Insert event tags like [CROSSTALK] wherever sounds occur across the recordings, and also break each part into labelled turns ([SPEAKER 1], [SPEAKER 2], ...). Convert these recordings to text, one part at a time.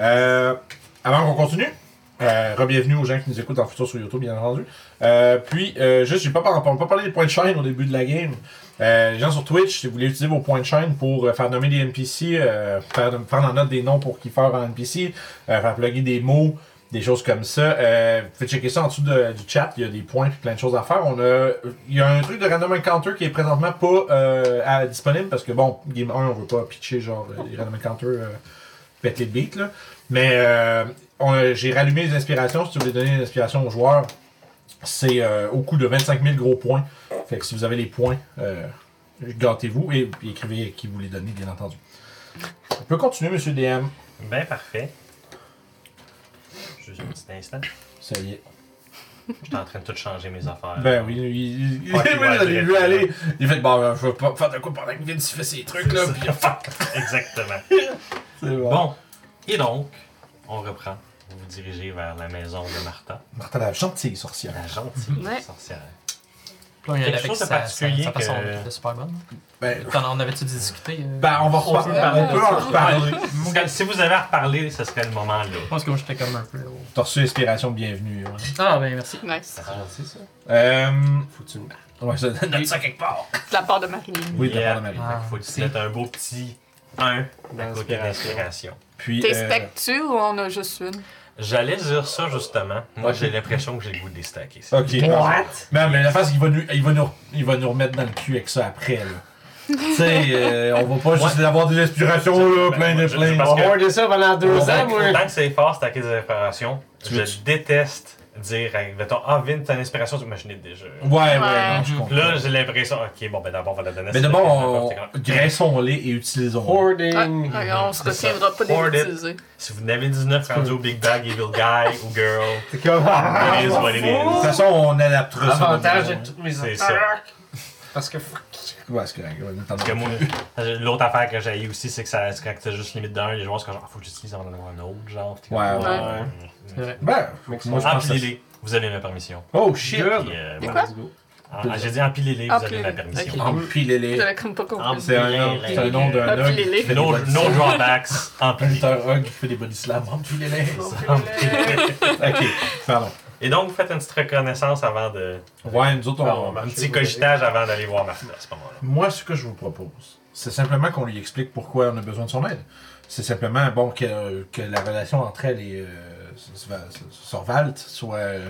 [SPEAKER 1] Euh, avant qu'on continue, euh, re-bienvenue aux gens qui nous écoutent en futur sur YouTube, bien entendu. Euh, puis, euh, juste, j'ai pas, par- on n'a pas parlé des points de chaîne au début de la game. Euh, les gens sur Twitch, si vous voulez utiliser vos points de chaîne pour euh, faire nommer des NPC, euh, faire, faire en note des noms pour qu'ils fassent en NPC, euh, faire plugger des mots, des choses comme ça. Euh, vous pouvez checker ça en dessous de- du chat, il y a des points et plein de choses à faire. On a, il y a un truc de Random Encounter qui est présentement pas euh, à- disponible parce que, bon, Game 1, on veut pas pitcher genre euh, les Random Encounter euh, péter le beat, là. Mais euh, on a- j'ai rallumé les inspirations. Si tu voulais donner une inspiration aux joueurs, c'est euh, au coût de 25 000 gros points. Fait que si vous avez les points, euh, gâtez-vous et, puis écrivez qui vous les donne, bien entendu. On peut continuer, monsieur DM.
[SPEAKER 2] Ben parfait. Juste un petit instant.
[SPEAKER 1] Ça y est.
[SPEAKER 2] J'étais en train de tout changer mes affaires. [LAUGHS]
[SPEAKER 1] Ben oui, il, il,
[SPEAKER 2] Ouais,
[SPEAKER 1] moi,
[SPEAKER 2] ouais,
[SPEAKER 1] je l'ai
[SPEAKER 2] direct,
[SPEAKER 1] vu
[SPEAKER 2] ouais.
[SPEAKER 1] aller. Il fait bon, ben, je vais pas faire de coup pendant que Vince fait ses trucs là. puis-
[SPEAKER 2] Exactement.
[SPEAKER 1] C'est bon.
[SPEAKER 2] Bon, et donc, on reprend. Vous vous dirigez vers la maison de Martha,
[SPEAKER 1] Martin, la gentille sorcière.
[SPEAKER 2] la gentille
[SPEAKER 3] Ouais.
[SPEAKER 2] sorcière.
[SPEAKER 4] Là, il y
[SPEAKER 2] Quelque
[SPEAKER 4] avait avec
[SPEAKER 2] chose de
[SPEAKER 4] sa- sa-
[SPEAKER 2] particulier
[SPEAKER 4] sa façon
[SPEAKER 2] que-
[SPEAKER 4] de Superman.
[SPEAKER 1] Ben,
[SPEAKER 4] T'en en avais-tu discuté? euh?
[SPEAKER 1] ben, on va
[SPEAKER 4] On
[SPEAKER 1] reparler.
[SPEAKER 4] peut parler.
[SPEAKER 1] On peut en reparler.
[SPEAKER 2] Parce que Si vous avez à reparler, ce serait le moment-là.
[SPEAKER 4] Je pense que moi, j'étais comme un peu... au-
[SPEAKER 1] T'as reçu l'inspiration, bienvenue. ouais.
[SPEAKER 4] Ah, ben merci.
[SPEAKER 3] Nice.
[SPEAKER 2] C'est gentil, ça.
[SPEAKER 1] Euh,
[SPEAKER 5] Faut que tu me-
[SPEAKER 1] Ouais, [LAUGHS] ça donne ça quelque part.
[SPEAKER 3] De la part de Marilyn.
[SPEAKER 1] Oui,
[SPEAKER 2] Yeah.
[SPEAKER 1] t'as pas de mal.
[SPEAKER 4] Ah,
[SPEAKER 2] Faut que tu
[SPEAKER 4] si.
[SPEAKER 2] te mettes un beau petit 1 à côté de
[SPEAKER 5] D'inspiration.
[SPEAKER 2] l'inspiration.
[SPEAKER 1] Puis,
[SPEAKER 3] T'es
[SPEAKER 1] euh,
[SPEAKER 3] spectu ou on a juste une?
[SPEAKER 2] J'allais dire ça, justement. Moi,
[SPEAKER 1] Ok.
[SPEAKER 2] j'ai l'impression que j'ai le goût de les stacker, ça.
[SPEAKER 1] Ok. Man, mais la face, il va, nous, il, va nous, il va nous remettre dans le cul avec ça après, là. tu sais, euh, on va pas juste avoir des inspirations, Oh, là,
[SPEAKER 2] Ben,
[SPEAKER 1] plein de
[SPEAKER 2] moi, je-
[SPEAKER 1] plein.
[SPEAKER 2] parce que-
[SPEAKER 5] On va ça pendant deux
[SPEAKER 2] Tant
[SPEAKER 5] ans,
[SPEAKER 2] que,
[SPEAKER 5] moi.
[SPEAKER 2] tant que c'est fort, c'est stacker des inspirations.
[SPEAKER 1] Tu
[SPEAKER 2] je
[SPEAKER 1] veux- tu-
[SPEAKER 2] déteste dire, hey, mettons, ah, Vin, t'as une inspiration, tu machines déjà.
[SPEAKER 1] Ouais, ouais, non,
[SPEAKER 3] Ouais.
[SPEAKER 1] je comprends.
[SPEAKER 2] Là, j'ai l'impression, ok, bon, ben d'abord, on va la donner à
[SPEAKER 1] mais
[SPEAKER 2] cette-
[SPEAKER 1] d'abord,
[SPEAKER 2] n'importe
[SPEAKER 1] on...
[SPEAKER 2] quel-
[SPEAKER 1] graissons-les et utilisons-les.
[SPEAKER 5] Hoarding.
[SPEAKER 3] Ouais, on se
[SPEAKER 2] c'est ça.
[SPEAKER 3] retiendra pas
[SPEAKER 2] Hoard it.
[SPEAKER 3] d'utiliser.
[SPEAKER 2] Si vous n'avez 19 rendu au Big Bang, Evil Guy
[SPEAKER 1] [LAUGHS]
[SPEAKER 2] ou Girl,
[SPEAKER 5] C'est comme.
[SPEAKER 1] Ah,
[SPEAKER 2] it is what it
[SPEAKER 1] De toute
[SPEAKER 2] is.
[SPEAKER 1] façon, on adaptera ça.
[SPEAKER 5] Avantage
[SPEAKER 1] dans
[SPEAKER 5] de
[SPEAKER 1] le-
[SPEAKER 5] toutes mes
[SPEAKER 2] C'est
[SPEAKER 5] affaires. Parce que fuck.
[SPEAKER 1] Ouais, c'est correct. ouais, t'en as-
[SPEAKER 2] Parce que moi, l'autre affaire que j'ai eu aussi, c'est que ça, c'est quand t'as juste limite d'un, les joueurs sont genre, Ah, faut que j'utilise en avoir un autre, genre. Puis t'es
[SPEAKER 1] Ouais,
[SPEAKER 2] comme,
[SPEAKER 3] ouais.
[SPEAKER 2] Ah,
[SPEAKER 4] C'est vrai.
[SPEAKER 1] Ben, moi, je pense que ça-
[SPEAKER 2] Empilez-les, vous avez ma permission.
[SPEAKER 1] Oh, shit!
[SPEAKER 2] Puis, euh,
[SPEAKER 3] C'est
[SPEAKER 2] voilà.
[SPEAKER 3] quoi?
[SPEAKER 5] Let's go.
[SPEAKER 2] Ah, j'ai dit empilez-les, vous avez ma
[SPEAKER 3] Empilez-les.
[SPEAKER 2] permission.
[SPEAKER 4] Ok.
[SPEAKER 1] Empilez-les.
[SPEAKER 3] J'avais comme pas compris.
[SPEAKER 2] Empilez-les.
[SPEAKER 1] C'est un nom, c'est un nom d'un homme.
[SPEAKER 3] Empilez-les.
[SPEAKER 2] No, no drawbacks, empilez.
[SPEAKER 1] Hunter Hug qui fait des body slams. Empilez-les. [LAUGHS] Ok, pardon.
[SPEAKER 2] Et donc, vous faites une petite reconnaissance avant de.
[SPEAKER 1] Ouais, nous autres, on,
[SPEAKER 5] Bon, ben,
[SPEAKER 2] Un
[SPEAKER 5] Marcher
[SPEAKER 2] petit
[SPEAKER 5] vous aider.
[SPEAKER 2] cogitage avant d'aller voir Martha à ce moment-là.
[SPEAKER 1] Moi, ce que je vous propose, c'est simplement qu'on lui explique pourquoi on a besoin de son aide. C'est simplement, bon, que, que la relation entre elle et euh, Sva- Sorvalt soit euh,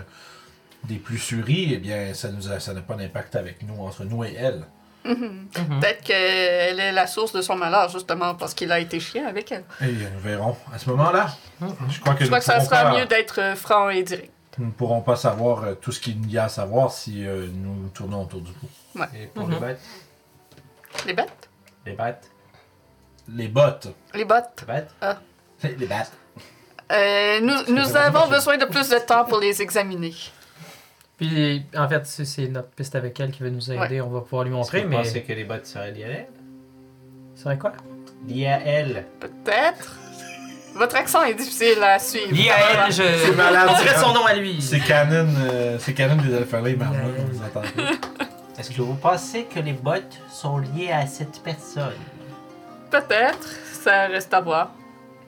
[SPEAKER 1] des plus suries, eh bien, ça nous a- ça n'a pas d'impact avec nous, entre nous et elle.
[SPEAKER 3] Peut-être qu'elle est la source de son malheur, justement, parce qu'il a été chien avec elle.
[SPEAKER 1] Et Eh nous verrons Mm-hmm. à ce moment-là. Je crois que,
[SPEAKER 3] Je
[SPEAKER 1] nous,
[SPEAKER 3] crois que ça
[SPEAKER 1] pourrons
[SPEAKER 3] sera
[SPEAKER 1] pas,
[SPEAKER 3] mieux d'être euh, franc et direct.
[SPEAKER 1] nous ne pourrons pas savoir euh, tout ce qu'il y a à savoir si euh, nous tournons autour du pot.
[SPEAKER 5] Et pour les bêtes.
[SPEAKER 3] Les bêtes?
[SPEAKER 5] Les bêtes.
[SPEAKER 1] Les bottes.
[SPEAKER 3] Les bottes.
[SPEAKER 5] Les bêtes.
[SPEAKER 1] Les bottes.
[SPEAKER 3] Euh, nous, nous avons besoin de plus de temps pour les examiner.
[SPEAKER 4] Puis, en fait, c'est- c'est notre piste avec elle qui va nous aider. On va pouvoir lui
[SPEAKER 5] Est-ce que
[SPEAKER 4] montrer,
[SPEAKER 5] vous
[SPEAKER 4] mais...
[SPEAKER 5] pensez que les bottes seraient liées à elle?
[SPEAKER 4] C'est vrai quoi?
[SPEAKER 5] Liées à elle.
[SPEAKER 3] Peut-être. Votre accent est difficile à suivre.
[SPEAKER 4] Yeah,
[SPEAKER 1] C'est
[SPEAKER 4] je...
[SPEAKER 1] malade.
[SPEAKER 4] On dirait son nom à lui.
[SPEAKER 1] C'est Canon, euh, c'est Canon des Alphalins, Marmot, vous entendez.
[SPEAKER 5] Est-ce que vous pensez que les bottes sont liées à cette personne?
[SPEAKER 3] Peut-être. Ça reste à voir.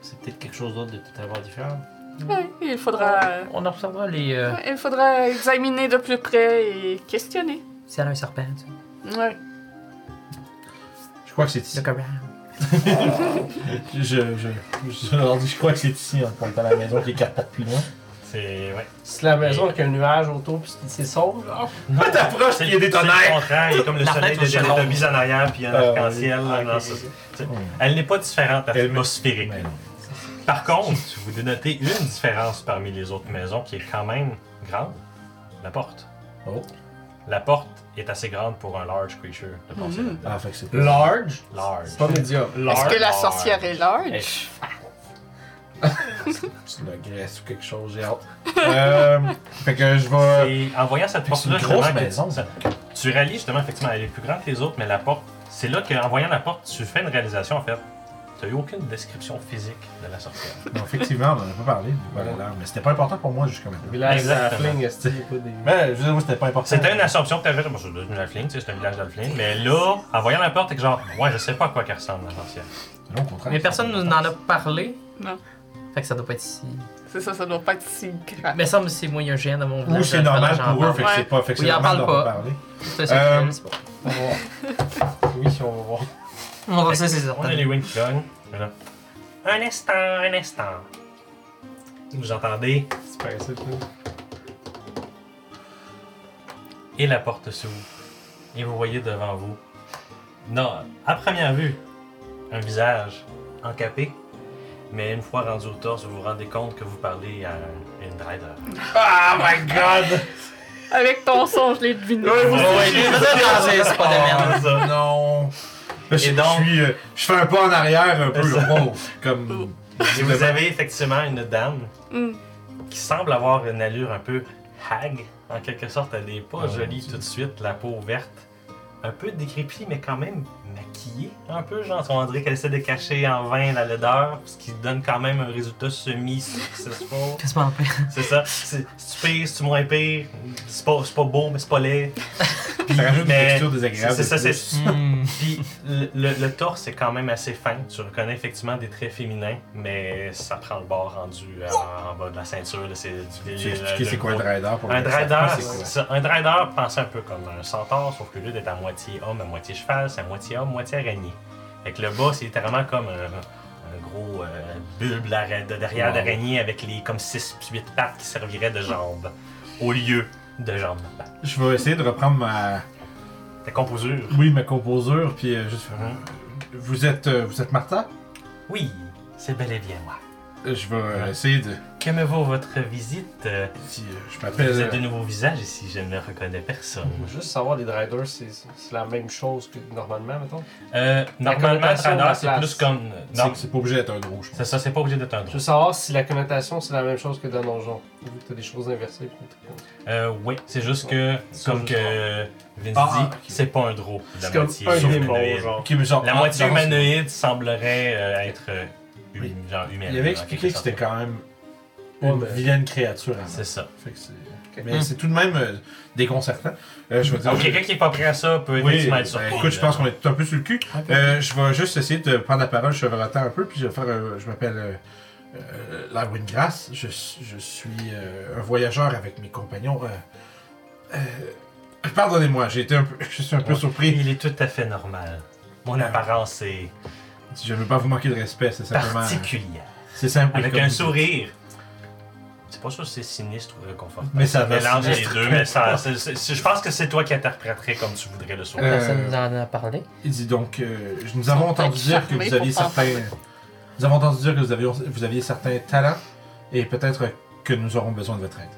[SPEAKER 5] C'est peut-être quelque chose d'autre de totalement différent.
[SPEAKER 3] Ouais, il faudra... euh,
[SPEAKER 4] On observera les... euh,
[SPEAKER 3] ouais, il faudra examiner de plus près et questionner.
[SPEAKER 4] Si elle a un serpent, tu sais,
[SPEAKER 3] Ouais.
[SPEAKER 1] Je crois que c'est ici.
[SPEAKER 4] le cobra.
[SPEAKER 1] Je, je, je, je leur dis, je crois que c'est ici, en pointant la maison qui est quatre portes plus loin.
[SPEAKER 2] C'est. Ouais.
[SPEAKER 5] C'est la maison avec un nuage autour puis c'est sombre. là.
[SPEAKER 1] Toi, t'approches,
[SPEAKER 2] C'est
[SPEAKER 1] il y a des
[SPEAKER 2] c'est le
[SPEAKER 1] tonnerres.
[SPEAKER 2] contraire, Il y a comme le
[SPEAKER 4] La
[SPEAKER 2] soleil
[SPEAKER 4] fenêtre
[SPEAKER 2] des
[SPEAKER 4] au salon.
[SPEAKER 2] étoiles en arrière, puis un
[SPEAKER 1] Ah,
[SPEAKER 2] arc-en-ciel.
[SPEAKER 5] oui.
[SPEAKER 2] dans
[SPEAKER 5] Ah,
[SPEAKER 2] ça.
[SPEAKER 5] ok,
[SPEAKER 2] Tu sais, Elle n'est pas différente atmosphérique.
[SPEAKER 1] Mais non.
[SPEAKER 2] Par contre, vous dénotez une différence parmi les autres maisons qui est quand même grande la porte.
[SPEAKER 1] Oh.
[SPEAKER 2] La porte est assez grande pour un large creature de penser
[SPEAKER 3] Mhm.
[SPEAKER 2] là-dedans.
[SPEAKER 1] Ah, fait que c'est pas-
[SPEAKER 5] Large.
[SPEAKER 2] Large.
[SPEAKER 5] Pas médium.
[SPEAKER 3] Est-ce que la
[SPEAKER 2] Large.
[SPEAKER 3] sorcière est large?
[SPEAKER 5] Eh,
[SPEAKER 1] c'est de la graisse ou quelque chose, j'ai hâte. Euh, fait que je vais.
[SPEAKER 2] Et en voyant cette
[SPEAKER 1] Fait que c'est
[SPEAKER 2] porte-là,
[SPEAKER 1] une grosse
[SPEAKER 2] justement, que-
[SPEAKER 1] maison.
[SPEAKER 2] ça- tu réalises justement, effectivement, elle est plus grande que les autres, mais la porte, c'est là qu'en voyant la porte, tu fais une réalisation en fait. Tu n'as eu aucune description physique de la sorcière.
[SPEAKER 1] Non, effectivement, on en a pas parlé. Voilà, là, mais c'était pas important pour moi jusqu'à maintenant.
[SPEAKER 5] Village
[SPEAKER 2] Exactement.
[SPEAKER 5] d'Affling, est-ce qu'il y a pas des.
[SPEAKER 1] Mais je veux dire, moi, c'était pas important.
[SPEAKER 2] C'était une assumption que t'avais, bon, c'est devenu la tu sais, c'est un village d'Alfling, mais là, en voyant la porte, t'es que genre, ouais, je sais pas à quoi qu'elle ressemble, la sorcière.
[SPEAKER 1] Non, au contraire.
[SPEAKER 4] Mais personne n'en a parlé.
[SPEAKER 3] Non.
[SPEAKER 4] Fait que ça doit pas être si.
[SPEAKER 3] C'est ça, ça doit pas être si grave.
[SPEAKER 4] Mais semble que c'est moyen gêne à mon
[SPEAKER 1] Ou
[SPEAKER 4] village,
[SPEAKER 1] c'est
[SPEAKER 4] euh,
[SPEAKER 1] normal
[SPEAKER 4] j'en
[SPEAKER 1] pour eux,
[SPEAKER 4] parle.
[SPEAKER 1] fait que c'est
[SPEAKER 3] Ouais.
[SPEAKER 1] pas. Fait que
[SPEAKER 4] Oui,
[SPEAKER 1] c'est
[SPEAKER 4] ils en
[SPEAKER 1] normal
[SPEAKER 4] parlent
[SPEAKER 1] d'en
[SPEAKER 4] pas.
[SPEAKER 1] parler.
[SPEAKER 4] Ça, c'est
[SPEAKER 1] Euh,
[SPEAKER 4] cool, c'est bon.
[SPEAKER 5] On va voir. [LAUGHS] oui, si on va voir.
[SPEAKER 4] On va ça, c'est
[SPEAKER 2] On a
[SPEAKER 4] certain.
[SPEAKER 2] les wings qui gagnent. Voilà. Un instant, un instant. Vous entendez
[SPEAKER 5] C'est pas ça,
[SPEAKER 2] et la porte s'ouvre. Et vous voyez devant vous. Non, à première vue, un visage encapé. Mais une fois rendu au torse, vous vous rendez compte que vous parlez à une rider.
[SPEAKER 1] Oh my
[SPEAKER 5] [LAUGHS]
[SPEAKER 1] god! Oh,
[SPEAKER 3] Avec ton son, je l'ai deviné.
[SPEAKER 1] Ouais,
[SPEAKER 2] ouais, ouais,
[SPEAKER 1] j'ai-
[SPEAKER 2] j'ai-
[SPEAKER 4] j'ai- c'est pas de merde.
[SPEAKER 1] Ah, Non! Là, je,
[SPEAKER 2] Et donc-
[SPEAKER 1] je suis, euh, je fais un pas en arrière un peu,
[SPEAKER 2] C'est ça.
[SPEAKER 1] là. Wow, comme.
[SPEAKER 2] Et vous avez effectivement une dame
[SPEAKER 3] Mm.
[SPEAKER 2] qui semble avoir une allure un peu hag, en quelque sorte. Elle n'est pas
[SPEAKER 1] Ah, mon
[SPEAKER 2] jolie
[SPEAKER 1] Dieu.
[SPEAKER 2] tout de suite, la peau verte. Un peu décrépie, mais quand même maquillée. Un peu, genre, on dirait qu'elle essaie de cacher en vain la laideur, ce qui donne quand même un résultat semi-successful.
[SPEAKER 4] Qu'est-ce qu'on fait?
[SPEAKER 2] c'est ça. C'est c'est-tu pire, c'est moins pire. C'est pas, c'est pas beau, mais c'est pas laid.
[SPEAKER 5] Oh.
[SPEAKER 2] Puis,
[SPEAKER 1] Ça rajoute une
[SPEAKER 2] mais-
[SPEAKER 1] texture désagréable.
[SPEAKER 2] C'est ça,
[SPEAKER 1] de plus.
[SPEAKER 2] c'est [LAUGHS]
[SPEAKER 4] Hmm.
[SPEAKER 2] puis le, le- le torse est quand même assez fin. Tu reconnais effectivement des traits féminins, mais ça prend le bord rendu euh, en, en bas de la ceinture. là, C'est du
[SPEAKER 1] J'ai
[SPEAKER 2] le-
[SPEAKER 1] expliqué
[SPEAKER 2] le-
[SPEAKER 1] c'est quoi un drider pour
[SPEAKER 2] un
[SPEAKER 1] les gens qui savent pas
[SPEAKER 2] drider,
[SPEAKER 1] c'est quoi.
[SPEAKER 2] c'est ça. un drider pensez un peu comme un centaure, sauf que lui est à moitié homme, à moitié cheval, c'est à moitié homme, moitié araignée. Fait que le bas, c'est littéralement comme un, un gros euh, bulbe d'ara- de derrière
[SPEAKER 1] Wow.
[SPEAKER 2] d'araignée avec les comme 6-8 pattes qui serviraient de jambes au lieu de jambes. de pattes.
[SPEAKER 1] Je vais essayer de reprendre ma.
[SPEAKER 2] Ta composure.
[SPEAKER 1] Oui, ma composure, puis euh, juste faire.
[SPEAKER 5] Mm-hmm.
[SPEAKER 2] Mhm.
[SPEAKER 1] Vous êtes, euh, vous êtes Martha?
[SPEAKER 2] Oui, c'est bel et bien moi.
[SPEAKER 1] Euh, Je vais euh,
[SPEAKER 2] Ouais.
[SPEAKER 1] essayer de.
[SPEAKER 2] Que me vaut votre visite euh,
[SPEAKER 1] si, euh, je
[SPEAKER 2] Vous êtes de
[SPEAKER 1] m'appelle.
[SPEAKER 2] nouveaux visages ici, je ne reconnais personne.
[SPEAKER 5] Juste savoir, les Driders, c'est c'est la même chose que normalement, mettons.
[SPEAKER 2] Euh, normalement,
[SPEAKER 5] connotation de
[SPEAKER 2] Radar,
[SPEAKER 5] la
[SPEAKER 2] c'est
[SPEAKER 5] place.
[SPEAKER 2] plus comme.
[SPEAKER 1] euh,
[SPEAKER 2] Non,
[SPEAKER 1] c'est- C'est pas obligé d'être un gros, je pense.
[SPEAKER 2] c'est ça, c'est pas obligé d'être un drôle.
[SPEAKER 5] Juste savoir si la connotation, c'est la même chose que dans Donjon. Vu que t'as des choses inversées. Pis des trucs comme ça.
[SPEAKER 2] Euh, oui, c'est juste que,
[SPEAKER 5] C'est
[SPEAKER 2] comme
[SPEAKER 5] juste
[SPEAKER 2] que Vince
[SPEAKER 1] Ah,
[SPEAKER 2] dit,
[SPEAKER 1] ok.
[SPEAKER 2] c'est pas un drôle. La
[SPEAKER 5] C'est comme
[SPEAKER 2] moitié
[SPEAKER 5] un démon,
[SPEAKER 2] humanoïde.
[SPEAKER 5] genre.
[SPEAKER 1] Ok, mais genre,
[SPEAKER 2] La
[SPEAKER 1] ah,
[SPEAKER 2] moitié
[SPEAKER 1] dans-
[SPEAKER 2] humanoïde semblerait euh, être euh, hum-
[SPEAKER 1] Oui.
[SPEAKER 2] genre humaine.
[SPEAKER 1] Il avait expliqué que c'était quand même une
[SPEAKER 5] Ouais, mais-
[SPEAKER 1] vilaine créature avant.
[SPEAKER 2] C'est ça.
[SPEAKER 1] Fait que c'est- Mais c'est tout de même euh, déconcertant. Euh, je veux dire,
[SPEAKER 2] Donc, quelqu'un qui est pas prêt à ça peut
[SPEAKER 1] Oui,
[SPEAKER 2] effectivement
[SPEAKER 1] ben,
[SPEAKER 2] être surpris.
[SPEAKER 1] écoute, je
[SPEAKER 2] là.
[SPEAKER 1] pense qu'on est un peu sur le cul. Euh, je vais juste essayer de prendre la parole chevrotant un peu, puis je vais faire. euh, je m'appelle euh, euh, Larwin Grass. Je, je suis euh, un voyageur avec mes compagnons. euh, euh, Pardonnez-moi, j'ai été un peu, [LAUGHS] je suis un peu
[SPEAKER 2] Ouais.
[SPEAKER 1] surpris.
[SPEAKER 2] Il est tout à fait normal. Mon
[SPEAKER 1] Ouais.
[SPEAKER 2] apparence est
[SPEAKER 1] Je ne veux pas vous manquer de respect, c'est simplement.
[SPEAKER 2] particulière.
[SPEAKER 1] C'est simple.
[SPEAKER 2] Avec
[SPEAKER 1] comme
[SPEAKER 2] un
[SPEAKER 1] vous dites.
[SPEAKER 2] sourire. C'est pas sûr si c'est sinistre ou réconfortant.
[SPEAKER 1] Mais ça va
[SPEAKER 2] mélange les
[SPEAKER 1] sinistre.
[SPEAKER 2] deux, mais ça, c'est- c'est- c'est- je pense que c'est toi qui interpréterais comme tu voudrais le sourire.
[SPEAKER 1] Euh,
[SPEAKER 4] Personne nous en a parlé.
[SPEAKER 1] Il dit donc, euh, je- nous avons entendu
[SPEAKER 3] peut-être
[SPEAKER 1] dire que
[SPEAKER 3] charmés
[SPEAKER 1] vous aviez
[SPEAKER 3] pour
[SPEAKER 1] certains, nous avons entendu dire que vous aviez, vous aviez certains talents et peut-être que nous aurons besoin de votre aide.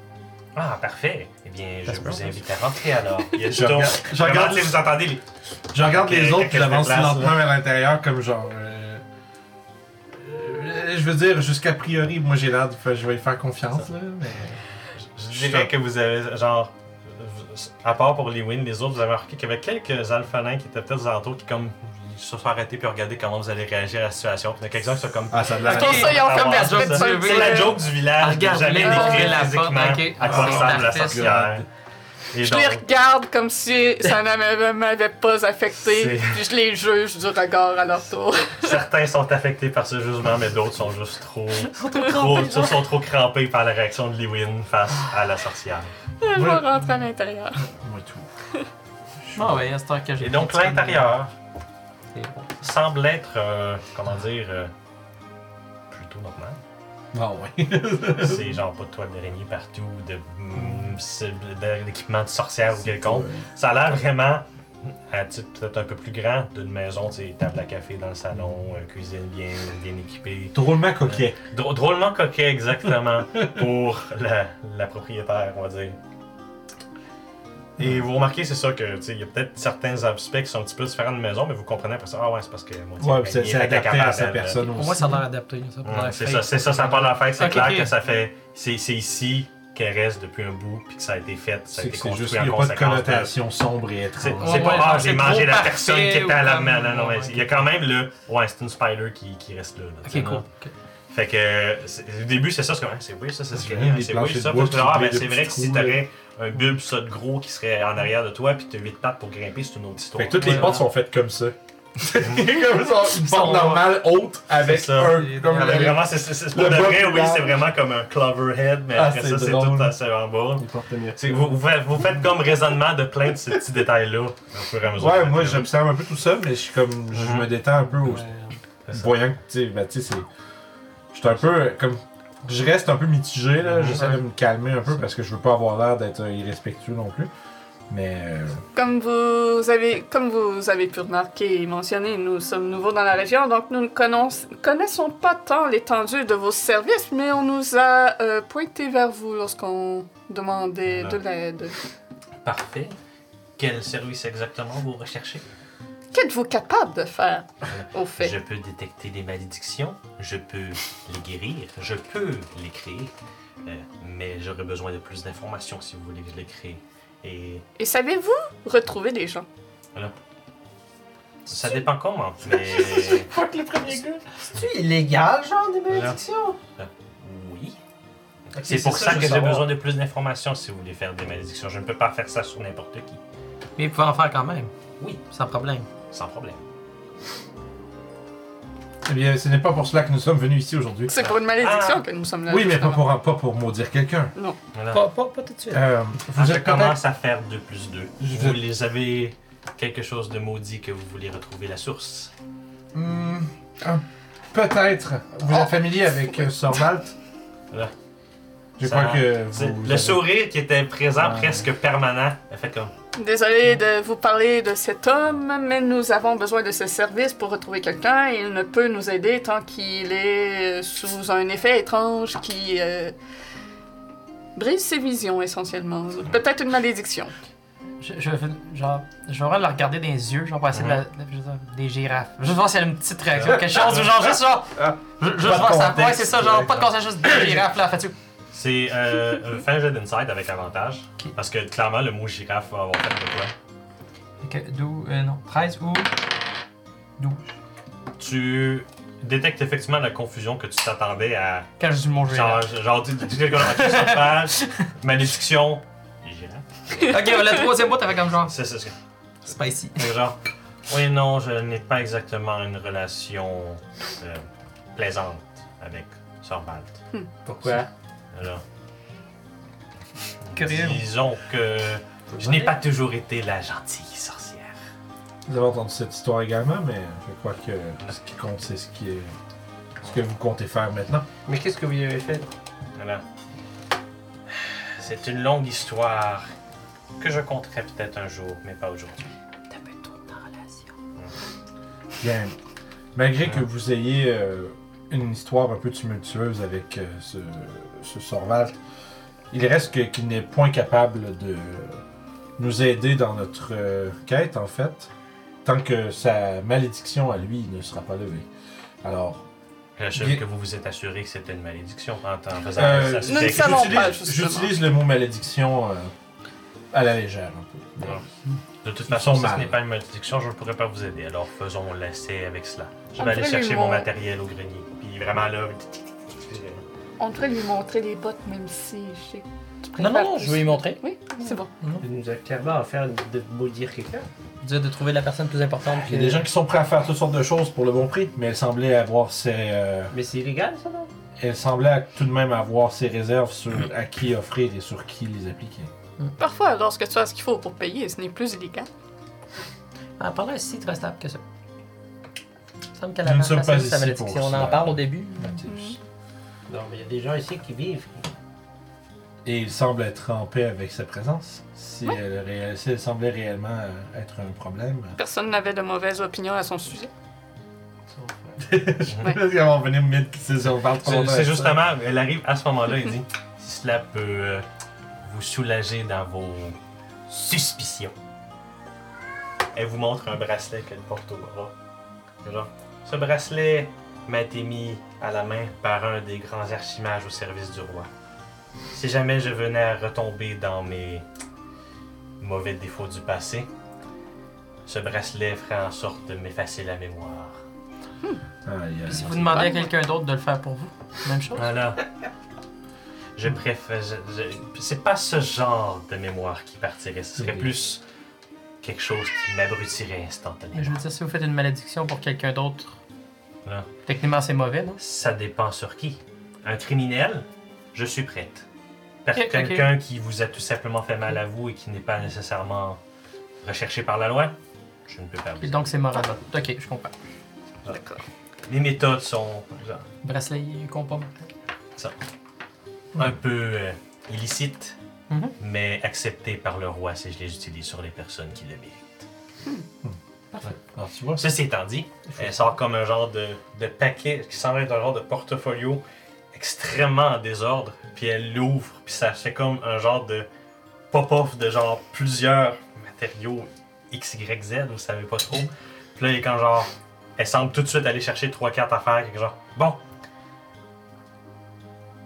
[SPEAKER 2] Ah, parfait. Eh bien, je
[SPEAKER 4] Ça se
[SPEAKER 2] vous
[SPEAKER 4] passe.
[SPEAKER 2] invite à rentrer alors. Il y a du
[SPEAKER 1] Je
[SPEAKER 2] ton.
[SPEAKER 1] regarde- je
[SPEAKER 2] Vraiment,
[SPEAKER 1] regarde-
[SPEAKER 2] tu sais, vous entendez les...
[SPEAKER 1] Je regarde
[SPEAKER 2] Quelqu'un
[SPEAKER 1] les autres
[SPEAKER 2] qui
[SPEAKER 1] qui
[SPEAKER 2] se
[SPEAKER 1] avancent
[SPEAKER 2] déplace,
[SPEAKER 1] lentement vers l'intérieur comme genre. euh, euh, je veux dire, jusqu'à priori, moi j'ai l'air de faire, je vais y faire confiance là, mais.
[SPEAKER 2] Je dirais que vous avez, genre, à part pour les wins, les autres, vous avez remarqué qu'il y avait quelques alphalins qui étaient peut-être aux alentours qui, comme, ils se sont arrêtés puis regarder comment vous allez réagir à la situation. Puis il y en a quelques-uns qui sont comme.
[SPEAKER 1] Ah, ça a de
[SPEAKER 3] Je trouve
[SPEAKER 1] l'air.
[SPEAKER 3] ça, ils ont fait de la split
[SPEAKER 4] Ah,
[SPEAKER 3] ceinture.
[SPEAKER 2] C'est la joke du
[SPEAKER 4] Ah,
[SPEAKER 2] village.
[SPEAKER 4] regarde,
[SPEAKER 2] jamais
[SPEAKER 4] là,
[SPEAKER 2] décrire
[SPEAKER 4] la porte,
[SPEAKER 2] physiquement
[SPEAKER 4] ok.
[SPEAKER 2] à quoi
[SPEAKER 4] Ah,
[SPEAKER 2] ressemble la
[SPEAKER 4] l'artiste.
[SPEAKER 2] sorcière. Et
[SPEAKER 3] Je
[SPEAKER 2] donc,
[SPEAKER 3] les
[SPEAKER 4] [LAUGHS]
[SPEAKER 3] regarde comme si ça ne m'avait pas affecté,
[SPEAKER 2] C'est-
[SPEAKER 3] puis je les juge du regard à leur tour.
[SPEAKER 2] certains sont affectés par ce jugement, mais d'autres sont juste [LAUGHS] trop, trop, sont, sont trop crampés par la réaction de Lewin face à la sorcière.
[SPEAKER 3] Je vais
[SPEAKER 1] Ouais.
[SPEAKER 3] rentrer à l'intérieur.
[SPEAKER 1] Moi et tout.
[SPEAKER 4] [LAUGHS] Ah ouais, à cette heure que j'ai.
[SPEAKER 2] Et donc, l'intérieur
[SPEAKER 4] C'est bon.
[SPEAKER 2] semble être, euh, comment dire, euh, plutôt normal.
[SPEAKER 1] [LAUGHS] Ah ouais. [LAUGHS]
[SPEAKER 2] C'est genre pas de toile d'araignée partout, de mm, c'est- de- d'équipement de sorcière ou quelconque. Ça a l'air vraiment, à titre peut-être un peu plus grand, d'une maison, tu sais, table à café dans le salon, euh, cuisine bien, bien équipée.
[SPEAKER 1] Drôlement coquet.
[SPEAKER 2] Drô- drôlement
[SPEAKER 1] [LAUGHS]
[SPEAKER 2] coquet, exactement, pour la, la propriétaire, on va dire. Et vous remarquez, c'est ça que, tu sais, il y a peut-être certains aspects qui sont un petit peu différents de maison, mais vous comprenez après ça. Ah ouais, c'est parce que moi, tu sais,
[SPEAKER 1] Ouais, puis c'est
[SPEAKER 2] il
[SPEAKER 1] c'est
[SPEAKER 2] est
[SPEAKER 1] adapté
[SPEAKER 2] capable
[SPEAKER 1] à sa
[SPEAKER 2] de-
[SPEAKER 1] personne
[SPEAKER 4] Pour
[SPEAKER 1] aussi.
[SPEAKER 4] moi, ça a l'air adapté. Ça, pour
[SPEAKER 2] Ouais,
[SPEAKER 4] l'air
[SPEAKER 2] c'est
[SPEAKER 4] fake.
[SPEAKER 2] ça, c'est ça, ça parle à faire. C'est
[SPEAKER 4] Ok,
[SPEAKER 2] clair
[SPEAKER 4] ok.
[SPEAKER 2] que ça fait. C'est c'est ici qu'elle reste depuis un bout, puis que ça a été fait,
[SPEAKER 1] C'est
[SPEAKER 2] ça a été
[SPEAKER 1] que c'est
[SPEAKER 2] construit
[SPEAKER 1] juste, il
[SPEAKER 2] en
[SPEAKER 1] n'y a pas de
[SPEAKER 2] conséquence. de-
[SPEAKER 1] connotation sombre et
[SPEAKER 2] C'est
[SPEAKER 1] étrange.
[SPEAKER 2] c'est
[SPEAKER 4] Ouais,
[SPEAKER 2] pas
[SPEAKER 4] ouais,
[SPEAKER 2] ah,
[SPEAKER 4] genre,
[SPEAKER 2] j'ai
[SPEAKER 4] c'est
[SPEAKER 2] mangé
[SPEAKER 4] trop
[SPEAKER 2] la personne qui
[SPEAKER 4] parfait
[SPEAKER 2] était à
[SPEAKER 4] ou
[SPEAKER 2] la
[SPEAKER 4] comme-
[SPEAKER 2] main. Non, non, mais
[SPEAKER 4] ouais,
[SPEAKER 2] il y a
[SPEAKER 4] ok.
[SPEAKER 2] quand même le. Ouais, c'est une spider qui, qui reste là. là, tu sais,
[SPEAKER 4] Ok,
[SPEAKER 2] non?
[SPEAKER 4] cool. Ok.
[SPEAKER 2] Fait que euh, c'est- au début, c'est ça, c'est comme, Hein, c'est oui, ça, c'est ce que
[SPEAKER 1] J'aime les
[SPEAKER 2] c'est
[SPEAKER 1] planches
[SPEAKER 2] oui, ça.
[SPEAKER 1] de bois
[SPEAKER 2] Puis tu fais, ah,
[SPEAKER 1] qui
[SPEAKER 2] ben,
[SPEAKER 1] oublient des
[SPEAKER 2] c'est vrai que
[SPEAKER 1] petits
[SPEAKER 2] si
[SPEAKER 1] trous,
[SPEAKER 2] t'aurais un bulbe, ça de gros qui serait en arrière de toi, puis t'as huit pattes pour grimper, c'est une autre histoire.
[SPEAKER 1] Fait que toutes les
[SPEAKER 4] Ouais,
[SPEAKER 1] portes
[SPEAKER 4] ouais.
[SPEAKER 1] [LAUGHS] sont faites comme ça. comme ça, une
[SPEAKER 4] sont-
[SPEAKER 1] porte normale haute avec
[SPEAKER 2] ça.
[SPEAKER 1] un.
[SPEAKER 4] Et
[SPEAKER 1] Comme
[SPEAKER 4] dans
[SPEAKER 1] le-
[SPEAKER 4] la-
[SPEAKER 2] Vraiment, c'est- c'est c'est- pour
[SPEAKER 1] Le
[SPEAKER 2] de
[SPEAKER 1] bas
[SPEAKER 2] vrai,
[SPEAKER 1] plus
[SPEAKER 2] oui,
[SPEAKER 1] large.
[SPEAKER 2] c'est vraiment comme un clover head, mais
[SPEAKER 1] Ah,
[SPEAKER 2] après
[SPEAKER 1] c'est
[SPEAKER 2] ça, c'est
[SPEAKER 1] drôle.
[SPEAKER 2] tout assez en bas.
[SPEAKER 5] Mmh.
[SPEAKER 1] Les portes miroirs.
[SPEAKER 2] C'est que Vous, vous, faites, vous faites comme raisonnement de plein de ces petits détails-là. au fur et à mesure
[SPEAKER 1] Ouais,
[SPEAKER 2] que
[SPEAKER 1] moi
[SPEAKER 2] vous faites.
[SPEAKER 1] j'observe un peu tout ça, mais je suis comme. Je
[SPEAKER 2] Mhm.
[SPEAKER 1] me détends un peu au-
[SPEAKER 2] C'est ça.
[SPEAKER 1] voyant que, tu sais, ben, tu sais, c'est. Je suis un peu. Comme. Je reste un peu mitigé, là. J'essaie de me calmer un peu parce que je veux pas avoir l'air d'être euh, irrespectueux non plus. Mais. euh,
[SPEAKER 3] Comme vous avez, comme vous avez pu remarquer et mentionner, nous sommes nouveaux dans la région, donc nous ne connaissons, connaissons pas tant l'étendue de vos services, mais on nous a euh, pointé vers vous lorsqu'on demandait de l'aide.
[SPEAKER 2] Parfait. Quel service exactement vous recherchez
[SPEAKER 3] Qu'êtes-vous capable de faire, au fait?
[SPEAKER 2] Je peux détecter des malédictions, je peux les guérir, je peux les créer, euh, mais j'aurais besoin de plus d'informations si vous voulez que je les crée. Et
[SPEAKER 3] Et savez-vous retrouver des gens?
[SPEAKER 2] ça dépend comment, mais
[SPEAKER 5] Fuck le premier gars. C'est-tu illégal, genre, des malédictions?
[SPEAKER 2] euh, oui.
[SPEAKER 5] Ok,
[SPEAKER 2] C'est pour ça,
[SPEAKER 5] je
[SPEAKER 2] que
[SPEAKER 5] veux
[SPEAKER 2] j'ai
[SPEAKER 5] savoir.
[SPEAKER 2] besoin de plus d'informations si vous voulez faire des malédictions. Je ne peux pas faire ça sur n'importe qui,
[SPEAKER 4] Mais ils pouvaient en faire quand même.
[SPEAKER 2] Oui.
[SPEAKER 4] Sans problème.
[SPEAKER 2] sans problème.
[SPEAKER 1] Eh bien, ce n'est pas pour cela que nous sommes venus ici aujourd'hui.
[SPEAKER 3] C'est pour une malédiction
[SPEAKER 2] Ah.
[SPEAKER 3] que nous sommes là.
[SPEAKER 1] Oui, mais pas
[SPEAKER 3] justement.
[SPEAKER 1] pour, pas pour maudire quelqu'un.
[SPEAKER 2] Voilà.
[SPEAKER 4] Pas, pas, pas tout de suite.
[SPEAKER 1] Euh,
[SPEAKER 2] Quand
[SPEAKER 1] vous
[SPEAKER 2] Ah, je
[SPEAKER 1] êtes peut-être.
[SPEAKER 2] commence à faire 2 plus 2,
[SPEAKER 1] Je
[SPEAKER 2] vous
[SPEAKER 1] vais-
[SPEAKER 2] les avez quelque chose de maudit que vous voulez retrouver la source.
[SPEAKER 1] Hmm, un- peut-être. Vous êtes familier avec euh, Sorbalt
[SPEAKER 2] Voilà.
[SPEAKER 1] Je
[SPEAKER 2] Ça-
[SPEAKER 1] crois que.
[SPEAKER 2] C'est-
[SPEAKER 1] Vous
[SPEAKER 2] le
[SPEAKER 1] avez- Ah.
[SPEAKER 2] sourire qui était présent
[SPEAKER 1] Ouais.
[SPEAKER 2] presque permanent, elle fait comme
[SPEAKER 3] Désolé de vous parler de cet homme, mais nous avons besoin de ses services pour retrouver quelqu'un. Il ne peut nous aider tant qu'il est sous un effet étrange qui euh, brise ses visions essentiellement. Peut-être une malédiction.
[SPEAKER 4] Je, je, vais- genre, je vais vraiment la regarder dans les yeux, genre pour essayer de la- de- je veux dire, des girafes. Juste voir si elle a une petite réaction, quelque chose, ou genre juste genre.
[SPEAKER 1] Ah.
[SPEAKER 4] ju- Juste
[SPEAKER 1] Pas de
[SPEAKER 4] voir ça. Ouais,
[SPEAKER 1] contexte,
[SPEAKER 4] c'est ça, genre
[SPEAKER 1] ouais.
[SPEAKER 4] pas de conseil, juste des girafes là, fais-tu.
[SPEAKER 2] c'est
[SPEAKER 1] [LAUGHS]
[SPEAKER 2] euh, fais un jeu d'insight avec avantage
[SPEAKER 4] Ok.
[SPEAKER 2] parce que clairement le mot girafe va avoir fait de quoi.
[SPEAKER 4] Fait que 12, euh, non, 13 ou 12.
[SPEAKER 2] Tu détectes effectivement la confusion que tu t'attendais à
[SPEAKER 4] Quand je dis mon
[SPEAKER 2] genre
[SPEAKER 4] girafe.
[SPEAKER 2] genre tu tu dis quelque chose
[SPEAKER 1] [LAUGHS]
[SPEAKER 2] page malédiction girafe.
[SPEAKER 4] ok, le troisième bout, t'avais comme genre.
[SPEAKER 2] C'est c'est- c'est-
[SPEAKER 4] Spicy.
[SPEAKER 2] c'est genre oui non, je n'ai pas exactement une relation euh, plaisante avec Sorbalt.
[SPEAKER 3] Hmm.
[SPEAKER 1] Pourquoi
[SPEAKER 2] Alors,
[SPEAKER 4] Curieux.
[SPEAKER 2] Disons que je n'ai pas toujours été la gentille sorcière.
[SPEAKER 1] Vous avez entendu cette histoire également, mais je crois que ce qui compte, c'est ce qui est. Ce que vous comptez faire maintenant.
[SPEAKER 5] Mais qu'est-ce que vous avez fait?
[SPEAKER 2] Voilà. C'est une longue histoire que je compterai peut-être un jour, mais pas aujourd'hui.
[SPEAKER 1] Bien. Malgré que vous ayez euh, une histoire un peu tumultueuse avec euh, ce, ce Sorvald, il reste que- qu'il n'est point capable de nous aider dans notre euh, quête, en fait, tant que sa malédiction à lui ne sera pas levée. Alors,
[SPEAKER 2] J'assume
[SPEAKER 1] Bien.
[SPEAKER 2] que vous vous êtes assuré que c'était une malédiction en en faisant
[SPEAKER 1] euh,
[SPEAKER 2] ça.
[SPEAKER 3] Nous ne
[SPEAKER 2] C'était-
[SPEAKER 3] savons pas,
[SPEAKER 1] j'utilise-
[SPEAKER 3] justement.
[SPEAKER 1] j'utilise le mot malédiction euh, à la légère, un peu.
[SPEAKER 2] Non. De toute
[SPEAKER 1] sont
[SPEAKER 2] façon, si ce
[SPEAKER 1] mal.
[SPEAKER 2] n'est pas une malédiction, je ne pourrais pas vous aider. Alors faisons l'essai avec cela. Je
[SPEAKER 3] On
[SPEAKER 2] vais aller
[SPEAKER 3] pourrait lui
[SPEAKER 2] chercher mon
[SPEAKER 3] mon-
[SPEAKER 2] matériel au grenier. Puis vraiment là.
[SPEAKER 3] On devrait lui montrer les bottes, même si je sais que tu
[SPEAKER 4] Non, non,
[SPEAKER 3] préfères
[SPEAKER 4] non, je
[SPEAKER 3] plus.
[SPEAKER 4] vais lui montrer.
[SPEAKER 3] Oui, c'est bon.
[SPEAKER 5] Il nous a clairement offert de maudire quelqu'un.
[SPEAKER 4] Dire de trouver la personne plus importante.
[SPEAKER 1] Il y a des gens qui sont prêts à faire toutes sortes de choses pour le bon prix, mais elle semblait avoir ses. euh,
[SPEAKER 5] Mais c'est illégal, ça, non?
[SPEAKER 1] elle semblait tout de même avoir ses réserves sur à qui offrir et sur qui les appliquer.
[SPEAKER 3] Parfois, lorsque tu as ce qu'il faut pour payer, ce n'est plus illégal.
[SPEAKER 4] Ah, parle si très stable que ça. Il me semble qu'elle
[SPEAKER 1] Nous
[SPEAKER 4] avait
[SPEAKER 1] ne sommes pas
[SPEAKER 4] remplacé sa
[SPEAKER 1] ici
[SPEAKER 4] malédiction.
[SPEAKER 1] pour
[SPEAKER 4] On
[SPEAKER 1] cela.
[SPEAKER 4] en parle au début.
[SPEAKER 1] Matheus.
[SPEAKER 5] Non, mais il y a des gens ici qui vivent.
[SPEAKER 1] Et il semble être en paix avec sa présence. Si, elle, réel- si elle semblait réellement euh, être un problème.
[SPEAKER 3] Personne n'avait de mauvaise opinion à son sujet.
[SPEAKER 1] [LAUGHS]
[SPEAKER 3] Ouais.
[SPEAKER 1] Parce qu'on va venir me mettre qui sait si on parle trop
[SPEAKER 2] C'est
[SPEAKER 1] longtemps
[SPEAKER 2] c'est
[SPEAKER 1] avec ça.
[SPEAKER 2] justement, elle arrive à ce moment-là et dit si cela peut euh, vous soulager dans vos suspicions. Elle vous montre un bracelet qu'elle porte au bras. Genre, ce bracelet m'a été mis à la main par un des grands archimages au service du roi. Si jamais je venais à retomber dans mes mauvais défauts du passé, ce bracelet ferait en sorte de m'effacer la mémoire.
[SPEAKER 1] Ah, il y a-
[SPEAKER 4] Puis si vous demandez à quelqu'un d'autre de le faire pour vous, même chose.
[SPEAKER 2] Voilà. Je préfère. je- je- c'est pas ce genre de mémoire qui partirait. Ce serait
[SPEAKER 1] Mhm.
[SPEAKER 2] plus quelque chose qui m'abrutirait
[SPEAKER 4] Mais je
[SPEAKER 2] instantanément.
[SPEAKER 4] veux dire, si vous faites une malédiction pour quelqu'un d'autre,
[SPEAKER 2] Voilà.
[SPEAKER 4] techniquement c'est mauvais, non?
[SPEAKER 2] Ça dépend sur qui. Un criminel, je suis prête. Par
[SPEAKER 4] Ok, ok.
[SPEAKER 2] quelqu'un qui vous a tout simplement fait mal à vous et qui n'est pas nécessairement recherché par la loi, je ne peux pas.
[SPEAKER 4] Et donc c'est moralement. Ok, je comprends.
[SPEAKER 3] D'accord.
[SPEAKER 2] Les méthodes sont genre,
[SPEAKER 4] Bracelet, compas.
[SPEAKER 2] un peu euh, illicites,
[SPEAKER 4] Mhm.
[SPEAKER 2] mais acceptées par le roi si je les utilise sur les personnes qui le méritent.
[SPEAKER 1] Alors, tu vois,
[SPEAKER 2] Ceci étant dit, elle sort comme un genre de, de paquet qui semble être un genre de portfolio extrêmement en désordre, puis elle l'ouvre, puis ça fait comme un genre de pop-off de genre plusieurs matériaux XYZ, vous savez pas trop. Puis là, il est comme genre, elle semble tout de suite aller chercher trois cartes à faire, quelque genre, bon,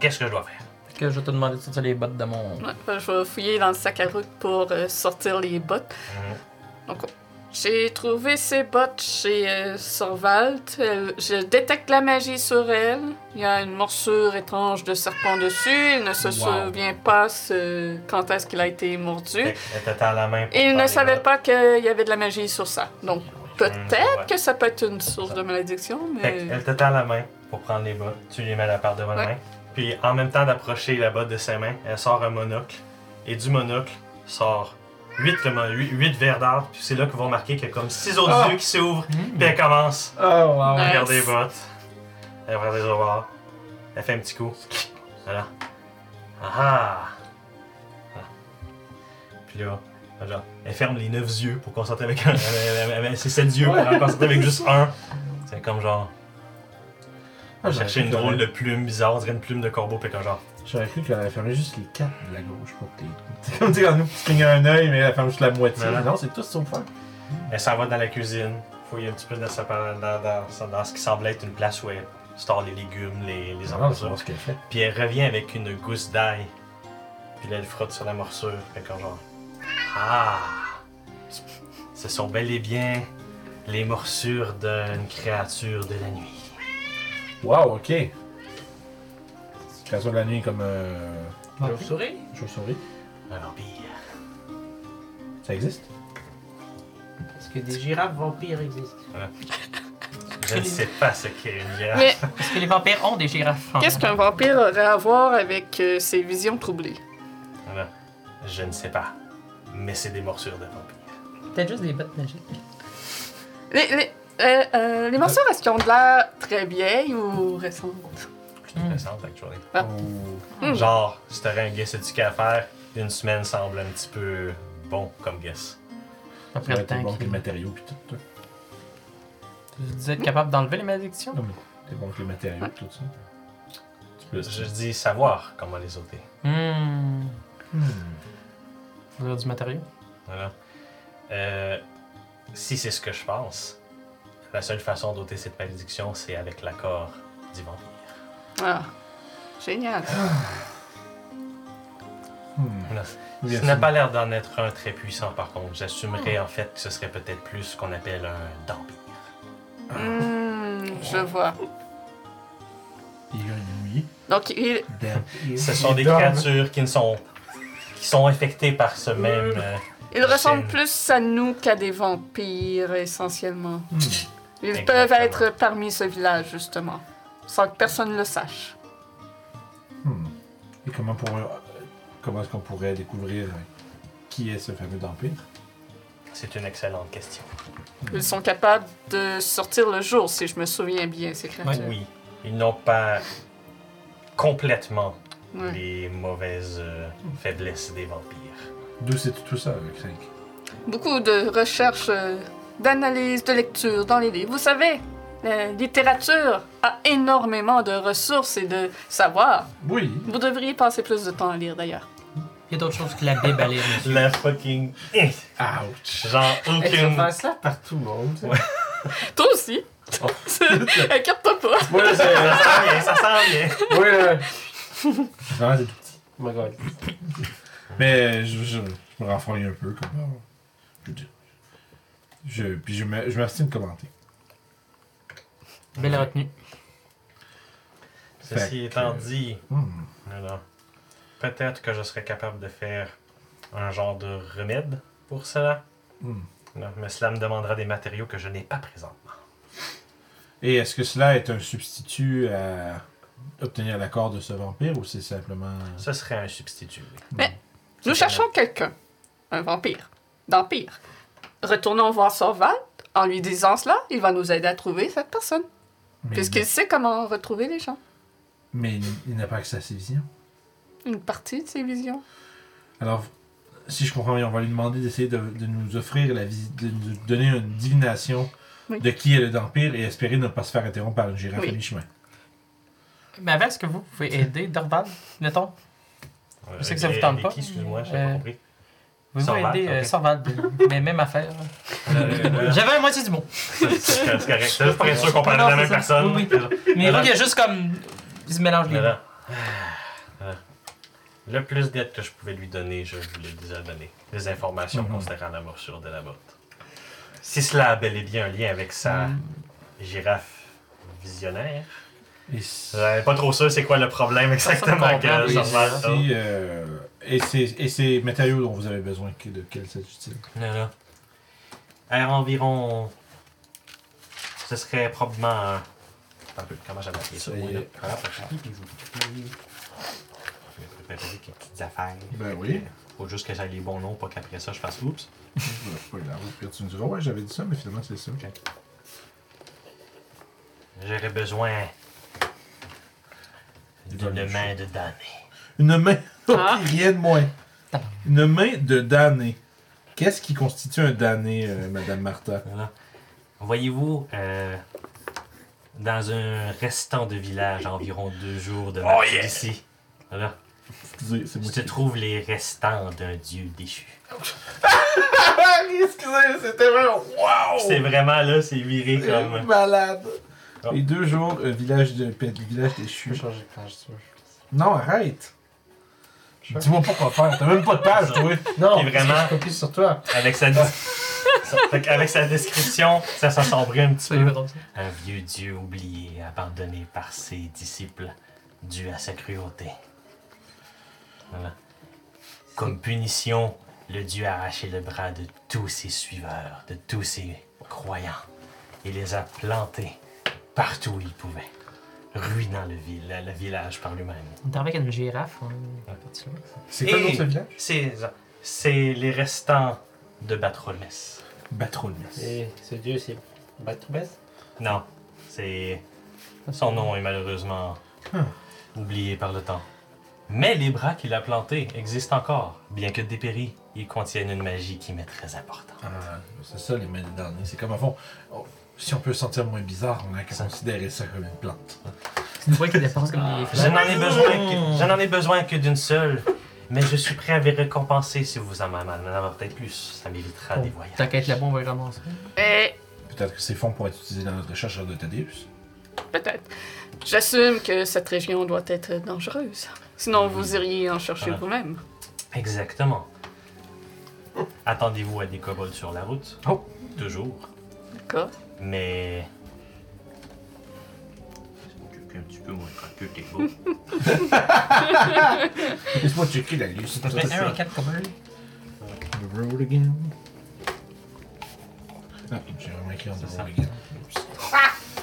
[SPEAKER 2] qu'est-ce que je dois faire?
[SPEAKER 4] Fait que je vais te demander de sortir les bottes de mon.
[SPEAKER 3] Ouais, ben, je vais fouiller dans le sac à route pour euh, sortir les bottes.
[SPEAKER 2] Mhm.
[SPEAKER 3] J'ai trouvé ces bottes chez euh, Sorvalt. Elle- je détecte la magie sur elle. Il y a une morsure étrange de serpent dessus. Il ne se
[SPEAKER 1] Wow.
[SPEAKER 3] souvient pas ce- quand est-ce qu'il a été mordu.
[SPEAKER 2] Fait qu'elle t'attend à la main. pour
[SPEAKER 3] Et il
[SPEAKER 2] faire
[SPEAKER 3] ne
[SPEAKER 2] les
[SPEAKER 3] savait
[SPEAKER 2] notes. Hum,
[SPEAKER 3] pas qu'il y avait de la magie sur ça. Donc peut-être
[SPEAKER 2] Ouais.
[SPEAKER 3] que ça peut être une source de malédiction,
[SPEAKER 2] Mhm. Fait
[SPEAKER 3] mais...
[SPEAKER 2] qu'elle te tend la main pour prendre les bottes. Tu les mets à la part de ma
[SPEAKER 3] Euh. Ouais.
[SPEAKER 2] main. Puis en même temps d'approcher la botte de ses mains, elle sort un monocle. Et du monocle sort 8, verres d'art. Puis c'est là que vous remarquez qu'il y a comme 6 autres
[SPEAKER 1] Ah!
[SPEAKER 2] yeux qui s'ouvrent. Puis elle commence
[SPEAKER 4] Oh wow.
[SPEAKER 2] à
[SPEAKER 3] Nice.
[SPEAKER 2] regarder les bottes. Elle regarde les revoir. Elle fait un petit coup. Voilà. Ah ah! Voilà. Puis là, genre, elle ferme les 9 yeux pour concentrer avec un. elle- elle- elle- C'est 7 yeux pour en concentrer avec juste un. C'est comme genre.
[SPEAKER 1] Ah,
[SPEAKER 2] On
[SPEAKER 1] j'aurais
[SPEAKER 2] cherchait
[SPEAKER 1] cru
[SPEAKER 2] une
[SPEAKER 1] qu'elle
[SPEAKER 2] drôle
[SPEAKER 1] avait-
[SPEAKER 2] de plume bizarre, on dirait une plume de corbeau, puis qu'un genre.
[SPEAKER 1] J'aurais cru qu'elle avait fermé juste les quatre de la gauche pour que t'aies. C'est comme [LAUGHS] tu sais, quand nous, tu clignes un œil, mais elle ferme juste la moitié.
[SPEAKER 2] Voilà.
[SPEAKER 1] Non, c'est tout sauf faire.
[SPEAKER 2] Elle s'en va dans la cuisine, fouille un petit peu dans, sa, dans, dans- dans ce qui semble être une place où elle store les légumes, les, les
[SPEAKER 1] Ah, Non, c'est
[SPEAKER 2] enveloppes.
[SPEAKER 1] pas ce qu'elle fait.
[SPEAKER 2] Puis elle revient avec une gousse d'ail. Puis là, elle frotte sur la morsure, puis qu'un genre. Ah Ce sont bel et bien les morsures d'une créature de la nuit.
[SPEAKER 1] Wow, ok. Création de la nuit comme. Euh,
[SPEAKER 4] souris.
[SPEAKER 1] chauve-souris.
[SPEAKER 2] Un vampire.
[SPEAKER 1] Ça existe
[SPEAKER 5] Est-ce que des girafes vampires existent?
[SPEAKER 2] Je ne sais pas ce qu'est une girafe.
[SPEAKER 3] Mais
[SPEAKER 4] Est-ce que les vampires ont des girafes
[SPEAKER 3] qu'est-ce qu'un vampire aurait à voir avec euh, ses visions troublées?
[SPEAKER 2] Voilà. Je ne sais pas. Mais c'est des morsures de vampire.
[SPEAKER 4] Peut-être juste des bottes magiques.
[SPEAKER 3] Les, les, euh, euh, les morsures, est-ce qu'ils ont de l'air très vieilles ou récentes?
[SPEAKER 2] Plutôt
[SPEAKER 4] Hmm.
[SPEAKER 2] intéressante, actually.
[SPEAKER 3] Ah.
[SPEAKER 1] Ou-
[SPEAKER 3] Hmm.
[SPEAKER 2] Genre, si t'aurais un guess éduqué à faire, une semaine semble un petit peu bon comme guess.
[SPEAKER 1] Ça
[SPEAKER 4] Après
[SPEAKER 1] va
[SPEAKER 4] le
[SPEAKER 1] être
[SPEAKER 4] temps
[SPEAKER 1] bon,
[SPEAKER 4] qu'il-
[SPEAKER 1] que les matériaux, puis tout. toi.
[SPEAKER 4] Tu disais être capable d'enlever les malédictions?
[SPEAKER 1] Non, mais t'es bon que les matériaux, puis tout ça. Tu peux.
[SPEAKER 2] Je dis savoir comment les ôter.
[SPEAKER 4] Hmm.
[SPEAKER 1] Hmm.
[SPEAKER 4] Faudrait du matériau.
[SPEAKER 2] Voilà. Euh, si c'est ce que je pense, la seule façon d'ôter cette malédiction, c'est avec l'accord du vampire.
[SPEAKER 3] Ah, génial.
[SPEAKER 1] Hmm.
[SPEAKER 2] [LAUGHS] Voilà.
[SPEAKER 1] Oui,
[SPEAKER 2] Ce
[SPEAKER 1] assez-
[SPEAKER 2] n'a pas l'air d'en être un très puissant, par contre. J'assumerais en fait que ce serait peut-être plus ce qu'on appelle un vampire.
[SPEAKER 3] Hmm, je vois.
[SPEAKER 1] Il y a une nuit.
[SPEAKER 3] Donc, il-
[SPEAKER 1] Damn.
[SPEAKER 2] Ce sont
[SPEAKER 1] Il
[SPEAKER 2] des
[SPEAKER 1] dort.
[SPEAKER 2] créatures qui ne sont qui sont infectées par ce même. euh,
[SPEAKER 3] ils ressemblent
[SPEAKER 2] C'est-
[SPEAKER 3] plus à nous qu'à des vampires, essentiellement.
[SPEAKER 1] Hmm.
[SPEAKER 3] Ils
[SPEAKER 2] Exactement.
[SPEAKER 3] peuvent être parmi ce village, justement, sans que personne le sache.
[SPEAKER 1] Hmm. Et comment, pour, euh, comment est-ce qu'on pourrait découvrir qui est ce fameux vampire
[SPEAKER 2] C'est une excellente question.
[SPEAKER 3] Ils sont capables de sortir le jour, si je me souviens bien, ces créatures.
[SPEAKER 2] Oui, ils n'ont pas complètement
[SPEAKER 3] Ouais.
[SPEAKER 2] les mauvaises euh, faiblesses des vampires.
[SPEAKER 1] D'où c'est tout ça, le Crank
[SPEAKER 3] Beaucoup de recherches, euh, d'analyses, de lecture dans les livres. Vous savez, la littérature a énormément de ressources et de savoir.
[SPEAKER 1] Oui.
[SPEAKER 3] Vous devriez passer plus de temps à lire, d'ailleurs.
[SPEAKER 4] Il y a d'autres choses que la Bible à lire, monsieur.
[SPEAKER 2] La fucking...
[SPEAKER 1] Ouch.
[SPEAKER 4] [LAUGHS]
[SPEAKER 2] Genre aucune...
[SPEAKER 5] ça
[SPEAKER 1] Tout le monde.
[SPEAKER 2] Ouais.
[SPEAKER 3] Toi aussi!
[SPEAKER 1] Oh.
[SPEAKER 3] [LAUGHS] Inquiète-toi pas!
[SPEAKER 1] Oui, c'est.
[SPEAKER 2] Ça sent bien, ça sent bien.
[SPEAKER 1] Oui, là. Vraiment, c'est tout petit.
[SPEAKER 5] Oh my god.
[SPEAKER 1] Mais je, je, je me renfrogne un peu, comme. euh, Je, dis- je, puis je me- je m'abstiens de commenter.
[SPEAKER 4] Belle retenue.
[SPEAKER 1] [LAUGHS] Fait
[SPEAKER 2] Ceci
[SPEAKER 1] que-
[SPEAKER 2] étant dit,
[SPEAKER 1] Hmm.
[SPEAKER 2] alors, peut-être que je serais capable de faire un genre de remède pour cela.
[SPEAKER 1] Hmm.
[SPEAKER 2] Non, mais cela me demandera des matériaux que je n'ai pas présentement.
[SPEAKER 1] Et est-ce que cela est un substitut à obtenir l'accord de ce vampire ou c'est simplement.
[SPEAKER 2] Ce serait un substitut. oui.
[SPEAKER 3] Nous cherchons quelqu'un. Un vampire. D'Empire. Retournons voir Sorval. En lui disant cela, il va nous aider à trouver cette personne.
[SPEAKER 1] Mais,
[SPEAKER 3] Puisqu'il sait comment retrouver les gens.
[SPEAKER 1] mais il- il n'a pas accès à ses visions.
[SPEAKER 3] Une partie de ses visions.
[SPEAKER 1] Alors, si je comprends bien, on va lui demander d'essayer de, de nous offrir la visite, de nous donner une divination
[SPEAKER 3] Oui.
[SPEAKER 1] de qui est le vampire et espérer ne pas se faire interrompre par une girafe
[SPEAKER 3] Oui.
[SPEAKER 1] à mi-chemin.
[SPEAKER 4] Mais avant, est-ce que vous pouvez aider Dorval, mettons
[SPEAKER 2] Euh,
[SPEAKER 4] Je sais que ça
[SPEAKER 2] et-
[SPEAKER 4] vous tente
[SPEAKER 2] et
[SPEAKER 4] pas.
[SPEAKER 2] Qui, excuse-moi, j'ai
[SPEAKER 4] Euh,
[SPEAKER 2] pas compris.
[SPEAKER 4] Vous pouvez
[SPEAKER 2] Sorval,
[SPEAKER 4] aider euh,
[SPEAKER 2] ok.
[SPEAKER 4] Sorval, mais même affaire. [LAUGHS]
[SPEAKER 2] Euh,
[SPEAKER 4] J'avais la moitié du mot.
[SPEAKER 2] C'est c'est correct.
[SPEAKER 4] [LAUGHS]
[SPEAKER 2] Je suis pas sûr qu'on parle de
[SPEAKER 5] Non,
[SPEAKER 2] la même
[SPEAKER 5] c'est ça.
[SPEAKER 2] personne.
[SPEAKER 5] Oui,
[SPEAKER 4] Mais
[SPEAKER 2] Alors-
[SPEAKER 4] il y a juste comme. Ils se mélangent les
[SPEAKER 2] Mais
[SPEAKER 4] mots.
[SPEAKER 2] là, euh, Le plus d'aide que je pouvais lui donner, je vous l'ai déjà donné. Des informations
[SPEAKER 1] Mhm.
[SPEAKER 2] concernant la morsure de la botte. Si cela a bel et bien un lien avec sa girafe visionnaire,
[SPEAKER 1] Et si,
[SPEAKER 2] j'en ai pas trop sûr c'est quoi le problème exactement
[SPEAKER 4] comprend,
[SPEAKER 2] que
[SPEAKER 4] oui,
[SPEAKER 2] ça
[SPEAKER 1] si,
[SPEAKER 2] remarque.
[SPEAKER 1] euh, et, ces, et ces matériaux dont vous avez besoin, que- de quels s'agit-il
[SPEAKER 2] Voilà. Alors, environ. Ce serait probablement. un- Un peu, comment j'avais appelé ça?
[SPEAKER 1] Ça y
[SPEAKER 2] moi,
[SPEAKER 1] est.
[SPEAKER 2] là? Ah, Je vais préparer quelques petites affaires.
[SPEAKER 1] Ben oui.
[SPEAKER 2] Faut juste que j'aille les bons noms, pas qu'après ça je fasse oups.
[SPEAKER 1] Pas grave. Puis Tu me diras, ouais, j'avais dit ça, mais finalement, c'est ça.
[SPEAKER 2] J'aurais besoin d'une
[SPEAKER 1] Donne-le
[SPEAKER 2] main de damné.
[SPEAKER 1] Une main. [LAUGHS]
[SPEAKER 3] Ah.
[SPEAKER 1] Rien de moins. Une main de damné. Qu'est-ce qui constitue un damné, euh, Madame Martha
[SPEAKER 2] Voilà. Voyez-vous, euh, dans un restant de village, environ deux jours de marche d'ici, voilà,
[SPEAKER 1] Excusez, c'est moi
[SPEAKER 2] se
[SPEAKER 1] qui.
[SPEAKER 2] trouvent les restants d'un dieu déchu.
[SPEAKER 1] Ah, excusez, c'était vraiment. Wow!
[SPEAKER 2] C'est vraiment là, c'est viré comme.
[SPEAKER 1] malade.
[SPEAKER 2] Oh.
[SPEAKER 1] Et deux jours, euh, village de pe- village déchu.
[SPEAKER 5] Je peux changer de page, si tu veux.
[SPEAKER 1] Non, arrête. Dis-moi pas quoi faire. T'as même pas de page, toi.
[SPEAKER 5] Non,
[SPEAKER 2] Et vraiment-
[SPEAKER 5] je copie sur toi.
[SPEAKER 2] Avec sa, dis- Fait qu'avec sa description, ça s'assombrait un petit
[SPEAKER 4] C'est
[SPEAKER 2] peu.
[SPEAKER 4] drôle, ça.
[SPEAKER 2] Un vieux dieu oublié, abandonné par ses disciples, dû à sa cruauté. Voilà. Comme punition, le dieu a arraché le bras de tous ses suiveurs, de tous ses croyants, et les a plantés partout où il pouvait, ruinant le, vil- le village par lui-même.
[SPEAKER 4] On est avec une girafe. On est parti loin.
[SPEAKER 1] C'est
[SPEAKER 2] quoi le nom de ce village? C'est c'est les restants de Batrolès.
[SPEAKER 1] Ben, Batronius.
[SPEAKER 5] Et ce dieu, c'est Batroubès.
[SPEAKER 2] Non, c'est. Son nom est malheureusement
[SPEAKER 1] Hmm.
[SPEAKER 2] oublié par le temps. Mais les bras qu'il a plantés existent encore, bien que dépéris. Ils contiennent une magie qui m'est très importante.
[SPEAKER 1] Ah, c'est ça, les mains de damné. C'est comme, à fond, oh, si on peut se sentir moins bizarre, on a qu'à
[SPEAKER 2] Ça.
[SPEAKER 1] considérer ça comme une plante.
[SPEAKER 4] C'est une voix qui dépense comme des
[SPEAKER 2] Je
[SPEAKER 4] fleurs.
[SPEAKER 2] n'en ai
[SPEAKER 1] Hmm.
[SPEAKER 2] besoin que, je n'en ai besoin que d'une seule, mais je suis prêt à vous récompenser si vous en en avez peut-être plus. Ça m'évitera
[SPEAKER 1] Oh.
[SPEAKER 2] des voyages.
[SPEAKER 4] T'inquiète, là-bas, on va y ramasser.
[SPEAKER 3] Et
[SPEAKER 1] Peut-être que ces fonds pourraient être utilisés dans notre recherche de Tadeus.
[SPEAKER 3] peut-être. J'assume que cette région doit être dangereuse. Sinon, vous iriez en chercher
[SPEAKER 2] Voilà.
[SPEAKER 3] vous-même.
[SPEAKER 2] Exactement. Attendez-vous à des kobolds sur la route.
[SPEAKER 1] Oh.
[SPEAKER 2] Toujours.
[SPEAKER 3] D'accord.
[SPEAKER 2] Mais. Je m'occupe un petit peu moins tranquille, t'es beau.
[SPEAKER 1] Laisse-moi checker la liste.
[SPEAKER 4] Mais un et quatre comme eux.
[SPEAKER 1] The road again. Ah, j'ai vraiment écrit on the
[SPEAKER 2] ça.
[SPEAKER 1] road again. Oups.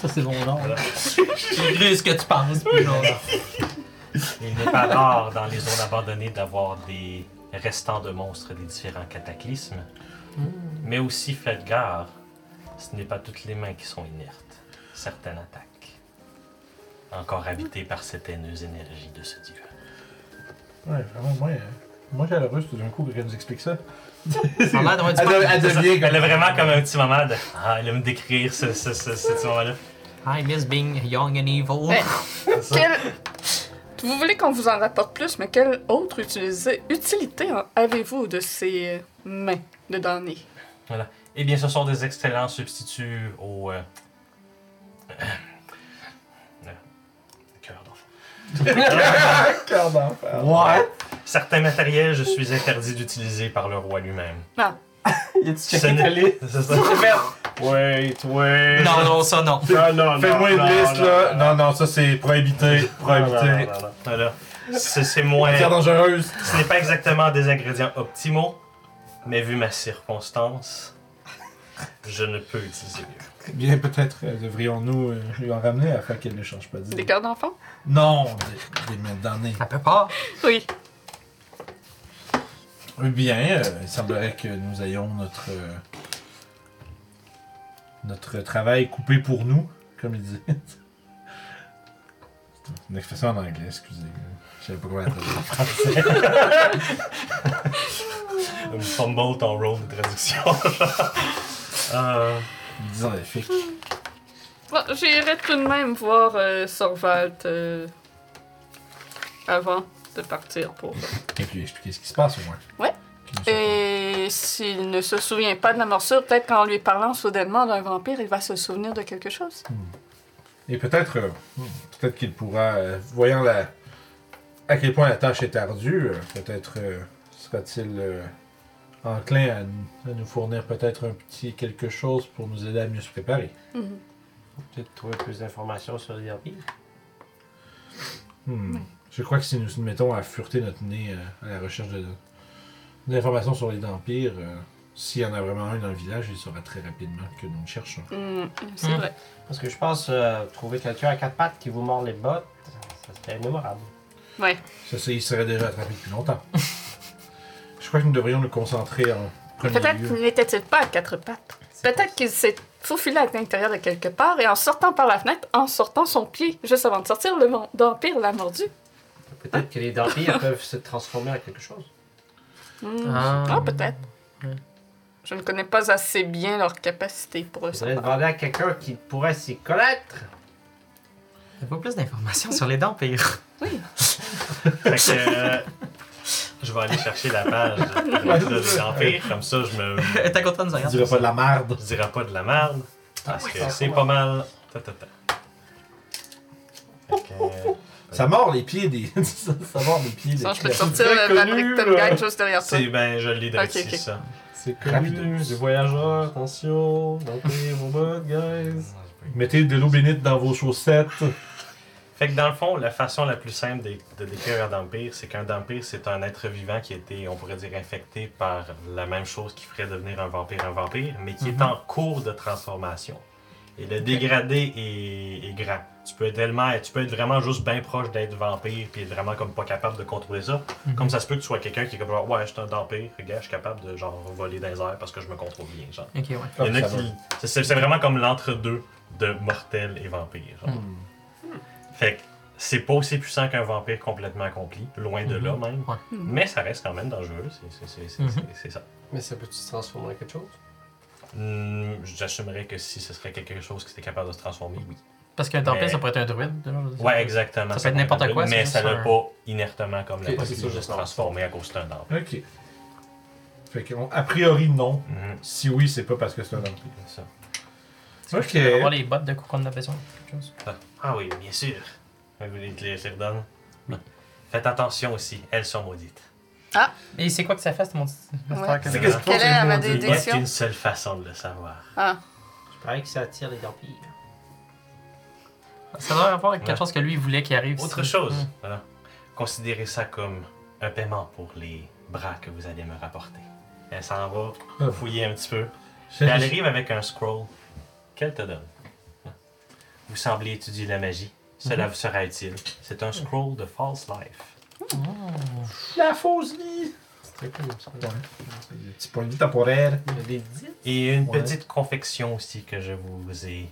[SPEAKER 4] Ça, c'est bon nom. C'est plus ce que tu penses. Plus long.
[SPEAKER 2] Il n'est pas rare dans les zones abandonnées d'avoir des restants de monstres des différents cataclysmes. Hmm. Mais aussi, faites gare, ce n'est pas toutes les mains qui sont inertes. Certaines attaquent. Encore habitées par cette haineuse énergie de ce dieu.
[SPEAKER 1] Ouais, vraiment, moi, euh, moi j'ai la russe tout d'un coup, quelqu'un nous explique ça.
[SPEAKER 4] On a l'air d'avoir du
[SPEAKER 1] Elle,
[SPEAKER 4] fun.
[SPEAKER 1] elle devient
[SPEAKER 2] Elle a
[SPEAKER 1] comme...
[SPEAKER 2] vraiment comme un petit moment de. Ah, elle aime décrire ce, ce, ce, ce petit moment-là.
[SPEAKER 4] I miss being young and evil.
[SPEAKER 3] Mais- Quel... Vous voulez qu'on vous en rapporte plus, mais quelle autre utilisé- utilité en avez-vous de ces euh, mains de damnés?
[SPEAKER 2] Eh bien, ce sont des excellents substituts au. Euh... euh, cœur d'enfant.
[SPEAKER 1] Cœur d'enfer.
[SPEAKER 5] What?
[SPEAKER 2] Certains matériels, je suis interdit d'utiliser par le roi lui-même.
[SPEAKER 3] Ah,
[SPEAKER 5] Y a-tu
[SPEAKER 2] Ce
[SPEAKER 5] checké
[SPEAKER 2] n'est-
[SPEAKER 5] ta liste?
[SPEAKER 2] [LAUGHS] C'est ça. Wait, wait.
[SPEAKER 4] Non, non, ça, non.
[SPEAKER 2] non, non.
[SPEAKER 1] Fais-moi une
[SPEAKER 2] non,
[SPEAKER 1] liste,
[SPEAKER 2] non,
[SPEAKER 1] là.
[SPEAKER 2] non,
[SPEAKER 1] Non, non, ça, c'est prohibité.
[SPEAKER 2] non, non,
[SPEAKER 1] Prohibité.
[SPEAKER 2] non, non, non. Voilà. C'est c'est moins.
[SPEAKER 1] Matière dangereuse.
[SPEAKER 2] Ce n'est pas exactement des ingrédients optimaux, Mais vu ma circonstance, je ne peux utiliser mieux.
[SPEAKER 1] Bien, peut-être euh, devrions-nous euh, lui en ramener afin qu'elle ne change pas
[SPEAKER 3] Des
[SPEAKER 1] d'idée.
[SPEAKER 3] cœurs d'enfant?
[SPEAKER 1] Non, des, des mains damnées.
[SPEAKER 4] Ça peut pas.
[SPEAKER 3] Oui.
[SPEAKER 1] Eh Bien, euh, il semblerait que nous ayons notre euh, notre travail coupé pour nous, comme ils disent. C'est une expression en anglais, excusez. Je savais pas comment la traduire en français.
[SPEAKER 2] Un fumble ton rôle de [LAUGHS] traduction. Euh,
[SPEAKER 1] Ils disent en effet.
[SPEAKER 3] Bon, j'irai tout de même voir euh, Sorvald euh, avant de partir pour.
[SPEAKER 1] Et puis expliquer ce qui se passe au moins.
[SPEAKER 3] Ouais. Euh.
[SPEAKER 1] Qu'il nous
[SPEAKER 3] Et s'il ne se souvient pas de la morsure, peut-être qu'en lui parlant soudainement d'un vampire, il va se souvenir de quelque chose.
[SPEAKER 1] Et peut-être euh, peut-être qu'il pourra, euh, voyant la, à quel point la tâche est ardue, euh, peut-être euh, sera-t-il euh, enclin à, nous- à nous fournir peut-être un petit quelque chose pour nous aider à mieux se préparer.
[SPEAKER 3] Mhm.
[SPEAKER 5] Peut-être trouver plus d'informations sur les vampires.
[SPEAKER 1] Hmm. Je crois que si nous nous mettons à fureter notre nez euh, à la recherche de- d'informations sur les vampires, euh, s'il y en a vraiment un dans le village, il saura très rapidement que nous le cherchons.
[SPEAKER 3] Hmm, c'est
[SPEAKER 4] Hmm.
[SPEAKER 3] vrai.
[SPEAKER 5] Parce que je pense euh, trouver quelqu'un à quatre pattes qui vous mord les bottes, ça serait mémorable.
[SPEAKER 3] Ouais.
[SPEAKER 1] Ça, c'est- il serait déjà attrapé depuis longtemps. Je crois que nous devrions nous concentrer en premier
[SPEAKER 3] Peut-être
[SPEAKER 1] lieu.
[SPEAKER 3] qu'il n'était-il pas à quatre pattes. Peut-être qu'il s'est faufilé à l'intérieur de quelque part et en sortant par la fenêtre, en sortant son pied, juste avant de sortir, le mon- vampire l'a mordu.
[SPEAKER 5] Peut-être que les vampires peuvent se transformer en quelque chose.
[SPEAKER 3] Hmm.
[SPEAKER 4] Ah.
[SPEAKER 3] Ah, peut-être.
[SPEAKER 4] Ouais.
[SPEAKER 3] Je ne connais pas assez bien leurs capacités pour le
[SPEAKER 5] Vous allez
[SPEAKER 3] savoir.
[SPEAKER 5] demander à quelqu'un qui pourrait s'y connaître.
[SPEAKER 4] T'as pas plus d'informations sur les dents, [LAUGHS] pire.
[SPEAKER 2] fait que, euh, je vais aller chercher la page de de l'Empire, comme ça je me
[SPEAKER 4] T'es content de nous
[SPEAKER 1] Tu
[SPEAKER 4] regarder?
[SPEAKER 1] dirais pas de la merde.
[SPEAKER 2] je dirai pas de la merde. Parce que c'est pas mal. Ta, ta, ta. Fait que, euh,
[SPEAKER 1] Ça mord les pieds des. [LAUGHS] ça ça mord les pieds des.
[SPEAKER 3] Sinon, je peux te
[SPEAKER 1] C'est
[SPEAKER 3] sortir
[SPEAKER 2] très
[SPEAKER 3] le- la
[SPEAKER 2] connu,
[SPEAKER 3] Brickton
[SPEAKER 2] là.
[SPEAKER 3] Guide juste derrière toi.
[SPEAKER 2] C'est ben, je l'ai
[SPEAKER 3] Ok,
[SPEAKER 2] direct
[SPEAKER 3] ok.
[SPEAKER 2] ici, ça.
[SPEAKER 5] C'est
[SPEAKER 1] Rapidos.
[SPEAKER 5] des voyageurs, attention, [LAUGHS] vampires, vos bottes, guys.
[SPEAKER 1] Mettez de l'eau bénite dans vos chaussettes.
[SPEAKER 2] Fait que dans le fond, la façon la plus simple de, de décrire un vampire, c'est qu'un vampire, c'est un être vivant qui a été, on pourrait dire, infecté par la même chose qui ferait devenir un vampire un vampire, mais qui est en cours de transformation. Et le dégradé est, est grand. Tu peux être tellement, tu peux être vraiment juste bien proche d'être vampire, puis être vraiment comme pas capable de contrôler ça. Comme ça se peut que tu sois quelqu'un qui est comme genre, ouais, je suis un vampire, regarde, je suis capable de genre voler dans les airs parce que je me contrôle bien, genre.
[SPEAKER 4] Ok,
[SPEAKER 2] Il
[SPEAKER 4] ouais.
[SPEAKER 2] y en a
[SPEAKER 1] Ça
[SPEAKER 2] qui-
[SPEAKER 1] va.
[SPEAKER 2] c'est- C'est c'est vraiment comme l'entre-deux de mortel et vampire. genre.
[SPEAKER 4] Hmm.
[SPEAKER 2] Fait que c'est pas aussi puissant qu'un vampire complètement accompli, loin de là même.
[SPEAKER 4] Hmm. Ouais.
[SPEAKER 2] Mais ça reste quand même dangereux, c'est- c'est- c'est c'est-
[SPEAKER 4] Mhm.
[SPEAKER 2] c'est- c'est ça.
[SPEAKER 5] Mais ça peut-tu se transformer en quelque chose?
[SPEAKER 2] Hmm, J'assumerais que si ce serait quelque chose qui était capable de se transformer, oui.
[SPEAKER 4] Parce qu'un tempête,
[SPEAKER 2] Mais-
[SPEAKER 4] ça pourrait être un druide. genre, je sais
[SPEAKER 2] Ouais,
[SPEAKER 4] pas.
[SPEAKER 2] exactement.
[SPEAKER 4] ça peut être
[SPEAKER 2] pourrait
[SPEAKER 4] n'importe
[SPEAKER 2] un
[SPEAKER 4] quoi,
[SPEAKER 2] Mais
[SPEAKER 4] c'est
[SPEAKER 2] ça
[SPEAKER 4] juste
[SPEAKER 2] n'a
[SPEAKER 4] un-
[SPEAKER 2] pas inertement comme la
[SPEAKER 5] Ok,
[SPEAKER 2] possibilité
[SPEAKER 5] c'est
[SPEAKER 2] de
[SPEAKER 5] ça,
[SPEAKER 2] se
[SPEAKER 5] je
[SPEAKER 2] transformer à cause d'un vampire.
[SPEAKER 1] Ok. Fait que, on- a priori, non.
[SPEAKER 4] Hmm.
[SPEAKER 2] Mhm,
[SPEAKER 1] Si oui, c'est pas parce que c'est un vampire.
[SPEAKER 2] c'est ça.
[SPEAKER 4] Est-ce que
[SPEAKER 1] Ok.
[SPEAKER 4] je peux avoir les bottes de coup qu'on a besoin. quelque chose?
[SPEAKER 2] Ah, Ah oui, bien sûr. Vous voulez que je les redonne? Faites attention aussi, elles sont maudites.
[SPEAKER 4] Et c'est quoi que ça fait, cette mon petit. cette
[SPEAKER 3] Ouais.
[SPEAKER 4] affaire que-
[SPEAKER 1] C'est qu'est-ce qui
[SPEAKER 3] Quelle est la
[SPEAKER 1] passe,
[SPEAKER 3] ma
[SPEAKER 1] c'est le
[SPEAKER 2] Il
[SPEAKER 1] maudit.
[SPEAKER 2] n'y a
[SPEAKER 3] déduction?
[SPEAKER 2] qu'une seule façon de le savoir.
[SPEAKER 3] Ah,
[SPEAKER 5] Je parie que ça attire les vampires.
[SPEAKER 4] Ça doit avoir quelque
[SPEAKER 2] Ouais.
[SPEAKER 4] chose que lui il voulait qu'il arrive.
[SPEAKER 2] Autre
[SPEAKER 4] si-
[SPEAKER 2] chose,
[SPEAKER 4] Mm.
[SPEAKER 2] voilà. considérez ça comme un paiement pour les bras que vous allez me rapporter. Elle s'en
[SPEAKER 1] Ah.
[SPEAKER 2] va fouiller un petit peu.
[SPEAKER 1] [LAUGHS] Je-
[SPEAKER 2] Puis elle arrive avec un scroll qu'elle te donne. Vous semblez étudier la magie. Cela vous sera utile. C'est un scroll de false life.
[SPEAKER 1] La fausse vie.
[SPEAKER 5] C'est très cool, ça.
[SPEAKER 1] Ouais. C'est des petits points de vie temporaires.
[SPEAKER 5] Il y a des dix.
[SPEAKER 2] Et une
[SPEAKER 1] Ouais.
[SPEAKER 2] petite confection aussi que je vous ai.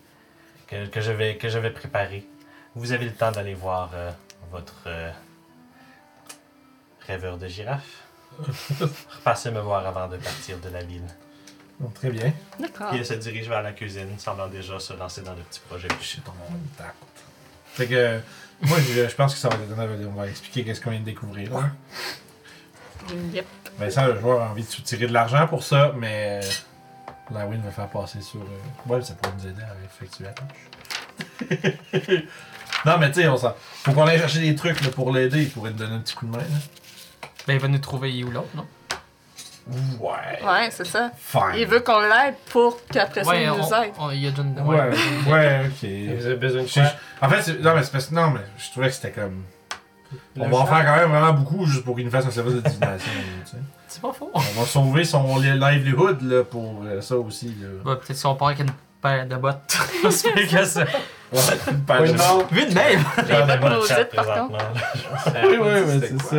[SPEAKER 2] que, que je, vais, que je vais préparer. Vous avez le temps d'aller voir euh, votre euh, rêveur de girafe. Repassez me voir avant de partir de la ville.
[SPEAKER 1] Donc, très bien.
[SPEAKER 3] d'accord.
[SPEAKER 4] Ah.
[SPEAKER 2] Puis elle se dirige vers la cuisine, semblant déjà se lancer dans le petit projet.
[SPEAKER 1] Fait que, moi, je, je pense que ça va être donné. On va expliquer qu'est-ce qu'on vient de découvrir. Là.
[SPEAKER 3] Yep.
[SPEAKER 1] Vincent, le joueur a envie de soutirer de l'argent pour ça, mais euh, la win va faire passer sur. euh, Ouais, ça pourrait nous aider à effectuer la tâche. [LAUGHS] non, mais tu sais, on s'en. Faut qu'on aille chercher des trucs là, pour l'aider. Il pourrait nous donner un petit coup de main. Là.
[SPEAKER 4] Ben, il va nous trouver où l'autre, non?
[SPEAKER 1] Ouais.
[SPEAKER 3] Ouais, c'est ça.
[SPEAKER 1] Fine.
[SPEAKER 3] Il veut qu'on l'aide pour qu'après ça, il
[SPEAKER 4] on,
[SPEAKER 3] nous aide.
[SPEAKER 4] on- il y a déjà une-
[SPEAKER 1] Ouais, ouais,
[SPEAKER 4] ouais.
[SPEAKER 1] ok.
[SPEAKER 3] [LAUGHS]
[SPEAKER 5] avez besoin
[SPEAKER 1] Je- je- En fait, c'est- non, mais c'est parce que. Non, mais je trouvais que c'était comme. On
[SPEAKER 2] Le
[SPEAKER 1] va en
[SPEAKER 2] chat.
[SPEAKER 1] faire quand même vraiment beaucoup juste pour qu'il nous fasse un service de divination. [LAUGHS] tu sais.
[SPEAKER 4] [LAUGHS] C'est pas faux.
[SPEAKER 1] On va sauver son li- livelihood là, pour euh, ça aussi. Là.
[SPEAKER 4] Bah, peut-être si on part avec une paire de bottes. [LAUGHS] C'est mieux que ça.
[SPEAKER 1] [LAUGHS] Ouais, pas de-
[SPEAKER 4] Vu de même.
[SPEAKER 2] J'ai pas
[SPEAKER 3] bottes
[SPEAKER 2] dans le
[SPEAKER 3] Rosette,
[SPEAKER 2] chat
[SPEAKER 3] par contre.
[SPEAKER 2] présentement, là.
[SPEAKER 1] Oui, oui, mais c'est ça.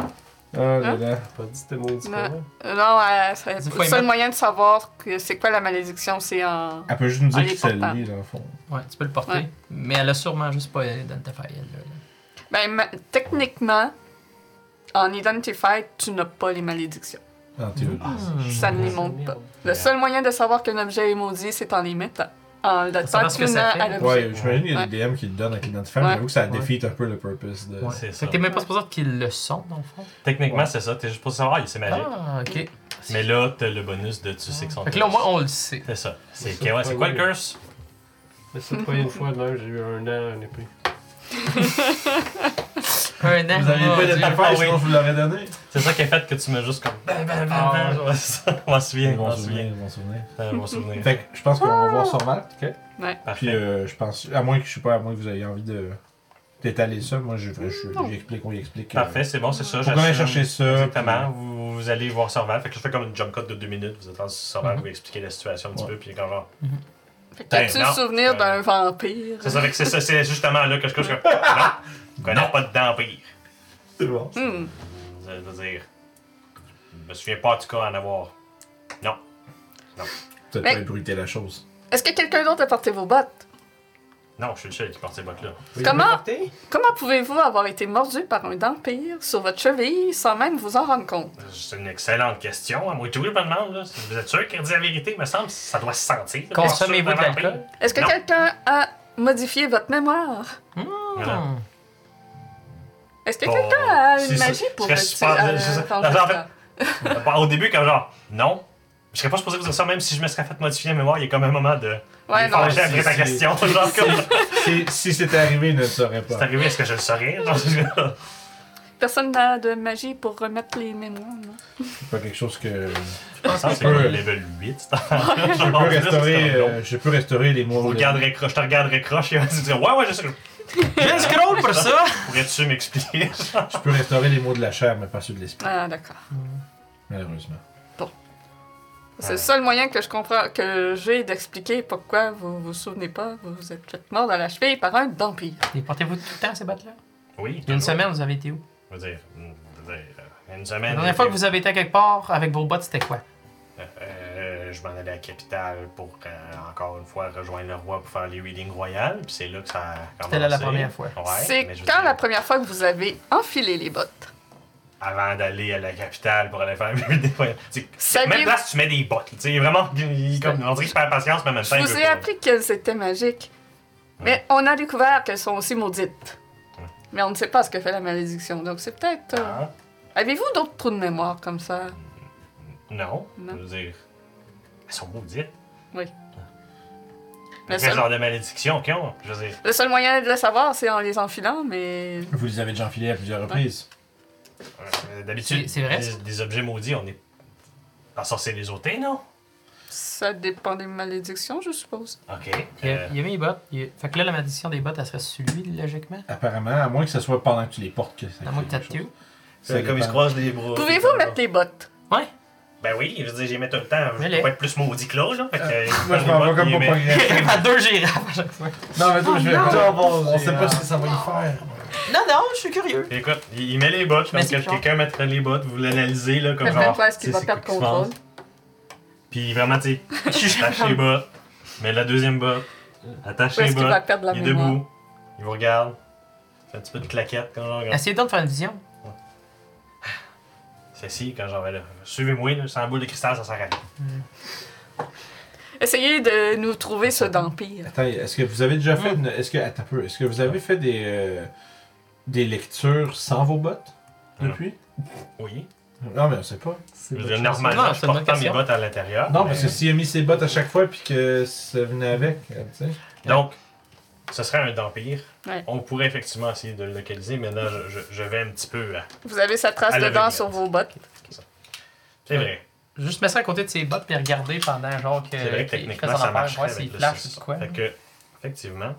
[SPEAKER 1] Oh là
[SPEAKER 3] Hein?
[SPEAKER 1] là.
[SPEAKER 6] Pas dit ce mot du
[SPEAKER 3] Non.
[SPEAKER 6] coup.
[SPEAKER 3] Euh, Non, euh, c'est-
[SPEAKER 4] Des
[SPEAKER 3] le
[SPEAKER 4] fois, ils
[SPEAKER 3] seul
[SPEAKER 4] mettent-
[SPEAKER 3] moyen de savoir que c'est quoi la malédiction, c'est en.
[SPEAKER 1] Elle peut juste nous dire
[SPEAKER 3] Allez,
[SPEAKER 1] qui c'est
[SPEAKER 3] portant.
[SPEAKER 1] lui, dans le fond.
[SPEAKER 4] Ouais, tu peux le porter.
[SPEAKER 3] Ouais.
[SPEAKER 4] Mais elle a sûrement juste pas euh, Identify. elle, là.
[SPEAKER 3] Ben, ma- techniquement, en Identify, tu n'as pas les malédictions.
[SPEAKER 1] En théorie.
[SPEAKER 3] Ah,
[SPEAKER 4] Ah,
[SPEAKER 3] Ça
[SPEAKER 4] Hmm.
[SPEAKER 3] ne les montre pas. Le seul moyen de savoir qu'un objet est maudit, c'est en les mettant. En le
[SPEAKER 4] savoir ce que ça
[SPEAKER 3] tenant
[SPEAKER 4] fait.
[SPEAKER 3] à l'objet.
[SPEAKER 1] Ouais, j'imagine qu'il y a des DM qui le donnent avec l'identifiant, mais
[SPEAKER 3] Ouais.
[SPEAKER 1] j'avoue que ça
[SPEAKER 4] Ouais.
[SPEAKER 1] défie un peu le purpose de.
[SPEAKER 4] Ouais.
[SPEAKER 2] C'est
[SPEAKER 4] Fait
[SPEAKER 2] ça.
[SPEAKER 4] que t'es même pas supposé qu'ils le sont, dans le fond.
[SPEAKER 2] Techniquement, c'est ça. T'es juste pour savoir, c'est magique.
[SPEAKER 4] Ah, ok.
[SPEAKER 2] Mais là, t'as le bonus de tu sais que son
[SPEAKER 4] Fait que là, au moins, on le sait.
[SPEAKER 2] C'est ça. C'est
[SPEAKER 6] C'est ça,
[SPEAKER 2] ouais, c'est quoi le
[SPEAKER 6] oui.
[SPEAKER 2] curse?
[SPEAKER 6] Mais c'est la première fois de même, j'ai eu un an, un épée.
[SPEAKER 4] Un an.
[SPEAKER 1] Vous aviez
[SPEAKER 4] oh,
[SPEAKER 1] pas
[SPEAKER 4] Dieu.
[SPEAKER 2] Ah,
[SPEAKER 1] d'identifier,
[SPEAKER 2] oui.
[SPEAKER 1] sinon je vous l'aurais donné.
[SPEAKER 2] C'est ça qui a fait que tu m'as juste comme. [LAUGHS] Bam, bam, bam,
[SPEAKER 4] Ah,
[SPEAKER 2] bam. Ouais, ça. on m'en souvient,
[SPEAKER 1] Ils
[SPEAKER 2] on
[SPEAKER 1] vont
[SPEAKER 2] m'en
[SPEAKER 1] se souvenir,
[SPEAKER 2] souvient.
[SPEAKER 1] ils vont se souvenir.
[SPEAKER 2] C'est un bon Euh, souvenir.
[SPEAKER 1] Fait que je pense qu'on va voir son map. Puis
[SPEAKER 2] Parfait.
[SPEAKER 1] euh, je pense, à moins que je sais pas, à moins que vous ayez envie de d'étaler ça, moi je, je, je- j'explique, on y explique. euh,
[SPEAKER 2] Parfait, c'est bon, c'est ça.
[SPEAKER 1] Pourquoi aller
[SPEAKER 2] j'assume.
[SPEAKER 1] chercher ça?
[SPEAKER 2] Exactement, vous, vous allez voir Sorval. Fait que je fais comme une jump cut de deux minutes. Vous êtes dans Sorval,
[SPEAKER 4] Mhm.
[SPEAKER 2] vous expliquez la situation un petit
[SPEAKER 1] Ouais.
[SPEAKER 2] peu. Puis quand genre.
[SPEAKER 3] Fait que As-tu
[SPEAKER 2] Ben,
[SPEAKER 3] le
[SPEAKER 2] non.
[SPEAKER 3] souvenir
[SPEAKER 2] Euh,
[SPEAKER 3] d'un vampire?
[SPEAKER 2] C'est ça, fait que c'est ça, c'est justement là que je
[SPEAKER 1] [LAUGHS]
[SPEAKER 2] couche comme. Non, connais pas d'empire.
[SPEAKER 1] C'est bon.
[SPEAKER 3] Hmm.
[SPEAKER 2] Ça veut dire. Je me souviens pas en tout cas en avoir. Non.
[SPEAKER 1] Peut-être
[SPEAKER 3] Mais-
[SPEAKER 1] pas ébruiter la chose.
[SPEAKER 3] Est-ce que quelqu'un d'autre a porté vos bottes?
[SPEAKER 2] Non, je suis le seul qui porte ces bottes-là.
[SPEAKER 3] Comment?
[SPEAKER 6] T'es
[SPEAKER 3] Comment pouvez-vous avoir été mordu par un vampire sur votre cheville sans même vous en rendre compte?
[SPEAKER 2] C'est une excellente question. À moi, tout le monde me demande. Là. Si vous êtes sûr qu'il dit la vérité, il me semble ça doit se sentir. là.
[SPEAKER 4] Consommez-vous
[SPEAKER 2] Sûr
[SPEAKER 4] de
[SPEAKER 2] vampire.
[SPEAKER 4] l'alcool?
[SPEAKER 3] Est-ce que
[SPEAKER 2] Non.
[SPEAKER 3] quelqu'un a modifié votre mémoire?
[SPEAKER 2] Voilà.
[SPEAKER 4] Hmm.
[SPEAKER 3] Est-ce que
[SPEAKER 2] Bon,
[SPEAKER 3] quelqu'un a
[SPEAKER 2] c'est
[SPEAKER 3] une
[SPEAKER 2] ça.
[SPEAKER 3] magie pour
[SPEAKER 2] Ce serait
[SPEAKER 3] retirer-
[SPEAKER 2] super-
[SPEAKER 3] euh,
[SPEAKER 2] c'est ça.
[SPEAKER 3] changer
[SPEAKER 2] Non, en fait-
[SPEAKER 3] ça?
[SPEAKER 2] Bah, Au début, comme genre, non. Je serais pas supposé vous dire ça, même si je me serais fait modifier la mémoire, il y a comme un moment de.
[SPEAKER 3] Ouais, non.
[SPEAKER 2] Ah, j'ai
[SPEAKER 1] c'est-
[SPEAKER 2] après ta
[SPEAKER 1] c'est-
[SPEAKER 2] question. Genre, comme.
[SPEAKER 1] Si, si c'était arrivé, il ne le saurait
[SPEAKER 2] C'est
[SPEAKER 1] pas.
[SPEAKER 2] arrivé, est-ce que je le saurais? Genre, je-
[SPEAKER 3] Personne n'a de magie pour remettre les mémoires, non?
[SPEAKER 1] C'est pas quelque chose que.
[SPEAKER 2] Je pense que c'est
[SPEAKER 1] Ouais.
[SPEAKER 2] le level 8, [LAUGHS] cette affaire.
[SPEAKER 1] Je peux, restaurer, euh, je peux restaurer les
[SPEAKER 2] Je vous
[SPEAKER 1] mots.
[SPEAKER 2] regarderai croche, je te regarderai croche et tu me dirais, ouais, ouais, je sais.
[SPEAKER 4] J'ai un scroll pour ça!
[SPEAKER 2] Pourrais-tu m'expliquer? [LAUGHS]
[SPEAKER 1] Je peux restaurer les mots de la chair, mais pas ceux de l'esprit,
[SPEAKER 3] Ah, d'accord.
[SPEAKER 1] malheureusement.
[SPEAKER 3] C'est le
[SPEAKER 2] Euh.
[SPEAKER 3] seul moyen que je comprends, que j'ai d'expliquer pourquoi vous vous souvenez pas, vous vous êtes fait mordre à la cheville par un vampire.
[SPEAKER 4] Les portez-vous tout le temps, ces bottes-là?
[SPEAKER 2] Oui.
[SPEAKER 4] Il y a une semaine, vous avez été où?
[SPEAKER 2] Je veux dire, mm, je veux dire, euh, une semaine.
[SPEAKER 4] La dernière fois que vous avez été à quelque part avec vos bottes, c'était quoi?
[SPEAKER 2] Euh, euh, je m'en allais à la capitale pour euh, encore une fois rejoindre le roi pour faire les readings royales. Puis c'est là que ça a commencé.
[SPEAKER 4] C'était là la première fois.
[SPEAKER 2] Ouais,
[SPEAKER 3] C'est
[SPEAKER 2] mais je veux
[SPEAKER 3] quand
[SPEAKER 2] dire,
[SPEAKER 3] la première fois que vous avez enfilé les bottes.
[SPEAKER 2] Avant d'aller à la capitale pour aller faire les [LAUGHS] readings royales. C'est- Même
[SPEAKER 3] Saviez-vous-
[SPEAKER 2] place, tu mets des bottes. Tu sais, vraiment, il- il- comme, on dirait qu'il perd patience, mais en même
[SPEAKER 3] Je
[SPEAKER 2] temps, il
[SPEAKER 3] vous
[SPEAKER 2] veut
[SPEAKER 3] ai
[SPEAKER 2] pas.
[SPEAKER 3] appris qu'elles étaient magiques. Mais on a découvert qu'elles sont aussi maudites.
[SPEAKER 2] Ouais.
[SPEAKER 3] Mais on ne sait pas ce que fait la malédiction, donc c'est peut-être... euh,
[SPEAKER 2] Ah,
[SPEAKER 3] Avez-vous d'autres trous de mémoire comme ça?
[SPEAKER 2] non.
[SPEAKER 3] Non.
[SPEAKER 2] Je veux dire, elles sont maudites.
[SPEAKER 3] Oui.
[SPEAKER 2] Mais
[SPEAKER 3] Le
[SPEAKER 2] quel
[SPEAKER 3] seul,
[SPEAKER 2] genre de malédiction qu'ils ont. Je veux dire,
[SPEAKER 3] le seul moyen de le savoir, c'est en les enfilant, mais...
[SPEAKER 1] Vous les avez déjà enfilés à plusieurs reprises.
[SPEAKER 2] euh, d'habitude,
[SPEAKER 4] C'est- c'est vrai,
[SPEAKER 2] des, des objets maudits, on est. En sorcier les ôter, non?
[SPEAKER 3] Ça dépend des malédictions, je suppose.
[SPEAKER 2] Ok.
[SPEAKER 4] Il
[SPEAKER 2] euh,
[SPEAKER 4] a, il a mis les bottes. il a- Fait que là, la malédiction des bottes, elle serait sur lui, logiquement.
[SPEAKER 1] Apparemment, à moins que ce soit pendant que tu les portes que ça.
[SPEAKER 4] À moins que
[SPEAKER 1] crée
[SPEAKER 4] t'as
[SPEAKER 1] quelque chose.
[SPEAKER 4] tué.
[SPEAKER 1] Ça
[SPEAKER 2] comme ils se
[SPEAKER 1] dépend.
[SPEAKER 2] croisent les bras.
[SPEAKER 3] Pouvez-vous mettre des bottes?
[SPEAKER 2] [LAUGHS]
[SPEAKER 4] Ouais.
[SPEAKER 2] Ben oui, je veux dire, j'y mets tout le temps. Je
[SPEAKER 4] Mais
[SPEAKER 2] peux
[SPEAKER 4] les-
[SPEAKER 2] pas être plus maudit que euh, l'autre, là. Fait que,
[SPEAKER 1] Euh, Moi, je m'en vais comme
[SPEAKER 2] il
[SPEAKER 1] pour
[SPEAKER 2] met-
[SPEAKER 1] pas
[SPEAKER 4] Il
[SPEAKER 1] regretter.
[SPEAKER 2] [LAUGHS]
[SPEAKER 4] arrive à deux girafes à chaque fois.
[SPEAKER 1] Non,
[SPEAKER 4] Oh
[SPEAKER 1] mais toi, je vais.
[SPEAKER 6] non.
[SPEAKER 1] Ah On sait pas si ça va y faire.
[SPEAKER 4] Non, non, je suis curieux.
[SPEAKER 2] Puis Écoute, il il met les bottes. Je
[SPEAKER 4] Mais
[SPEAKER 2] pense
[SPEAKER 4] c'est
[SPEAKER 2] que
[SPEAKER 4] genre-
[SPEAKER 2] quelqu'un mettrait les bottes. Vous l'analysez, là,
[SPEAKER 3] Je
[SPEAKER 2] comme
[SPEAKER 3] ne sais
[SPEAKER 2] genre.
[SPEAKER 3] pas, est-ce qu'il
[SPEAKER 2] tu sais,
[SPEAKER 3] va
[SPEAKER 2] c'est
[SPEAKER 3] perdre
[SPEAKER 2] quoi qui se
[SPEAKER 3] contrôle?
[SPEAKER 2] passe. Puis
[SPEAKER 3] [LAUGHS]
[SPEAKER 2] vraiment, tu sais, attache les bottes. Mets la deuxième botte. Attache
[SPEAKER 3] Ou
[SPEAKER 2] les
[SPEAKER 3] est-ce qu'il va
[SPEAKER 2] bottes.
[SPEAKER 3] perdre la
[SPEAKER 2] Il est
[SPEAKER 3] mémoire?
[SPEAKER 2] debout. Il vous regarde. Fait un petit peu de claquette, quand genre. regarde.
[SPEAKER 4] Essayez donc de faire une vision.
[SPEAKER 2] C'est si, quand genre, là. Suivez-moi, là. Sans boule de cristal, ça sert à rien.
[SPEAKER 3] Essayez de nous trouver ce vampire.
[SPEAKER 1] Attends, est-ce que vous avez déjà fait une... Est-ce que... Attends un peu. Est-ce que vous avez fait des... euh, des lectures sans vos bottes depuis?
[SPEAKER 2] Oui.
[SPEAKER 1] Non, mais on sait pas.
[SPEAKER 2] Je
[SPEAKER 6] C'est
[SPEAKER 2] veux dire,
[SPEAKER 6] bon.
[SPEAKER 2] normalement,
[SPEAKER 4] Non,
[SPEAKER 2] je
[SPEAKER 4] c'est une bonne
[SPEAKER 2] porte pas mes
[SPEAKER 4] question.
[SPEAKER 2] bottes à l'intérieur.
[SPEAKER 1] Non,
[SPEAKER 2] Ah, mais-
[SPEAKER 1] parce que s'il a mis ses bottes à chaque fois puis que ça venait avec, euh, tu sais. [LAUGHS]
[SPEAKER 2] Donc, ce serait un vampire.
[SPEAKER 3] Ouais.
[SPEAKER 2] On pourrait effectivement essayer de le localiser. Maintenant, je, je- je vais un petit peu. à-
[SPEAKER 3] Vous avez sa trace
[SPEAKER 2] À
[SPEAKER 3] de
[SPEAKER 2] la
[SPEAKER 3] dents
[SPEAKER 2] vignette.
[SPEAKER 3] sur vos bottes.
[SPEAKER 2] C'est vrai.
[SPEAKER 4] Juste mettre ça à côté de ses bottes et regarder pendant genre que.
[SPEAKER 2] C'est vrai que
[SPEAKER 4] qu'il
[SPEAKER 2] techniquement,
[SPEAKER 4] fait
[SPEAKER 2] ça
[SPEAKER 4] son Euh, affaire.
[SPEAKER 2] marche.
[SPEAKER 4] Ouais, s'il flash ou de quoi.
[SPEAKER 2] Fait que Effectivement.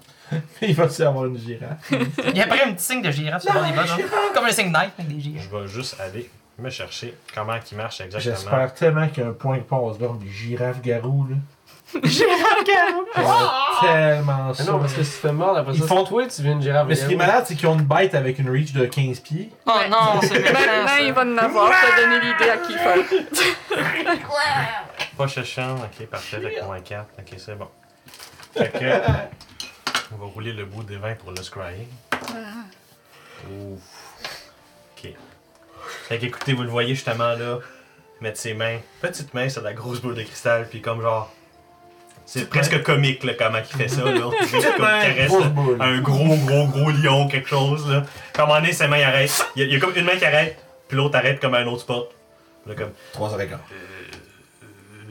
[SPEAKER 1] Il va aussi avoir une girafe.
[SPEAKER 4] Il a pris un petit signe de girafe sur les bottes, genre. Comme le signe Nike avec des girafes.
[SPEAKER 2] Je vais juste aller me chercher comment qui marche exactement.
[SPEAKER 1] J'espère tellement qu'il y a un point de passe vers des girafes garous, là. [LAUGHS] J'aimerais tellement
[SPEAKER 6] Ah
[SPEAKER 1] ça.
[SPEAKER 6] non, parce que si tu fais mort, après
[SPEAKER 1] Ils
[SPEAKER 6] ça,
[SPEAKER 1] font-
[SPEAKER 6] c'est toi, tu viens une girafe.
[SPEAKER 1] Mais ce qui est malade, c'est qu'ils ont une bête avec une reach de 15 pieds.
[SPEAKER 4] Oh
[SPEAKER 3] Ouais. [LAUGHS]
[SPEAKER 4] non, c'est méchant.
[SPEAKER 3] Maintenant,
[SPEAKER 4] ça.
[SPEAKER 3] Ben, il va en avoir. Ça donner l'idée à qui faire.
[SPEAKER 2] Pas chachant, ok, parfait, avec moins 4. Ok, c'est bon. Fait que. On va rouler le bout des 20 pour le scrying. Ouf. Ok. Fait que écoutez, vous le voyez justement là, mettre ses mains, petites mains sur la grosse boule de cristal, puis comme genre. C'est presque comique là, comment il fait
[SPEAKER 1] [LAUGHS]
[SPEAKER 2] ça, là. On dirait comme il caresse,
[SPEAKER 1] Grosse
[SPEAKER 2] là,
[SPEAKER 1] boule.
[SPEAKER 2] un gros, gros, gros lion, quelque chose, là. Puis à un moment donné, ses mains ils arrêtent. Il y, a, il y a comme une main qui arrête, puis l'autre arrête comme à un autre spot. Là, comme.
[SPEAKER 1] Trois oreillons.
[SPEAKER 2] Euh,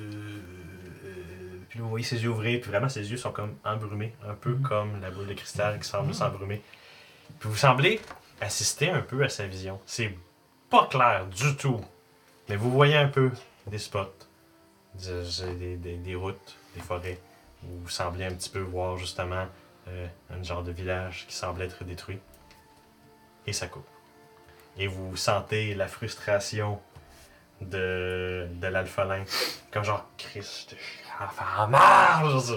[SPEAKER 2] puis vous voyez ses yeux ouvrir, puis vraiment ses yeux sont comme embrumés, un peu comme la boule de cristal qui semble s'embrumer. Puis vous semblez assister un peu à sa vision. C'est pas clair du tout, mais vous voyez un peu des spots, des, des- des- des routes, des forêts, où vous semblez un petit peu voir justement euh, un genre de village qui semble être détruit. Et ça coupe. Et vous sentez la frustration de, de l'alphelin. Comme genre, Chris, je en marge!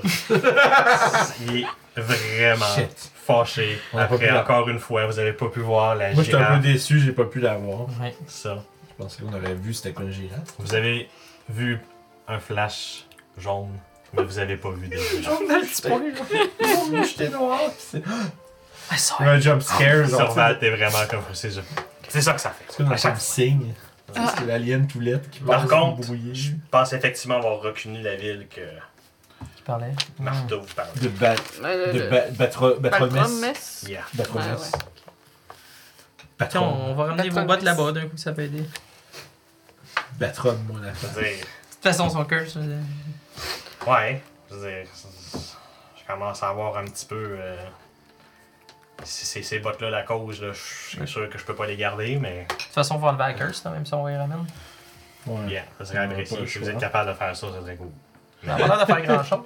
[SPEAKER 2] [LAUGHS] Il est vraiment
[SPEAKER 1] Shit.
[SPEAKER 2] fâché.
[SPEAKER 1] On a pas pu
[SPEAKER 2] Après,
[SPEAKER 1] la-
[SPEAKER 2] encore une fois, vous avez pas pu voir la
[SPEAKER 1] Moi, j'étais un peu
[SPEAKER 2] girafe.
[SPEAKER 1] déçu, j'ai pas pu l'avoir.
[SPEAKER 4] Ouais.
[SPEAKER 2] Ça.
[SPEAKER 1] Je pensais qu'on aurait vu c'était quoi une girafe.
[SPEAKER 2] Vous avez vu un flash jaune, mais vous avez pas vu des girafes.
[SPEAKER 1] J'étais noir, pis c'est.
[SPEAKER 4] Ah, ça,
[SPEAKER 1] Un jump scare, genre. tu sais,
[SPEAKER 2] Sorval, t'es vraiment comme c'est ça. C'est ça que ça fait.
[SPEAKER 1] C'est comme
[SPEAKER 2] À
[SPEAKER 1] dans
[SPEAKER 2] chaque
[SPEAKER 1] chaque signe.
[SPEAKER 3] Ah.
[SPEAKER 1] C'est l'alien toulette qui
[SPEAKER 2] Par
[SPEAKER 1] passe
[SPEAKER 2] contre,
[SPEAKER 1] brouillé.
[SPEAKER 2] je pense effectivement avoir reconnu la ville que
[SPEAKER 4] qui parlait. Hmm.
[SPEAKER 2] Martha vous parle.
[SPEAKER 1] De bat.
[SPEAKER 3] Euh,
[SPEAKER 1] De
[SPEAKER 3] le-
[SPEAKER 1] ba- batre- batromesse.
[SPEAKER 3] Patromesse.
[SPEAKER 2] Yeah.
[SPEAKER 1] Batromesse.
[SPEAKER 3] Ouais,
[SPEAKER 4] Tiens, on va ramener vos bottes là-bas, d'un coup, ça peut aider. De
[SPEAKER 1] Batrom, mon affaire.
[SPEAKER 2] Je veux dire,
[SPEAKER 4] toute façon, son curse. euh,
[SPEAKER 2] ouais, je veux dire, je commence à avoir un petit peu. euh, si c'est ces bottes-là la cause, là, je suis sûr que je peux pas les garder, mais
[SPEAKER 4] De toute façon, on va enlever la curse, là, même si on les ramène.
[SPEAKER 1] Ouais.
[SPEAKER 2] yeah, ça serait
[SPEAKER 1] On a pas
[SPEAKER 2] apprécié.
[SPEAKER 1] le
[SPEAKER 2] Si
[SPEAKER 1] choix.
[SPEAKER 2] vous êtes capable de faire ça, ça serait cool.
[SPEAKER 4] On n'a pas l'air de faire [LAUGHS] grand-chose.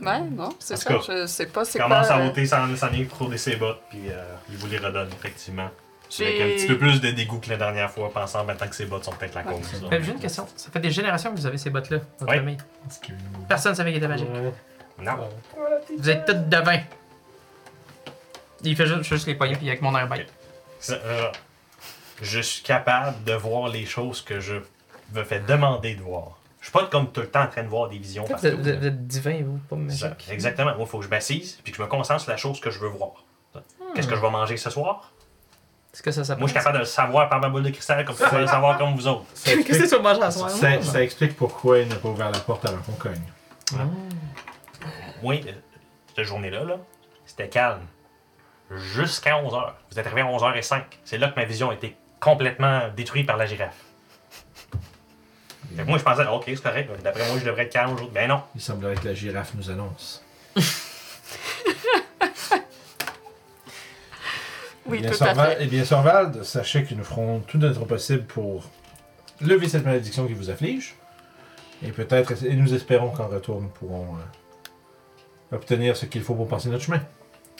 [SPEAKER 3] Ouais, non, c'est
[SPEAKER 2] En tout
[SPEAKER 3] ça.
[SPEAKER 2] cas,
[SPEAKER 3] Je sais pas c'est quoi.
[SPEAKER 2] commence à
[SPEAKER 3] euh,
[SPEAKER 2] ôter sans, sans rien trop de ses bottes, puis euh, il vous les redonne, effectivement. Avec un
[SPEAKER 3] J'ai-
[SPEAKER 2] petit peu plus de dégoût que la dernière fois, pensant maintenant que ses bottes sont peut-être la
[SPEAKER 3] Ouais.
[SPEAKER 2] cause. là.
[SPEAKER 4] Mais J'ai une question. Ça fait des générations que vous avez ces bottes-là, votre
[SPEAKER 2] Ouais.
[SPEAKER 4] famille.
[SPEAKER 1] Parce que-
[SPEAKER 4] Personne ne savait qu'il était magique.
[SPEAKER 2] Non.
[SPEAKER 4] Vous êtes toutes devins. Il fait juste, je fais juste les poignets puis avec mon airbag.
[SPEAKER 2] Ok. Ça, euh, je suis capable de voir les choses que je me fais demander de voir. Je suis pas comme tout le temps en train de voir des visions
[SPEAKER 4] Vous êtes,
[SPEAKER 2] partout.
[SPEAKER 4] vous êtes- vous êtes divin, vous, pas
[SPEAKER 2] Ça,
[SPEAKER 4] magique.
[SPEAKER 2] Exactement. Moi, il faut que je m'assise, puis que je me concentre sur la chose que je veux voir.
[SPEAKER 3] Hmm.
[SPEAKER 2] Qu'est-ce que je vais manger ce soir?
[SPEAKER 4] Est-ce que ça s'appelle?
[SPEAKER 2] Moi, je suis capable de le savoir par ma boule de cristal, comme vous pouvez le savoir comme vous autres.
[SPEAKER 1] Ça
[SPEAKER 4] Qu'est-ce que
[SPEAKER 1] explique-
[SPEAKER 4] tu vas manger à soir?
[SPEAKER 1] ça- ça explique pourquoi il n'a pas ouvert la porte avant qu'on cogne.
[SPEAKER 2] Oui, euh, cette journée-là, là, c'était calme. Jusqu'à 11h. Vous êtes arrivé à 11h05. C'est là que ma vision a été complètement détruite par la girafe.
[SPEAKER 1] Hmm.
[SPEAKER 2] Fait que moi, je pensais, OK, c'est correct. D'après moi, je devrais être calme aujourd'hui. Ben non.
[SPEAKER 1] Il semblerait que la girafe nous annonce.
[SPEAKER 3] Oui,
[SPEAKER 1] Eh bien,
[SPEAKER 3] tout à
[SPEAKER 1] Sorval-
[SPEAKER 3] fait.
[SPEAKER 1] Eh bien, Sorvald, sachez que nous ferons tout notre possible pour lever cette malédiction qui vous afflige. Et peut-être, essa- et nous espérons qu'en retour, nous pourrons euh, obtenir ce qu'il faut pour passer notre chemin.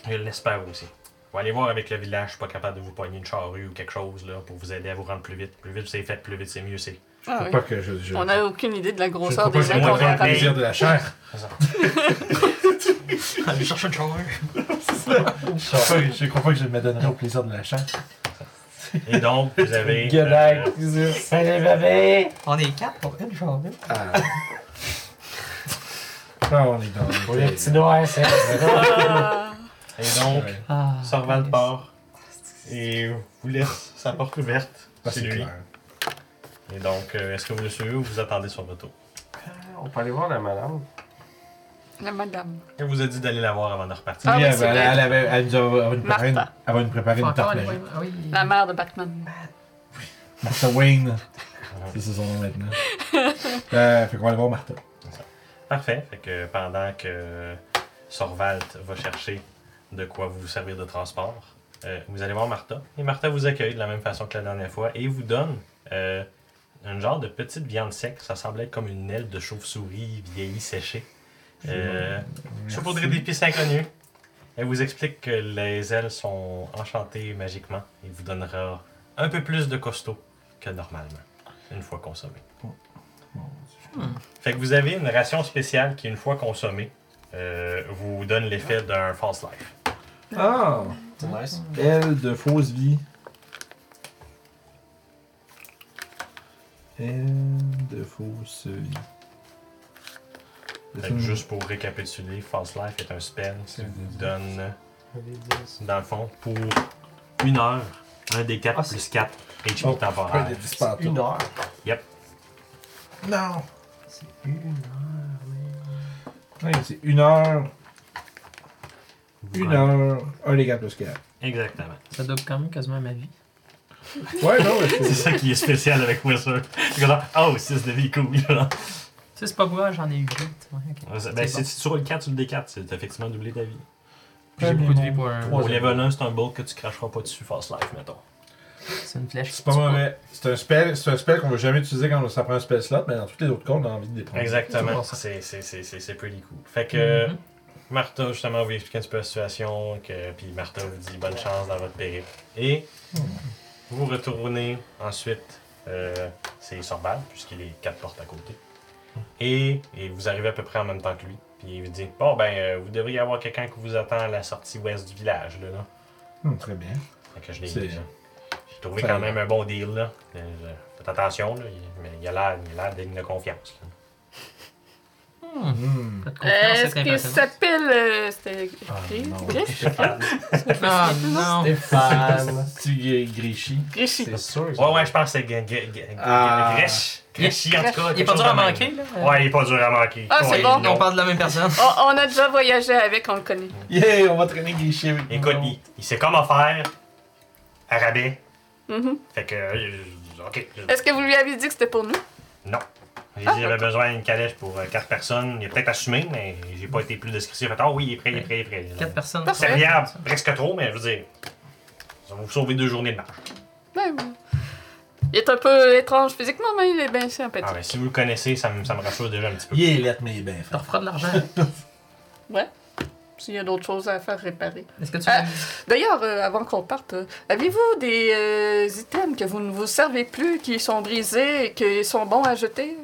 [SPEAKER 2] Je l'espère aussi. On va aller voir avec le village. Je suis pas capable de vous pogner une charrue ou quelque chose là, pour vous aider à vous rendre plus vite. Plus vite c'est fait, plus vite c'est mieux c'est.
[SPEAKER 3] Ah
[SPEAKER 1] Faut
[SPEAKER 3] oui.
[SPEAKER 1] Pas que je, je,
[SPEAKER 3] On n'a aucune idée de la
[SPEAKER 1] je ne
[SPEAKER 3] grosseur
[SPEAKER 1] faut pas
[SPEAKER 3] des
[SPEAKER 1] que
[SPEAKER 3] gens
[SPEAKER 2] moins
[SPEAKER 1] moi
[SPEAKER 3] qu'on
[SPEAKER 2] vingt
[SPEAKER 1] le
[SPEAKER 3] va
[SPEAKER 1] plaisir de la chair.
[SPEAKER 2] C'est ça.
[SPEAKER 4] Je cherche une charrue.
[SPEAKER 1] Je crois pas- je crois pas que je me donnerai au plaisir de la chair. [LAUGHS]
[SPEAKER 2] Et donc, vous avez. euh,
[SPEAKER 5] Salut bébé!
[SPEAKER 4] On est quatre pour une charrue.
[SPEAKER 1] Ah. Ah, on est dans les
[SPEAKER 5] Pour les petits noirs, c'est.
[SPEAKER 2] et donc,
[SPEAKER 1] Ouais,
[SPEAKER 4] Ah,
[SPEAKER 2] Sorval part. Et vous laisse sa porte ouverte.
[SPEAKER 1] bah,
[SPEAKER 2] chez
[SPEAKER 1] c'est
[SPEAKER 2] lui.
[SPEAKER 1] clair.
[SPEAKER 2] Et donc, euh, est-ce que vous le suivez ou vous attendez son retour?
[SPEAKER 6] On peut aller voir la madame.
[SPEAKER 3] La madame.
[SPEAKER 2] Elle vous a dit d'aller la voir avant de repartir.
[SPEAKER 3] Ah
[SPEAKER 1] Oui,
[SPEAKER 3] oui,
[SPEAKER 1] elle,
[SPEAKER 3] c'est
[SPEAKER 1] elle-
[SPEAKER 3] vrai.
[SPEAKER 1] elle avait- elle nous a- elle va nous préparer une-
[SPEAKER 3] Martha.
[SPEAKER 1] elle va nous préparer
[SPEAKER 4] Faut
[SPEAKER 1] une
[SPEAKER 4] encore
[SPEAKER 1] tarte
[SPEAKER 4] aller
[SPEAKER 1] magique.
[SPEAKER 4] voir- Ah oui.
[SPEAKER 3] La mère de Batman.
[SPEAKER 1] Martha Wayne. C'est ça son nom
[SPEAKER 3] [LAUGHS]
[SPEAKER 1] maintenant. euh, fait qu'on va aller voir Martha.
[SPEAKER 2] Parfait. Fait que pendant que Sorvalt va chercher de quoi vous servir de transport, euh, vous allez voir Martha. Et Martha vous accueille de la même façon que la dernière fois et vous donne euh, un genre de petite viande sec. Ça semble être comme une aile de chauve-souris vieillie séchée. Euh, saupoudrée d'épices inconnues. Elle vous explique que les ailes sont enchantées magiquement et vous donnera un peu plus de costaud que normalement, une fois consommé.
[SPEAKER 1] Oh,
[SPEAKER 5] Hmm.
[SPEAKER 2] Fait que vous avez une ration spéciale qui, une fois consommée, euh, vous donne l'effet d'un false life.
[SPEAKER 1] Ah!
[SPEAKER 7] C'est nice.
[SPEAKER 1] Elle de fausse vie. Elle de fausse vie.
[SPEAKER 2] Fait que juste pour récapituler, false life est un spell qui vous donne, dans le fond, pour une heure, un des 4
[SPEAKER 5] Ah, c'est-
[SPEAKER 2] plus 4 HP
[SPEAKER 1] Oh,
[SPEAKER 2] temporaire.
[SPEAKER 1] des dix par
[SPEAKER 5] Une heure.
[SPEAKER 1] tout. Non!
[SPEAKER 5] C'est une heure, oui.
[SPEAKER 1] Ouais, c'est une heure,
[SPEAKER 2] Vous
[SPEAKER 1] une
[SPEAKER 2] prenez-
[SPEAKER 1] heure, un des 4 plus 4.
[SPEAKER 2] Exactement.
[SPEAKER 4] Ça dope quand même quasiment ma vie.
[SPEAKER 1] Ouais, non, mais
[SPEAKER 2] C'est
[SPEAKER 1] c'est.
[SPEAKER 2] ça qui est spécial avec Wizard. C'est comme ça, oh, 6 de vie, cool. genre.
[SPEAKER 4] Ça, c'est pas moi, j'en ai eu 8.
[SPEAKER 2] Ben, si tu roules 4 sur le D4, c'est effectivement doublé ta vie.
[SPEAKER 4] J'ai beaucoup de vie pour un.
[SPEAKER 2] Au level 1, c'est un bolt que tu cracheras pas dessus, fast life, mettons.
[SPEAKER 4] C'est une
[SPEAKER 1] [LAUGHS]
[SPEAKER 4] flèche.
[SPEAKER 1] C'est pas mauvais. C'est un spell, c'est un spell qu'on veut jamais utiliser quand ça prend un spell slot, mais dans toutes les autres comptes, on a envie de les prendre.
[SPEAKER 2] Exactement. C'est c'est- c'est- c'est- c'est pretty cool. Fait
[SPEAKER 4] Mm-hmm.
[SPEAKER 2] que Martha, justement, vous explique un petit peu la situation, que, puis Martha vous dit bonne chance dans votre périple. Et vous retournez ensuite, euh, c'est Sorbal, puisqu'il est quatre portes à côté. Et, et vous arrivez à peu près en même temps que lui. Puis il vous dit Bon, ben, euh, vous devriez avoir quelqu'un qui vous attend à la sortie ouest du village, là. là.
[SPEAKER 1] Hum, très bien.
[SPEAKER 2] Fait que je l'ai
[SPEAKER 1] C'est-
[SPEAKER 2] déjà. J'ai trouvé
[SPEAKER 1] Ça
[SPEAKER 2] quand
[SPEAKER 1] y va.
[SPEAKER 2] même un bon deal, là. Euh, je- Faites attention, là. il- Mais il a l'air il a l'air digne de confiance. là.
[SPEAKER 1] Hum.
[SPEAKER 3] Est-ce qu'il s'appelle. euh, C'était Gris-
[SPEAKER 1] non.
[SPEAKER 3] Griff?
[SPEAKER 4] Ah non!
[SPEAKER 5] Stéphane.
[SPEAKER 1] Petit Grichy.
[SPEAKER 3] Grichi.
[SPEAKER 6] C'est sûr. que
[SPEAKER 2] Ouais,
[SPEAKER 6] ça-
[SPEAKER 2] ouais, je pense que c'est Gre- Gre- Gre-
[SPEAKER 1] Ah.
[SPEAKER 2] Gresh. Greshy, en tout cas.
[SPEAKER 4] Il est
[SPEAKER 2] quelque
[SPEAKER 4] pas
[SPEAKER 2] chose
[SPEAKER 4] dur à
[SPEAKER 2] de même.
[SPEAKER 4] manquer, là?
[SPEAKER 2] Euh. Ouais, il est pas dur à manquer.
[SPEAKER 3] Ah, c'est
[SPEAKER 2] Ouais,
[SPEAKER 3] bon. Oh.
[SPEAKER 2] il-
[SPEAKER 4] On parle de la même personne.
[SPEAKER 3] On, on a déjà voyagé avec, on le connaît.
[SPEAKER 1] Yeah, on va traîner Grichy avec nous
[SPEAKER 2] Écoute,
[SPEAKER 1] autres.
[SPEAKER 2] il, il sait comment faire à rabais.
[SPEAKER 3] Mhm.
[SPEAKER 2] Fait que. euh, Ok.
[SPEAKER 3] Est-ce que vous lui avez dit que c'était pour nous?
[SPEAKER 2] Non. J'ai
[SPEAKER 3] Ah,
[SPEAKER 2] dit j'avais besoin d'une calèche pour 4 personnes. Il est peut-être assumé, mais j'ai pas été plus descriptif. Attends, oui, il est prêt, il est prêt, il est prêt.
[SPEAKER 4] Quatre personnes.
[SPEAKER 3] Parfait.
[SPEAKER 2] C'est viable, presque trop, mais je veux dire. Ça va vous sauver deux journées de marche.
[SPEAKER 3] Ouais, ouais. Ben, Il est un peu étrange physiquement, mais il est bien sympathique.
[SPEAKER 2] Ah, ben, si vous le connaissez, ça me, ça me rassure déjà un petit peu.
[SPEAKER 1] Yeah, let me ben.
[SPEAKER 4] T'en referas de l'argent.
[SPEAKER 3] S'il y a d'autres choses à faire réparer.
[SPEAKER 4] Est-ce que tu
[SPEAKER 3] Ah.
[SPEAKER 4] veux.
[SPEAKER 3] D'ailleurs, euh, avant qu'on parte, euh, avez-vous des euh, items que vous ne vous servez plus, qui sont brisés et qui sont bons à jeter?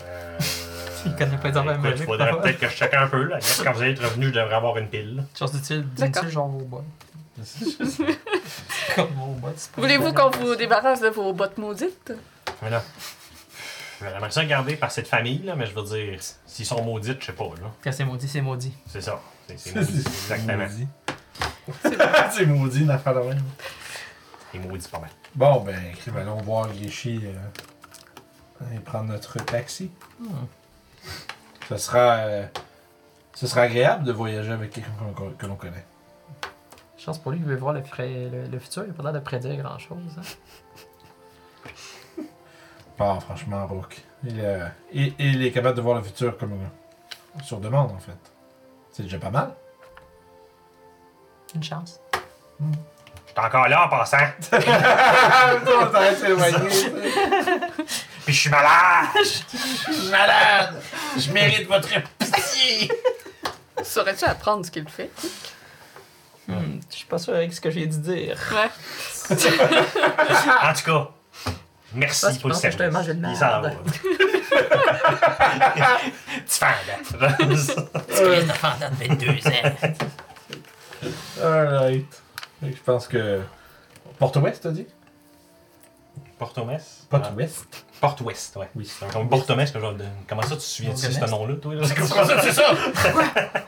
[SPEAKER 2] Euh,
[SPEAKER 4] [LAUGHS] Il connaît pas les affaires
[SPEAKER 2] écoute,
[SPEAKER 4] magiques,
[SPEAKER 2] faudrait
[SPEAKER 4] parfois.
[SPEAKER 2] peut-être que je chacun un peu. Là. Quand vous allez être revenu, je devrais avoir une pile.
[SPEAKER 4] Genre, dis-tu
[SPEAKER 3] D'accord.
[SPEAKER 4] dis-tu genre vos boîtes? Comme vos boîtes. c'est pas
[SPEAKER 3] Voulez-vous
[SPEAKER 4] une
[SPEAKER 3] qu'on
[SPEAKER 4] bonne
[SPEAKER 3] vous débarrasse de vos bottes maudites?
[SPEAKER 2] Voilà. J'aimerais ça garder par cette famille, là, mais je veux dire, s'ils sont maudites, je sais pas, là.
[SPEAKER 4] Quand c'est maudit, c'est maudit.
[SPEAKER 2] C'est ça. C'est- [LAUGHS] C'est
[SPEAKER 1] [LAUGHS]
[SPEAKER 2] maudit, exactement.
[SPEAKER 1] maudit. [LAUGHS] C'est maudit, une affaire de même.
[SPEAKER 2] C'est maudit pas mal.
[SPEAKER 1] Bon, ben, écrit, ben, allons voir Grichy euh, et prendre notre taxi. Ce sera. euh, ce sera agréable de voyager avec quelqu'un qu'on- qu'on- que l'on connaît.
[SPEAKER 4] Chance pour lui, il veut voir le, frais- le, le futur, il a pas l'air de prédire grand-chose. hein.
[SPEAKER 1] Ah, franchement, Rook. Il, euh, il- il est capable de voir le futur comme. euh, sur demande, en fait. C'est déjà pas mal.
[SPEAKER 4] Une chance.
[SPEAKER 2] Je suis encore là en passant, [LAUGHS]
[SPEAKER 1] On s'arrête de [LAUGHS] s'éloigner.
[SPEAKER 2] puis je suis malade!
[SPEAKER 1] Malade! Je mérite votre pitié!
[SPEAKER 3] Saurais-tu apprendre ce qu'il fait?
[SPEAKER 4] Hmm, je suis pas sûr avec ce que j'ai dû dire.
[SPEAKER 3] Ouais.
[SPEAKER 2] En tout cas,
[SPEAKER 4] Ah,
[SPEAKER 2] merci
[SPEAKER 4] tu
[SPEAKER 2] pour le
[SPEAKER 4] penses que je
[SPEAKER 2] service.
[SPEAKER 4] te mange une
[SPEAKER 2] Il s'en va. [LAUGHS]
[SPEAKER 4] merde.
[SPEAKER 2] Tu fais [LAUGHS] un
[SPEAKER 4] Espèce d'enfant de 22 ans.
[SPEAKER 1] Alright. Fait que Je pense que. Porte-Ouest, t'as dit?
[SPEAKER 2] Porte-Ouest?
[SPEAKER 1] Porte-Ouest?
[SPEAKER 2] Porte-Ouest, ouais.
[SPEAKER 1] Oui.
[SPEAKER 2] Comme Porte-Ouest, que genre de... Comment ça, tu te souviens de ce
[SPEAKER 4] Porte-Ouest?
[SPEAKER 2] nom-là, toi? [LAUGHS] là?
[SPEAKER 1] c'est ça!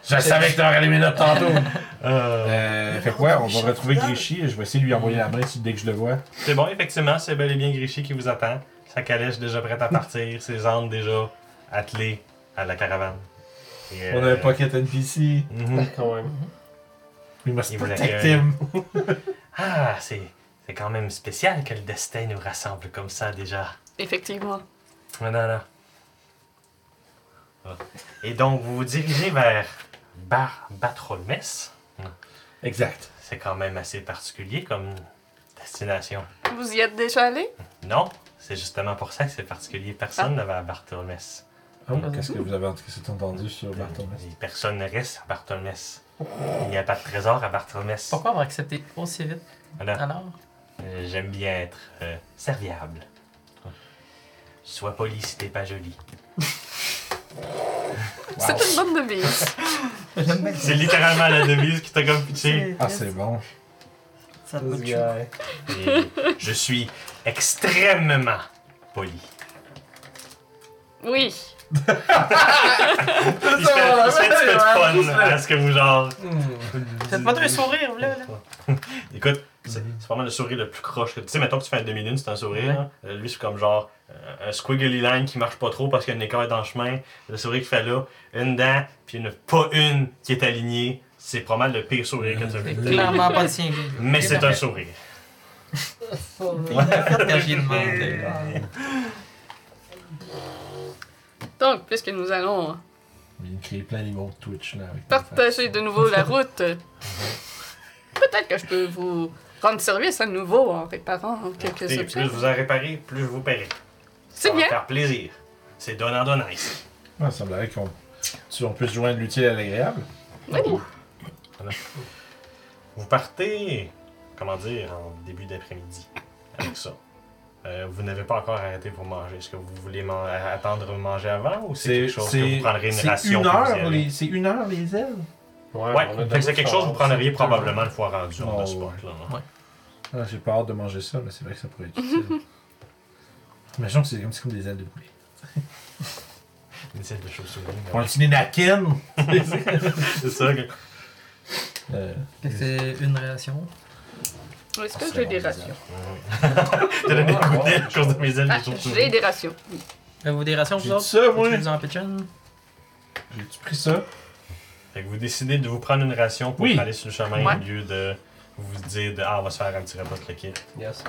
[SPEAKER 1] Je savais que t'aurais allé mes notes tantôt.
[SPEAKER 2] Euh,
[SPEAKER 1] Euh, fait quoi? On va retrouver Grichy et je vais essayer de lui envoyer la main si dès que je le vois.
[SPEAKER 2] C'est bon, effectivement, c'est bel et bien Grichy qui vous attend. Sa calèche déjà prête à [LAUGHS] partir, ses andes déjà attelées à la caravane. Et,
[SPEAKER 1] On a
[SPEAKER 2] euh,
[SPEAKER 1] un pocket NPC.
[SPEAKER 2] mhm. [LAUGHS]
[SPEAKER 6] Quand même.
[SPEAKER 1] We must
[SPEAKER 2] Il voulait
[SPEAKER 1] protect
[SPEAKER 2] que-
[SPEAKER 1] him.
[SPEAKER 2] Ah, c'est, c'est quand même spécial que le destin nous rassemble comme ça déjà.
[SPEAKER 3] Effectivement.
[SPEAKER 2] Non, non, non. Ah. Et donc, vous vous dirigez vers Bar Batrolmes.
[SPEAKER 1] Exact.
[SPEAKER 2] C'est quand même assez particulier comme destination.
[SPEAKER 3] Vous y êtes déjà allé?
[SPEAKER 2] Ah. Non, c'est justement pour ça que c'est particulier. Personne ne va à Bartholmès.
[SPEAKER 1] Ah oui, qu'est-ce que vous avez qu'est-ce que t'as entendu sur Bartholomew?
[SPEAKER 2] Les personnes restent à Barthomès. Il n'y a pas de trésor à Barthomès.
[SPEAKER 4] Pourquoi avoir accepté aussi vite
[SPEAKER 2] Voilà.
[SPEAKER 4] alors
[SPEAKER 2] Euh, J'aime bien être euh, serviable. Sois poli si t'es pas joli.
[SPEAKER 3] C'est une bonne devise.
[SPEAKER 2] C'est littéralement la devise qui t'a comme pitché.
[SPEAKER 1] Ah, c'est bon.
[SPEAKER 7] Ça te
[SPEAKER 6] This
[SPEAKER 7] coûte
[SPEAKER 6] guy.
[SPEAKER 7] chaud.
[SPEAKER 2] Et je suis extrêmement poli.
[SPEAKER 3] Oui.
[SPEAKER 2] Il se fait, il se fait un petit peu de fun à ce que vous genre.
[SPEAKER 4] Faites pas un sourire, là. là.
[SPEAKER 2] [LAUGHS] Écoute, c'est c'est vraiment le sourire le plus croche. que- Tu sais, mettons que tu fais un demi-lune, c'est un sourire. hein. Euh, Lui, c'est comme genre euh, un squiggly line qui marche pas trop parce qu'il y a une écart dans le chemin. Le sourire qu'il fait là, une dent, puis une, pas une qui est alignée. C'est probablement le pire sourire que tu as
[SPEAKER 4] C'est
[SPEAKER 2] vu.
[SPEAKER 4] clairement pas le sien. lui.
[SPEAKER 2] Mais c'est un sourire.
[SPEAKER 7] Il a fait quand j'y ai demandé, là.
[SPEAKER 3] Donc, puisque nous allons
[SPEAKER 1] Il me crée plein d'animaux de Twitch là avec la
[SPEAKER 3] partager de nouveau la route, peut-être que je peux vous rendre service à nouveau en réparant quelques
[SPEAKER 2] Écoutez, plus
[SPEAKER 3] objets.
[SPEAKER 2] vous en réparez, plus je vous paierai.
[SPEAKER 3] C'est
[SPEAKER 2] Ça va
[SPEAKER 3] bien.
[SPEAKER 2] faire plaisir. C'est donnant donnant ici.
[SPEAKER 1] face. Ouais, il semblerait qu'on si on puisse joindre l'utile à l'agréable.
[SPEAKER 3] Oui.
[SPEAKER 2] Vous partez, comment dire, en début d'après-midi avec ça. Euh, vous n'avez pas encore arrêté pour manger. Est-ce que vous voulez man- attendre manger avant ou c'est quelque chose que vous prendrez une
[SPEAKER 1] c'est une
[SPEAKER 2] ration pour vous y
[SPEAKER 1] heure,
[SPEAKER 2] aller?
[SPEAKER 1] les- c'est une heure les ailes.
[SPEAKER 2] Ouais, fait que c'est quelque chose que vous prendriez probablement une fois rendu
[SPEAKER 1] Oh,
[SPEAKER 2] on the spot.
[SPEAKER 1] ouais.
[SPEAKER 2] Là, hein. non?
[SPEAKER 7] Ouais.
[SPEAKER 1] Ah, J'ai pas hâte de manger ça, mais c'est vrai que ça pourrait être
[SPEAKER 2] [LAUGHS]
[SPEAKER 1] utile. Imagine que c'est comme, c'est comme des ailes de poulet.
[SPEAKER 2] Une assiette de chauves-souris.
[SPEAKER 1] Pour un petit nakin.
[SPEAKER 2] [LAUGHS] C'est ça. que-
[SPEAKER 1] Euh,
[SPEAKER 7] Fait que C'est une relation.
[SPEAKER 3] Est-ce que j'ai des rations?
[SPEAKER 2] T'as donné des coups de nez à cause de mes ailes
[SPEAKER 3] Ah,
[SPEAKER 2] de
[SPEAKER 3] j'ai
[SPEAKER 2] chauve-souris.
[SPEAKER 3] des rations. oui.
[SPEAKER 7] Avez-vous des rations, vous
[SPEAKER 1] J'ai dit
[SPEAKER 7] autres?
[SPEAKER 1] ça, moi.
[SPEAKER 7] Vous en pitching?
[SPEAKER 1] J'ai-tu pris ça?
[SPEAKER 2] Fait que vous décidez de vous prendre une ration pour
[SPEAKER 1] Oui.
[SPEAKER 2] aller sur le chemin
[SPEAKER 3] Ouais.
[SPEAKER 2] au lieu de vous dire de, ah, on va se faire un petit repas de kit.
[SPEAKER 6] Yes.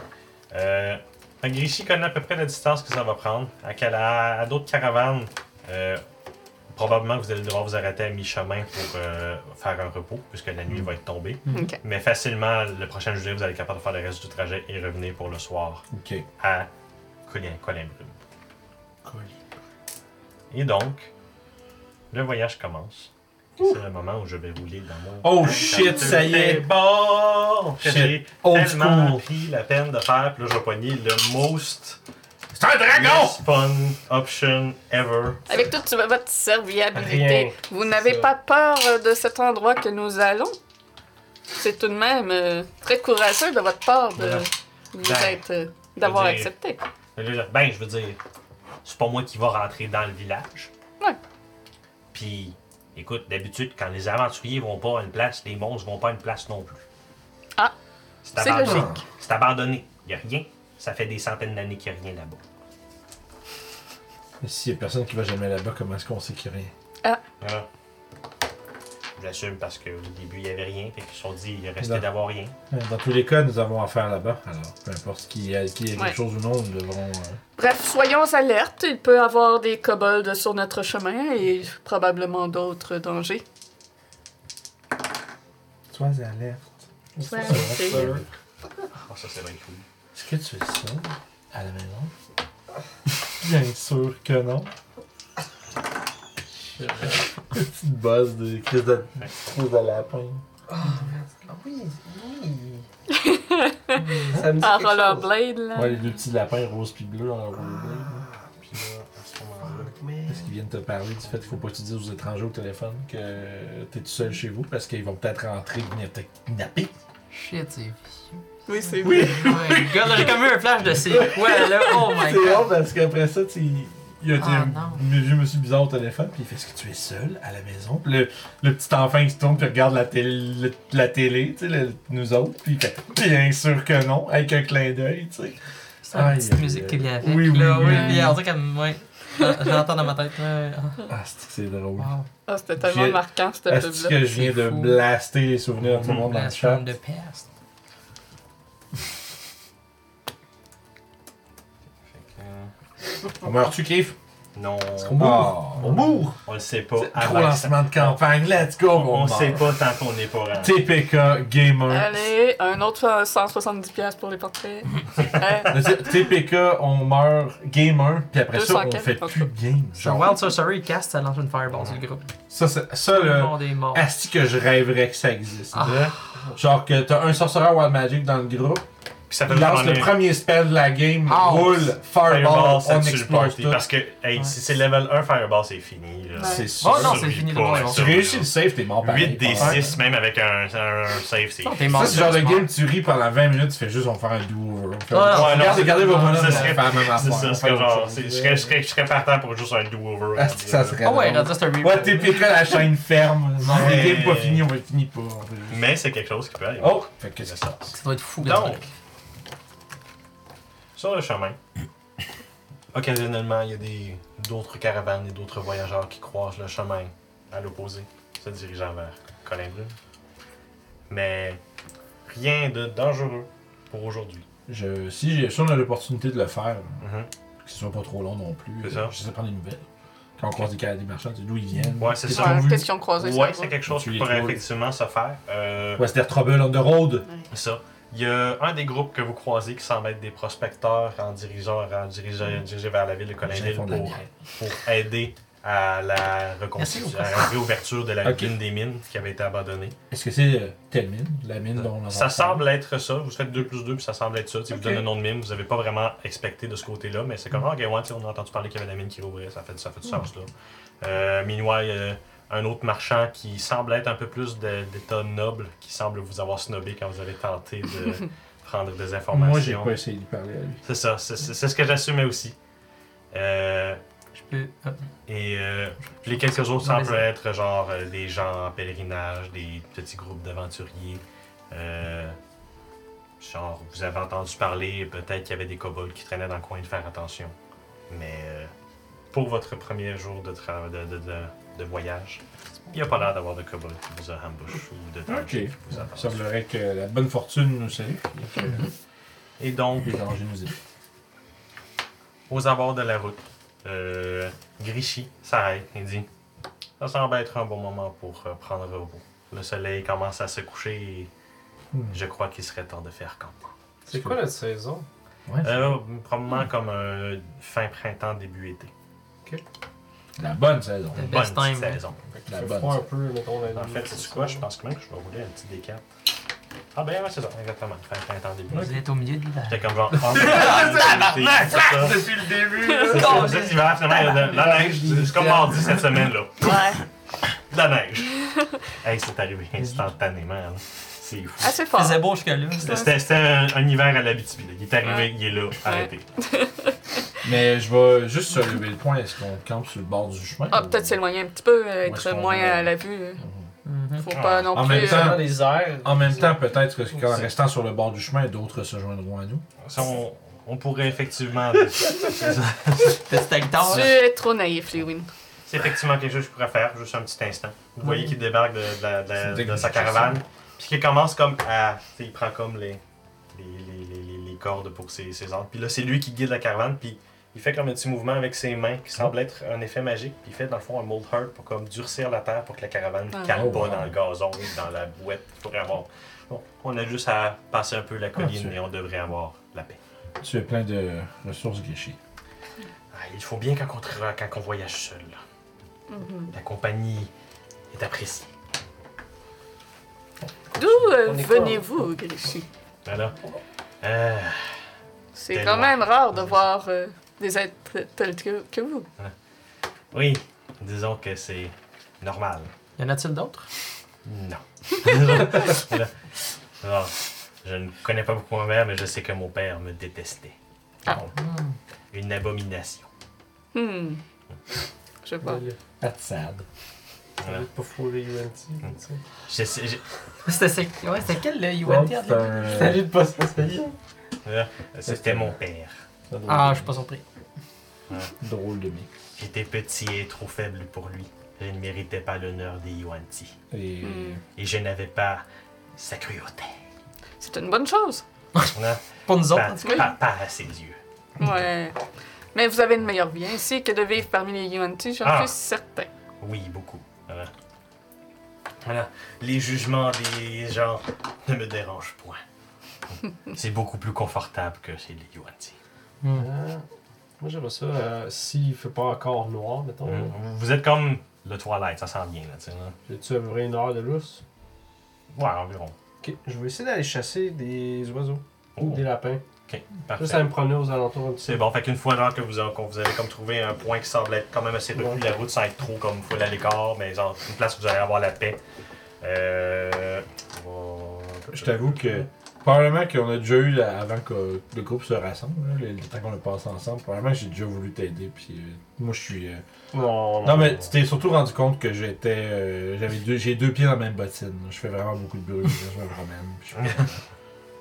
[SPEAKER 2] Euh, fait que Grishy connaît à peu près la distance que ça va prendre. À, quel- à- à d'autres caravanes, euh, probablement que vous allez devoir vous arrêter à mi-chemin pour euh, faire un repos, puisque la nuit va être tombée.
[SPEAKER 3] Ok.
[SPEAKER 2] Mais facilement, le prochain jour, vous allez être capable de faire le reste du trajet et revenir pour le soir
[SPEAKER 1] Ok.
[SPEAKER 2] à Colin, Et donc, le voyage commence. Et C'est le moment où je vais rouler dans mon.
[SPEAKER 1] Oh shit, ça y est.
[SPEAKER 2] C'est bon! que
[SPEAKER 1] Shit.
[SPEAKER 2] Oh, J'ai
[SPEAKER 1] Old
[SPEAKER 2] tellement
[SPEAKER 1] school.
[SPEAKER 2] pris la peine de faire, puis là, je vais pogner le most
[SPEAKER 1] C'est un
[SPEAKER 3] Ah
[SPEAKER 1] dragon!
[SPEAKER 2] least fun option ever.
[SPEAKER 3] Avec toute votre serviabilité,
[SPEAKER 6] Rien.
[SPEAKER 3] vous n'avez
[SPEAKER 6] ça.
[SPEAKER 3] pas peur de cet endroit que nous allons? C'est tout de même euh, très courageux de votre part de
[SPEAKER 2] Voilà.
[SPEAKER 3] vous
[SPEAKER 2] Ben,
[SPEAKER 3] être, euh, d'avoir
[SPEAKER 2] je veux dire-
[SPEAKER 3] accepté.
[SPEAKER 2] Fait que là, Ben, je veux dire, c'est pas moi qui va rentrer dans le village.
[SPEAKER 3] Ouais.
[SPEAKER 2] Puis, écoute, d'habitude, quand les aventuriers vont pas à une place, les monstres vont pas à une place non plus.
[SPEAKER 3] Ah.
[SPEAKER 2] C'est
[SPEAKER 3] C'est
[SPEAKER 2] abandonné.
[SPEAKER 3] logique.
[SPEAKER 2] C'est abandonné. Y a rien. Ça fait des centaines d'années qu'il y a rien là-bas.
[SPEAKER 1] Mais s'il y a personne qui va jamais là-bas, comment est-ce qu'on sait qu'il y a rien? Ah.
[SPEAKER 2] Voilà. J'assume parce qu'au début, il y avait rien. Fait qu'ils se sont dit, il restait
[SPEAKER 1] Non.
[SPEAKER 2] d'avoir rien.
[SPEAKER 1] Dans tous les cas, nous avons affaire là-bas. Alors, peu importe qu'il y ait qu'il y ait quelque
[SPEAKER 3] Ouais.
[SPEAKER 1] chose ou non, nous devrons. euh,
[SPEAKER 3] Bref, soyons alertes. Il peut y avoir des kobolds sur notre chemin et probablement d'autres dangers.
[SPEAKER 1] Sois alerte.
[SPEAKER 3] Sois
[SPEAKER 1] C'est
[SPEAKER 3] alerte.
[SPEAKER 1] vrai.
[SPEAKER 2] Ah, ça, c'est bien cool.
[SPEAKER 1] Est-ce que tu es sûr à la maison? Bien sûr que non. Petite bosse de crise de, crise de lapin.
[SPEAKER 7] Ah oui, oui. Ça me dit
[SPEAKER 3] En
[SPEAKER 7] quelque chose.
[SPEAKER 3] Ah, rollerblade, là.
[SPEAKER 1] Ouais, les deux petits lapins rose puis bleu en rollerblade.
[SPEAKER 2] Puis là, à ce moment-là.
[SPEAKER 1] Est-ce qu'ils viennent te parler du fait qu'il faut pas que tu dises aux étrangers au téléphone que t'es tout seul chez vous parce qu'ils vont peut-être rentrer et venir te kidnapper?
[SPEAKER 4] Shit, c'est.
[SPEAKER 3] Oui, c'est
[SPEAKER 1] Oui.
[SPEAKER 4] Ouais, God, j'ai comme eu un flash
[SPEAKER 1] [LAUGHS]
[SPEAKER 4] de c'est quoi là? Oh my
[SPEAKER 1] C'est
[SPEAKER 4] god!
[SPEAKER 1] bon parce qu'après ça, tu il y a
[SPEAKER 4] Ah,
[SPEAKER 1] un
[SPEAKER 4] non.
[SPEAKER 1] vieux monsieur bizarre au téléphone, puis il fait Est-ce que tu es seul à la maison Puis le, le petit enfant qui se tourne, puis regarde la télé, le- la télé tu sais, le- nous autres, puis il fait Bien sûr que non, avec un clin d'œil, tu
[SPEAKER 4] [LAUGHS]
[SPEAKER 1] sais.
[SPEAKER 4] C'est la
[SPEAKER 1] Aïe,
[SPEAKER 4] petite
[SPEAKER 1] aïe,
[SPEAKER 4] musique
[SPEAKER 1] aïe.
[SPEAKER 4] qui vient avec.
[SPEAKER 1] Oui, oui,
[SPEAKER 4] là,
[SPEAKER 1] oui,
[SPEAKER 4] oui.
[SPEAKER 1] oui.
[SPEAKER 4] puis on dirait qu'elle. Ouais. Je l'entends dans ma tête.
[SPEAKER 1] [LAUGHS]
[SPEAKER 4] ouais, ah,
[SPEAKER 1] Ah, c'est que c'est drôle.
[SPEAKER 4] wow.
[SPEAKER 3] Ah, c'était tellement
[SPEAKER 1] J'ai-
[SPEAKER 3] marquant, cette
[SPEAKER 1] Est-ce
[SPEAKER 3] pub-là.
[SPEAKER 1] que je viens
[SPEAKER 4] C'est
[SPEAKER 1] de
[SPEAKER 4] fou. Mmh,
[SPEAKER 1] blaster les souvenirs de tout le monde dans le
[SPEAKER 4] La
[SPEAKER 1] chat
[SPEAKER 4] chambre de peste.
[SPEAKER 2] Fait que, euh,
[SPEAKER 1] On meurt-tu, Keith
[SPEAKER 2] Non,
[SPEAKER 1] On mourre. On mourre.
[SPEAKER 2] on le sait pas.
[SPEAKER 1] Gros
[SPEAKER 2] avant que ça-
[SPEAKER 1] lancement de campagne. Let's go.
[SPEAKER 2] On
[SPEAKER 1] meurt.
[SPEAKER 2] sait pas tant qu'on n'est pas rendu.
[SPEAKER 1] TPK Gamer.
[SPEAKER 3] Allez, un autre euh, 170$ piastres pour
[SPEAKER 1] [LAUGHS]
[SPEAKER 3] les portraits. Euh,
[SPEAKER 1] Mais c'est- TPK, on meurt gamer, puis après ça,
[SPEAKER 3] 204,
[SPEAKER 1] on fait
[SPEAKER 3] je pense
[SPEAKER 1] plus de game.
[SPEAKER 4] Sur
[SPEAKER 1] Genre,
[SPEAKER 4] Wild Sorcery, il casse, ça lance une fireball sur le groupe.
[SPEAKER 1] ça, c'est- ça, Ah,
[SPEAKER 4] Tout le
[SPEAKER 1] le.
[SPEAKER 4] monde est mort.
[SPEAKER 1] Asti que je rêverais que ça existe.
[SPEAKER 4] Ah.
[SPEAKER 1] Genre que t'as un sorcerer Wild Magic dans le groupe,
[SPEAKER 2] Puis ça fait
[SPEAKER 1] il lance
[SPEAKER 2] vraiment
[SPEAKER 1] le
[SPEAKER 2] bien.
[SPEAKER 1] premier spell de la game,
[SPEAKER 4] Ah.
[SPEAKER 1] roule,
[SPEAKER 2] Fireball,
[SPEAKER 1] fireball,
[SPEAKER 2] ça
[SPEAKER 1] on
[SPEAKER 2] tue le
[SPEAKER 1] explose
[SPEAKER 2] party.
[SPEAKER 1] tout.
[SPEAKER 2] Parce que, hey,
[SPEAKER 4] Ouais.
[SPEAKER 2] si c'est level 1 Fireball, c'est fini. là.
[SPEAKER 3] Ouais.
[SPEAKER 1] C'est
[SPEAKER 4] Oh
[SPEAKER 1] sûr.
[SPEAKER 4] non,
[SPEAKER 2] Sur
[SPEAKER 4] c'est
[SPEAKER 2] lui,
[SPEAKER 4] fini de
[SPEAKER 2] pas,
[SPEAKER 4] voir.
[SPEAKER 2] ouais,
[SPEAKER 1] tu
[SPEAKER 2] sur-
[SPEAKER 1] réussis le save, t'es mort pareil.
[SPEAKER 2] 8 des
[SPEAKER 1] Ouais.
[SPEAKER 2] 6, même avec un, un, un save, c'est.
[SPEAKER 4] Non, t'es
[SPEAKER 1] Ça,
[SPEAKER 4] mort.
[SPEAKER 1] c'est le genre de
[SPEAKER 4] t'es
[SPEAKER 1] game, tu ris pendant 20 minutes, tu fais juste on va faire un do-over. On fait-
[SPEAKER 4] Ouais, non,
[SPEAKER 1] Regarde,
[SPEAKER 2] c'est-
[SPEAKER 1] regardez vos bonhommes,
[SPEAKER 2] ça
[SPEAKER 1] on
[SPEAKER 2] serait-
[SPEAKER 1] fait la même
[SPEAKER 2] C'est
[SPEAKER 1] affaire,
[SPEAKER 2] [LAUGHS] ça,
[SPEAKER 1] on
[SPEAKER 2] c'est
[SPEAKER 1] fait
[SPEAKER 2] que
[SPEAKER 1] autre
[SPEAKER 2] genre,
[SPEAKER 1] chose.
[SPEAKER 2] c'est- je serais- je serais je serais partant pour juste un do-over.
[SPEAKER 1] Asti que ça serait.
[SPEAKER 4] Ah ouais,
[SPEAKER 1] drôle.
[SPEAKER 4] rendu, c'est un replay.
[SPEAKER 1] Ouais, TPK, la chaîne ferme. Non,
[SPEAKER 2] Ouais.
[SPEAKER 1] les games pas fini, on va finir pas. on fait juste-
[SPEAKER 2] Mais c'est quelque chose qui peut aller.
[SPEAKER 1] Oh! Fait que
[SPEAKER 2] Ça
[SPEAKER 1] c'est
[SPEAKER 2] sort.
[SPEAKER 4] Ça doit être fou. le
[SPEAKER 2] Donc,
[SPEAKER 4] truc.
[SPEAKER 2] sur le chemin, [CLEARS THROAT] occasionnellement, il y a des- d'autres caravanes et d'autres voyageurs qui croisent le chemin à l'opposé, se dirigeant vers Colin-Brune. Mais rien de dangereux pour aujourd'hui.
[SPEAKER 1] Je, si, j'ai- si on a l'opportunité de le faire,
[SPEAKER 2] Mhm.
[SPEAKER 1] que ce soit pas trop long non plus,
[SPEAKER 2] C'est ça.
[SPEAKER 1] je sais prendre des nouvelles. Quand on croise des, ca- des marchands, tu sais d'où ils viennent.
[SPEAKER 2] Ouais, c'est
[SPEAKER 1] Qu'est-ce
[SPEAKER 2] ça.
[SPEAKER 1] qu'ils ont
[SPEAKER 3] ouais,
[SPEAKER 1] vu?
[SPEAKER 3] question croisée,
[SPEAKER 2] Ouais,
[SPEAKER 3] ça
[SPEAKER 2] c'est quelque chose
[SPEAKER 1] Tu
[SPEAKER 2] qui
[SPEAKER 1] les
[SPEAKER 2] pourrait
[SPEAKER 1] trouves.
[SPEAKER 2] effectivement se faire. Euh,
[SPEAKER 1] Ouais, c'était Trouble on the Road.
[SPEAKER 2] Ça. Il y a un des groupes que vous croisez qui semble être des prospecteurs en dirigeant, en dirigeant,
[SPEAKER 1] Mm.
[SPEAKER 2] dirigés vers la ville de
[SPEAKER 1] Ils
[SPEAKER 2] Colinville
[SPEAKER 1] font de la
[SPEAKER 2] pour,
[SPEAKER 1] bière.
[SPEAKER 2] pour aider à la reconstitution,
[SPEAKER 4] Merci
[SPEAKER 2] à la réouverture de la
[SPEAKER 1] Ok.
[SPEAKER 2] mine des mines qui avait été abandonnée.
[SPEAKER 1] Est-ce que c'est euh, telle mine, la mine dont on a
[SPEAKER 2] Ça
[SPEAKER 1] parlé?
[SPEAKER 2] semble être ça. Vous faites 2 plus 2, puis ça semble être ça.
[SPEAKER 1] Ok.
[SPEAKER 2] Si
[SPEAKER 1] Mm.
[SPEAKER 2] vous donnez un nom de mine, vous n'avez pas vraiment expecté de ce côté-là, mais c'est comme, ah, ok, ouais, tu sais, on a entendu parler qu'il y avait la mine qui rouvrait, ça fait, ça fait du sens, là. Euh, meanwhile, il y a un autre marchand qui semble être un peu plus de- d'état noble, qui semble vous avoir snobé quand vous avez
[SPEAKER 1] [LAUGHS]
[SPEAKER 2] tenté de prendre des informations.
[SPEAKER 1] Moi, j'ai pas essayé de lui parler à lui.
[SPEAKER 2] C'est ça, c'est c'est- c'est ce que j'assumais aussi. Euh,
[SPEAKER 4] Je peux. oh, hop.
[SPEAKER 2] et euh, les quelques autres
[SPEAKER 4] Non,
[SPEAKER 2] semblent
[SPEAKER 4] vas-y.
[SPEAKER 2] être genre euh, des gens en pèlerinage, des petits groupes d'aventuriers. Euh, genre, vous avez entendu parler, peut-être qu'il y avait des kobolds qui traînaient dans le coin de faire attention. Mais euh, pour votre premier jour de, tra- de, de, de- de voyage, il n'y a pas l'air d'avoir de kobolds qui vous a ambush ou de danger
[SPEAKER 1] Ok.
[SPEAKER 2] qui vous attend.
[SPEAKER 1] Il semblerait que la bonne fortune nous
[SPEAKER 2] [LAUGHS]
[SPEAKER 1] salue et que
[SPEAKER 2] Et donc,
[SPEAKER 1] les dangers nous évitent.
[SPEAKER 2] aux abords de la route. Euh, Grichy s'arrête et dit Ça semble être un bon moment pour euh, prendre repos. Le soleil commence à se coucher et
[SPEAKER 1] Hmm.
[SPEAKER 2] je crois qu'il serait temps de faire campement.
[SPEAKER 6] C'est quoi notre saison?
[SPEAKER 1] Ouais, c'est
[SPEAKER 2] Euh, probablement comme euh, fin printemps, début été.
[SPEAKER 1] la bonne saison.
[SPEAKER 4] The
[SPEAKER 2] Bonne
[SPEAKER 4] best
[SPEAKER 2] petite
[SPEAKER 4] time.
[SPEAKER 2] saison.
[SPEAKER 6] Fait qu'il
[SPEAKER 1] La
[SPEAKER 6] fait
[SPEAKER 1] bonne
[SPEAKER 6] froid un peu, mettons, la
[SPEAKER 2] En fait, c'est quoi Je pense que même que je vais rouler un petit D4. Ah, ben ouais, c'est ça, exactement. Fin printemps, début
[SPEAKER 4] Vous
[SPEAKER 2] été.
[SPEAKER 4] êtes au milieu de l'hiver.
[SPEAKER 2] J'étais comme genre. Ah, mais c'est l'été, c'est ça.
[SPEAKER 1] Depuis le début,
[SPEAKER 2] C'est ça, c'est l'hiver, finalement, il y a de la neige. C'est comme mardi cette semaine-là.
[SPEAKER 3] Ouais,
[SPEAKER 2] De la neige. [LAUGHS] hey, c'est arrivé instantanément. là. C'est fou.
[SPEAKER 3] assez
[SPEAKER 4] Il
[SPEAKER 3] fort.
[SPEAKER 4] faisait beau jusque-là.
[SPEAKER 2] C'était c'était un, un hiver à l'habitude. Il est arrivé,
[SPEAKER 3] Ouais.
[SPEAKER 2] il est là, arrêtez.
[SPEAKER 1] Mais je vais juste lever le point. Est-ce qu'on campe sur le bord du chemin?
[SPEAKER 3] Ah,
[SPEAKER 1] ou-
[SPEAKER 3] peut-être s'éloigner un petit peu, euh,
[SPEAKER 1] Où est-ce
[SPEAKER 3] être
[SPEAKER 1] qu'on
[SPEAKER 3] moins
[SPEAKER 1] va?
[SPEAKER 3] à la vue. euh.
[SPEAKER 4] Mhm.
[SPEAKER 3] Faut pas non
[SPEAKER 1] En
[SPEAKER 3] plus.
[SPEAKER 1] même temps-
[SPEAKER 2] Ah.
[SPEAKER 3] euh,
[SPEAKER 7] les airs.
[SPEAKER 1] En même temps, peut-être que- qu'en restant sur le bord du chemin, d'autres se joindront à nous.
[SPEAKER 2] Ça, on, on pourrait [LAUGHS] effectivement.
[SPEAKER 4] T'es avec tard.
[SPEAKER 3] Tu es trop naïf, Lewin.
[SPEAKER 2] C'est effectivement quelque chose que je pourrais faire, juste un petit instant. Vous voyez qu'il débarque de, de la- de la-
[SPEAKER 1] C'est dégueu,
[SPEAKER 2] de sa
[SPEAKER 1] c'est
[SPEAKER 2] caravane, puis qu'il commence comme à. tu sais, Il prend comme les, les, les, les- les- les cordes pour ses, ses ordres. Puis là, c'est lui qui guide la caravane, puis il fait comme un petit mouvement avec ses mains qui
[SPEAKER 1] Oh.
[SPEAKER 2] semble être un effet magique, puis il fait dans le fond un mold heart pour comme durcir la terre pour que la caravane
[SPEAKER 3] Ah.
[SPEAKER 2] ne calme
[SPEAKER 1] Oh,
[SPEAKER 2] pas
[SPEAKER 1] wow.
[SPEAKER 2] dans le gazon ou dans la bouette pour avoir. Bon, on a juste à passer un peu la colline
[SPEAKER 1] tu-
[SPEAKER 2] et on devrait avoir la paix.
[SPEAKER 1] Tu es plein de ressources gâchées.
[SPEAKER 2] Ah, il faut bien quand on, tra- quand on voyage seul.
[SPEAKER 3] Mhm.
[SPEAKER 2] La compagnie est appréciée.
[SPEAKER 3] D'où euh,
[SPEAKER 7] On est quoi?
[SPEAKER 3] venez-vous, Grichy?
[SPEAKER 2] Voilà. Euh,
[SPEAKER 3] C'est
[SPEAKER 2] Tellement.
[SPEAKER 3] quand même rare de voir euh, des êtres tels que, que vous.
[SPEAKER 2] oui, disons que c'est normal.
[SPEAKER 4] Y en a-t-il d'autres?
[SPEAKER 2] Non. Alors, je ne connais pas beaucoup ma mère, mais je sais que mon père me détestait.
[SPEAKER 3] Ah.
[SPEAKER 2] Donc, une abomination.
[SPEAKER 3] Hmm. Je sais pas.
[SPEAKER 6] Il
[SPEAKER 1] Pas de sad.
[SPEAKER 2] Voilà.
[SPEAKER 6] pas fourré UNT, tu
[SPEAKER 2] Je
[SPEAKER 6] sais.
[SPEAKER 2] sais- je-
[SPEAKER 4] C'était c'est- ouais, c'était quel, le
[SPEAKER 1] Donc,
[SPEAKER 4] UNT?
[SPEAKER 1] c'est un-
[SPEAKER 7] Salut de pas se passer.
[SPEAKER 2] voilà, C'était mon père.
[SPEAKER 4] Ah, je suis pas surpris.
[SPEAKER 1] Drôle de mix.
[SPEAKER 2] J'étais petit et trop faible pour lui. Je ne méritais pas l'honneur des Yuan-Ti.
[SPEAKER 1] Et euh,
[SPEAKER 3] Hmm.
[SPEAKER 2] Et je n'avais pas sa cruauté.
[SPEAKER 3] C'est une bonne chose.
[SPEAKER 2] Voilà.
[SPEAKER 4] Pour nous autres,
[SPEAKER 2] Pas,
[SPEAKER 4] en tout
[SPEAKER 3] cas.
[SPEAKER 2] pas- pas à ses yeux.
[SPEAKER 3] Ouais. Mais vous avez une meilleure vie ainsi que de vivre parmi les Yuan-Ti, j'en
[SPEAKER 2] Ah.
[SPEAKER 3] suis certain.
[SPEAKER 2] Oui, beaucoup. Voilà. Voilà. Les jugements des gens ne me dérangent point.
[SPEAKER 4] [LAUGHS]
[SPEAKER 2] C'est beaucoup plus confortable que chez les Yuan-Ti.
[SPEAKER 6] Euh, moi, j'aimerais ça, euh, s'il fait pas encore noir, mettons.
[SPEAKER 4] Mm.
[SPEAKER 2] Hein?
[SPEAKER 6] là.
[SPEAKER 2] Vous- Vous êtes comme le Twilight, ça sent bien, là, tu sais. là.
[SPEAKER 6] J'ai-tu à peu près une heure de lousse?
[SPEAKER 2] Ouais, environ.
[SPEAKER 6] Ok, je vais essayer d'aller chasser des oiseaux ou
[SPEAKER 2] Oh.
[SPEAKER 4] Mm.
[SPEAKER 6] des lapins.
[SPEAKER 2] Ok,
[SPEAKER 6] Juste
[SPEAKER 2] parfait.
[SPEAKER 6] à me promener aux alentours un petit
[SPEAKER 2] C'est bon, fait qu'une fois genre que vous, en- qu'on vous avez comme trouvé un point qui semble être quand même assez reculé de la route sans être trop comme full à l'écart, mais genre une place où vous allez avoir la paix. Euh. on va-
[SPEAKER 1] Je t'avoue que probablement qu'on a déjà eu la- avant que le groupe se rassemble, là, le, le temps qu'on a passé ensemble, probablement que j'ai déjà voulu t'aider puis euh, moi je suis euh,
[SPEAKER 6] peu. Non, non,
[SPEAKER 1] Non mais tu t'es surtout rendu compte que j'étais euh, j'avais deux j'ai deux pieds dans la même bottine. là. Je fais vraiment beaucoup de bruit, là, je me promène, puis je suis pas-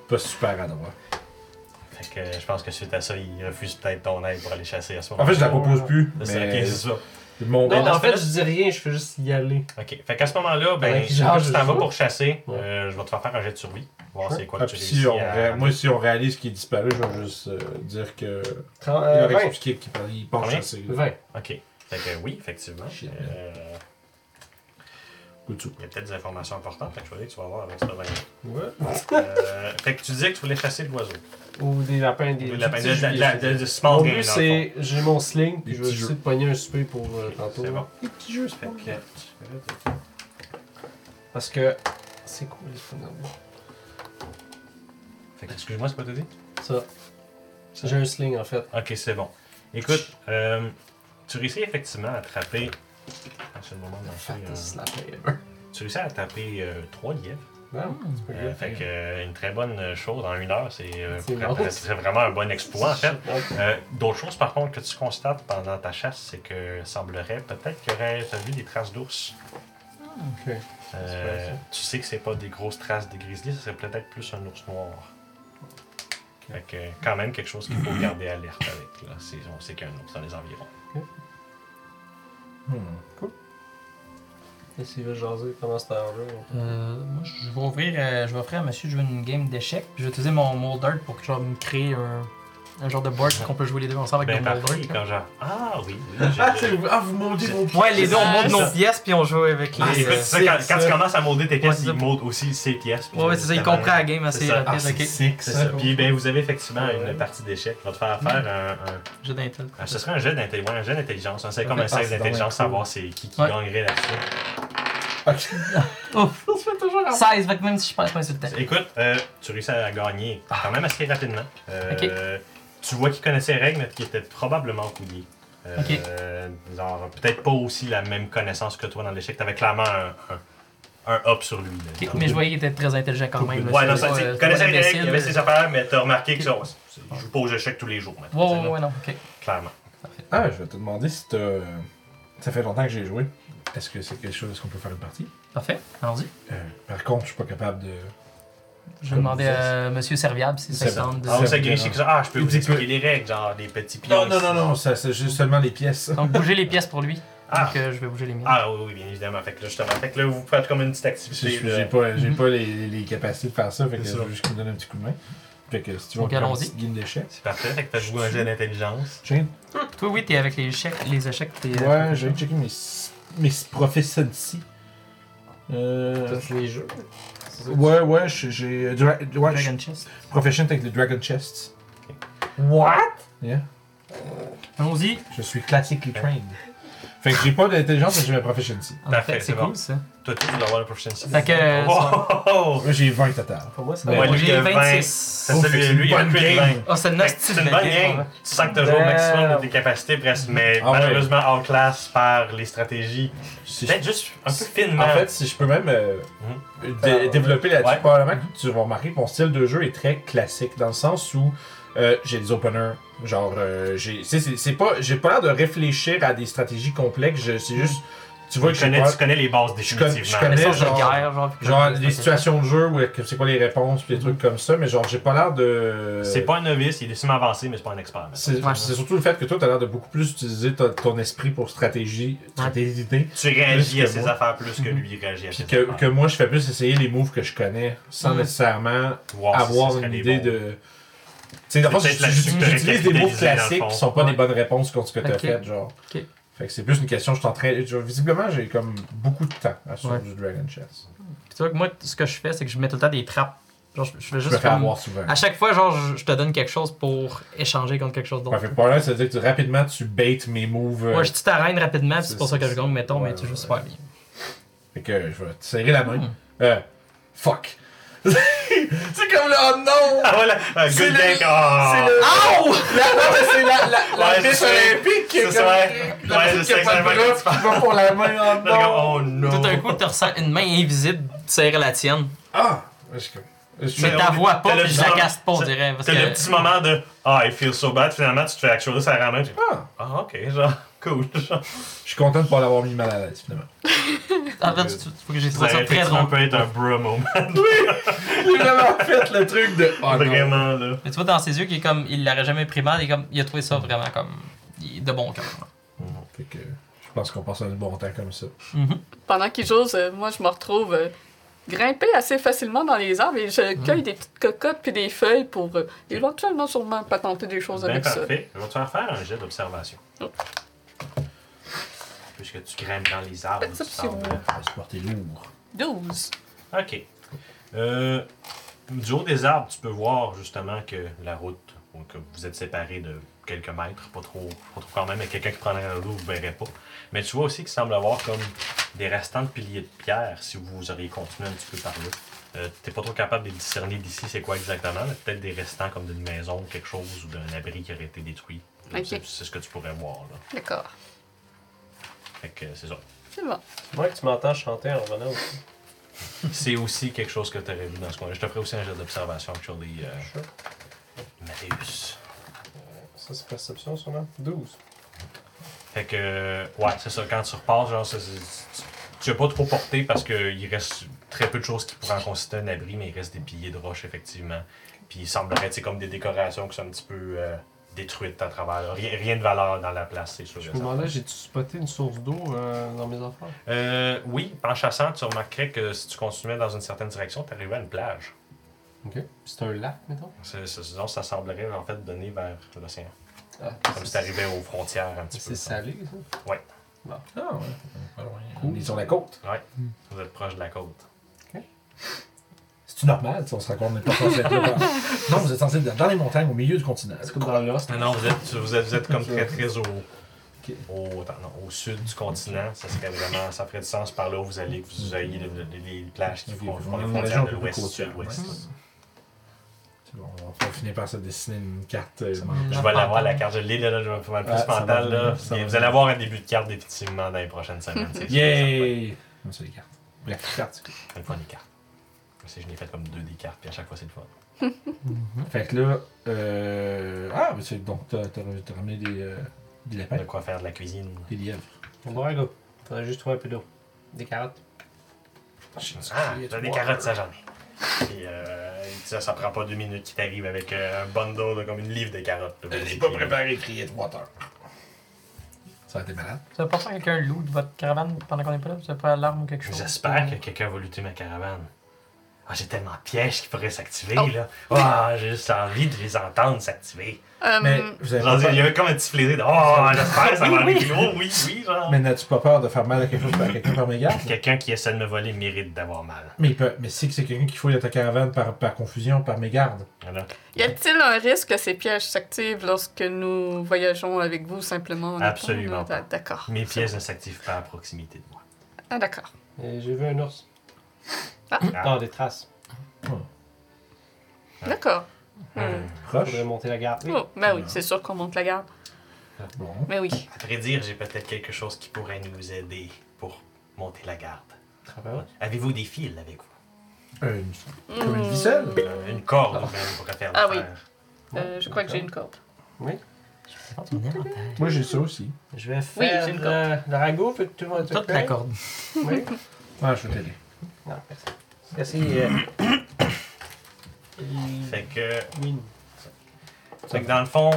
[SPEAKER 1] pas super adroit.
[SPEAKER 2] Fait que euh, je pense que suite à ça, il refuse peut-être ton aide pour aller chasser à ce moment
[SPEAKER 1] En fait, je la propose plus,
[SPEAKER 2] C'est Ah, ça, ok,
[SPEAKER 1] mais
[SPEAKER 2] c'est ça.
[SPEAKER 1] mon
[SPEAKER 6] Non,
[SPEAKER 2] dans
[SPEAKER 6] en
[SPEAKER 2] ce
[SPEAKER 6] fait,
[SPEAKER 2] fait-là-
[SPEAKER 6] je dis rien, je fais juste y aller.
[SPEAKER 2] Ok, fait qu'à ce moment-là, ben,
[SPEAKER 6] Ouais,
[SPEAKER 2] si
[SPEAKER 6] puis genre,
[SPEAKER 2] tu t'en
[SPEAKER 6] je-
[SPEAKER 2] vas pour chasser,
[SPEAKER 6] Ouais.
[SPEAKER 2] euh, je vais te faire faire un jet de survie. Voir
[SPEAKER 6] Sure.
[SPEAKER 2] c'est quoi
[SPEAKER 1] Ah,
[SPEAKER 2] que tu
[SPEAKER 1] puis
[SPEAKER 2] réussis
[SPEAKER 1] si on
[SPEAKER 2] à-
[SPEAKER 1] ré- moi si on réalise qu'il est disparu, je vais juste euh, dire que
[SPEAKER 6] Tren-
[SPEAKER 1] il
[SPEAKER 6] euh,
[SPEAKER 1] aurait
[SPEAKER 6] 20.
[SPEAKER 1] expliqué qu'il part- il part
[SPEAKER 2] Combien?
[SPEAKER 1] chasser. là.
[SPEAKER 6] 20.
[SPEAKER 2] Ok, fait que oui, effectivement.
[SPEAKER 1] Shit, man.
[SPEAKER 2] Euh,
[SPEAKER 1] Coup de sou.
[SPEAKER 2] il y a peut-être des informations importantes, fait que je vais dire que tu vas voir avec ce travail.
[SPEAKER 6] Ouais.
[SPEAKER 2] Euh, fait que tu disais que tu voulais chasser l'oiseau.
[SPEAKER 6] Ou des lapins. Des
[SPEAKER 2] Des lapins,
[SPEAKER 6] petits-
[SPEAKER 2] de- de- de- de- de small
[SPEAKER 6] Mon
[SPEAKER 2] game,
[SPEAKER 6] but,
[SPEAKER 2] dans le
[SPEAKER 6] c'est. J'ai mon sling, puis
[SPEAKER 1] Des
[SPEAKER 6] je vais
[SPEAKER 1] petits
[SPEAKER 6] essayer
[SPEAKER 1] jeux.
[SPEAKER 6] de pogner un souper pour euh, tantôt.
[SPEAKER 2] C'est bon.
[SPEAKER 6] Des petits jeux,
[SPEAKER 2] Fait que,
[SPEAKER 6] Parce que. C'est quoi les fenêtres?
[SPEAKER 2] fait que, excuse-moi, c'est quoi t'as dit?
[SPEAKER 6] Ça. J'ai un sling, en fait.
[SPEAKER 2] Ok, c'est bon. Écoute, euh, tu réussis effectivement à attraper. Ah, c'est le moment de lancer,
[SPEAKER 6] Fattest
[SPEAKER 2] euh,
[SPEAKER 6] lapin ever.
[SPEAKER 2] Tu réussis à attraper euh, trois lièvres.
[SPEAKER 6] Non, c'est pas
[SPEAKER 2] Euh,
[SPEAKER 6] grave.
[SPEAKER 2] fait que euh, une très bonne chose en une heure, c'est euh,
[SPEAKER 6] C'est
[SPEAKER 2] vra-
[SPEAKER 6] bon.
[SPEAKER 2] c'est vraiment un bon exploit en fait.
[SPEAKER 6] Ok.
[SPEAKER 2] Euh, D'autres choses par contre que tu constates pendant ta chasse, c'est que semblerait peut-être qu'il y aurait t'as vu des traces d'ours.
[SPEAKER 4] Ah,
[SPEAKER 2] Euh,
[SPEAKER 6] C'est vrai,
[SPEAKER 2] tu sais que c'est pas des grosses traces des grizzlies, ce serait peut-être plus un ours noir. Fait que euh, quand même quelque chose qu'il faut garder alerte avec. Là. C'est- On sait qu'il y a un ours dans les environs.
[SPEAKER 1] Hmm.
[SPEAKER 6] Et s'il veut jaser pendant cette heure-là. on-
[SPEAKER 4] Euh, moi, je vais ouvrir, euh, je vais offrir à monsieur de jouer une game d'échecs. puis Je vais utiliser mon Moldart pour que, genre, me créer un, un genre de board qu'on peut jouer les deux ensemble avec
[SPEAKER 2] Ben
[SPEAKER 4] mon Moldart.
[SPEAKER 2] parfait, quand genre. Ah oui, oui
[SPEAKER 4] [LAUGHS]
[SPEAKER 1] Ah,
[SPEAKER 2] j'ai-
[SPEAKER 1] c'est- ah, vous montez vos pieds.
[SPEAKER 4] Ouais, les deux, on
[SPEAKER 3] Ah,
[SPEAKER 4] monte
[SPEAKER 2] c'est
[SPEAKER 4] nos
[SPEAKER 2] ça.
[SPEAKER 4] pièces puis on joue avec les.
[SPEAKER 2] Ah, c'est
[SPEAKER 4] euh,
[SPEAKER 2] ça, quand, quand tu commences à molder tes pièces,
[SPEAKER 4] Ouais, c'est
[SPEAKER 2] il
[SPEAKER 4] ça.
[SPEAKER 2] molde aussi ses pièces.
[SPEAKER 4] Ouais, ouais, c'est ça, il comprend la game assez
[SPEAKER 2] C'est ça.
[SPEAKER 4] rapide.
[SPEAKER 1] Ah,
[SPEAKER 4] ok.
[SPEAKER 1] sick,
[SPEAKER 2] C'est ça. Puis ben, vous avez effectivement
[SPEAKER 6] Ouais.
[SPEAKER 2] une partie d'échec. Je vais te
[SPEAKER 4] Mm.
[SPEAKER 2] faire faire un, un-
[SPEAKER 4] Jeu d'intel.
[SPEAKER 2] un- Ce serait un jet d'intelligence. un jet d'intelligence. hein. C'est comme
[SPEAKER 1] Ok.
[SPEAKER 2] un
[SPEAKER 1] Ah,
[SPEAKER 2] save
[SPEAKER 1] c'est
[SPEAKER 2] d'intelligence,
[SPEAKER 1] dans
[SPEAKER 2] savoir c'est qui qui
[SPEAKER 4] Ouais.
[SPEAKER 2] gagnerait là-dessus.
[SPEAKER 1] Ok.
[SPEAKER 4] Ouf! 16, fait que même si je perds pas sur le temps.
[SPEAKER 2] Écoute, euh, tu réussis à gagner
[SPEAKER 4] Ah.
[SPEAKER 2] quand même assez rapidement. Euh, Tu vois qu'il connaissait les règles, mais qu'il était probablement couillé. Euh,
[SPEAKER 4] Ok.
[SPEAKER 2] Genre, peut-être pas aussi la même connaissance que toi dans l'échec. T'avais clairement un, un, un up sur lui. là.
[SPEAKER 4] Ok,
[SPEAKER 2] Genre.
[SPEAKER 4] Mais je voyais qu'il était très intelligent quand même. là,
[SPEAKER 2] Ouais,
[SPEAKER 4] c'est
[SPEAKER 2] non, ça,
[SPEAKER 4] pas,
[SPEAKER 2] tu
[SPEAKER 4] euh, c'est
[SPEAKER 2] connaissais
[SPEAKER 4] pas
[SPEAKER 2] les règles, il y avait
[SPEAKER 4] imbécile.
[SPEAKER 2] ses affaires, mais t'as remarqué que ça, ouais, c'est- je joue pas aux échecs tous les jours, maintenant.
[SPEAKER 4] Ouais,
[SPEAKER 2] tu sais,
[SPEAKER 4] ouais,
[SPEAKER 2] là,
[SPEAKER 4] ouais, non, ok.
[SPEAKER 2] Clairement.
[SPEAKER 1] Ah, je vais te demander si t'as. euh, Ça fait longtemps que j'ai joué. Est-ce que c'est quelque chose est-ce qu'on peut faire une partie?
[SPEAKER 4] Parfait, allons-y.
[SPEAKER 1] Euh, par contre, je suis pas capable de.
[SPEAKER 4] Je vais
[SPEAKER 1] Comme
[SPEAKER 4] demander
[SPEAKER 1] vous
[SPEAKER 4] à monsieur Serviable si ça
[SPEAKER 1] C'est bon.
[SPEAKER 4] semble de.
[SPEAKER 2] Ah, on
[SPEAKER 1] ça
[SPEAKER 2] s'est
[SPEAKER 1] me
[SPEAKER 2] glissé que ça. Ah, je peux
[SPEAKER 1] Il
[SPEAKER 2] vous
[SPEAKER 1] dit
[SPEAKER 2] expliquer les règles, genre des petits pions.
[SPEAKER 1] Non, non, non,
[SPEAKER 2] ici.
[SPEAKER 1] non, ça, c'est juste seulement les pièces.
[SPEAKER 4] Donc, bouger les pièces pour lui.
[SPEAKER 2] Ah.
[SPEAKER 4] Donc, euh, je vais bouger les miennes.
[SPEAKER 2] Ah, oui, oui, bien évidemment. Fait que là, justement, fait que là, vous faites comme une petite
[SPEAKER 1] Si
[SPEAKER 2] activité.
[SPEAKER 1] je-
[SPEAKER 2] là.
[SPEAKER 1] J'ai pas, j'ai
[SPEAKER 4] Mhm.
[SPEAKER 1] pas les, les capacités de faire ça, fait que
[SPEAKER 2] euh, C'est
[SPEAKER 1] je
[SPEAKER 2] ça.
[SPEAKER 1] veux juste qu'il me donne un petit coup de main. Fait que si tu veux,
[SPEAKER 4] Donc,
[SPEAKER 1] on fait une
[SPEAKER 4] allons-y.
[SPEAKER 1] petite game d'échecs.
[SPEAKER 2] C'est parfait. Fait que t'as joué un jeu d'intelligence.
[SPEAKER 1] J'ai-
[SPEAKER 4] Toi, oui, t'es avec les échecs, les échecs, t'es. euh,
[SPEAKER 1] Ouais, j'ai checké mes, mes proficiency. Euh,
[SPEAKER 6] Tous les jeux.
[SPEAKER 1] ouais, ouais, j'ai- j'ai. euh, dra- Ouais, je suis
[SPEAKER 4] Dragon Chest.
[SPEAKER 1] proficient avec les Dragon Chests.
[SPEAKER 5] What?
[SPEAKER 1] Yeah.
[SPEAKER 4] Allons-y.
[SPEAKER 1] Je suis classically trained. Fait que j'ai pas d'intelligence, mais j'ai ma proficiency.
[SPEAKER 4] En
[SPEAKER 2] Parfait,
[SPEAKER 4] fait,
[SPEAKER 2] c'est
[SPEAKER 4] c'est
[SPEAKER 2] bon.
[SPEAKER 4] cool ça.
[SPEAKER 2] Toi, tu dois avoir la proficiency.
[SPEAKER 4] Fait que, euh,
[SPEAKER 2] Oh, oh, oh, oh.
[SPEAKER 1] Moi, j'ai 20 total.
[SPEAKER 6] Pour moi, c'est
[SPEAKER 2] Ouais,
[SPEAKER 4] Moi,
[SPEAKER 2] lui, il
[SPEAKER 4] j'ai
[SPEAKER 2] a
[SPEAKER 4] 26.
[SPEAKER 2] C'est
[SPEAKER 1] Oh,
[SPEAKER 2] ça,
[SPEAKER 1] c'est
[SPEAKER 2] lui,
[SPEAKER 1] une
[SPEAKER 2] lui, il a
[SPEAKER 1] bonne
[SPEAKER 2] plus de
[SPEAKER 1] game.
[SPEAKER 2] 20.
[SPEAKER 4] Oh, c'est une
[SPEAKER 2] Fait que
[SPEAKER 4] hostie
[SPEAKER 2] Ben, C'est une
[SPEAKER 4] de
[SPEAKER 2] bonne
[SPEAKER 4] belle
[SPEAKER 2] game. Tu sens que t'as joué au
[SPEAKER 6] Damn.
[SPEAKER 2] maximum de tes capacités, presque, mais
[SPEAKER 1] Ah ouais.
[SPEAKER 2] malheureusement outclass par les stratégies.
[SPEAKER 1] Si je-
[SPEAKER 2] Peut-être Ben, juste un peu finement.
[SPEAKER 1] En fait, si je peux même euh, dé-
[SPEAKER 6] Ouais.
[SPEAKER 1] développer là-dessus,
[SPEAKER 2] Ouais.
[SPEAKER 1] probablement que tu vas remarquer que mon style de jeu est très classique, dans le sens où euh, j'ai des openers. Genre, euh, j'ai, c'est, c'est- c'est pas, j'ai pas l'air de réfléchir à des stratégies complexes, je- c'est juste, tu vois
[SPEAKER 2] Tu
[SPEAKER 1] que j'ai
[SPEAKER 2] connais,
[SPEAKER 1] pas-
[SPEAKER 2] tu connais les bases
[SPEAKER 1] Je connais-
[SPEAKER 2] définitivement.
[SPEAKER 1] je
[SPEAKER 4] Les
[SPEAKER 1] connais-
[SPEAKER 4] sortes de
[SPEAKER 1] genre-
[SPEAKER 4] guerre, genre. puis
[SPEAKER 1] Genre,
[SPEAKER 4] comme- Mhm.
[SPEAKER 1] les situations de jeu, où est-ce que- c'est quoi les réponses, puis des trucs comme ça, mais genre, j'ai pas l'air de.
[SPEAKER 2] C'est pas un novice, il est sûrement avancé, mais c'est pas un expert. maintenant.
[SPEAKER 1] euh, C'est,
[SPEAKER 4] Ouais.
[SPEAKER 1] c'est surtout le fait que toi, t'as l'air de beaucoup plus utiliser ton, ton esprit pour stratégie, stratégie
[SPEAKER 2] Tu réagis
[SPEAKER 1] Plus
[SPEAKER 2] à
[SPEAKER 1] que
[SPEAKER 2] ses
[SPEAKER 1] moi. Mhm.
[SPEAKER 2] affaires plus que lui réagit à ses
[SPEAKER 1] puis que,
[SPEAKER 2] affaires.
[SPEAKER 1] que moi, je fais plus essayer les moves que je connais, sans
[SPEAKER 4] Mhm. Ouais.
[SPEAKER 1] nécessairement
[SPEAKER 2] Voir si
[SPEAKER 1] avoir
[SPEAKER 2] ce serait
[SPEAKER 1] une
[SPEAKER 2] les
[SPEAKER 1] idée
[SPEAKER 2] bons.
[SPEAKER 1] de Tu sais, dans le fond,
[SPEAKER 2] C'est
[SPEAKER 1] j'utilise-
[SPEAKER 2] peut-être là-dessus que t'aurais
[SPEAKER 1] j'utilise des mots
[SPEAKER 2] capitalisé, dans le
[SPEAKER 1] classiques
[SPEAKER 2] fond.
[SPEAKER 1] qui sont pas des
[SPEAKER 4] Ouais.
[SPEAKER 1] bonnes réponses contre ce que t'as
[SPEAKER 4] Ok.
[SPEAKER 1] fait, genre.
[SPEAKER 4] Ok.
[SPEAKER 1] Fait que c'est plus une question, je suis en train. je- Visiblement, j'ai comme beaucoup de temps à sur
[SPEAKER 4] Ouais.
[SPEAKER 1] du Dragon Chess.
[SPEAKER 4] Puis tu vois que moi, ce que je fais, c'est que je mets tout le temps des trappes. Genre, je, je fais
[SPEAKER 1] Je
[SPEAKER 4] juste.
[SPEAKER 1] me fais
[SPEAKER 4] comme-
[SPEAKER 1] avoir souvent.
[SPEAKER 4] À chaque fois, genre, je, je te donne quelque chose pour échanger contre quelque chose d'autre.
[SPEAKER 1] Ouais, fait que par là, ça veut dire que tu- rapidement, tu baites mes moves. euh,
[SPEAKER 4] Moi, je tue ta reine rapidement, puis c'est pour
[SPEAKER 1] C'est-
[SPEAKER 4] ça que je gagne, mettons,
[SPEAKER 1] ouais,
[SPEAKER 4] mais tu
[SPEAKER 1] ouais,
[SPEAKER 4] joues
[SPEAKER 1] ouais.
[SPEAKER 4] super bien.
[SPEAKER 1] Fait que je vais te serrer la main.
[SPEAKER 4] Hmm.
[SPEAKER 1] Euh, fuck. [LAUGHS] c'est comme le oh non!
[SPEAKER 2] Ah voilà, un
[SPEAKER 1] C'est
[SPEAKER 2] good
[SPEAKER 1] le-
[SPEAKER 2] deck. ah.
[SPEAKER 1] C'est le. La- non, mais Ah, c'est la, la, la
[SPEAKER 2] Ouais, je
[SPEAKER 1] Miss
[SPEAKER 2] sais.
[SPEAKER 1] olympique qui est
[SPEAKER 2] C'est
[SPEAKER 1] comme.
[SPEAKER 2] vrai.
[SPEAKER 1] La
[SPEAKER 2] Ouais,
[SPEAKER 1] petite
[SPEAKER 2] je
[SPEAKER 1] qui a
[SPEAKER 2] sais
[SPEAKER 1] pas de
[SPEAKER 2] exactement
[SPEAKER 1] bras, qui va pour la main,
[SPEAKER 2] Là, le gars,
[SPEAKER 1] oh [LAUGHS] non!
[SPEAKER 2] Oh no!
[SPEAKER 4] Tout d'un coup, tu ressens une main invisible serrer la tienne.
[SPEAKER 1] Ah! Je suis comme. je suis
[SPEAKER 4] Mais
[SPEAKER 2] Mais
[SPEAKER 4] t'en
[SPEAKER 2] on-
[SPEAKER 4] vois pas,
[SPEAKER 2] t'as le
[SPEAKER 4] puis je la
[SPEAKER 2] petit
[SPEAKER 4] casse pas, on
[SPEAKER 2] moment-
[SPEAKER 4] dirait. Parce
[SPEAKER 2] T'as le
[SPEAKER 4] que...
[SPEAKER 2] petit moment de Ah, I feel so bad. Finalement, tu te fais actualiser sur la main. tu-
[SPEAKER 1] Ah!
[SPEAKER 2] Ah, ok, genre, cool. genre.
[SPEAKER 1] Je suis content de pas l'avoir mis mal à l'aise, [LAUGHS] finalement.
[SPEAKER 4] En fait, tu- tu- faut que j'ai
[SPEAKER 2] Ça
[SPEAKER 4] trouvé ça
[SPEAKER 2] aurait été-
[SPEAKER 4] très
[SPEAKER 2] ça
[SPEAKER 4] drôle.
[SPEAKER 2] peut être un bro
[SPEAKER 4] [LAUGHS]
[SPEAKER 2] moment.
[SPEAKER 1] J'ai vraiment fait le truc de. Oh non!
[SPEAKER 2] Vraiment, là.
[SPEAKER 4] Mais tu vois, dans ses yeux, qu'il est comme, il l'aurait jamais pris mal, il, est comme, il a trouvé ça vraiment comme. il est de bon cœur.
[SPEAKER 1] Fait que. Je pense qu'on passe un bon temps comme ça.
[SPEAKER 4] Mhm.
[SPEAKER 3] Pendant qu'ils jose, moi, je me retrouve euh, grimpée assez facilement dans les arbres et
[SPEAKER 2] Hmm.
[SPEAKER 3] je cueille des petites cocottes puis des feuilles pour euh, éventuellement sûrement patenter des choses
[SPEAKER 2] Bien
[SPEAKER 3] avec
[SPEAKER 2] Ben, parfait. Je vais te faire faire un jet d'observation.
[SPEAKER 3] Oh.
[SPEAKER 2] Puisque tu grimpes dans les arbres. tu
[SPEAKER 3] Perception.
[SPEAKER 2] sembles-
[SPEAKER 1] Ça va se porter lourd.
[SPEAKER 3] ça. 12.
[SPEAKER 2] Ok. Euh, du haut des arbres, tu peux voir justement que la route, ou que vous êtes séparés de quelques mètres, pas trop, pas trop quand même, mais quelqu'un qui prendrait la route, vous ne verrez pas. Mais tu vois aussi qu'il semble avoir comme des restants de piliers de pierre si vous auriez continué un petit peu par là. Euh, T'es pas trop capable de discerner d'ici c'est quoi exactement, mais peut-être des restants comme d'une maison, quelque chose, ou d'un abri qui aurait été détruit.
[SPEAKER 3] Ok.
[SPEAKER 2] C'est c'est ce que tu pourrais voir là.
[SPEAKER 3] D'accord.
[SPEAKER 2] Fait que euh, c'est ça.
[SPEAKER 3] C'est bon.
[SPEAKER 6] Ouais, que tu m'entends chanter en revenant aussi.
[SPEAKER 2] C'est aussi quelque chose que tu aurais vu dans ce coin-là. Je te ferai aussi un jet d'observation, Charlie. Euh,
[SPEAKER 6] Sure.
[SPEAKER 2] Mathéus.
[SPEAKER 6] Ça, c'est perception, sûrement. 12.
[SPEAKER 2] Fait que, euh, ouais, c'est ça. Quand tu repars, genre, c'est- c'est- tu n'as pas trop porté parce qu'il reste très peu de choses qui pourraient en constituer un abri, mais il reste des piliers de roche, effectivement. Puis il semblerait, c'est comme des décorations qui sont un petit peu euh, détruites à travers. là. Rien, rien de valeur dans la place, c'est sûr.
[SPEAKER 6] Je
[SPEAKER 2] et
[SPEAKER 6] me
[SPEAKER 2] certain.
[SPEAKER 6] demandais, j'ai-tu spoté une source d'eau euh, dans mes affaires?
[SPEAKER 2] Euh, oui, en chassant, tu remarquerais que si tu continuais dans une certaine direction, tu arrivais à une plage.
[SPEAKER 6] Ok. C'est un lac, mettons?
[SPEAKER 2] C'est- c'est- sinon, ça semblerait, en fait, donner vers l'océan.
[SPEAKER 6] Ah,
[SPEAKER 2] Comme si tu arrivais aux frontières un petit peu.
[SPEAKER 6] C'est salé, ça?
[SPEAKER 1] Ah ouais. Pas loin. hein. On est sur la côte.
[SPEAKER 2] Vous êtes proche de la côte.
[SPEAKER 1] C'est-tu normal si on se raconte n'importe quoi? [LAUGHS] Non, vous êtes censé être dans les montagnes, au milieu du continent.
[SPEAKER 6] C'est comme dans l'os.
[SPEAKER 2] Non, non, vous êtes, vous êtes, vous êtes comme très très au, au, attends, non, au sud du continent. Ça serait vraiment, ça ferait du sens par là où vous allez, que vous ayez le- le- les, plages qui
[SPEAKER 1] Ok,
[SPEAKER 2] font,
[SPEAKER 1] on
[SPEAKER 2] font
[SPEAKER 1] est
[SPEAKER 2] les
[SPEAKER 1] dans la
[SPEAKER 2] frontières
[SPEAKER 1] région
[SPEAKER 2] de
[SPEAKER 1] un peu
[SPEAKER 2] l'ouest,
[SPEAKER 1] côtière,
[SPEAKER 2] sud-ouest.
[SPEAKER 1] ouais. C'est bon, on va- on va finir par se dessiner une carte. euh,
[SPEAKER 4] Ça
[SPEAKER 1] mentale.
[SPEAKER 2] Je vais l'avoir, la carte de l'île, là, je vais faire ma
[SPEAKER 1] Ouais,
[SPEAKER 2] plus
[SPEAKER 1] ça va
[SPEAKER 2] mentale.
[SPEAKER 1] venir,
[SPEAKER 2] Là.
[SPEAKER 1] ça
[SPEAKER 2] Et
[SPEAKER 1] va
[SPEAKER 2] Vous allez
[SPEAKER 1] venir.
[SPEAKER 2] avoir un début de carte définitivement dans les prochaines semaines. c'est sûr,
[SPEAKER 1] Yay! Comme ça, les cartes. Bref, les cartes. c'est cool.
[SPEAKER 2] certain. Une fois des cartes. Je sais, je n'ai fait comme deux des cartes, puis à chaque fois c'est le fun.
[SPEAKER 1] Fait que là, euh... Ah, mais c'est donc, t'as t'as- t'as ramené des, euh, des lapins,
[SPEAKER 2] De quoi faire de la cuisine.
[SPEAKER 1] des lièvres.
[SPEAKER 5] On va voir, gars. Faudrait juste trouver un peu d'eau. Des carottes.
[SPEAKER 2] Ah, t'as des carottes, ça jamais. Puis euh, ça, ça prend pas deux minutes qu'il t'arrive avec euh, un bundle, de, comme une livre de carottes. là, basically.
[SPEAKER 1] crier de water. Ça a été malade.
[SPEAKER 4] Ça va pas faire quelqu'un loue de votre caravane pendant qu'on est pas là? Ça pas l'arme ou quelque chose?
[SPEAKER 2] J'espère que quelqu'un va lutter ma caravane. Ah, j'ai tellement de pièges qui pourraient s'activer,
[SPEAKER 3] Oh.
[SPEAKER 2] là. Ah, j'ai juste envie de les entendre s'activer.
[SPEAKER 4] Hum.
[SPEAKER 3] Euh,
[SPEAKER 1] Mais vous avez
[SPEAKER 2] Genre,
[SPEAKER 1] pas
[SPEAKER 2] Il y
[SPEAKER 1] peur...
[SPEAKER 2] avait comme un petit plaisir de Oh, j'espère que ça va arriver. Oh, oui, oui, genre.
[SPEAKER 1] Mais n'as-tu pas peur de faire mal à quelque chose par quelqu'un par mes gardes?
[SPEAKER 2] Quelqu'un qui essaie de me voler mérite d'avoir mal.
[SPEAKER 1] Mais, il peut- mais c'est que c'est quelqu'un qui fouille dans ta caravane par, par confusion, par mégarde.
[SPEAKER 2] Voilà.
[SPEAKER 3] Y a-t-il un risque que ces pièges s'activent lorsque nous voyageons avec vous simplement en
[SPEAKER 2] Absolument
[SPEAKER 3] étant, là?
[SPEAKER 2] pas. Hmm.
[SPEAKER 3] D'accord.
[SPEAKER 2] Mes pièges ne s'activent pas à proximité de moi.
[SPEAKER 3] Ah, d'accord.
[SPEAKER 6] Et j'ai vu un ours.
[SPEAKER 2] Ah.
[SPEAKER 5] Non, des traces.
[SPEAKER 3] D'accord. Hmm.
[SPEAKER 1] Proche.
[SPEAKER 5] Faudrait monter la garde.
[SPEAKER 3] Oh, ben oui, c'est sûr qu'on monte la garde.
[SPEAKER 1] Bon.
[SPEAKER 3] Mais oui.
[SPEAKER 2] À vrai dire, j'ai peut-être quelque chose qui pourrait nous aider pour monter la garde.
[SPEAKER 6] Travers.
[SPEAKER 2] Avez-vous des fils avec vous
[SPEAKER 1] Euh, une- Comme une ficelle.
[SPEAKER 4] Hum.
[SPEAKER 2] Euh, Une corde, même, pourrait faire
[SPEAKER 3] Ah
[SPEAKER 2] l'affaire.
[SPEAKER 3] Euh, je crois que j'ai une corde.
[SPEAKER 1] Moi, j'ai ça aussi.
[SPEAKER 5] Je vais
[SPEAKER 3] Oui,
[SPEAKER 5] faire
[SPEAKER 3] j'ai une
[SPEAKER 5] euh, le ragoût, fait que tout le monde est
[SPEAKER 4] Toute la
[SPEAKER 5] prêt.
[SPEAKER 4] corde.
[SPEAKER 5] Oui.
[SPEAKER 1] Ah, je vais t'aider.
[SPEAKER 5] Non, merci. Merci.
[SPEAKER 6] [COUGHS]
[SPEAKER 5] euh,
[SPEAKER 2] Fait que.
[SPEAKER 5] Win.
[SPEAKER 2] Fait que dans le fond,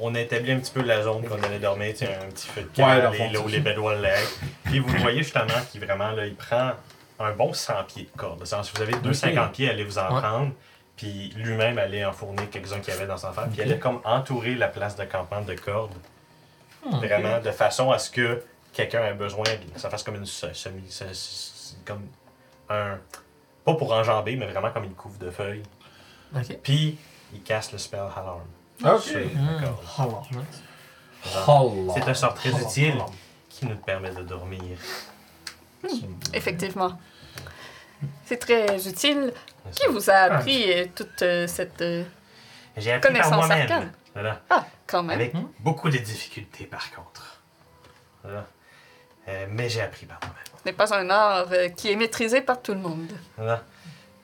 [SPEAKER 2] on a établi un petit peu la zone qu'on allait dormir, tu sais, un petit feu de
[SPEAKER 1] Ouais, dans le
[SPEAKER 2] camp, les-
[SPEAKER 1] fond,
[SPEAKER 2] là où
[SPEAKER 1] c'est
[SPEAKER 2] les Bédouins l'aient. Puis vous voyez justement qu'il vraiment, là, il prend un bon 100 pieds de corde. Dans le sens, Si vous avez 250 pieds, allez vous en
[SPEAKER 4] Ouais.
[SPEAKER 2] prendre. Puis lui-même allait enfourner quelques-uns qu'il y avait dans son affaire. Puis il allait comme entourer la place de campement de cordes. Vraiment, de façon à ce que quelqu'un ait besoin, que ça fasse comme une se- semi. se- se- comme un. Pas pour enjamber, mais vraiment comme une couve de feuilles.
[SPEAKER 4] Ok.
[SPEAKER 2] Puis il casse le spell Alarm. sur
[SPEAKER 1] Ok.
[SPEAKER 4] Hmm.
[SPEAKER 2] la corde.
[SPEAKER 6] Holler. Oh,
[SPEAKER 2] C'est un sort très utile qui nous permet de dormir.
[SPEAKER 3] Effectivement. C'est très utile. Qui vous a
[SPEAKER 2] Ah.
[SPEAKER 3] appris euh, toute euh, cette euh,
[SPEAKER 2] J'ai appris par
[SPEAKER 3] Connaissance
[SPEAKER 2] moi-même.
[SPEAKER 3] arcane.
[SPEAKER 2] Voilà.
[SPEAKER 3] Ah, quand même.
[SPEAKER 2] Avec beaucoup de difficultés, par contre. Voilà. Euh, mais j'ai appris par moi-même.
[SPEAKER 3] Ce n'est pas un art euh, qui est maîtrisé par tout le monde.
[SPEAKER 2] Voilà.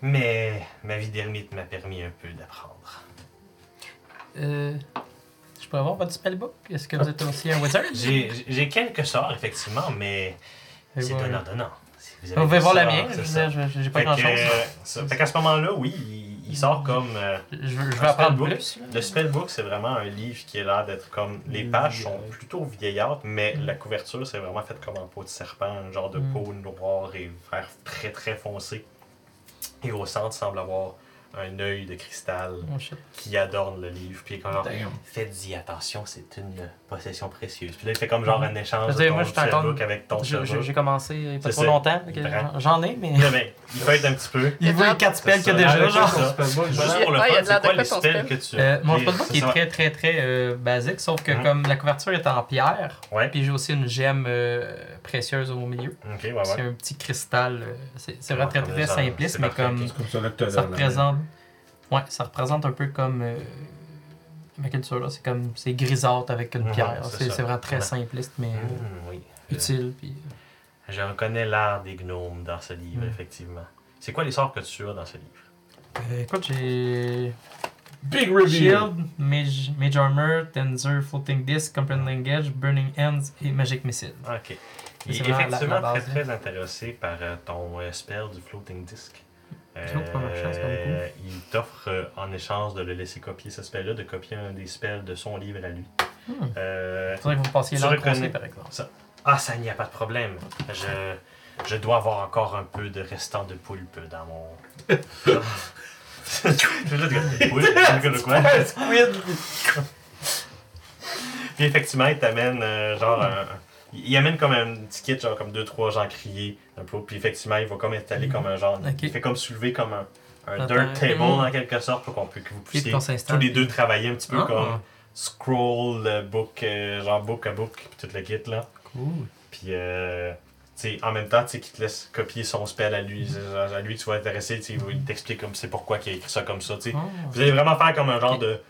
[SPEAKER 2] Mais ma vie d'ermite m'a permis un peu d'apprendre.
[SPEAKER 4] Euh, je peux avoir votre spellbook? Est-ce que vous êtes aussi un [LAUGHS] wizard?
[SPEAKER 2] J'ai j'ai quelques sorts, effectivement, mais
[SPEAKER 4] Et
[SPEAKER 2] c'est
[SPEAKER 4] ouais.
[SPEAKER 2] donnant, donnant. Si vous
[SPEAKER 4] Vous pouvez
[SPEAKER 2] des
[SPEAKER 4] voir la
[SPEAKER 2] sorts,
[SPEAKER 4] mienne, je
[SPEAKER 2] c'est
[SPEAKER 4] veux
[SPEAKER 2] ça.
[SPEAKER 4] dire, je- je- j'ai pas
[SPEAKER 2] Fait,
[SPEAKER 4] grand
[SPEAKER 2] que,
[SPEAKER 4] chose.
[SPEAKER 2] euh, ça- fait qu'à ce moment-là, oui, il, il sort comme. euh,
[SPEAKER 4] Je, je
[SPEAKER 2] un
[SPEAKER 4] vais apprendre
[SPEAKER 2] spellbook.
[SPEAKER 4] plus.
[SPEAKER 2] Le spellbook, c'est vraiment un livre qui a l'air d'être comme. Les pages sont plutôt vieillardes, mais la couverture, c'est vraiment faite comme en peau de serpent, un genre de
[SPEAKER 4] Mm.
[SPEAKER 2] peau noire et vert très très foncé. Et au centre, semble avoir un œil de cristal
[SPEAKER 4] Oh, shit.
[SPEAKER 2] qui adorne le livre. Puis comme genre,
[SPEAKER 1] Damn.
[SPEAKER 2] faites-y attention, c'est une possession précieuse. Puis là, il fait comme genre un échange
[SPEAKER 4] Mm. Parce
[SPEAKER 2] de
[SPEAKER 4] que
[SPEAKER 2] ton
[SPEAKER 4] moi, je suis encore-
[SPEAKER 2] spellbook avec ton
[SPEAKER 4] Je- je- J'ai
[SPEAKER 2] spellbook.
[SPEAKER 4] commencé il y a pas
[SPEAKER 2] C'est
[SPEAKER 4] trop
[SPEAKER 2] ça.
[SPEAKER 4] longtemps. fait que
[SPEAKER 2] Il prend.
[SPEAKER 4] J'en ai, mais.
[SPEAKER 2] Non, mais il feuillette un petit peu.
[SPEAKER 4] Il voit
[SPEAKER 3] Attends.
[SPEAKER 4] 4 spells qu'il y a
[SPEAKER 2] C'est ça.
[SPEAKER 4] déjà,
[SPEAKER 2] Arrête,
[SPEAKER 4] genre.
[SPEAKER 2] c'est
[SPEAKER 6] spellbook,
[SPEAKER 2] Juste
[SPEAKER 3] j'ai-
[SPEAKER 2] pour le
[SPEAKER 3] Ah, il y a
[SPEAKER 2] fun,
[SPEAKER 3] de la-
[SPEAKER 2] c'est quoi
[SPEAKER 3] de
[SPEAKER 2] les
[SPEAKER 3] quoi ton
[SPEAKER 2] spells
[SPEAKER 3] spell?
[SPEAKER 2] que tu
[SPEAKER 4] Euh, mon
[SPEAKER 2] Et
[SPEAKER 4] spellbook
[SPEAKER 2] ça
[SPEAKER 4] est
[SPEAKER 2] va-
[SPEAKER 4] très très très euh, basique, sauf que
[SPEAKER 2] Hein?
[SPEAKER 4] comme la couverture est en pierre,
[SPEAKER 2] Ouais.
[SPEAKER 4] puis j'ai aussi une gemme euh, précieuse au milieu.
[SPEAKER 2] Ok, Ah ouais, Ah, ouais.
[SPEAKER 4] C'est un petit cristal. euh, c'est c'est vraiment
[SPEAKER 2] Ouais,
[SPEAKER 4] très
[SPEAKER 2] comme
[SPEAKER 4] très
[SPEAKER 2] les arbres,
[SPEAKER 4] simpliste,
[SPEAKER 2] c'est
[SPEAKER 4] mais
[SPEAKER 2] parfait,
[SPEAKER 4] comme
[SPEAKER 2] ok.
[SPEAKER 1] C'est comme ça là que t'as
[SPEAKER 4] ça
[SPEAKER 1] la- la-
[SPEAKER 4] représente. Ouais, ça représente un peu comme euh, ma culture là, c'est comme c'est grisâtre avec une
[SPEAKER 2] Ouais,
[SPEAKER 4] pierre.
[SPEAKER 2] Uh-huh, c'est
[SPEAKER 4] C'est
[SPEAKER 2] ça.
[SPEAKER 4] c'est vraiment très
[SPEAKER 2] Ouais.
[SPEAKER 4] simpliste mais
[SPEAKER 2] Mm,
[SPEAKER 4] euh,
[SPEAKER 2] oui.
[SPEAKER 4] utile. Puis,
[SPEAKER 2] Je reconnais l'art des gnomes dans ce livre,
[SPEAKER 4] Mm.
[SPEAKER 2] effectivement. C'est quoi les sorts que tu as dans ce livre?
[SPEAKER 4] euh, écoute, j'ai
[SPEAKER 1] Big reveal.
[SPEAKER 4] Shield, Mage, Mage Armor, Tensor, Floating Disc, Comprehend Language, Burning Hands et Magic Missile.
[SPEAKER 2] Ok.
[SPEAKER 4] Mais
[SPEAKER 2] Il est
[SPEAKER 4] c'est vraiment la-
[SPEAKER 2] effectivement
[SPEAKER 4] la base, hein.
[SPEAKER 2] très, très intéressé par euh, ton euh, spell du floating disc.
[SPEAKER 4] Je trouve pas ma chance, comme
[SPEAKER 2] il t'offre euh, en échange de le laisser copier ce spell-là, de copier un des spells de son livre à lui.
[SPEAKER 4] Hmm.
[SPEAKER 2] Euh,
[SPEAKER 4] Faudrait que vous passiez
[SPEAKER 2] Tu
[SPEAKER 4] l'encre
[SPEAKER 2] reconnais.
[SPEAKER 4] aussi, par exemple.
[SPEAKER 2] ah, ça n'y a pas de problème. Je, je dois avoir encore un peu de restant de poulpe dans mon.
[SPEAKER 4] [LAUGHS]
[SPEAKER 2] Je vais juste dire, oui, je sais pas de quoi. Puis effectivement, il t'amène euh, genre un. Il il amène comme un petit kit, genre comme deux, trois gens criés un peu. Puis effectivement, il va comme installer comme un genre.
[SPEAKER 4] Ok.
[SPEAKER 2] Il fait comme soulever comme un, un
[SPEAKER 4] Attends,
[SPEAKER 2] dirt table
[SPEAKER 4] hum.
[SPEAKER 2] en quelque sorte pour qu'on puisse que vous
[SPEAKER 4] Puis
[SPEAKER 2] puissiez
[SPEAKER 4] qu'on
[SPEAKER 2] tous
[SPEAKER 4] s'installe.
[SPEAKER 2] les deux travailler un petit peu
[SPEAKER 4] Ah.
[SPEAKER 2] comme scroll, euh, book, euh, genre book à book, puis tout le kit là.
[SPEAKER 4] Cool.
[SPEAKER 2] Puis, euh, tu sais, en même temps, tu sais, qu'il te laisse copier son spell à lui.
[SPEAKER 4] Mhm.
[SPEAKER 2] c'est genre, À lui, tu vas intéresser, tu sais, il va- il t'explique comme c'est pourquoi qu'il a écrit ça comme ça, tu sais.
[SPEAKER 4] Ah.
[SPEAKER 2] Vous allez vraiment faire comme un genre
[SPEAKER 4] Ok.
[SPEAKER 2] de.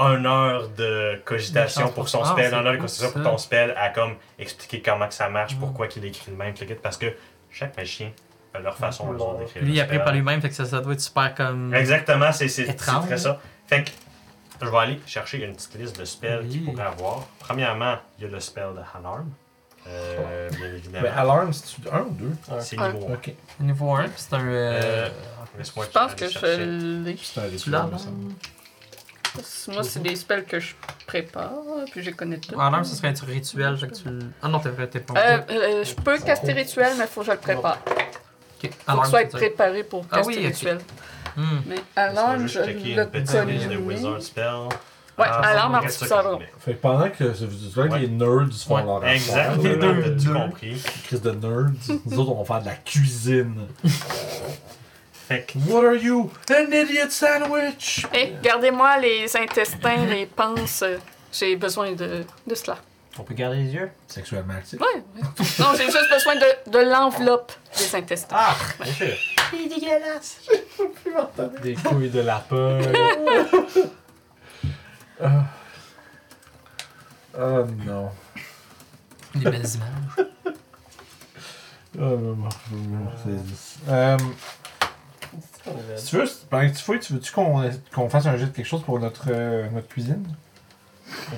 [SPEAKER 2] 1 heure de
[SPEAKER 4] Une
[SPEAKER 2] cogitation
[SPEAKER 4] chance
[SPEAKER 2] pour
[SPEAKER 4] pour
[SPEAKER 2] son
[SPEAKER 4] ça. Ah,
[SPEAKER 2] spell,
[SPEAKER 4] c'est
[SPEAKER 2] un heure de
[SPEAKER 4] cool,
[SPEAKER 2] cogitation pour
[SPEAKER 4] ça.
[SPEAKER 2] ton spell, à comme expliquer comment que ça marche,
[SPEAKER 4] Mm.
[SPEAKER 2] pourquoi qu'il écrit le même, tout le kit, parce que chaque magicien a leur façon eux autres, d'écrire.
[SPEAKER 4] Mhm. Lui, il
[SPEAKER 2] le
[SPEAKER 4] a pris
[SPEAKER 2] spell.
[SPEAKER 4] par lui-même, fait que ça, ça doit être super comme.
[SPEAKER 2] Exactement, c'est c'est- c'est
[SPEAKER 4] Étrange.
[SPEAKER 2] très ça. Fait que je vais aller chercher une petite liste de spells qu'il
[SPEAKER 4] Oui.
[SPEAKER 2] pourrait avoir. Premièrement, il y a le spell de Alarm. Euh, bien évidemment.
[SPEAKER 1] Ben, alarm, c'est-tu un ou deux?
[SPEAKER 2] C'est
[SPEAKER 3] Ah.
[SPEAKER 2] niveau 1.
[SPEAKER 1] Ok.
[SPEAKER 4] Niveau 1, c'est un.
[SPEAKER 2] Euh,
[SPEAKER 4] Euh...
[SPEAKER 2] Laisse-moi
[SPEAKER 3] Je pense
[SPEAKER 2] aller
[SPEAKER 3] que
[SPEAKER 2] chercher.
[SPEAKER 3] je l'ai.
[SPEAKER 1] C'est un
[SPEAKER 4] tu
[SPEAKER 1] rituel,
[SPEAKER 4] l'as hein?
[SPEAKER 1] il me semble.
[SPEAKER 3] Moi, c'est des spells que je prépare, puis je les connais tous.
[SPEAKER 4] En un, ce serait un rituel, fait que tu. le- Ah non, t'es vrai, t'es pas.
[SPEAKER 3] Euh, euh, je peux caster rituel, mais il faut que je le prépare.
[SPEAKER 4] Ok.
[SPEAKER 3] Il faut
[SPEAKER 4] Alarm,
[SPEAKER 3] que je sois
[SPEAKER 4] c'est ça.
[SPEAKER 3] préparé pour
[SPEAKER 4] Ah
[SPEAKER 3] caster
[SPEAKER 4] oui, ok.
[SPEAKER 3] rituel.
[SPEAKER 4] Hmm.
[SPEAKER 3] Mais
[SPEAKER 2] Laisse-moi
[SPEAKER 3] alarme, je
[SPEAKER 2] juste checker une
[SPEAKER 3] le
[SPEAKER 2] petite liste de Wizard
[SPEAKER 3] connais.
[SPEAKER 2] Spell.
[SPEAKER 3] Ouais,
[SPEAKER 2] Ah,
[SPEAKER 3] alarme
[SPEAKER 2] c'est ça que je
[SPEAKER 3] artisanale.
[SPEAKER 2] voulais.
[SPEAKER 1] Fait que pendant que c'est- c'est vrai que
[SPEAKER 2] Ouais.
[SPEAKER 1] les nerds se font
[SPEAKER 4] Ouais.
[SPEAKER 1] leur
[SPEAKER 2] Exact,
[SPEAKER 1] affaire,
[SPEAKER 2] les
[SPEAKER 1] [LAUGHS] là,
[SPEAKER 2] deux,
[SPEAKER 1] de-
[SPEAKER 2] tu
[SPEAKER 1] de-
[SPEAKER 2] compris.
[SPEAKER 1] Crise de nerds. Nous autres, on va faire de la cuisine.
[SPEAKER 2] Fait que
[SPEAKER 1] What are you? An idiot sandwich!
[SPEAKER 3] Hé, Eh, gardez-moi les intestins, les panses. J'ai besoin de, de cela.
[SPEAKER 5] On peut garder les yeux?
[SPEAKER 1] Sexuellement [LAUGHS] actif.
[SPEAKER 3] Ouais, ouais. Non, j'ai juste besoin de, de l'enveloppe des intestins.
[SPEAKER 5] Ah, bien sûr.
[SPEAKER 6] Des couilles
[SPEAKER 1] [LAUGHS]
[SPEAKER 6] de lapin.
[SPEAKER 1] Oh Ah. non.
[SPEAKER 4] Des belles images.
[SPEAKER 1] Ah, bah, bah, bah, c'est- Euh, si tu veux, si- pendant que tu fouilles, tu veux-tu qu'on qu'on fasse un jet de quelque chose pour notre, euh, notre cuisine?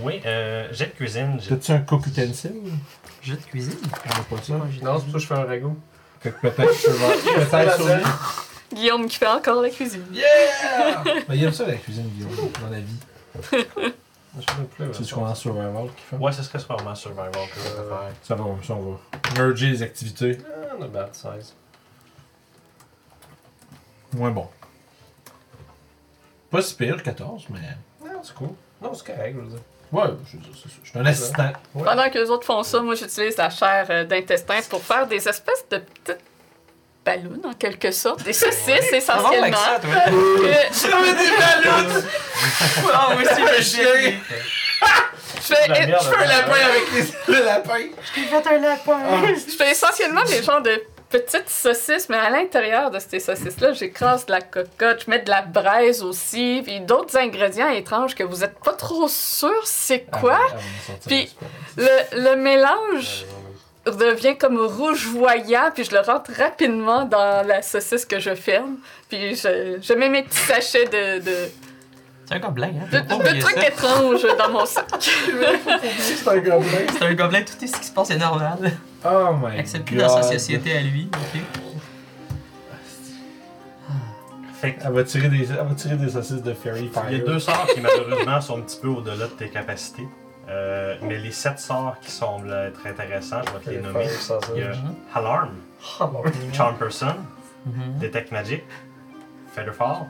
[SPEAKER 2] oui, euh, j'ai de cuisine. j'ai-
[SPEAKER 1] T'as-tu un cook utensile?
[SPEAKER 4] Jeu de cuisine.
[SPEAKER 1] On a pas ça.
[SPEAKER 6] non, c'est pour ça que je fais un ragoût.
[SPEAKER 1] Fait que peut-être tu peux voir- peut-être sur lui.
[SPEAKER 3] Guillaume qui fait encore la cuisine.
[SPEAKER 1] Yeah! Ben, il aime ça la cuisine, Guillaume, dans la vie.
[SPEAKER 6] Je fais un poulet,
[SPEAKER 1] Tu sais ce
[SPEAKER 6] ouais.
[SPEAKER 1] qu'on a en survival qui fait?
[SPEAKER 2] Ouais, ce serait sûrement Survival que je vais faire.
[SPEAKER 1] Ça va comme ça, on va merger les activités.
[SPEAKER 6] Ah, not bad size.
[SPEAKER 1] Moins bon. Pas si pire, 14, mais.
[SPEAKER 6] Non, c'est cool. Non, c'est correct, je veux dire.
[SPEAKER 1] Ouais, je veux dire, c'est ça. Je suis un assistant.
[SPEAKER 6] Ouais.
[SPEAKER 3] Pendant que les autres font ça, moi j'utilise la chair euh, d'intestin pour faire des espèces de petites ballons en quelque sorte, des saucisses essentiellement. Euh,
[SPEAKER 4] Ah, oui, c'est
[SPEAKER 3] [LAUGHS]
[SPEAKER 4] le chien!
[SPEAKER 3] je fais,
[SPEAKER 6] La merde,
[SPEAKER 3] je fais un
[SPEAKER 6] la
[SPEAKER 3] lapin avec les-
[SPEAKER 1] Le lapin!
[SPEAKER 3] Je fais essentiellement des genres de petites saucisses, mais à l'intérieur de ces saucisses-là, j'écrase de la cocotte, je mets de la braise aussi, puis d'autres ingrédients étranges que vous êtes pas trop sûr c'est quoi.
[SPEAKER 1] Ah
[SPEAKER 3] Puis- Le, le mélange devient comme rougeoyant, puis je le rentre rapidement dans la saucisse que je ferme. Puis je, je mets mes petits sachets de, de,
[SPEAKER 4] C'est un gobelin, hein?
[SPEAKER 3] de-
[SPEAKER 4] Faut pas
[SPEAKER 3] de
[SPEAKER 4] oublier
[SPEAKER 3] trucs
[SPEAKER 4] ça.
[SPEAKER 3] étranges dans mon sac.
[SPEAKER 1] C'est un gobelin.
[SPEAKER 4] C'est un gobelin, tout est ce qui se passe est normal.
[SPEAKER 1] Oh my
[SPEAKER 4] Accepte plus
[SPEAKER 1] god.
[SPEAKER 4] dans sa société à lui, ok?
[SPEAKER 2] Fait que
[SPEAKER 1] Elle va tirer des, elle va tirer des saucisses de Fairy Fire.
[SPEAKER 2] il y a deux sorts qui malheureusement sont un petit peu au-delà de tes capacités. Euh, mais les sept sorts qui semblent être intéressants, je vais te les nommer. Il y a
[SPEAKER 3] Mhm.
[SPEAKER 2] Alarm, Charm Person,
[SPEAKER 4] Mhm.
[SPEAKER 2] Detect Magic, Featherfall,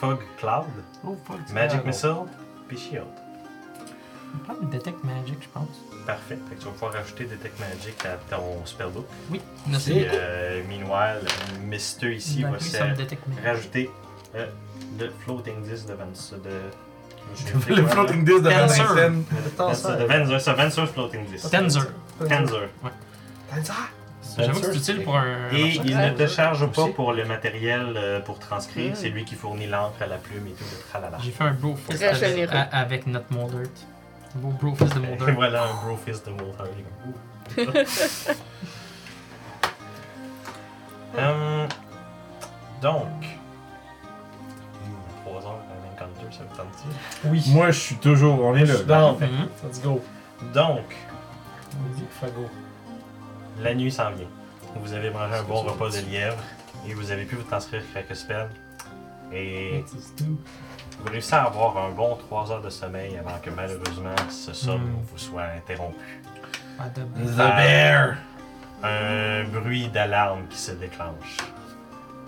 [SPEAKER 2] Fog Cloud,
[SPEAKER 4] Oh,
[SPEAKER 2] Magic Missile, puis Shield.
[SPEAKER 4] On parle de Detect Magic, je pense.
[SPEAKER 2] Parfait. Fait que tu vas pouvoir rajouter Detect Magic à ton spellbook.
[SPEAKER 4] Oui, merci.
[SPEAKER 2] Puis, euh, meanwhile, Mister ici va
[SPEAKER 4] Malgré ça, le
[SPEAKER 2] se
[SPEAKER 4] Detect Magic.
[SPEAKER 2] rajouter euh, le floating 10 de Vance. De...
[SPEAKER 1] Le floating disc de Van
[SPEAKER 4] Dancer.
[SPEAKER 1] Halen.
[SPEAKER 2] Dancer, de Venzer, c'est Venzer floating 10.
[SPEAKER 4] Tenzer.
[SPEAKER 2] Tenzer.
[SPEAKER 4] J'avoue que c'est utile pour un.
[SPEAKER 2] Et il ne te charge pas
[SPEAKER 4] Aussi.
[SPEAKER 2] pour le matériel euh, pour transcrire, c'est lui qui fournit l'encre, la plume et tout de tralala.
[SPEAKER 4] J'ai fait un bro fist
[SPEAKER 3] Très
[SPEAKER 4] avec,
[SPEAKER 3] généreux.
[SPEAKER 4] a- avec notre Moldert. Un beau bro fist de
[SPEAKER 2] Et
[SPEAKER 4] [LAUGHS]
[SPEAKER 2] [LAUGHS]
[SPEAKER 4] Moldert.
[SPEAKER 2] voilà un bro fist de Wolfhard. Hum, donc. Hmm, trois heures à un encounter, ça me tente
[SPEAKER 6] Oui.
[SPEAKER 1] Moi, je suis toujours. On est
[SPEAKER 6] je suis down.
[SPEAKER 4] Mhm.
[SPEAKER 6] Let's go.
[SPEAKER 2] Donc,
[SPEAKER 6] Vas-y, fago.
[SPEAKER 2] la nuit s'en vient. Vous avez mangé un bon repas de lièvre et vous avez pu vous transcrire quelques spells. Et
[SPEAKER 6] Let's do.
[SPEAKER 2] vous réussissez à avoir un bon 3 heures de sommeil avant que malheureusement ce somme
[SPEAKER 4] Hmm.
[SPEAKER 2] vous soit interrompu.
[SPEAKER 4] Ah, de-
[SPEAKER 1] The Bear.
[SPEAKER 2] un bruit d'alarme qui se déclenche.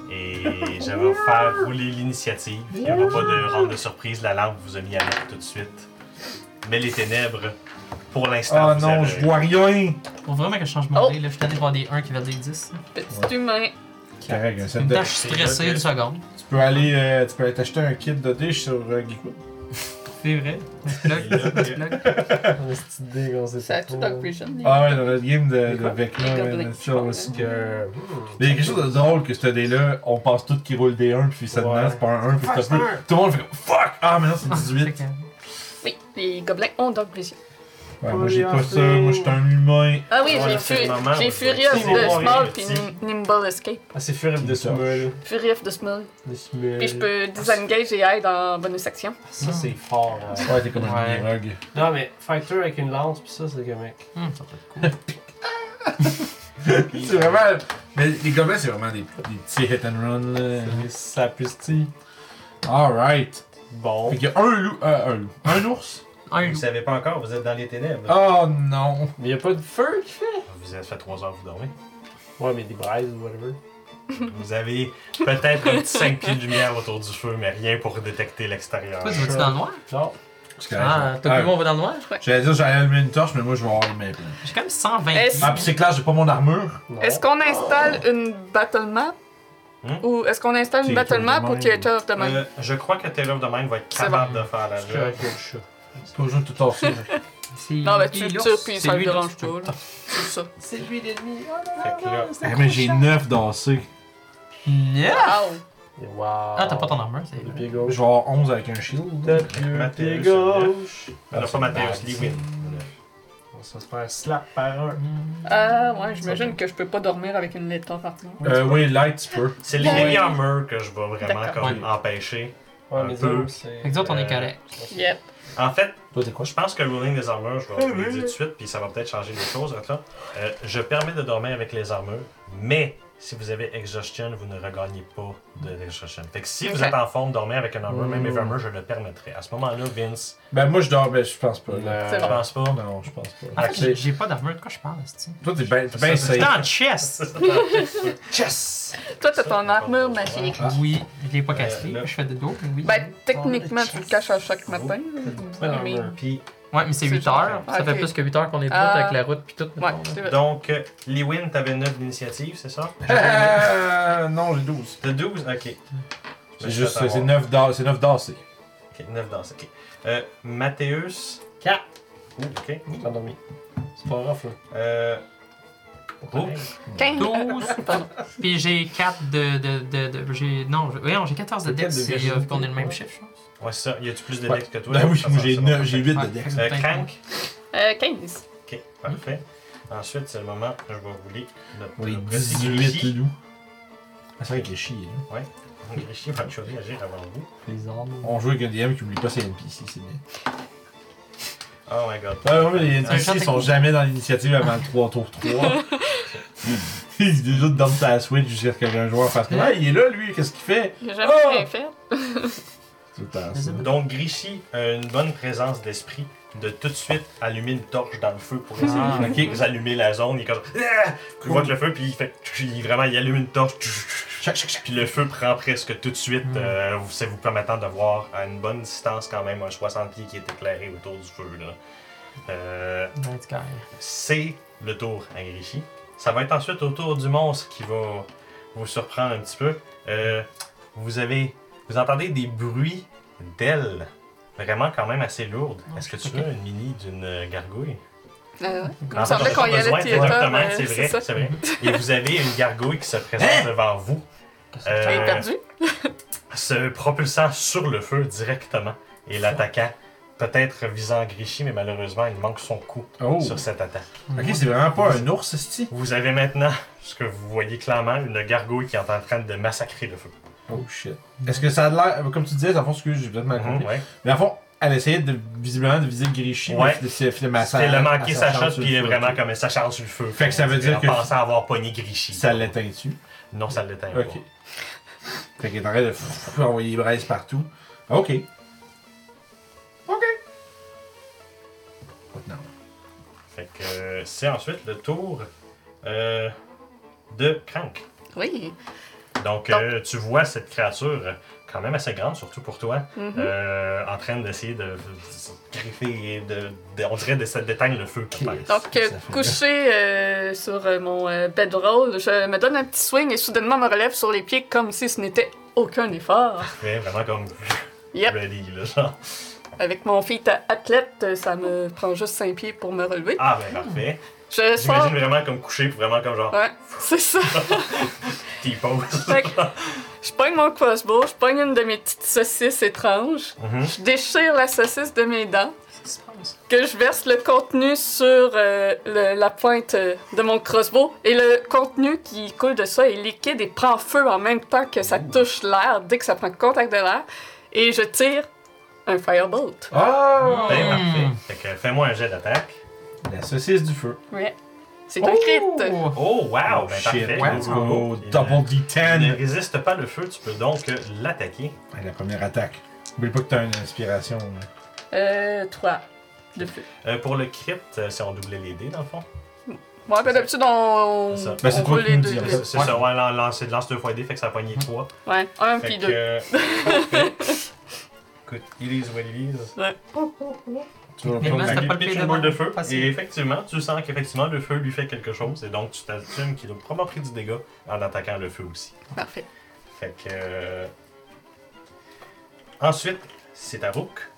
[SPEAKER 2] Et je vais vous faire rouler l'initiative. Il n'y aura pas de rang de surprise, l'alarme vous a mis à l'heure tout de suite. Mais les ténèbres, pour l'instant,
[SPEAKER 6] Ah,
[SPEAKER 1] Oh
[SPEAKER 2] vous
[SPEAKER 1] non,
[SPEAKER 2] avez-
[SPEAKER 1] je vois rien.
[SPEAKER 4] Faut vraiment que je change
[SPEAKER 3] Oh!
[SPEAKER 4] mon dé, là. Je suis allé voir des 1 qui valent des 10.
[SPEAKER 3] Petit humain.
[SPEAKER 1] Correct, un
[SPEAKER 4] En
[SPEAKER 1] set
[SPEAKER 4] même
[SPEAKER 1] de-
[SPEAKER 4] temps, je suis stressé une seconde.
[SPEAKER 1] Tu peux aller, euh, tu peux aller t'acheter un kit de dish sur euh, Geekwood.
[SPEAKER 4] C'est vrai. Un plug,
[SPEAKER 2] Il y a-
[SPEAKER 4] un
[SPEAKER 2] [LAUGHS]
[SPEAKER 4] petit plug.
[SPEAKER 6] On se dit qu'on s'est
[SPEAKER 3] Ça a tout Dark Vision. les-
[SPEAKER 1] Ah ouais, dans notre game de, de
[SPEAKER 6] quoi?
[SPEAKER 1] Vecna,
[SPEAKER 3] Les
[SPEAKER 1] man,
[SPEAKER 3] gobelins.
[SPEAKER 1] ça aussi que.
[SPEAKER 6] Que.
[SPEAKER 1] Mais il y a quelque chose de drôle que ce dé-là, on pense tout qui roule des 1 puis ça
[SPEAKER 6] Ouais.
[SPEAKER 1] c'est pas un 1 puis
[SPEAKER 6] Ah,
[SPEAKER 1] c'est un peu.
[SPEAKER 6] c'est un.
[SPEAKER 1] Tout le monde fait comme, fuck! Ah, mais non, c'est
[SPEAKER 4] Fait [LAUGHS]
[SPEAKER 1] 18.
[SPEAKER 4] que-
[SPEAKER 3] Oui, les gobelins ont Dark Vision.
[SPEAKER 1] Ouais, moi j'ai pas ça, moi j'étais un humain.
[SPEAKER 3] Ah oui,
[SPEAKER 2] Ouais,
[SPEAKER 3] j'ai
[SPEAKER 2] c'est le moment
[SPEAKER 3] fu- j'ai
[SPEAKER 2] où-
[SPEAKER 3] Furious
[SPEAKER 6] Si, mais
[SPEAKER 3] de
[SPEAKER 6] bon,
[SPEAKER 3] Small
[SPEAKER 2] rien,
[SPEAKER 3] puis
[SPEAKER 2] si.
[SPEAKER 3] Nim- Nimble Escape.
[SPEAKER 6] Ah, c'est Furious de
[SPEAKER 1] Qui sort.
[SPEAKER 6] Small.
[SPEAKER 3] Furious de Small.
[SPEAKER 2] Euh,
[SPEAKER 6] De Small.
[SPEAKER 3] Puis je
[SPEAKER 2] ah,
[SPEAKER 3] peux disengage et aide en bonus action.
[SPEAKER 6] Ça, c'est fort. hein.
[SPEAKER 1] Ouais, t'es comme
[SPEAKER 4] Ouais.
[SPEAKER 1] un mini-rogue.
[SPEAKER 6] Non, mais Fighter avec une lance, pis ça, c'est comique.
[SPEAKER 4] Hum, ça peut être cool.
[SPEAKER 1] C'est vraiment. Mais les gobelins, c'est vraiment des, des petits hit and run. là.
[SPEAKER 6] Ça pustille.
[SPEAKER 1] Alright.
[SPEAKER 6] Bon.
[SPEAKER 1] Fait qu'il y a un loup. euh, un loup. Un ours?
[SPEAKER 4] Un
[SPEAKER 2] Vous ne
[SPEAKER 4] loup.
[SPEAKER 2] savez pas encore, vous êtes dans les ténèbres.
[SPEAKER 1] Oh non!
[SPEAKER 6] Mais y'a pas de feu qui fait
[SPEAKER 2] Vous avez fait 3 heures, vous dormez.
[SPEAKER 6] Ouais, mais des braises ou whatever.
[SPEAKER 2] Vous avez peut-être un petit 5 pieds de lumière autour du feu, mais rien pour détecter l'extérieur.
[SPEAKER 4] Pourquoi tu vas-tu dans le noir?
[SPEAKER 6] Non.
[SPEAKER 1] Parce que-
[SPEAKER 4] Ah, t'as plus
[SPEAKER 1] Ah,
[SPEAKER 4] mon va dans le noir?
[SPEAKER 1] J'allais dire, j'allais allumer une torche, mais moi je vais avoir mes plans.
[SPEAKER 4] J'ai quand même 120
[SPEAKER 3] Est-ce-
[SPEAKER 1] Ah, puis c'est clair, j'ai pas mon armure.
[SPEAKER 6] non.
[SPEAKER 3] Est-ce qu'on installe une battle map?
[SPEAKER 2] Ah. Hmm?
[SPEAKER 3] Ou est-ce qu'on installe une
[SPEAKER 1] Theater
[SPEAKER 3] battle
[SPEAKER 1] of
[SPEAKER 3] map
[SPEAKER 1] the
[SPEAKER 3] ou
[SPEAKER 1] Mind.
[SPEAKER 3] Theater of the Mind?
[SPEAKER 2] Euh, je crois que Taylor de Mine va être
[SPEAKER 3] C'est
[SPEAKER 2] capable de faire la
[SPEAKER 6] Je suis avec le chat.
[SPEAKER 1] C'est pas besoin de tout torser.
[SPEAKER 3] Non, mais tu le tires puis ça le dérange pas.
[SPEAKER 4] tout.
[SPEAKER 3] là. [LAUGHS] C'est Oh ça.
[SPEAKER 5] C'est lui l'ennemi.
[SPEAKER 2] Fait que là,
[SPEAKER 6] Eh,
[SPEAKER 1] Ah, mais j'ai 9 d'assé.
[SPEAKER 4] Yeah!
[SPEAKER 3] Wow!
[SPEAKER 6] Et Wow.
[SPEAKER 4] Ah, t'as pas ton armure, c'est
[SPEAKER 6] Le
[SPEAKER 4] vrai.
[SPEAKER 6] pied
[SPEAKER 1] Je vais
[SPEAKER 6] gauche.
[SPEAKER 1] avoir 11 avec un shield.
[SPEAKER 6] Le
[SPEAKER 2] Mathéus,
[SPEAKER 6] pied gauche.
[SPEAKER 2] on n'a
[SPEAKER 1] c'est
[SPEAKER 2] pas Mathéus
[SPEAKER 1] bad.
[SPEAKER 2] Lewin.
[SPEAKER 6] On se fait faire slap par un.
[SPEAKER 3] Ah, ouais, j'imagine que je peux pas dormir avec une lettre en partant.
[SPEAKER 2] Ah,
[SPEAKER 1] Euh, oui, light, tu peux.
[SPEAKER 2] C'est l'ennemi
[SPEAKER 3] Ouais.
[SPEAKER 2] armor que je vais vraiment
[SPEAKER 3] D'accord.
[SPEAKER 2] comme empêcher.
[SPEAKER 6] Ouais,
[SPEAKER 2] Un
[SPEAKER 6] mais
[SPEAKER 2] peu.
[SPEAKER 6] dis-nous, c'est.
[SPEAKER 4] Fait que d'autres, on est
[SPEAKER 2] Euh,
[SPEAKER 4] correct.
[SPEAKER 3] Yep.
[SPEAKER 2] En fait,
[SPEAKER 1] Toi, t'es quoi?
[SPEAKER 2] Je pense que le ruling des armures, je vais vous le dire tout de suite, puis ça va peut-être changer les choses. attends. Euh, je permets de dormir avec les armures, mais Si vous avez exhaustion, vous ne regagnez pas de d'exhaustion. Fait que si
[SPEAKER 3] Ok.
[SPEAKER 2] vous êtes en forme, dormez avec un armor,
[SPEAKER 6] Hmm.
[SPEAKER 2] même
[SPEAKER 1] Mm.
[SPEAKER 2] if armor, je le permettrais. À ce moment-là, Vince,
[SPEAKER 1] Ben, moi, je dors, ben, je pense pas.
[SPEAKER 2] je
[SPEAKER 1] là.
[SPEAKER 6] Ah.
[SPEAKER 3] bon.
[SPEAKER 2] pense pas.
[SPEAKER 1] Non, je pense pas.
[SPEAKER 4] En fait, Ah, j'ai-
[SPEAKER 1] Toi,
[SPEAKER 4] j'ai pas d'armure. De quoi je parle, c'est-tu?
[SPEAKER 1] t'es ben, t'es ben safe.
[SPEAKER 4] C'est dans le chest!
[SPEAKER 3] [LAUGHS] Toi, t'as ton armure magique.
[SPEAKER 2] Ah.
[SPEAKER 4] Oui, je l'ai pas cassé.
[SPEAKER 2] Euh, là.
[SPEAKER 4] Je fais de dos, mais oui.
[SPEAKER 3] Ben, techniquement, tu le caches à chaque matin. Mais-
[SPEAKER 2] Puis,
[SPEAKER 4] ouais, mais c'est
[SPEAKER 3] c'est
[SPEAKER 4] 8 heures.
[SPEAKER 3] genre-
[SPEAKER 4] Ça
[SPEAKER 3] Ah,
[SPEAKER 4] fait
[SPEAKER 3] ok.
[SPEAKER 4] plus que 8 heures qu'on est dedans
[SPEAKER 3] Ah.
[SPEAKER 4] avec la route puis tout.
[SPEAKER 3] Ouais,
[SPEAKER 4] mettons,
[SPEAKER 3] c'est
[SPEAKER 4] là.
[SPEAKER 3] vrai.
[SPEAKER 2] donc, euh, Lewin, t'avais 9 d'initiative, c'est ça?
[SPEAKER 1] Euh, [LAUGHS] non, j'ai 12.
[SPEAKER 2] T'as 12? Ok. Ben,
[SPEAKER 1] C'est juste, c'est
[SPEAKER 2] neuf.
[SPEAKER 1] 9 d'or, c'est 9 d'or, c'est.
[SPEAKER 2] Ok, 9 danses, ok. Euh, Mathéus.
[SPEAKER 5] Quatre.
[SPEAKER 2] Ouh, ok.
[SPEAKER 6] T'en as mis. C'est pas rough, là.
[SPEAKER 2] Euh,
[SPEAKER 6] Oh.
[SPEAKER 3] 15. [LAUGHS]
[SPEAKER 4] 12, puis j'ai 4 de. de, de, de- j'ai, non, je- voyons, j'ai 14 de
[SPEAKER 6] Quatre
[SPEAKER 4] dex,
[SPEAKER 6] de
[SPEAKER 4] c'est
[SPEAKER 6] virginité.
[SPEAKER 4] euh, vu qu'on est le même chiffre, je pense.
[SPEAKER 2] ouais, c'est ça. Y a-tu plus de
[SPEAKER 1] Ouais.
[SPEAKER 2] dex que toi?
[SPEAKER 1] Ben oui,
[SPEAKER 2] Ça,
[SPEAKER 1] moi
[SPEAKER 2] ça,
[SPEAKER 1] j'ai
[SPEAKER 2] ça
[SPEAKER 1] 9,
[SPEAKER 2] va.
[SPEAKER 1] j'ai 8
[SPEAKER 4] Ouais,
[SPEAKER 1] de deck.
[SPEAKER 4] fait que
[SPEAKER 2] Euh,
[SPEAKER 4] peut-être
[SPEAKER 2] Crank.
[SPEAKER 3] Euh, 15.
[SPEAKER 2] Ok, parfait. Ensuite, c'est le moment que je vais rouler notre
[SPEAKER 1] Oui,
[SPEAKER 2] notre petit
[SPEAKER 1] 18
[SPEAKER 2] Grichi.
[SPEAKER 1] loups. Euh, Ah, c'est vrai qu'il est chier, là.
[SPEAKER 2] Grichi va choisir agir avant vous.
[SPEAKER 6] Les armes.
[SPEAKER 1] On joue avec un DM qui oublie pas ses NPC, c'est bien.
[SPEAKER 2] Oh my god.
[SPEAKER 1] Ah ouais, mais les
[SPEAKER 4] Un
[SPEAKER 1] NPC sont
[SPEAKER 4] shot technique.
[SPEAKER 1] jamais dans l'initiative avant le 3 tour 3. [LAUGHS] Ils déjà dans sa Switch jusqu'à ce qu'un joueur fasse Ah, il est là, lui, qu'est-ce qu'il fait
[SPEAKER 3] J'ai jamais
[SPEAKER 1] Oh!
[SPEAKER 3] rien fait.
[SPEAKER 1] Tout le temps, ça.
[SPEAKER 2] Donc, Grichi a une bonne présence d'esprit de tout de suite allumer une torche dans le feu pour essayer
[SPEAKER 4] Ah,
[SPEAKER 2] de vous allumer la zone. Il est comme. Ah! Il voit que le feu, puis il fait. il- vraiment, il allume une torche. Puis le feu prend presque tout de suite, euh, vous- ça vous permettant de voir à une bonne distance, quand même, un 60 pieds qui est éclairé autour du feu. là. Euh,
[SPEAKER 4] Ouais, c'est carré.
[SPEAKER 2] c'est le tour à Grichi. Ça va être ensuite au tour du monstre qui va vous surprendre un petit peu. Euh, vous avez, vous entendez des bruits d'ailes, vraiment quand même assez lourdes.
[SPEAKER 4] Non,
[SPEAKER 2] Est-ce que
[SPEAKER 4] je
[SPEAKER 2] tu
[SPEAKER 4] sais
[SPEAKER 2] veux une mini d'une gargouille
[SPEAKER 3] Euh, il
[SPEAKER 2] En
[SPEAKER 3] me
[SPEAKER 2] fait,
[SPEAKER 3] semblait
[SPEAKER 2] on
[SPEAKER 3] qu'on
[SPEAKER 2] a
[SPEAKER 3] y allait
[SPEAKER 2] besoin,
[SPEAKER 3] théâtre.
[SPEAKER 2] Exactement,
[SPEAKER 3] mais
[SPEAKER 2] c'est
[SPEAKER 3] ben, c'est
[SPEAKER 2] vrai,
[SPEAKER 3] ça.
[SPEAKER 2] c'est vrai. Et vous avez une gargouille qui se présente devant vous,
[SPEAKER 3] Je l'ai
[SPEAKER 2] Euh,
[SPEAKER 3] perdu.
[SPEAKER 2] se propulsant sur le feu directement et l'attaquant, peut-être visant Grichi, mais malheureusement il manque son coup
[SPEAKER 1] Oh
[SPEAKER 2] sur cette attaque.
[SPEAKER 1] Ok, c'est vraiment pas un ours, cest
[SPEAKER 2] Vous avez maintenant, ce que vous voyez clairement, une gargouille qui est en train de massacrer le feu.
[SPEAKER 1] Oh shit. Est-ce que ça a l'air. Comme tu disais, dans le fond, excuse, j'ai peut-être mal compris.
[SPEAKER 2] Mhm, Ouais.
[SPEAKER 1] Mais à fond, elle essayait de, visiblement de viser le Grichi,
[SPEAKER 2] Ouais.
[SPEAKER 1] mais c'est finalement ça.
[SPEAKER 2] Elle a manqué
[SPEAKER 1] elle
[SPEAKER 2] sa
[SPEAKER 1] s'acharne
[SPEAKER 2] shot,
[SPEAKER 1] sur
[SPEAKER 2] puis il
[SPEAKER 1] le
[SPEAKER 2] est
[SPEAKER 1] feu,
[SPEAKER 2] vraiment
[SPEAKER 1] ok.
[SPEAKER 2] comme elle s'acharne sur le feu.
[SPEAKER 1] Fait que ça veut dire
[SPEAKER 2] en
[SPEAKER 1] que-
[SPEAKER 2] pensant avoir pogné Grichy.
[SPEAKER 1] Ça l'éteint-tu
[SPEAKER 2] Non, ça l'éteint
[SPEAKER 1] Ok.
[SPEAKER 2] pas.
[SPEAKER 1] Fait qu'il est en train de fou- fou- envoyer les braises partout. Ok. Ok. Non.
[SPEAKER 2] Fait que euh, c'est ensuite le tour euh, de Crank.
[SPEAKER 3] Oui.
[SPEAKER 2] Donc, euh, tu vois cette créature euh, quand même assez grande, surtout pour toi,
[SPEAKER 3] Mhm.
[SPEAKER 2] euh, en train d'essayer de, de, se griffer et de, de- on dirait d'essa- d'éteindre le feu. peut-être.
[SPEAKER 3] Donc, euh, couché euh, sur euh, mon euh, bedroll, je me donne un petit swing et soudainement me relève sur les pieds comme si ce n'était aucun effort.
[SPEAKER 2] Mais vraiment comme
[SPEAKER 3] Yep.
[SPEAKER 2] ready, là, genre.
[SPEAKER 3] Avec mon feet à athlète, euh, ça me prend juste 5 pieds pour me relever.
[SPEAKER 2] Ah, ben parfait.
[SPEAKER 3] Je sors.
[SPEAKER 2] J'imagine vraiment comme couché, puis vraiment comme genre,
[SPEAKER 3] Ouais, c'est ça.
[SPEAKER 2] T-pose.
[SPEAKER 3] Fait que je pogne mon crossbow, je pogne une de mes petites saucisses étranges,
[SPEAKER 2] [LAUGHS] Mhm.
[SPEAKER 3] je déchire la saucisse de mes dents,
[SPEAKER 4] Qu'est-ce qui se passe?
[SPEAKER 3] que je verse le contenu sur euh, le- la pointe euh, de mon crossbow et le contenu qui coule de ça est liquide et prend feu en même temps que ça touche l'air dès que ça prend contact de l'air et je tire un firebolt.
[SPEAKER 1] Ah!
[SPEAKER 2] Ben,
[SPEAKER 4] Hmm.
[SPEAKER 2] parfait. Fait que fais-moi un jet d'attaque.
[SPEAKER 1] La saucisse du feu.
[SPEAKER 3] Ouais. C'est un crit.
[SPEAKER 4] Oh!
[SPEAKER 2] Oh, wow! ben, parfait.
[SPEAKER 1] Let's
[SPEAKER 2] Wow.
[SPEAKER 1] go.
[SPEAKER 2] Il,
[SPEAKER 1] Double
[SPEAKER 2] euh, il ne
[SPEAKER 1] D10.
[SPEAKER 2] résiste pas le feu, tu peux donc euh, l'attaquer.
[SPEAKER 1] Ouais, La première attaque. Oublie pas que t'as une inspiration. hein. là.
[SPEAKER 3] Euh, 3 de feu.
[SPEAKER 2] Euh, pour le crit, euh, si on doublait les dés, dans le fond.
[SPEAKER 3] Moi, ben, d'habitude, on.
[SPEAKER 2] C'est ça.
[SPEAKER 1] Ben, c'est
[SPEAKER 3] on
[SPEAKER 1] toi
[SPEAKER 3] roule
[SPEAKER 1] qui
[SPEAKER 3] les
[SPEAKER 1] nous
[SPEAKER 3] deux
[SPEAKER 1] dis, en
[SPEAKER 3] dés.
[SPEAKER 1] fait.
[SPEAKER 2] C'est ça, ouais, lan- lancer- lance deux fois les dés, fait que ça a pogné trois.
[SPEAKER 3] Ouais, un
[SPEAKER 2] Fait
[SPEAKER 3] puis
[SPEAKER 2] que.
[SPEAKER 3] deux.
[SPEAKER 2] euh, parfait. Écoute, il is what it is.
[SPEAKER 1] Tu vas
[SPEAKER 4] Mais
[SPEAKER 1] prendre
[SPEAKER 4] mince,
[SPEAKER 1] la-
[SPEAKER 2] Fait
[SPEAKER 4] t'as
[SPEAKER 2] qu'il
[SPEAKER 4] pas le
[SPEAKER 2] pitch
[SPEAKER 4] pied
[SPEAKER 2] une boule de
[SPEAKER 4] devant,
[SPEAKER 2] feu.
[SPEAKER 4] facile.
[SPEAKER 2] Et effectivement, tu sens qu'effectivement le feu lui fait quelque chose. Et donc tu t'assumes qu'il a probablement pris du dégât en attaquant le feu aussi.
[SPEAKER 3] Parfait.
[SPEAKER 2] Fait que. euh, Ensuite, c'est à Rook.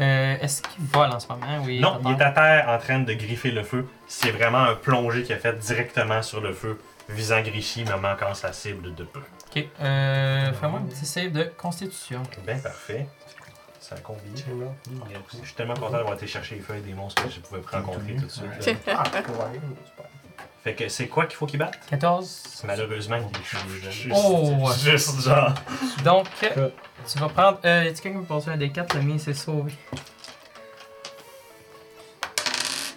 [SPEAKER 4] Euh, est-ce qu'il vole en ce moment? Oui.
[SPEAKER 2] non, il est
[SPEAKER 4] attends.
[SPEAKER 2] à terre en train de griffer le feu. C'est vraiment un plongé qu'il a fait directement sur le feu, visant Grichy, mais manquant sa cible de peu.
[SPEAKER 4] Ok, euh, fais-moi un petit save de constitution.
[SPEAKER 2] Ben parfait. Ça a combien? Je suis tellement content d'avoir été chercher les feuilles des monstres que je pouvais rencontrer tout Ah, de suite. là. Fait que c'est quoi qu'il faut qu'il batte?
[SPEAKER 4] 14.
[SPEAKER 2] Malheureusement, il est juste, juste,
[SPEAKER 4] Oh!
[SPEAKER 2] juste genre.
[SPEAKER 4] Donc, euh, tu vas prendre. Euh, y a-t-il quelqu'un qui me passe un des 4 Le mien s'est sauvé.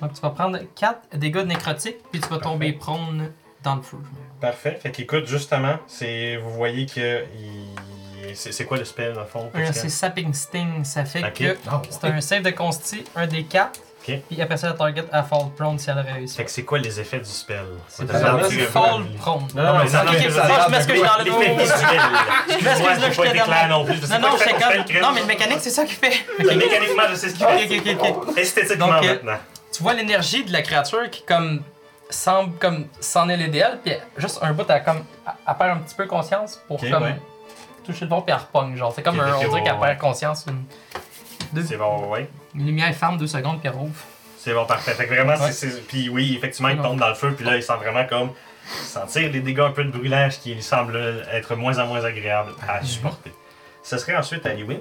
[SPEAKER 4] Donc, tu vas prendre 4 dégâts nécrotiques, puis tu vas tomber prone dans le feu.
[SPEAKER 2] Parfait. Fait qu'écoute, justement, c'est vous voyez que il- c'est Euh, c'est quoi le spell dans le fond
[SPEAKER 4] Un,
[SPEAKER 2] Pascal?
[SPEAKER 4] c'est Sapping Sting, ça fait
[SPEAKER 2] Ok.
[SPEAKER 4] que
[SPEAKER 1] Ah,
[SPEAKER 4] c'est un save de consti, un des quatre.
[SPEAKER 2] Ok.
[SPEAKER 4] Puis après ça, la target à fall prone si elle réussit.
[SPEAKER 2] Fait que c'est quoi les effets du spell
[SPEAKER 4] C'est
[SPEAKER 2] Faut
[SPEAKER 4] pas
[SPEAKER 2] t'attendre
[SPEAKER 4] grave,
[SPEAKER 2] que-
[SPEAKER 4] fall prone.
[SPEAKER 6] Non, non,
[SPEAKER 2] mais
[SPEAKER 6] mais ça
[SPEAKER 2] non, mais
[SPEAKER 6] arrive.
[SPEAKER 2] ça-
[SPEAKER 4] Moi, je m'excuse dans le
[SPEAKER 2] L'effet
[SPEAKER 4] mot.
[SPEAKER 2] visuel.
[SPEAKER 4] Excuse-moi,
[SPEAKER 2] Excuse-moi, j'ai
[SPEAKER 4] je
[SPEAKER 2] pas été
[SPEAKER 4] t'ai
[SPEAKER 2] clair
[SPEAKER 4] demandé.
[SPEAKER 2] non plus. je sais
[SPEAKER 4] Non,
[SPEAKER 2] pas
[SPEAKER 4] non,
[SPEAKER 2] faire
[SPEAKER 4] j'étais
[SPEAKER 2] mon spell
[SPEAKER 4] comme.
[SPEAKER 2] crème.
[SPEAKER 4] Non, mais le mécanique, c'est ça qui fait.
[SPEAKER 2] [LAUGHS] Mais Mécaniquement, je sais ce qu'il
[SPEAKER 4] Ok,
[SPEAKER 2] fait.
[SPEAKER 4] ok, ok, ok.
[SPEAKER 2] Esthétiquement
[SPEAKER 4] Donc, euh,
[SPEAKER 2] maintenant.
[SPEAKER 4] tu vois l'énergie de la créature qui comme semble comme s'en est l'idéal puis juste un bout elle comme elle- elle perd un petit peu conscience pour
[SPEAKER 2] Ok,
[SPEAKER 4] comme
[SPEAKER 2] ouais.
[SPEAKER 4] toucher le bord puis elle repogne genre c'est comme
[SPEAKER 2] Ok, ok,
[SPEAKER 4] un- on dirait
[SPEAKER 2] ouais,
[SPEAKER 4] qu'elle
[SPEAKER 2] ouais.
[SPEAKER 4] perd conscience une, deux-
[SPEAKER 2] C'est bon, ouais.
[SPEAKER 4] une lumière ferme deux secondes puis elle rouvre
[SPEAKER 2] C'est bon, parfait. Fait que vraiment,
[SPEAKER 4] Ouais.
[SPEAKER 2] c'est. c'est- Puis oui, effectivement, il
[SPEAKER 4] Non.
[SPEAKER 2] tombe dans le feu, puis là, il sent vraiment comme sentir les dégâts un peu de brûlage qui semble être moins en moins agréable à
[SPEAKER 4] Mhm.
[SPEAKER 2] supporter. Ce serait ensuite à Lewin.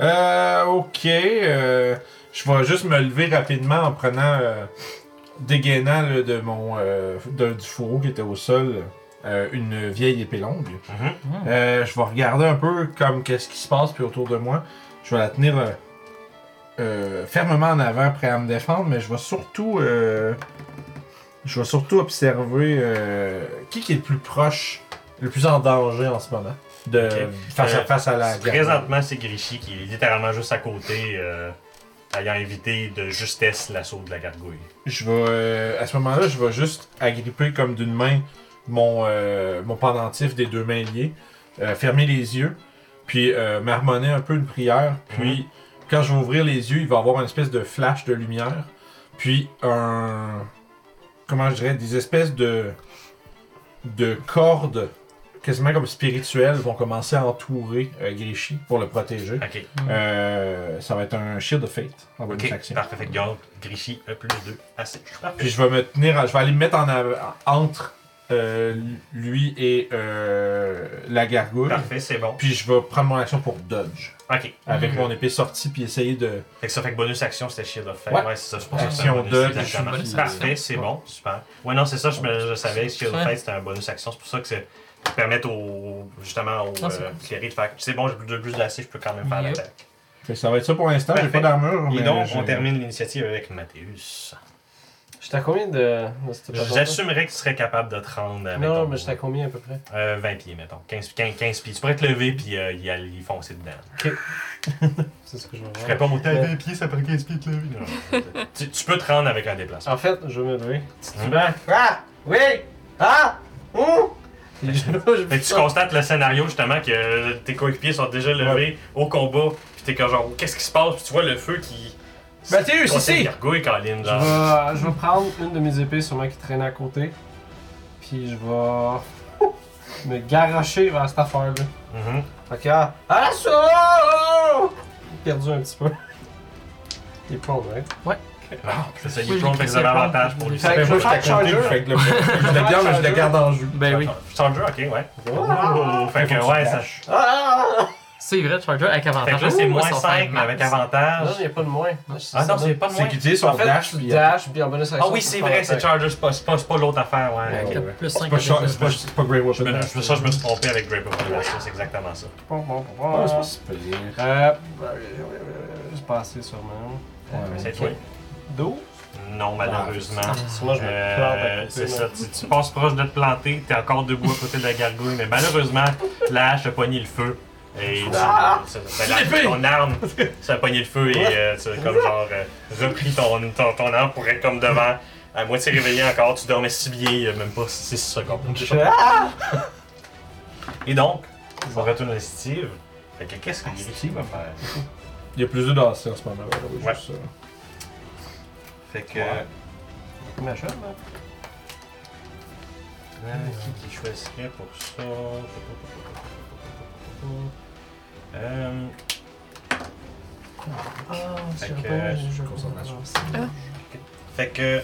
[SPEAKER 1] Euh, ok. euh, je vais juste me lever rapidement en prenant. euh, dégainant là, de mon, euh, de- du fourreau qui était au sol euh, une vieille épée longue. Euh, je vais regarder un peu comme qu'est-ce qui se passe puis autour de moi. Je vais la tenir euh, euh, fermement en avant, prêt à me défendre, mais je vais surtout, euh, je vais surtout observer euh, qui qui est le plus proche, le plus en danger en ce moment, de
[SPEAKER 2] Ok.
[SPEAKER 1] face,
[SPEAKER 2] Euh,
[SPEAKER 1] à, face à la garde.
[SPEAKER 2] Présentement, c'est Grichy qui est littéralement juste à côté, euh, ayant évité de justesse l'assaut de la gargouille.
[SPEAKER 1] Je vais, euh, à ce moment-là, je vais juste agripper comme d'une main mon, euh, mon pendentif des deux mains liées, euh, fermer les yeux, puis euh, marmonner un peu une prière. Puis quand je vais ouvrir les yeux, il va y avoir une espèce de flash de lumière, puis un. Comment je dirais Des espèces de. de cordes, quasiment comme spirituelles, vont commencer à entourer euh, Grichy pour le protéger.
[SPEAKER 2] Ok,
[SPEAKER 1] Euh, ça va être un shield of fate en bonus
[SPEAKER 2] ok,
[SPEAKER 1] action.
[SPEAKER 2] parfait. Fait que garde, Grichy, un plus deux, Ah, à six. Parfait.
[SPEAKER 1] Puis je vais me tenir, à- je vais aller me mettre en av- entre euh, lui et euh, la gargouille.
[SPEAKER 2] Parfait, c'est bon.
[SPEAKER 1] Puis je vais prendre mon action pour dodge
[SPEAKER 2] Ok.
[SPEAKER 1] avec
[SPEAKER 2] Mhm.
[SPEAKER 1] mon épée sortie puis essayer de.
[SPEAKER 2] Fait que ça fait que bonus action, c'était Shield of Fate. Ouais,
[SPEAKER 1] Ouais.
[SPEAKER 2] c'est ça, je pense que c'est un
[SPEAKER 1] Action
[SPEAKER 2] bonus
[SPEAKER 1] de-
[SPEAKER 2] exactement.
[SPEAKER 4] je suis bonus
[SPEAKER 2] Parfait,
[SPEAKER 4] action.
[SPEAKER 2] c'est bon, super. Ouais, non, c'est ça, je, me, je savais, Shield of
[SPEAKER 4] Ouais.
[SPEAKER 2] Fate, c'était un bonus action. C'est pour ça que c'est qui permettent au, justement au
[SPEAKER 4] Non, c'est
[SPEAKER 2] euh, cléré de faire. C'est bon, j'ai plus de plus d'assez, je peux quand même faire
[SPEAKER 4] Yep.
[SPEAKER 2] l'attaque.
[SPEAKER 1] Fait que ça va être ça pour l'instant. J'ai
[SPEAKER 2] Parfait.
[SPEAKER 1] pas d'armure.
[SPEAKER 2] Et
[SPEAKER 1] mais
[SPEAKER 2] donc,
[SPEAKER 1] j'ai-
[SPEAKER 2] on termine l'initiative avec Mathéus.
[SPEAKER 6] J'étais à combien de. de cette présentation?
[SPEAKER 2] J'assumerais que tu serais capable de te rendre à,
[SPEAKER 6] Non,
[SPEAKER 2] mettons,
[SPEAKER 6] mais j'étais à combien à peu près
[SPEAKER 2] euh, 20 pieds, mettons. 15, 15, 15 pieds. Tu pourrais te lever puis euh, y aller y foncer dedans.
[SPEAKER 6] C'est ce que je
[SPEAKER 2] Je
[SPEAKER 6] veux
[SPEAKER 2] ferais
[SPEAKER 6] voir.
[SPEAKER 2] pas monter à 20 pieds, ça prend 15 pieds de lever. Non. tu, tu peux te rendre avec un déplacement.
[SPEAKER 6] En fait, je vais me lever.
[SPEAKER 2] Hein?
[SPEAKER 6] Petit bain. Ah Oui Ah Ouh Et [LAUGHS] je- je-
[SPEAKER 2] Fait que tu constates le scénario justement que euh, tes coéquipiers sont déjà levés au combat, puis t'es comme genre qu'est-ce qui se passe, puis tu vois le feu qui.
[SPEAKER 1] Mathieu,
[SPEAKER 2] Toi,
[SPEAKER 1] ici!
[SPEAKER 2] t'es gargouille, Colin,
[SPEAKER 6] Je
[SPEAKER 2] genre.
[SPEAKER 6] vais, je vais prendre une de mes épées, sûrement qui traînait à côté. Puis je vais me garrocher vers cette affaire-là.
[SPEAKER 2] Mhm.
[SPEAKER 6] Fait que, ah, assaut! Perdu un petit peu. Il est pas vrai.
[SPEAKER 2] C'est ça, il
[SPEAKER 4] Oui,
[SPEAKER 2] est prone,
[SPEAKER 4] j'ai
[SPEAKER 2] fait que c'est un
[SPEAKER 4] crié,
[SPEAKER 2] avantage
[SPEAKER 4] prone.
[SPEAKER 2] pour lui.
[SPEAKER 6] Fait que je vais
[SPEAKER 1] Moi,
[SPEAKER 6] faire
[SPEAKER 1] je t'ai compté,
[SPEAKER 6] charger.
[SPEAKER 1] fait que le- je le garde, mais je le garde en jeu.
[SPEAKER 4] ben oui
[SPEAKER 2] Charger, ok, ouais.
[SPEAKER 6] Ah!
[SPEAKER 2] Oh, fait que ouais, ça.
[SPEAKER 6] Ah!
[SPEAKER 4] c'est vrai Charger avec
[SPEAKER 2] Fait
[SPEAKER 4] avantage
[SPEAKER 2] que là, c'est
[SPEAKER 4] Ouh,
[SPEAKER 2] moins
[SPEAKER 4] son
[SPEAKER 2] 5, mais
[SPEAKER 4] max.
[SPEAKER 2] avec
[SPEAKER 6] Non, il n'y
[SPEAKER 2] avantage.
[SPEAKER 6] a pas de moins.
[SPEAKER 2] Ah non, c'est pas de
[SPEAKER 1] C'est
[SPEAKER 2] moins.
[SPEAKER 1] qu'il utilise son
[SPEAKER 6] En fait,
[SPEAKER 1] dash
[SPEAKER 6] tu
[SPEAKER 1] puis.
[SPEAKER 6] dash, puis euh, en bonus action.
[SPEAKER 2] Ah oui, c'est
[SPEAKER 6] tu fais
[SPEAKER 2] vrai,
[SPEAKER 6] l'attaque.
[SPEAKER 2] c'est Charger, c'est pas, c'est pas, c'est pas l'autre affaire, ouais.
[SPEAKER 1] Ouais,
[SPEAKER 4] T'as
[SPEAKER 1] ouais.
[SPEAKER 4] plus
[SPEAKER 1] C'est
[SPEAKER 4] 5
[SPEAKER 1] pas, char- c'est pas, c'est pas Grey Weapon.
[SPEAKER 2] Je me-
[SPEAKER 1] Dash.
[SPEAKER 2] je- Ça, je me suis trompé avec Grape of the Last, c'est exactement ça.
[SPEAKER 6] Bon, bon, bon,
[SPEAKER 1] Ah,
[SPEAKER 6] bon.
[SPEAKER 1] c'est pas si pire.
[SPEAKER 6] Euh, c'est passé sûrement.
[SPEAKER 1] Ouais,
[SPEAKER 2] C'est
[SPEAKER 1] ouais.
[SPEAKER 2] toi?
[SPEAKER 6] 12?
[SPEAKER 2] Non, malheureusement.
[SPEAKER 6] Sûrement, je me plante à
[SPEAKER 2] Euh,
[SPEAKER 6] côté,
[SPEAKER 2] c'est ça,
[SPEAKER 6] là.
[SPEAKER 2] tu, tu passes proche de te planter, t'es encore debout à côté de la gargouille, mais malheureusement, la hache a pogné le feu. Et tu- c'est- ben, la- ton arme, ça a pogné le feu et euh, tu as comme genre euh, repris ton, ton, ton arme pour être comme devant. À moitié réveillé encore, tu dormais si bien, il y a même pas 6 secondes. Et donc, on retourne à l'initiative. Fait que qu'est-ce que Griffy va faire?
[SPEAKER 1] Il y a plus de dash en ce moment. ouais, ouais,
[SPEAKER 2] Ouais.
[SPEAKER 1] juste ça.
[SPEAKER 2] Fait que.
[SPEAKER 1] euh,
[SPEAKER 6] Ouais. Ma chère,
[SPEAKER 1] hein.
[SPEAKER 6] là.
[SPEAKER 2] Euh,
[SPEAKER 1] Hmm.
[SPEAKER 2] qui qui choisirait pour ça Euh,
[SPEAKER 6] Fait
[SPEAKER 2] que,
[SPEAKER 6] que,
[SPEAKER 2] je
[SPEAKER 6] je
[SPEAKER 1] concentration.
[SPEAKER 2] Fait que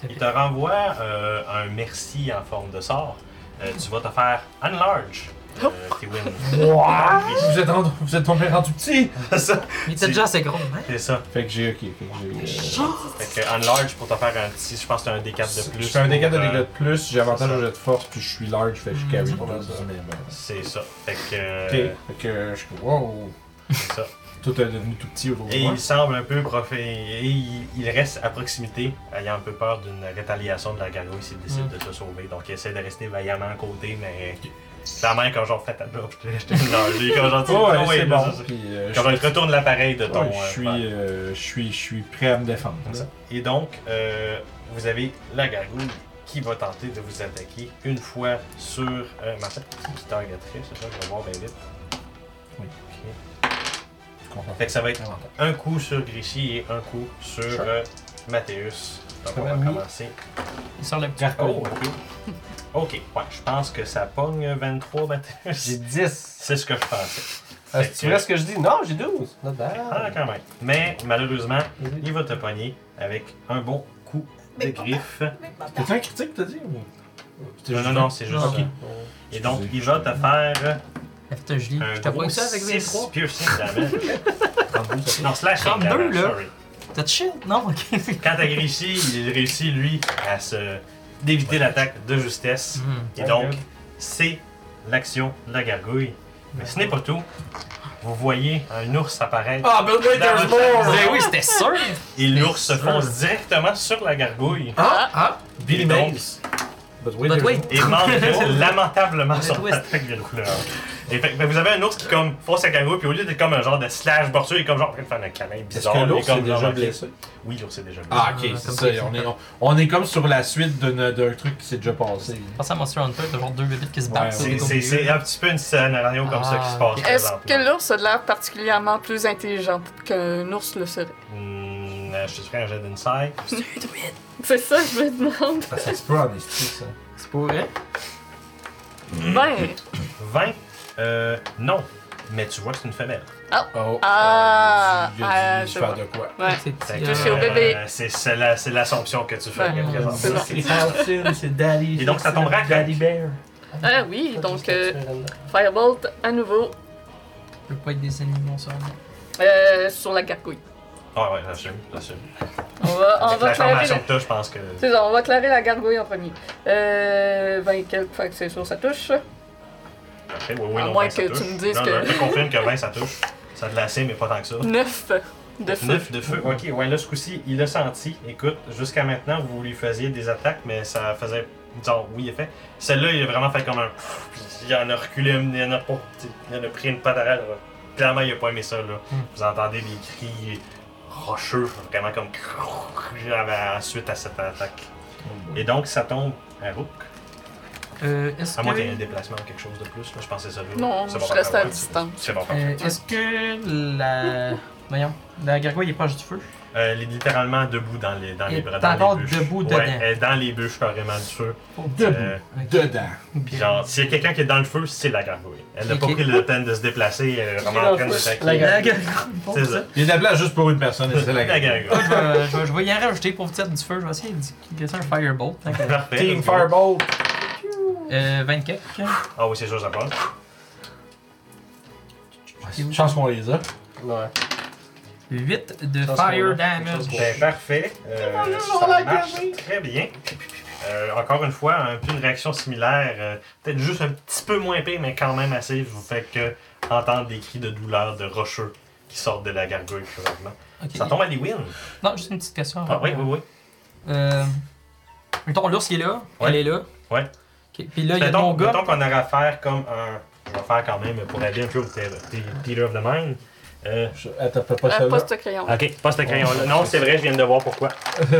[SPEAKER 4] C'était
[SPEAKER 2] il te
[SPEAKER 4] fait.
[SPEAKER 2] renvoie euh, un merci en forme de sort. Euh, tu vas te faire enlarge. Euh, t'es win.
[SPEAKER 1] Wouah! Vous êtes rendu- Vous êtes tombé rendu petit!
[SPEAKER 2] [LAUGHS] Ça,
[SPEAKER 4] il était déjà assez gros hein?
[SPEAKER 2] c'est ça.
[SPEAKER 1] Fait que j'ai ok. Fait que j'ai. euh,
[SPEAKER 2] Fait que enlarge pour te faire un petit, je pense que t'as un D4 de plus.
[SPEAKER 1] Je fais un dégât de
[SPEAKER 2] pour, euh,
[SPEAKER 1] dégâts de plus, j'ai avantage
[SPEAKER 2] c'est ça.
[SPEAKER 1] au jet de force, puis je suis large, fait que je carry.
[SPEAKER 6] pas mal ça.
[SPEAKER 1] Mais bon.
[SPEAKER 2] C'est ça. Fait que.
[SPEAKER 1] Ok, fait que je suis wow.
[SPEAKER 2] Euh, C'est ça.
[SPEAKER 1] Tout est devenu tout petit autour de
[SPEAKER 2] Et
[SPEAKER 1] moi.
[SPEAKER 2] il semble un peu profé. Et il, il reste à proximité, ayant un peu peur d'une rétaliation de la gargouille s'il décide
[SPEAKER 1] Mm.
[SPEAKER 2] de se sauver. Donc il essaie de rester vaillamment à côté, mais. Ta main, quand genre fait ta [LAUGHS] bloc, je te lâche. Quand genre, tu-
[SPEAKER 1] Oh, ouais,
[SPEAKER 2] non, ouais,
[SPEAKER 1] c'est
[SPEAKER 2] là,
[SPEAKER 1] bon.
[SPEAKER 2] c'est ça.
[SPEAKER 1] Puis, euh,
[SPEAKER 2] Quand genre,
[SPEAKER 1] je-
[SPEAKER 2] il te retourne l'appareil de ton.
[SPEAKER 1] Ouais, je
[SPEAKER 2] euh,
[SPEAKER 1] suis,
[SPEAKER 2] père.
[SPEAKER 1] euh, je suis, je suis prêt à me défendre.
[SPEAKER 2] Comme
[SPEAKER 1] là.
[SPEAKER 2] ça. Et donc, euh, vous avez la gargouille qui va tenter de vous attaquer une fois sur euh, ma tête. Qui qui targeterait, c'est ça, je vais voir bien vite.
[SPEAKER 1] Oui.
[SPEAKER 2] Ok.
[SPEAKER 1] Concentre.
[SPEAKER 2] Fait que ça va être
[SPEAKER 1] Avantage.
[SPEAKER 2] un coup sur Grishy et un coup sur
[SPEAKER 1] Sure.
[SPEAKER 2] euh, Mathéus. Donc
[SPEAKER 6] Ça
[SPEAKER 2] on
[SPEAKER 6] va
[SPEAKER 2] va
[SPEAKER 6] mieux.
[SPEAKER 2] commencer.
[SPEAKER 4] Sur le petit.
[SPEAKER 2] Oh,
[SPEAKER 6] Gargouille.
[SPEAKER 2] ok. Ok, ouais, je pense que ça pogne 23, Mathéus.
[SPEAKER 6] J'ai 10.
[SPEAKER 2] C'est ce que je pensais.
[SPEAKER 6] Ah,
[SPEAKER 2] Fait
[SPEAKER 6] si tu
[SPEAKER 2] que-
[SPEAKER 6] veux ce que je dis? Non, j'ai 12. Not
[SPEAKER 2] Ah,
[SPEAKER 6] bad.
[SPEAKER 2] quand même. Mais malheureusement,
[SPEAKER 6] Vas-y.
[SPEAKER 2] il va te pogner avec un bon coup de
[SPEAKER 7] Mais pas-
[SPEAKER 2] griffe.
[SPEAKER 1] C'était un critique, t'as dit ou- C'était
[SPEAKER 2] Non,
[SPEAKER 1] juste
[SPEAKER 2] non, non, c'est juste.
[SPEAKER 4] Non, ok.
[SPEAKER 2] ça. Et donc,
[SPEAKER 1] Excusez,
[SPEAKER 2] il va te faire euh,
[SPEAKER 4] Putain, je lis.
[SPEAKER 2] un
[SPEAKER 4] Je te
[SPEAKER 2] gros
[SPEAKER 4] vois ça avec
[SPEAKER 2] 6
[SPEAKER 4] 23.
[SPEAKER 2] piercing damage. non, slash
[SPEAKER 4] 32,
[SPEAKER 2] damage,
[SPEAKER 4] là.
[SPEAKER 2] sorry.
[SPEAKER 4] T'as de shit? Non, ok.
[SPEAKER 2] Quand t'as réussi, il réussit, lui, à se... d'éviter l'attaque de justesse.
[SPEAKER 4] Hmm.
[SPEAKER 2] Et donc, c'est l'action de la gargouille. Mais ce n'est pas tout. Vous voyez un ours apparaître.
[SPEAKER 1] Ah, but wait,
[SPEAKER 2] there's
[SPEAKER 1] there's
[SPEAKER 2] more!
[SPEAKER 1] more!
[SPEAKER 4] Ben oui, c'était sûr.
[SPEAKER 2] et l'ours se
[SPEAKER 4] c'est
[SPEAKER 2] fonce
[SPEAKER 4] sûr.
[SPEAKER 2] directement sur la gargouille.
[SPEAKER 4] Ah, ah.
[SPEAKER 2] Billy Banks.
[SPEAKER 1] But
[SPEAKER 4] But
[SPEAKER 1] there's
[SPEAKER 4] wait.
[SPEAKER 1] more.
[SPEAKER 2] Et mange [LAUGHS] lamentablement
[SPEAKER 4] Le
[SPEAKER 2] son
[SPEAKER 4] twist.
[SPEAKER 2] attaque de couleur. Et fait- ben, vous avez un ours qui comme fonce la gargouille, puis au lieu d'être comme un genre de slash borsure, il est comme genre en train de faire un câlin
[SPEAKER 1] Est-ce
[SPEAKER 2] bizarre.
[SPEAKER 1] que
[SPEAKER 2] il est
[SPEAKER 1] l'ours
[SPEAKER 2] comme
[SPEAKER 1] est déjà
[SPEAKER 2] genre-
[SPEAKER 1] blessé?
[SPEAKER 2] Oui, l'ours est déjà blessé.
[SPEAKER 1] Ah,
[SPEAKER 4] Ah,
[SPEAKER 1] ok, c'est
[SPEAKER 4] comme
[SPEAKER 1] ça.
[SPEAKER 4] ça.
[SPEAKER 1] On est, on- on est comme sur la suite d'un d'un truc qui s'est déjà passé.
[SPEAKER 4] Pensez à Monster Hunter, t'as genre deux bébites qui se battent.
[SPEAKER 1] Ouais,
[SPEAKER 4] sur
[SPEAKER 2] C'est-
[SPEAKER 1] ouais.
[SPEAKER 4] les
[SPEAKER 2] C'est
[SPEAKER 4] côtés.
[SPEAKER 2] c'est un petit peu une scénario comme ça qui se passe.
[SPEAKER 4] Ah, ok.
[SPEAKER 3] Est-ce
[SPEAKER 2] présentement.
[SPEAKER 3] que l'ours a de l'air particulièrement plus intelligent qu'un ours le serait?
[SPEAKER 2] Hmm, euh, je te ferai un jet d'insight.
[SPEAKER 3] C'est ça, que je me demande.
[SPEAKER 1] Ça se peut en esti, ça.
[SPEAKER 4] C'est pour vrai.
[SPEAKER 2] Hmm.
[SPEAKER 3] Ben,
[SPEAKER 2] 20 euh, Non. Mais tu vois que c'est une femelle.
[SPEAKER 1] Oh,
[SPEAKER 3] Ah,
[SPEAKER 1] il a
[SPEAKER 3] ah,
[SPEAKER 1] dû
[SPEAKER 3] je
[SPEAKER 1] faire
[SPEAKER 3] vois.
[SPEAKER 1] de quoi?
[SPEAKER 3] ouais.
[SPEAKER 4] C'est
[SPEAKER 2] Fait
[SPEAKER 4] petit.
[SPEAKER 2] que,
[SPEAKER 3] Touché au
[SPEAKER 2] euh,
[SPEAKER 3] bébé.
[SPEAKER 2] c'est- C'est la- c'est l'assomption que tu fais.
[SPEAKER 3] Ouais.
[SPEAKER 2] quelque chose.
[SPEAKER 3] C'est bon.
[SPEAKER 5] C'est Hanson, c'est Daddy.
[SPEAKER 2] Et donc, ça tomberait à
[SPEAKER 5] c'est Daddy
[SPEAKER 2] crack.
[SPEAKER 5] Bear.
[SPEAKER 3] Ah oui, donc euh, Firebolt à nouveau
[SPEAKER 4] peut pas être des animaux, ça.
[SPEAKER 3] euh, sur la gargouille.
[SPEAKER 2] Ah ouais, j'assume, j'assume.
[SPEAKER 3] On va, on
[SPEAKER 2] Avec
[SPEAKER 3] va
[SPEAKER 2] la
[SPEAKER 3] clarer
[SPEAKER 2] formation
[SPEAKER 3] la...
[SPEAKER 2] que t'as, je pense que...
[SPEAKER 3] C'est ça, on va clarer la gargouille en premier. Euh, 20 quelques fois que c'est sûr, ça touche.
[SPEAKER 2] Parfait, oui, oui,
[SPEAKER 3] À
[SPEAKER 2] non,
[SPEAKER 3] moins
[SPEAKER 2] vingt, ça
[SPEAKER 3] que
[SPEAKER 2] touche.
[SPEAKER 3] tu me dises
[SPEAKER 2] non,
[SPEAKER 3] que-
[SPEAKER 2] Non, je te confirme que 20, ça touche. Ça a de l'acide, mais pas tant que ça.
[SPEAKER 3] 9 de feu.
[SPEAKER 2] 9 de feu. Ok, ouais, là, ce coup-ci, il l'a senti. Écoute, jusqu'à maintenant, vous lui faisiez des attaques, mais ça faisait. Disons, oui, effet. Celle-là, il a vraiment fait comme un. pfff, puis Il en a reculé, une, il en a pas. tu sais, Il en a pris une patate. là. Clairement, il a pas aimé ça, là.
[SPEAKER 3] Hmm.
[SPEAKER 2] Vous entendez des cris rocheux, vraiment comme. crrrr, Suite à cette attaque.
[SPEAKER 3] Hmm.
[SPEAKER 2] Et donc, ça tombe à Rook.
[SPEAKER 4] Euh, est-ce
[SPEAKER 2] À moins qu'il y ait Ah, un
[SPEAKER 4] que.
[SPEAKER 2] déplacement ou quelque chose de plus, là, je pensais ça. là.
[SPEAKER 3] Non,
[SPEAKER 2] C'est bon,
[SPEAKER 3] je reste à
[SPEAKER 2] ouais.
[SPEAKER 3] distance.
[SPEAKER 2] C'est bon, parfait.
[SPEAKER 4] Euh, est-ce que la. Voyons. La gargouille est proche du feu.
[SPEAKER 2] Euh, elle est littéralement debout dans les, dans
[SPEAKER 4] Elle
[SPEAKER 2] les
[SPEAKER 4] est
[SPEAKER 2] bras. dans les
[SPEAKER 4] encore
[SPEAKER 2] bûches.
[SPEAKER 4] debout
[SPEAKER 2] Ouais,
[SPEAKER 4] dedans.
[SPEAKER 2] elle est dans les bûches carrément du feu. Euh,
[SPEAKER 1] Dedans.
[SPEAKER 2] puis genre, s'il y a quelqu'un qui est dans le feu, c'est la gargouille. Elle n'a
[SPEAKER 4] Ok.
[SPEAKER 2] pas pris le temps de se déplacer, elle est
[SPEAKER 6] Qui est
[SPEAKER 2] vraiment
[SPEAKER 6] dans
[SPEAKER 2] en train
[SPEAKER 6] le
[SPEAKER 2] de
[SPEAKER 6] feu? La
[SPEAKER 2] s'attaquer.
[SPEAKER 6] gargouille.
[SPEAKER 4] La gargouille. bon,
[SPEAKER 2] C'est
[SPEAKER 4] ça.
[SPEAKER 2] ça.
[SPEAKER 1] Il y a de la place juste pour une personne, et c'est la
[SPEAKER 2] La
[SPEAKER 1] gueule.
[SPEAKER 2] gargouille.
[SPEAKER 4] Je vais, je, vais, je vais y en rajouter pour vous dire du feu. Je vais essayer de laisser un firebolt. hein, que-
[SPEAKER 2] Parfait.
[SPEAKER 1] Team
[SPEAKER 2] let's go.
[SPEAKER 1] Fireball.
[SPEAKER 4] Euh, 24.
[SPEAKER 2] Ah oui, c'est sûr, ça
[SPEAKER 4] Oh,
[SPEAKER 2] passe.
[SPEAKER 1] Je pense qu'on les a.
[SPEAKER 6] Ouais.
[SPEAKER 4] 8 de
[SPEAKER 6] Ça, c'est
[SPEAKER 4] fire
[SPEAKER 6] bon.
[SPEAKER 4] damage.
[SPEAKER 6] Ça,
[SPEAKER 2] Ben, parfait. Euh, ça marche très bien. Euh, encore une fois, un peu une réaction similaire. euh, Peut-être juste un petit peu moins épais, mais quand même assez. Vous fait que entendre des cris de douleur de rocheux qui sortent de la gargouille présentement.
[SPEAKER 4] Ok.
[SPEAKER 2] Ça tombe à Lewin.
[SPEAKER 4] Non, juste une petite question.
[SPEAKER 2] Ah oui, oui, oui.
[SPEAKER 4] Euh, mettons, l'ours il est là.
[SPEAKER 2] Ouais.
[SPEAKER 4] Elle est là.
[SPEAKER 2] Ouais.
[SPEAKER 4] Ok, Puis là, il y a mon
[SPEAKER 2] Mettons,
[SPEAKER 4] gars.
[SPEAKER 2] mettons qu'on aurait à faire comme un. Je vais faire quand même pour aider un peu au Peter Peter of the Mind. Euh,
[SPEAKER 1] Je- Attends, fais pas
[SPEAKER 3] Euh,
[SPEAKER 1] celle-là.
[SPEAKER 3] pas ce crayon.
[SPEAKER 2] ok, passe le crayon là. Non, c'est vrai, je viens de voir pourquoi.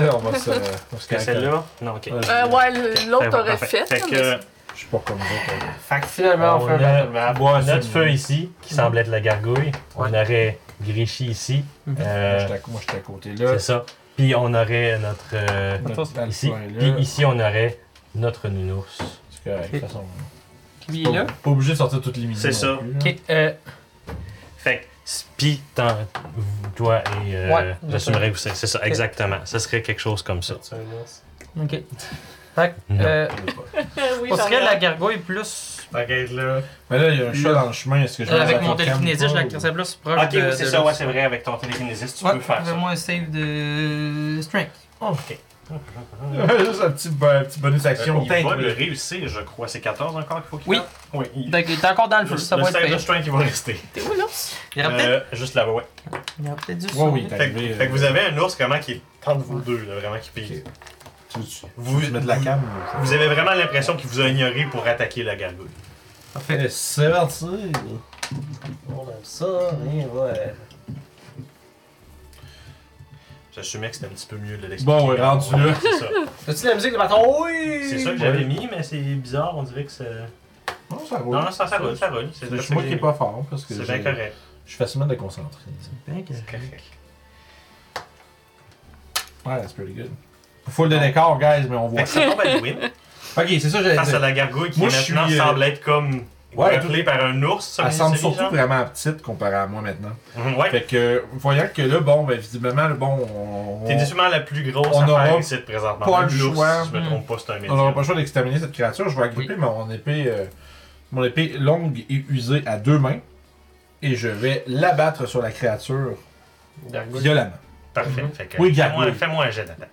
[SPEAKER 1] [LAUGHS] on
[SPEAKER 4] [LAUGHS]
[SPEAKER 1] va se. on va se
[SPEAKER 2] Que celle-là Non, ok.
[SPEAKER 1] Ouais,
[SPEAKER 3] Euh, ouais, l'autre
[SPEAKER 2] Parfait.
[SPEAKER 3] aurait fait.
[SPEAKER 2] Fait que,
[SPEAKER 3] mais-
[SPEAKER 2] euh,
[SPEAKER 1] Je suis pas comme d'autres.
[SPEAKER 6] Fait que finalement, on,
[SPEAKER 2] On
[SPEAKER 6] fait un
[SPEAKER 2] a-
[SPEAKER 6] battle map.
[SPEAKER 1] Moi,
[SPEAKER 2] notre feu ici, qui semble être la gargouille, on aurait Grichy ici.
[SPEAKER 4] Mhm.
[SPEAKER 2] Euh,
[SPEAKER 1] Moi, j'étais à côté
[SPEAKER 2] c'est
[SPEAKER 1] là.
[SPEAKER 2] ça. Puis on aurait notre. euh,
[SPEAKER 1] Notre-
[SPEAKER 2] ici.
[SPEAKER 1] dans le coin,
[SPEAKER 2] Puis
[SPEAKER 1] là.
[SPEAKER 2] ici, on aurait notre nounours.
[SPEAKER 1] C'est correct, de toute façon.
[SPEAKER 4] Lui il est là.
[SPEAKER 1] Pas- Pas obligé de sortir toutes les mini.
[SPEAKER 2] C'est
[SPEAKER 1] non
[SPEAKER 2] ça.
[SPEAKER 1] plus, là.
[SPEAKER 4] Ok. Euh,
[SPEAKER 2] Fait que, puis t'en- toi et. euh,
[SPEAKER 4] Ouais.
[SPEAKER 2] J'assumerai que c'est c'est ça, exactement. Ce serait quelque chose comme ça.
[SPEAKER 6] C'est un os.
[SPEAKER 4] ok. Fait que,
[SPEAKER 2] Non.
[SPEAKER 4] euh,
[SPEAKER 3] Euh, oui,
[SPEAKER 4] on
[SPEAKER 3] j'en
[SPEAKER 4] serait
[SPEAKER 3] ai
[SPEAKER 4] la
[SPEAKER 3] un.
[SPEAKER 4] gargouille plus.
[SPEAKER 2] T'inquiète là.
[SPEAKER 1] Mais là, il y a un chat dans le chemin. Est-ce que je
[SPEAKER 4] euh, avec
[SPEAKER 1] vais-
[SPEAKER 4] mon
[SPEAKER 1] je vais
[SPEAKER 4] télékinésie, je
[SPEAKER 1] prendre
[SPEAKER 4] la
[SPEAKER 1] pas,
[SPEAKER 4] crissais plus proche
[SPEAKER 2] Ok,
[SPEAKER 4] de.
[SPEAKER 2] oui, c'est
[SPEAKER 4] de
[SPEAKER 2] ça,
[SPEAKER 4] l'ours.
[SPEAKER 2] ouais, c'est vrai, avec ton télékinésiste, tu
[SPEAKER 4] Ouais,
[SPEAKER 2] peux faire ça.
[SPEAKER 4] Fais-moi un save de strength.
[SPEAKER 2] Ok.
[SPEAKER 1] [LAUGHS] Juste un petit, bo- un petit bonus action.
[SPEAKER 2] il
[SPEAKER 1] Il
[SPEAKER 2] va
[SPEAKER 1] va-
[SPEAKER 2] le réussir, je crois. C'est 14 encore qu'il faut qu'il
[SPEAKER 4] Oui.
[SPEAKER 2] fasse? Oui. il-
[SPEAKER 4] Donc, il est encore dans le
[SPEAKER 2] Le,
[SPEAKER 4] feu,
[SPEAKER 2] le
[SPEAKER 4] ça va être
[SPEAKER 2] save de
[SPEAKER 4] payé.
[SPEAKER 2] strength, il va rester.
[SPEAKER 3] T'es où l'ours?
[SPEAKER 4] Il y aura peut-être
[SPEAKER 2] Euh, juste là-bas, ouais.
[SPEAKER 4] il y aura peut-être du
[SPEAKER 1] Ouais, oui,
[SPEAKER 4] sauver.
[SPEAKER 1] t'es
[SPEAKER 2] Fait, que-
[SPEAKER 1] arrivé.
[SPEAKER 2] fait que vous
[SPEAKER 1] euh,
[SPEAKER 2] avez un ours vraiment qui est entre vous deux, là, vraiment qui pique.
[SPEAKER 1] Tu veux- tu-
[SPEAKER 2] Vous,
[SPEAKER 8] Je vais mettre la cam.
[SPEAKER 2] vous avez vraiment l'impression qu'il vous a ignoré pour attaquer la gargouille.
[SPEAKER 1] Parfait.
[SPEAKER 8] C'est parti. On aime ça, mais ouais.
[SPEAKER 2] J'assumais que c'était un petit peu mieux de l'expliquer.
[SPEAKER 1] Bon, ouais, rendu là.
[SPEAKER 2] C'est ça.
[SPEAKER 8] T'as-tu la musique de bâton? Oui!
[SPEAKER 2] C'est ça que j'avais mis, mais c'est bizarre, on dirait que c'est.
[SPEAKER 1] Non, ça roule.
[SPEAKER 2] Non, non, ça, ça roule, ça roule. C'est
[SPEAKER 1] C'est
[SPEAKER 2] juste
[SPEAKER 1] juste moi
[SPEAKER 2] que
[SPEAKER 1] qui est
[SPEAKER 2] j'ai-
[SPEAKER 1] pas fort parce que
[SPEAKER 2] C'est
[SPEAKER 1] j'ai-
[SPEAKER 2] bien correct.
[SPEAKER 1] je suis facilement déconcentré.
[SPEAKER 2] C'est correct.
[SPEAKER 1] Ouais, that's pretty good. Full de décor, guys, mais on
[SPEAKER 2] Fait
[SPEAKER 1] voit.
[SPEAKER 2] que ça tombe à Louis.
[SPEAKER 1] Ok, c'est ça, j'allais
[SPEAKER 2] Face à
[SPEAKER 1] dire.
[SPEAKER 2] la gargouille qui
[SPEAKER 1] Moi, je
[SPEAKER 2] maintenant
[SPEAKER 1] suis, euh,
[SPEAKER 2] semble être comme.
[SPEAKER 1] Ouais,
[SPEAKER 2] Rappelée par un ours, ça
[SPEAKER 1] Elle
[SPEAKER 2] me
[SPEAKER 1] semble
[SPEAKER 2] dit,
[SPEAKER 1] surtout
[SPEAKER 2] genre.
[SPEAKER 1] vraiment petite comparée à moi maintenant.
[SPEAKER 2] Mhm, Ouais.
[SPEAKER 1] Fait que, voyant que là, bon, ben, visiblement, le bon, on.
[SPEAKER 2] T'es décidément la plus grosse
[SPEAKER 1] on
[SPEAKER 2] affaire
[SPEAKER 1] aura
[SPEAKER 2] ici de présentement.
[SPEAKER 1] pas
[SPEAKER 2] Même
[SPEAKER 1] le
[SPEAKER 2] l'ours,
[SPEAKER 1] choix.
[SPEAKER 2] Si je me trompe pas, c'est un
[SPEAKER 1] On n'aura
[SPEAKER 2] métier.
[SPEAKER 1] pas le choix d'exterminer cette créature. Je vais agripper mon épée, euh, mon épée longue et usée à deux mains. Et je vais l'abattre sur la créature violemment.
[SPEAKER 2] Parfait. Fait que.
[SPEAKER 1] Oui,
[SPEAKER 2] Fais-moi
[SPEAKER 1] gargouille.
[SPEAKER 2] fais-moi un jet d'attaque.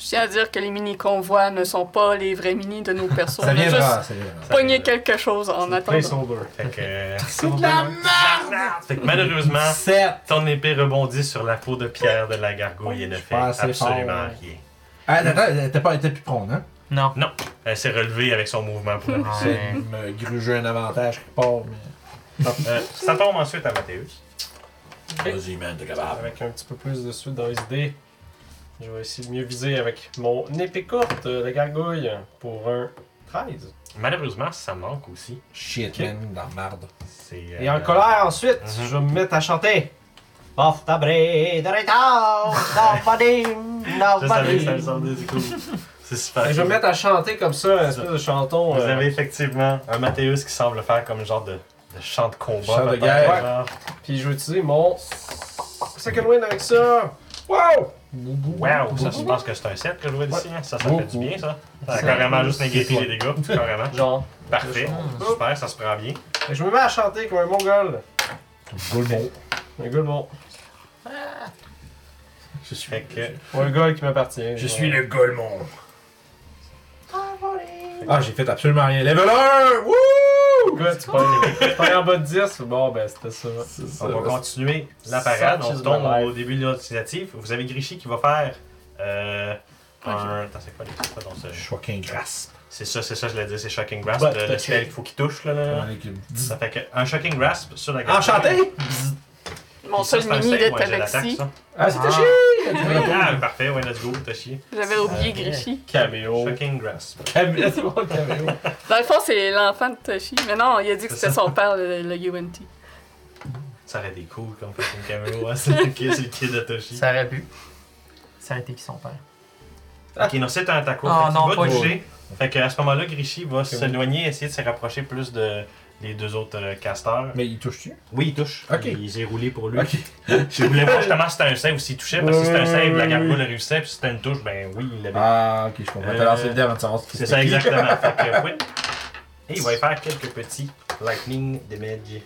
[SPEAKER 3] Je tiens à dire que les mini-convois ne sont pas les vrais minis de nos persos.
[SPEAKER 1] Ça
[SPEAKER 3] On a juste
[SPEAKER 1] viendra, ça viendra.
[SPEAKER 3] pogner quelque chose en attendant.
[SPEAKER 6] Placeholder.
[SPEAKER 2] Fait que. euh,
[SPEAKER 1] C'est de la merde!
[SPEAKER 2] Fait que malheureusement,
[SPEAKER 1] 7!
[SPEAKER 2] ton épée rebondit sur la peau de pierre de la gargouille et ne
[SPEAKER 1] Je
[SPEAKER 2] fait
[SPEAKER 1] pense que c'est
[SPEAKER 2] absolument
[SPEAKER 1] fort.
[SPEAKER 2] rien.
[SPEAKER 1] Ah, attends, elle était pas, elle était plus prone, hein?
[SPEAKER 4] Non.
[SPEAKER 2] Elle s'est relevée avec son mouvement pour la
[SPEAKER 1] C'est me gruger un avantage qui part, mais.
[SPEAKER 2] Euh, Ça tombe ensuite à Mathéus.
[SPEAKER 1] Vas-y, man, t'es capable.
[SPEAKER 6] Avec un petit peu plus de suite dans les idées, je vais essayer de mieux viser avec mon épée courte euh, de gargouille pour un 13.
[SPEAKER 2] Malheureusement, ça manque aussi.
[SPEAKER 1] Shit,
[SPEAKER 6] Ok.
[SPEAKER 1] man, dans la merde.
[SPEAKER 2] C'est,
[SPEAKER 6] Et
[SPEAKER 2] euh,
[SPEAKER 6] en colère ensuite,
[SPEAKER 2] Mhm.
[SPEAKER 6] je vais me mettre à chanter.
[SPEAKER 5] Porte abri de retard, nobody,
[SPEAKER 2] Je savais que ça me
[SPEAKER 5] nobody.
[SPEAKER 2] semblait du coup. C'est
[SPEAKER 1] Ah,
[SPEAKER 2] super.
[SPEAKER 6] Et je vais me mettre à chanter comme ça, un espèce de chanton.
[SPEAKER 2] Vous
[SPEAKER 6] euh,
[SPEAKER 2] avez effectivement un Mathéus qui semble faire comme genre de, de chant de combat.
[SPEAKER 1] Chant de
[SPEAKER 2] peut-être,
[SPEAKER 1] guerre.
[SPEAKER 2] genre.
[SPEAKER 6] Puis je vais utiliser mon second win avec ça. Wow!
[SPEAKER 2] Wow, ça, je pense que c'est un 7 que je vois d'ici. hein. Ça, ça
[SPEAKER 1] Oh.
[SPEAKER 2] fait du bien, ça. Ça a carrément juste négaté les dégâts.
[SPEAKER 6] [LAUGHS]
[SPEAKER 2] Carrément.
[SPEAKER 6] Genre.
[SPEAKER 2] Parfait. Super, ça se prend bien.
[SPEAKER 6] Fait que je me mets à chanter comme un mongol.
[SPEAKER 1] Go le mot.
[SPEAKER 6] Un gars bon.
[SPEAKER 1] Je suis,
[SPEAKER 2] Fait que.
[SPEAKER 6] Ou un gars qui m'appartient.
[SPEAKER 1] je suis le Golemon. Ah, j'ai fait absolument rien. Level 1! Wouh!
[SPEAKER 6] gars. Tu pognes- tu pognes en bas de 10. Bon, ben c'était ça.
[SPEAKER 2] On va continuer la
[SPEAKER 6] Such
[SPEAKER 2] parade.
[SPEAKER 6] is
[SPEAKER 2] On
[SPEAKER 6] my
[SPEAKER 2] tombe au
[SPEAKER 6] life.
[SPEAKER 2] début de l'initiative. Vous avez Grichy qui va faire. Euh, un. Attends, c'est quoi les c'est quoi ton seul?
[SPEAKER 1] Shocking grasp.
[SPEAKER 2] C'est ça, c'est ça, je l'ai dit, c'est Shocking Grasp.
[SPEAKER 1] But
[SPEAKER 2] le-
[SPEAKER 1] the
[SPEAKER 2] le spell
[SPEAKER 1] check.
[SPEAKER 2] qu'il faut qu'il touche, là. là.
[SPEAKER 1] Avec une-
[SPEAKER 2] Ça fait que un Shocking Grasp sur la gargouille.
[SPEAKER 1] Enchanté!
[SPEAKER 3] Mon
[SPEAKER 2] Ça,
[SPEAKER 3] seul
[SPEAKER 2] c'est un
[SPEAKER 3] mini
[SPEAKER 2] save,
[SPEAKER 3] d'être
[SPEAKER 2] ouais, j'ai l'attaque,
[SPEAKER 3] Alexis.
[SPEAKER 2] ça.
[SPEAKER 1] Ah, c'était chier!
[SPEAKER 2] Ah, parfait, ouais, let's go, t'as chié.
[SPEAKER 3] J'avais oublié Grichy.
[SPEAKER 6] Caméo.
[SPEAKER 2] Shocking Grasp.
[SPEAKER 1] Camille, [LAUGHS] c'est mon caméo.
[SPEAKER 3] Dans le fond, c'est l'enfant de Toshi. Mais non, il a dit que
[SPEAKER 2] C'est
[SPEAKER 3] c'était
[SPEAKER 2] ça.
[SPEAKER 3] son père, le, le UNT.
[SPEAKER 2] Ça aurait été cool comme fucking caméo, hein. [LAUGHS] c'est le kid c'est le kid de Toshi.
[SPEAKER 4] Ça aurait pu. Ça aurait été qui son père.
[SPEAKER 2] Ok, non, c'est un taco.
[SPEAKER 4] Ah,
[SPEAKER 2] fait
[SPEAKER 4] non,
[SPEAKER 2] qu'il
[SPEAKER 4] pas
[SPEAKER 2] va toucher. Fait qu'à ce moment-là, Grichy va s'éloigner, essayer de se rapprocher plus de les deux autres euh, casteurs.
[SPEAKER 1] Mais il touche-tu?
[SPEAKER 2] Oui, il touche.
[SPEAKER 1] Ok.
[SPEAKER 2] Il s'est roulé pour lui.
[SPEAKER 1] Ok.
[SPEAKER 2] [LAUGHS] Je voulais voir justement si c'était un save ou s'il touchait, parce que si c'était un save, la gargouille le réussissait, puis si c'était une touche, ben oui, il l'avait.
[SPEAKER 1] Ah, ok, je comprends. T'as lancé le dé avant de savoir ce qui
[SPEAKER 2] C'est
[SPEAKER 1] c'était
[SPEAKER 2] ça,
[SPEAKER 1] qui.
[SPEAKER 2] exactement.
[SPEAKER 1] [LAUGHS]
[SPEAKER 2] fait que, oui. Et il va y faire quelques petits lightning damage.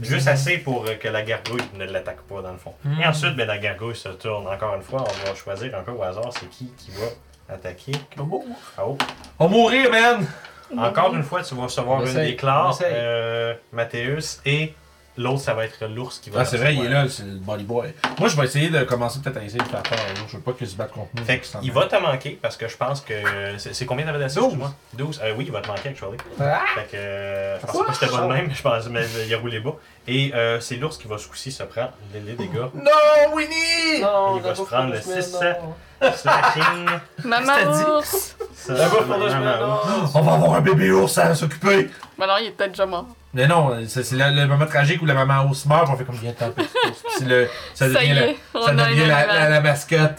[SPEAKER 2] Juste assez pour euh, que la gargouille ne l'attaque pas, dans le fond. Et ensuite, ben, la gargouille se tourne encore une fois. On va choisir un peu au hasard c'est qui qui va attaquer. Oh.
[SPEAKER 1] On va mourir, man!
[SPEAKER 2] Encore une fois, tu vas recevoir une
[SPEAKER 6] Essaye,
[SPEAKER 2] des classes,
[SPEAKER 6] essaye.
[SPEAKER 2] euh, Mathéus, et l'autre, ça va être l'ours qui va
[SPEAKER 1] Ah, c'est vrai, il est
[SPEAKER 2] recevoir.
[SPEAKER 1] là, c'est le body boy. Moi, je vais essayer de commencer peut-être à essayer de faire peur. à l'autre. Je veux pas qu'il se batte contre nous.
[SPEAKER 2] Fait qu'il va te manquer parce que je pense que. C'est c'est combien t'avais d'assist,
[SPEAKER 1] 12.
[SPEAKER 2] excuse-moi 12. Euh, oui, il va te manquer, actually. Fait que. euh, je pensais pas que c'était bon de même, [LAUGHS] je pense, mais il a roulé bas. Et euh, c'est l'ours qui va ce coup-ci se prendre les, les dégâts.
[SPEAKER 1] Non, Oh, Winnie!
[SPEAKER 6] Non,
[SPEAKER 2] Il va
[SPEAKER 6] t'as
[SPEAKER 2] se
[SPEAKER 6] pas
[SPEAKER 2] prendre
[SPEAKER 6] fait
[SPEAKER 2] le
[SPEAKER 6] deux semaines,
[SPEAKER 2] six,
[SPEAKER 6] non.
[SPEAKER 2] ça. Slashing.
[SPEAKER 3] Maman ours!
[SPEAKER 2] ça,
[SPEAKER 6] T'as pas fait deux
[SPEAKER 2] non,
[SPEAKER 6] semaines,
[SPEAKER 2] non, non.
[SPEAKER 6] non.
[SPEAKER 1] On va avoir un bébé ours à s'occuper!
[SPEAKER 3] Ben non, il est peut-être déjà mort.
[SPEAKER 1] Mais non, c'est c'est le, le moment tragique où la maman ours meurt, puis on fait comme bien tant pis. C'est le. Ça
[SPEAKER 3] Ça y
[SPEAKER 1] devient, le-
[SPEAKER 3] est, on
[SPEAKER 1] ça
[SPEAKER 3] a
[SPEAKER 1] devient
[SPEAKER 3] eu
[SPEAKER 1] la,
[SPEAKER 3] la
[SPEAKER 1] la- la mascotte.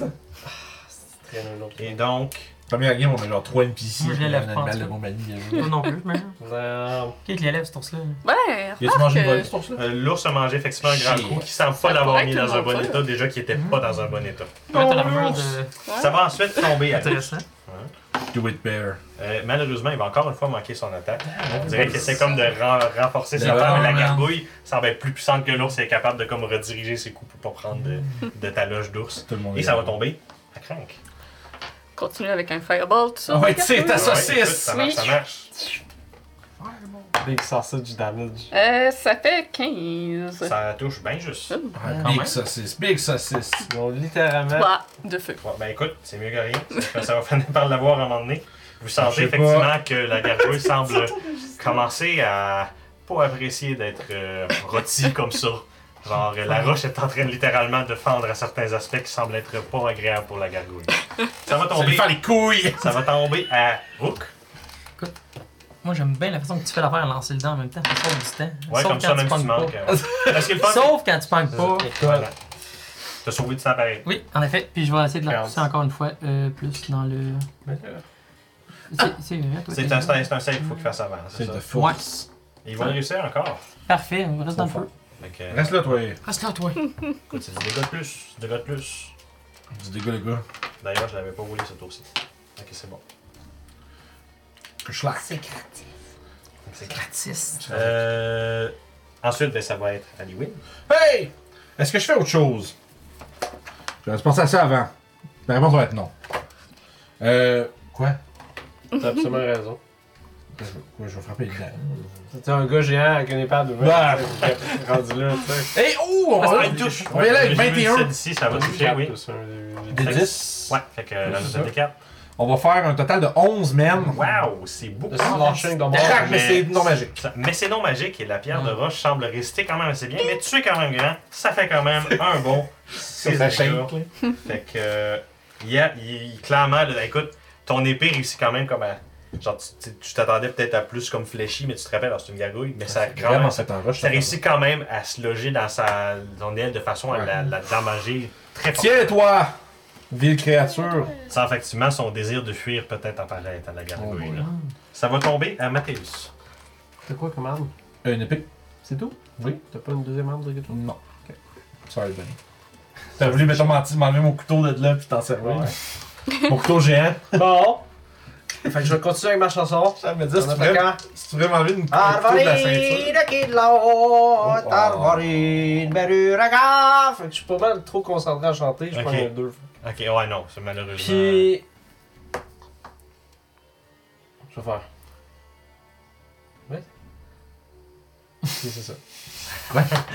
[SPEAKER 6] Traîne un autre.
[SPEAKER 2] Et donc.
[SPEAKER 1] Première game, on a genre 3 NPC.
[SPEAKER 4] Moi, je
[SPEAKER 1] puis
[SPEAKER 4] l'élève
[SPEAKER 1] un
[SPEAKER 4] pas, en
[SPEAKER 1] animal
[SPEAKER 4] tout
[SPEAKER 1] de
[SPEAKER 4] cas.
[SPEAKER 1] compagnie, bien joué.
[SPEAKER 4] Moi non plus, mais.
[SPEAKER 6] Non.
[SPEAKER 4] Qui est qui l'élève, ce ours-là
[SPEAKER 3] Ouais!
[SPEAKER 1] Y a-tu mangé
[SPEAKER 3] Ah, que-
[SPEAKER 1] une volée, ce ours-là?
[SPEAKER 2] euh, L'ours a mangé effectivement un grand
[SPEAKER 1] Chier.
[SPEAKER 2] coup qui semble
[SPEAKER 3] Ça
[SPEAKER 2] pas l'avoir
[SPEAKER 3] pourrait
[SPEAKER 2] mis
[SPEAKER 3] être
[SPEAKER 2] dans un
[SPEAKER 3] une
[SPEAKER 2] bon
[SPEAKER 3] bonne
[SPEAKER 2] état, déjà qu'il était pas dans un bon état.
[SPEAKER 4] Peut-être un armure de.
[SPEAKER 2] Ça va ensuite tomber à lui.
[SPEAKER 4] Intéressant.
[SPEAKER 1] Do it bear.
[SPEAKER 2] Euh, malheureusement, il va encore une fois manquer son attaque. On dirait que c'est comme de ren- renforcer ses
[SPEAKER 1] Mais
[SPEAKER 2] attaques, mais la
[SPEAKER 1] non,
[SPEAKER 2] gargouille semble être plus puissante que l'ours et est capable de comme rediriger ses coups pour pas prendre de, de ta loge d'ours.
[SPEAKER 1] Tout le monde
[SPEAKER 2] Et
[SPEAKER 1] est
[SPEAKER 2] ça va
[SPEAKER 1] là.
[SPEAKER 2] tomber Ça craque.
[SPEAKER 3] Continue avec un fireball, tout ça.
[SPEAKER 1] Ah ouais, tu sais, ta
[SPEAKER 2] Ouais, écoute,
[SPEAKER 1] saucisse!
[SPEAKER 2] Ça marche, ça marche.
[SPEAKER 6] Big sausage damage.
[SPEAKER 3] Euh, ça fait 15.
[SPEAKER 2] Ça touche bien juste.
[SPEAKER 3] Ouh,
[SPEAKER 1] Ah,
[SPEAKER 4] Quand
[SPEAKER 1] big
[SPEAKER 4] même.
[SPEAKER 1] saucisse, big saucisse.
[SPEAKER 6] Ils ont littéralement.
[SPEAKER 3] Trois de feu.
[SPEAKER 2] Ouais, ben écoute, c'est mieux que rien. Ça fait- Ça va finir par l'avoir à un moment donné. Vous
[SPEAKER 1] Je sais
[SPEAKER 2] sentez effectivement que la
[SPEAKER 4] [LAUGHS]
[SPEAKER 2] gargouille semble commencer à pas apprécier d'être euh, rôtie comme ça. Genre, euh, la roche est en train littéralement de fendre à certains aspects qui semblent être pas agréables pour la gargouille. Ça
[SPEAKER 1] Ça lui
[SPEAKER 2] va tomber,
[SPEAKER 1] fait les couilles!
[SPEAKER 2] ça va tomber à Rook.
[SPEAKER 4] Moi, j'aime bien la façon que tu fais l'affaire à lancer le dent en même temps. Ça sauve du temps.
[SPEAKER 2] Ouais,
[SPEAKER 4] Sauf
[SPEAKER 2] comme
[SPEAKER 4] quand
[SPEAKER 2] ça,
[SPEAKER 4] tu
[SPEAKER 2] même si tu
[SPEAKER 4] pognes pas.
[SPEAKER 2] manques. euh, Est-ce qu'il le
[SPEAKER 4] Sauf quand tu panques pas.
[SPEAKER 2] Voilà. T'as sauvé du temps pareil.
[SPEAKER 4] Oui, en effet. Puis je vais essayer de la
[SPEAKER 2] Quarante.
[SPEAKER 4] pousser encore une fois euh, plus dans le. C'est- C'est vrai, toi,
[SPEAKER 2] Ben, C'est
[SPEAKER 4] t'es-
[SPEAKER 2] un, c'est un, c'est un save, il faut qu'il fasse avant. [LAUGHS] C'est
[SPEAKER 1] C'est
[SPEAKER 2] ça.
[SPEAKER 1] de force.
[SPEAKER 2] Ils vont réussir encore.
[SPEAKER 4] Parfait, on reste dans le feu.
[SPEAKER 2] Fait que, euh,
[SPEAKER 1] Reste là, toi.
[SPEAKER 4] Reste là, toi.
[SPEAKER 2] écoute, c'est du dégât de plus. Du dégât de plus.
[SPEAKER 1] Du dégât, les gars.
[SPEAKER 2] D'ailleurs, je l'avais pas roulé ce tour-ci. Ok, c'est bon.
[SPEAKER 1] Je slack.
[SPEAKER 7] C'est gratis.
[SPEAKER 2] C'est clair.
[SPEAKER 4] Gratis.
[SPEAKER 2] Euh, ensuite, ben, ça va être Halloween.
[SPEAKER 1] Hey! Est-ce que je fais autre chose? J'aurais dû penser à ça avant. La réponse va être non. Euh. Quoi?
[SPEAKER 6] T'as absolument raison.
[SPEAKER 1] Quoi, je- quoi, je vais frapper les dents.
[SPEAKER 6] T'es un gars géant avec une épée de
[SPEAKER 1] Bah.
[SPEAKER 6] Rendu là, tu sais.
[SPEAKER 1] Hey, oh! On
[SPEAKER 4] Ah,
[SPEAKER 1] va là, il touche. On va y aller avec 21.
[SPEAKER 2] Ici, ça va toucher, oui.
[SPEAKER 6] Plus un des- des-
[SPEAKER 2] Fait que-
[SPEAKER 1] 10.
[SPEAKER 2] Ouais, fait que euh, la note de 4.
[SPEAKER 1] On va faire un total de 11, man.
[SPEAKER 2] Waouh, c'est beaucoup.
[SPEAKER 6] Le
[SPEAKER 1] Ah,
[SPEAKER 6] slashing de mort.
[SPEAKER 1] Crac, mais c'est non magique.
[SPEAKER 2] Ça- Mais c'est non magique et la pierre
[SPEAKER 1] Mm.
[SPEAKER 2] de roche semble résister quand même assez bien, mais tu es quand même grand, ça fait quand même un bon 6
[SPEAKER 1] Ça
[SPEAKER 2] dégâts.
[SPEAKER 1] shake,
[SPEAKER 2] Fait que, euh, il y a- il- il- clairement, là, ben, écoute, ton épée réussit quand même comme à. Genre, tu- tu- tu t'attendais peut-être à plus comme fléchi, mais tu te rappelles, alors, c'est une gargouille, mais ça, quand même,
[SPEAKER 1] Vraiment, c'est un rush.
[SPEAKER 2] ça réussit quand même à se loger dans sa, son aile de façon à la, la damager très fort.
[SPEAKER 1] Tiens-toi, ville créature.
[SPEAKER 2] Sans effectivement son désir de fuir peut-être apparaître à la
[SPEAKER 6] Oh,
[SPEAKER 2] gargouille. là. Ça va tomber à Mathéus.
[SPEAKER 6] T'as quoi comme arme
[SPEAKER 1] Une épée?
[SPEAKER 6] C'est tout
[SPEAKER 1] Oui.
[SPEAKER 6] T'as pas une deuxième arme de quelque chose
[SPEAKER 1] Non. Sorry, Benny. T'as voulu, mettons, mentir, m'enlever mon couteau de là puis t'en servir. [LAUGHS] Mon couteau géant.
[SPEAKER 6] Bon Fait que je vais continuer avec ma chanson.
[SPEAKER 1] Ça me dit,
[SPEAKER 6] En attaquant.
[SPEAKER 1] si tu veux m'enlever une couteau de la ceinture.
[SPEAKER 6] Arvarine, Kidlot,
[SPEAKER 1] Oh.
[SPEAKER 6] Arvarine, Beruraga. Fait que je suis pas mal trop concentré à chanter, je
[SPEAKER 2] Ok.
[SPEAKER 6] prends les deux.
[SPEAKER 2] Ok, ouais, non, c'est malheureusement.
[SPEAKER 6] Puis. Je vais faire. Ouais. Ok, c'est ça.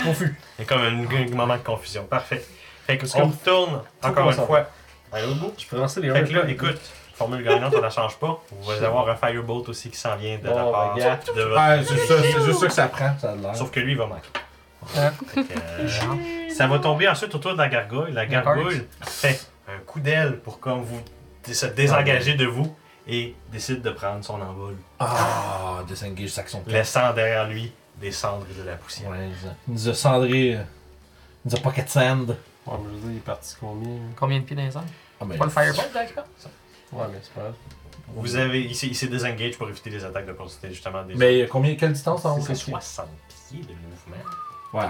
[SPEAKER 1] Confus.
[SPEAKER 2] Il y a comme un, un moment de confusion. Parfait. Fait que
[SPEAKER 6] On-
[SPEAKER 2] on retourne encore
[SPEAKER 6] qu'on
[SPEAKER 2] une
[SPEAKER 6] s'en
[SPEAKER 2] fois à l'autre bout.
[SPEAKER 6] Je peux lancer les
[SPEAKER 2] Fait
[SPEAKER 6] uns.
[SPEAKER 2] que là, écoute, formule gagnante, on la change pas. Vous allez avoir un Firebolt aussi qui s'en vient de la
[SPEAKER 6] Bon,
[SPEAKER 2] part
[SPEAKER 6] ben, gars.
[SPEAKER 2] de votre...
[SPEAKER 1] Ouais, c'est ça, c'est juste ça que ça prend, ça a l'air.
[SPEAKER 2] Sauf que lui, il va manquer.
[SPEAKER 1] Ah. Hein?
[SPEAKER 2] [LAUGHS] Fait que, euh, ça va tomber ensuite autour de la gargouille. La gargouille fait un coup d'aile pour comme vous dé- se désengager de vous et décide de prendre son envol,
[SPEAKER 1] Ah, disengage Saxon.
[SPEAKER 2] laissant derrière lui des cendres et de la poussière.
[SPEAKER 1] Ouais, ça. Il nous a cendré. euh, Il nous a pocket sand.
[SPEAKER 6] Ouais, mais je veux dire, il est parti combien là?
[SPEAKER 4] Combien de pieds dans les airs?
[SPEAKER 1] Ah, mais.
[SPEAKER 4] Pas le fireball, d'accord?
[SPEAKER 6] Ouais, mais c'est pas grave.
[SPEAKER 2] Vous avez, il s'est il s'est désengagé pour éviter les attaques d'opportunité justement des
[SPEAKER 1] Mais euh, combien, quelle distance en haut
[SPEAKER 2] C'est
[SPEAKER 1] Ouais,
[SPEAKER 2] 60 pieds de mouvement.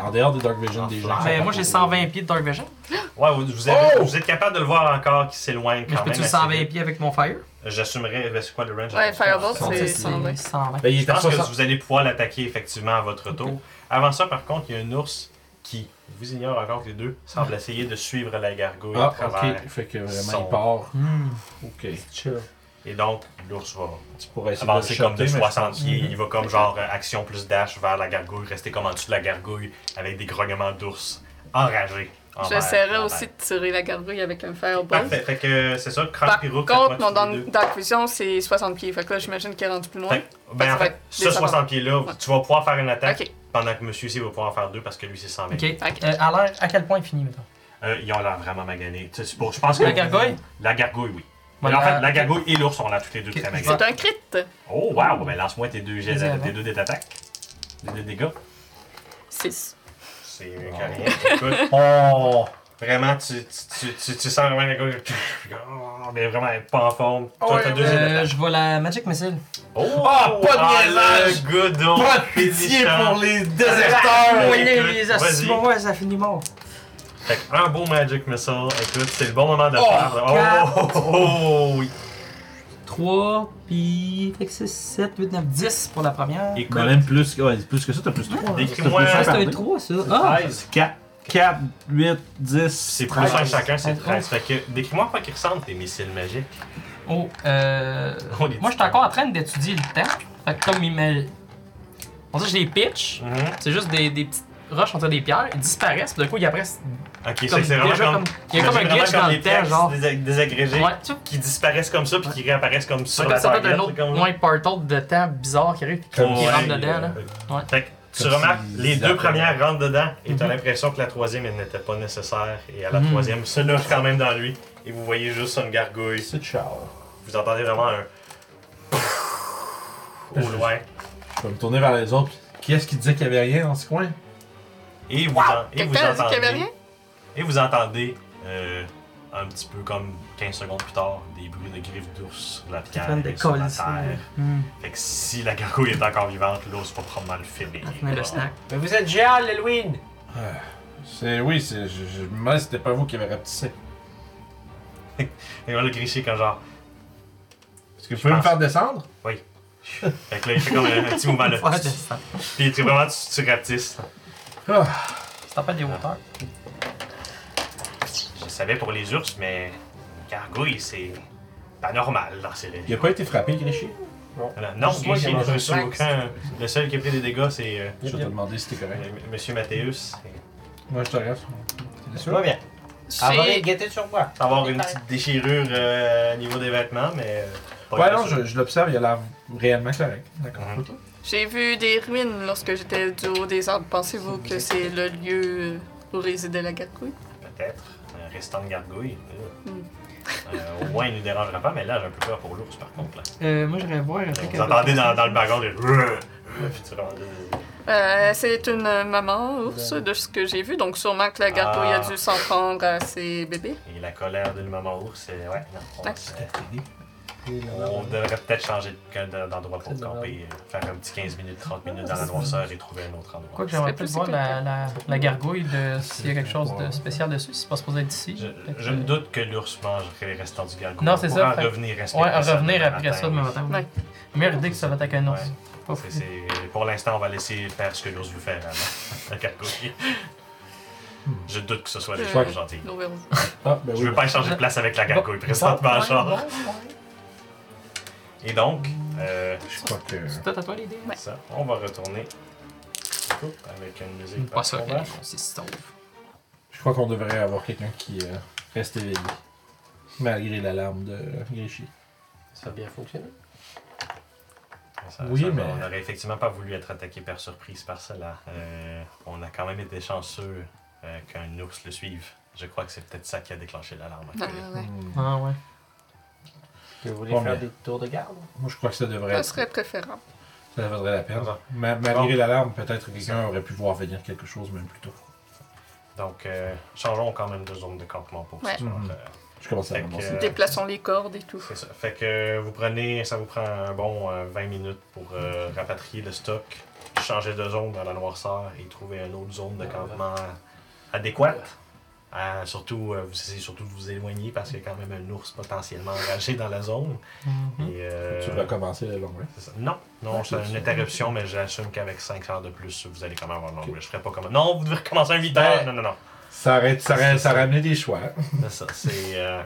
[SPEAKER 1] en dehors des Dark Vision des gens.
[SPEAKER 2] Ah,
[SPEAKER 1] qui sont
[SPEAKER 4] Mais
[SPEAKER 1] pas
[SPEAKER 4] Ah, moi, j'ai
[SPEAKER 1] trop-
[SPEAKER 4] 120 pieds de Dark Vision.
[SPEAKER 2] Ouais, vous, vous avez-
[SPEAKER 1] Oh!
[SPEAKER 2] vous êtes capable de le voir encore qui s'éloigne
[SPEAKER 4] Mais
[SPEAKER 2] quand
[SPEAKER 4] je peux-tu
[SPEAKER 2] même.
[SPEAKER 4] le
[SPEAKER 2] assez
[SPEAKER 4] 120
[SPEAKER 2] vite.
[SPEAKER 4] pieds avec mon fire?
[SPEAKER 2] J'assumerai, ben, c'est quoi le range?
[SPEAKER 3] Ouais, Fireball,
[SPEAKER 1] ça,
[SPEAKER 3] c'est
[SPEAKER 1] c'est-
[SPEAKER 3] 120.
[SPEAKER 4] 120.
[SPEAKER 1] Ben, il
[SPEAKER 2] Je
[SPEAKER 1] est à
[SPEAKER 2] pense que
[SPEAKER 1] 60.
[SPEAKER 2] vous allez pouvoir l'attaquer effectivement à votre tour. Avant ça, par contre, il y a un ours qui, vous ignore encore les deux, semble essayer de suivre la gargouille à
[SPEAKER 1] Ah,
[SPEAKER 2] travers.
[SPEAKER 1] ok. Fait que vraiment,
[SPEAKER 2] son-
[SPEAKER 1] il part.
[SPEAKER 4] Hmm.
[SPEAKER 1] Ok.
[SPEAKER 6] Chill.
[SPEAKER 2] Et donc, l'ours va
[SPEAKER 1] Tu pourrais essayer
[SPEAKER 2] avancer
[SPEAKER 1] de
[SPEAKER 2] Ah, comme de
[SPEAKER 1] le choper, mais je
[SPEAKER 2] 60
[SPEAKER 1] pense- Mm-hmm.
[SPEAKER 2] pieds. Il va comme genre euh, action plus dash vers la gargouille, rester comme en dessous de la gargouille avec des grognements d'ours enragés.
[SPEAKER 1] Ah,
[SPEAKER 2] envers
[SPEAKER 3] J'essaierai
[SPEAKER 2] la
[SPEAKER 3] aussi
[SPEAKER 2] bête.
[SPEAKER 3] de tirer la gargouille avec un fireball.
[SPEAKER 2] Parfait, fait que euh, c'est ça,
[SPEAKER 3] Par
[SPEAKER 2] crack Pyro,
[SPEAKER 3] contre, mon dark dark vision, c'est 60 pieds. Fait que là, j'imagine qu'elle est rendue plus loin.
[SPEAKER 2] Fait- Ben,
[SPEAKER 3] Ça
[SPEAKER 2] en
[SPEAKER 3] va
[SPEAKER 2] fait,
[SPEAKER 3] être
[SPEAKER 2] ce
[SPEAKER 3] descendant.
[SPEAKER 2] 60 pieds-là,
[SPEAKER 3] Ouais.
[SPEAKER 2] tu vas pouvoir faire une attaque
[SPEAKER 3] Ok.
[SPEAKER 2] pendant que monsieur ici va pouvoir en faire deux parce que lui, c'est 120.
[SPEAKER 4] Ok.
[SPEAKER 3] Ok.
[SPEAKER 4] Euh, à l'heure, à quel point il finit, mettons?
[SPEAKER 2] Euh, ils ont l'air vraiment maganés. Tu sais, pour- je pense que
[SPEAKER 4] La gargouille?
[SPEAKER 2] La gargouille, oui.
[SPEAKER 4] Bon,
[SPEAKER 2] Mais en
[SPEAKER 4] la-
[SPEAKER 2] fait, la gargouille et l'ours sont là toutes les deux
[SPEAKER 4] Ok.
[SPEAKER 2] très maganés.
[SPEAKER 3] C'est un crit.
[SPEAKER 2] Oh, wow! Ben, lance-moi tes deux jets,
[SPEAKER 4] Vas-y, avant.
[SPEAKER 2] tes deux dés d'attaque. Des dés de dégâts.
[SPEAKER 3] 6.
[SPEAKER 2] C'est mieux que rien. [LAUGHS] Écoute,
[SPEAKER 1] Oh!
[SPEAKER 2] vraiment, tu, tu, tu, tu- tu sens vraiment la gargouille. Oh, Mais vraiment, elle est pas en forme. Toi,
[SPEAKER 1] Ouais,
[SPEAKER 2] t'as deux jets
[SPEAKER 4] Euh,
[SPEAKER 2] d'attaque.
[SPEAKER 4] je vois la Magic Missile.
[SPEAKER 2] Oh,
[SPEAKER 1] Ah, pas de niaisage!
[SPEAKER 2] le good old
[SPEAKER 1] Pas de pitié
[SPEAKER 2] finissant.
[SPEAKER 1] pour les déserteurs!
[SPEAKER 2] Ouais.
[SPEAKER 4] Ah, Oui,
[SPEAKER 2] Ben, écoute,
[SPEAKER 4] les
[SPEAKER 2] vas-y.
[SPEAKER 4] assis, bon, ouais, ça finit mort.
[SPEAKER 2] Fait que un beau Magic Missile, écoute, c'est le bon moment de le
[SPEAKER 1] Oh,
[SPEAKER 2] faire. Oh, oh, oh, oh, oui.
[SPEAKER 4] 3, puis. Fait que 6, 7, 8, 9, 10 pour la première.
[SPEAKER 2] Écoute,
[SPEAKER 8] Ben, même plus, que- ouais, plus que ça, t'as plus 3.
[SPEAKER 2] Décris-moi-
[SPEAKER 8] T'as
[SPEAKER 4] Ah,
[SPEAKER 8] plus
[SPEAKER 4] c'est
[SPEAKER 8] un
[SPEAKER 4] un
[SPEAKER 8] pardon.
[SPEAKER 4] 3, ça. Ah!
[SPEAKER 6] 13.
[SPEAKER 8] 4.
[SPEAKER 9] 4, 8, 10.
[SPEAKER 2] C'est plus un chacun, c'est 13. Fait que décris-moi pas qu'ils ressemblent tes missiles magiques.
[SPEAKER 4] Oh, euh.
[SPEAKER 2] On les
[SPEAKER 4] Moi,
[SPEAKER 2] dit
[SPEAKER 4] je suis encore en train d'étudier le temps. Fait que comme il me. On dirait que je les pitch.
[SPEAKER 2] Mhm.
[SPEAKER 4] C'est juste des, des petites roches entre des pierres. Ils disparaissent. Puis d'un coup, ils apparaissent.
[SPEAKER 2] Ok, c'est-
[SPEAKER 4] Comme
[SPEAKER 2] c'est vraiment
[SPEAKER 4] déjà
[SPEAKER 2] comme.
[SPEAKER 4] comme- il y a comme un
[SPEAKER 2] j'imagine
[SPEAKER 4] glitch
[SPEAKER 2] vraiment
[SPEAKER 4] dans
[SPEAKER 2] comme
[SPEAKER 4] le
[SPEAKER 2] des
[SPEAKER 4] temps,
[SPEAKER 2] textes
[SPEAKER 4] genre.
[SPEAKER 2] désag- désagrégés
[SPEAKER 4] Ouais, tu sais.
[SPEAKER 2] qui disparaissent comme ça puis qui réapparaissent comme
[SPEAKER 4] C'est
[SPEAKER 2] sur
[SPEAKER 4] comme
[SPEAKER 2] la
[SPEAKER 4] ça, fait un
[SPEAKER 2] target,
[SPEAKER 4] autre
[SPEAKER 2] comme-
[SPEAKER 4] loin portal de temps bizarre qui arrive.
[SPEAKER 1] Comme
[SPEAKER 4] qui
[SPEAKER 2] Ouais.
[SPEAKER 4] rentre dedans, là.
[SPEAKER 2] Euh, Fait que tu
[SPEAKER 1] Comme
[SPEAKER 2] remarques,
[SPEAKER 1] s'ils
[SPEAKER 2] les deux
[SPEAKER 1] appellent.
[SPEAKER 2] premières rentrent dedans et t'as
[SPEAKER 4] Mhm.
[SPEAKER 2] l'impression que la troisième, elle n'était pas nécessaire. Et à la
[SPEAKER 4] Mhm.
[SPEAKER 2] troisième, se loge quand même dans lui. Et vous voyez juste une gargouille.
[SPEAKER 1] C'est ciao.
[SPEAKER 2] Vous entendez vraiment un. au loin.
[SPEAKER 1] Je vais me tourner vers les autres. Qui est-ce qui disait qu'il y avait rien dans ce coin?
[SPEAKER 2] Et vous, en- et vous
[SPEAKER 3] Quelqu'un a dit qu'il y avait
[SPEAKER 2] entendez.
[SPEAKER 3] rien?
[SPEAKER 2] Et vous entendez, euh, un petit peu comme 15 secondes plus tard, des bruits de griffes d'ours sur la pierre,
[SPEAKER 5] train de
[SPEAKER 2] sur la
[SPEAKER 5] coller ça.
[SPEAKER 2] terre.
[SPEAKER 4] Hum.
[SPEAKER 2] Fait que si la gargouille est encore vivante, l'ours va probablement le filer.
[SPEAKER 4] Mais le snack.
[SPEAKER 5] Mais vous êtes géant, Halloween!
[SPEAKER 1] C'est. Oui, c'est. Je, je me demandais si c'était pas vous qui avez rapetissé.
[SPEAKER 2] Et on le gricher comme genre.
[SPEAKER 1] Est-ce que vous pouvez me
[SPEAKER 2] pense.
[SPEAKER 1] faire descendre?
[SPEAKER 2] Fait que là, il fait comme un, un petit
[SPEAKER 4] [LAUGHS]
[SPEAKER 2] mouvement là.
[SPEAKER 4] Ouais, c'est ça.
[SPEAKER 2] Puis tu vraiment, tu, tu rapetisses.
[SPEAKER 1] Ah,
[SPEAKER 4] Tu t'en fais des hauteurs.
[SPEAKER 2] Je savais pour les ours, mais une gargouille, c'est pas normal dans ces
[SPEAKER 1] il
[SPEAKER 2] régions.
[SPEAKER 1] a pas été frappé, Gréchy?
[SPEAKER 2] Voilà. Non,
[SPEAKER 6] Juste moi qui
[SPEAKER 2] Grichy
[SPEAKER 6] ai
[SPEAKER 2] n'a
[SPEAKER 6] mangé
[SPEAKER 2] reçu
[SPEAKER 3] ça.
[SPEAKER 2] aucun. Le seul qui a pris des dégâts, c'est euh,
[SPEAKER 1] Je vais te demander si t'es correct.
[SPEAKER 2] euh, Monsieur Mathéus.
[SPEAKER 1] Moi, je te regarde. T'es
[SPEAKER 5] Tu
[SPEAKER 1] sûr?
[SPEAKER 5] vas bien.
[SPEAKER 1] Ah,
[SPEAKER 5] Elle va
[SPEAKER 3] C'est-
[SPEAKER 5] venir guetter sur moi.
[SPEAKER 2] Ça va avoir une petite déchirure euh, au niveau des vêtements, mais. euh, pas
[SPEAKER 1] Ouais,
[SPEAKER 2] grave,
[SPEAKER 1] non,
[SPEAKER 2] ça.
[SPEAKER 1] je, je l'observe, il a l'air réellement correct. D'accord.
[SPEAKER 2] Mhm.
[SPEAKER 3] J'ai vu des ruines lorsque j'étais du haut des arbres. Pensez-vous que c'est le lieu où résidait la gargouille?
[SPEAKER 2] Peut-être. Un restant de gargouille. euh.
[SPEAKER 3] Mm.
[SPEAKER 2] Euh, au moins, il ne nous dérangera pas, mais là, j'ai un peu peur pour l'ours, par contre. Là.
[SPEAKER 4] Euh, moi, j'irais voir. un truc
[SPEAKER 2] Vous
[SPEAKER 4] avec-
[SPEAKER 2] entendez dans, dans le background les. Puis tu rends-
[SPEAKER 3] Euh, c'est une maman ours de ce que j'ai vu, donc sûrement que la gargouille a
[SPEAKER 2] Ah.
[SPEAKER 3] dû s'en prendre à ses bébés.
[SPEAKER 2] Et la colère de maman ours, c'est. Ouais, non. on
[SPEAKER 3] Ouais.
[SPEAKER 2] se- On devrait peut-être changer de- de- d'endroit pour camper, euh, faire un petit 15 minutes, 30 minutes dans la noirceur et trouver un autre endroit.
[SPEAKER 4] Quoi que j'aimerais
[SPEAKER 3] C'est
[SPEAKER 4] peut-être
[SPEAKER 3] plus
[SPEAKER 4] voir la,
[SPEAKER 3] sécuritaire.
[SPEAKER 4] la, la gargouille de s'il y a quelque chose de spécial dessus, si c'est pas supposé être ici.
[SPEAKER 2] Je,
[SPEAKER 4] Fait que-
[SPEAKER 2] je me doute que l'ours mangerait les restants du gargouille.
[SPEAKER 4] Non, c'est
[SPEAKER 2] On
[SPEAKER 4] ça,
[SPEAKER 2] pourra en
[SPEAKER 4] fait-
[SPEAKER 2] revenir,
[SPEAKER 4] Ouais,
[SPEAKER 2] respecter
[SPEAKER 4] à revenir
[SPEAKER 2] demain
[SPEAKER 4] après ça demain matin.
[SPEAKER 3] Ouais.
[SPEAKER 4] Meilleure idée que ça va être avec un ours.
[SPEAKER 2] Ouais.
[SPEAKER 4] Pas
[SPEAKER 2] C'est-
[SPEAKER 4] fou.
[SPEAKER 2] c'est- Pour l'instant, on va laisser faire ce que l'ours veut faire à la [LAUGHS] gargouille. Je doute que ce soit des
[SPEAKER 3] Je-
[SPEAKER 2] choses gentilles.
[SPEAKER 3] Nous verrons.
[SPEAKER 1] Ah, ben
[SPEAKER 2] Je
[SPEAKER 1] oui.
[SPEAKER 2] veux pas échanger de place avec la gargouille présentement, genre. Et donc, euh,
[SPEAKER 1] Je crois que.
[SPEAKER 4] C'est peut-être à toi l'idée.
[SPEAKER 3] Ouais.
[SPEAKER 2] ça, on va retourner avec une musique.
[SPEAKER 4] Pas ça,
[SPEAKER 2] particulière.
[SPEAKER 4] c'est si
[SPEAKER 1] Je crois qu'on devrait avoir quelqu'un qui euh, reste éveillé. Malgré l'alarme de euh, Gréchy.
[SPEAKER 6] Ça a bien fonctionné.
[SPEAKER 2] Ça-
[SPEAKER 1] Oui,
[SPEAKER 2] ça,
[SPEAKER 1] mais-
[SPEAKER 2] On n'aurait effectivement pas voulu être attaqué par surprise par cela. Euh, on a quand même été chanceux euh, qu'un ours le suive. Je crois que c'est peut-être ça qui a déclenché l'alarme.
[SPEAKER 3] Ah, ouais.
[SPEAKER 1] Hmm.
[SPEAKER 4] Ah ouais.
[SPEAKER 5] Vous voulez
[SPEAKER 1] Bon,
[SPEAKER 5] faire
[SPEAKER 1] bien.
[SPEAKER 5] des tours de garde?
[SPEAKER 1] Moi, je crois que ça devrait
[SPEAKER 3] Ça
[SPEAKER 1] être.
[SPEAKER 3] serait préférable.
[SPEAKER 1] Ça vaudrait la peine. hein.
[SPEAKER 2] Bon.
[SPEAKER 1] Ma- malgré l'alarme, peut-être que quelqu'un aurait pu voir venir quelque chose même plus tôt.
[SPEAKER 2] Donc, euh, changeons quand même de zone de campement pour
[SPEAKER 3] Ouais.
[SPEAKER 2] ce soir.
[SPEAKER 1] Mhm.
[SPEAKER 2] Euh,
[SPEAKER 1] Je commence à
[SPEAKER 2] Fait que,
[SPEAKER 1] commencer.
[SPEAKER 2] euh,
[SPEAKER 3] Déplaçons les cordes et tout.
[SPEAKER 2] C'est ça. Fait que euh, vous prenez, ça vous prend un bon euh, 20 minutes pour euh, rapatrier le stock, changer de zone dans la noirceur et trouver une autre zone de campement adéquate. Euh, surtout, euh, vous essayez surtout de vous éloigner parce qu'il y a quand même un ours potentiellement engagé dans la zone. Et, euh,
[SPEAKER 1] Hum. Tu vas commencer le long.
[SPEAKER 2] c'est ça. Non, non, c'est une interruption, mais j'assume qu'avec 5 heures de plus, vous allez quand même avoir long. Je ferai pas comme. Non, vous devez recommencer un 8 heures.
[SPEAKER 1] Ben-
[SPEAKER 2] Non, non, non.
[SPEAKER 1] Ça, aurait, ça, aurait- ça ramenait des choix. hein.
[SPEAKER 2] C'est ça. C'est. euh,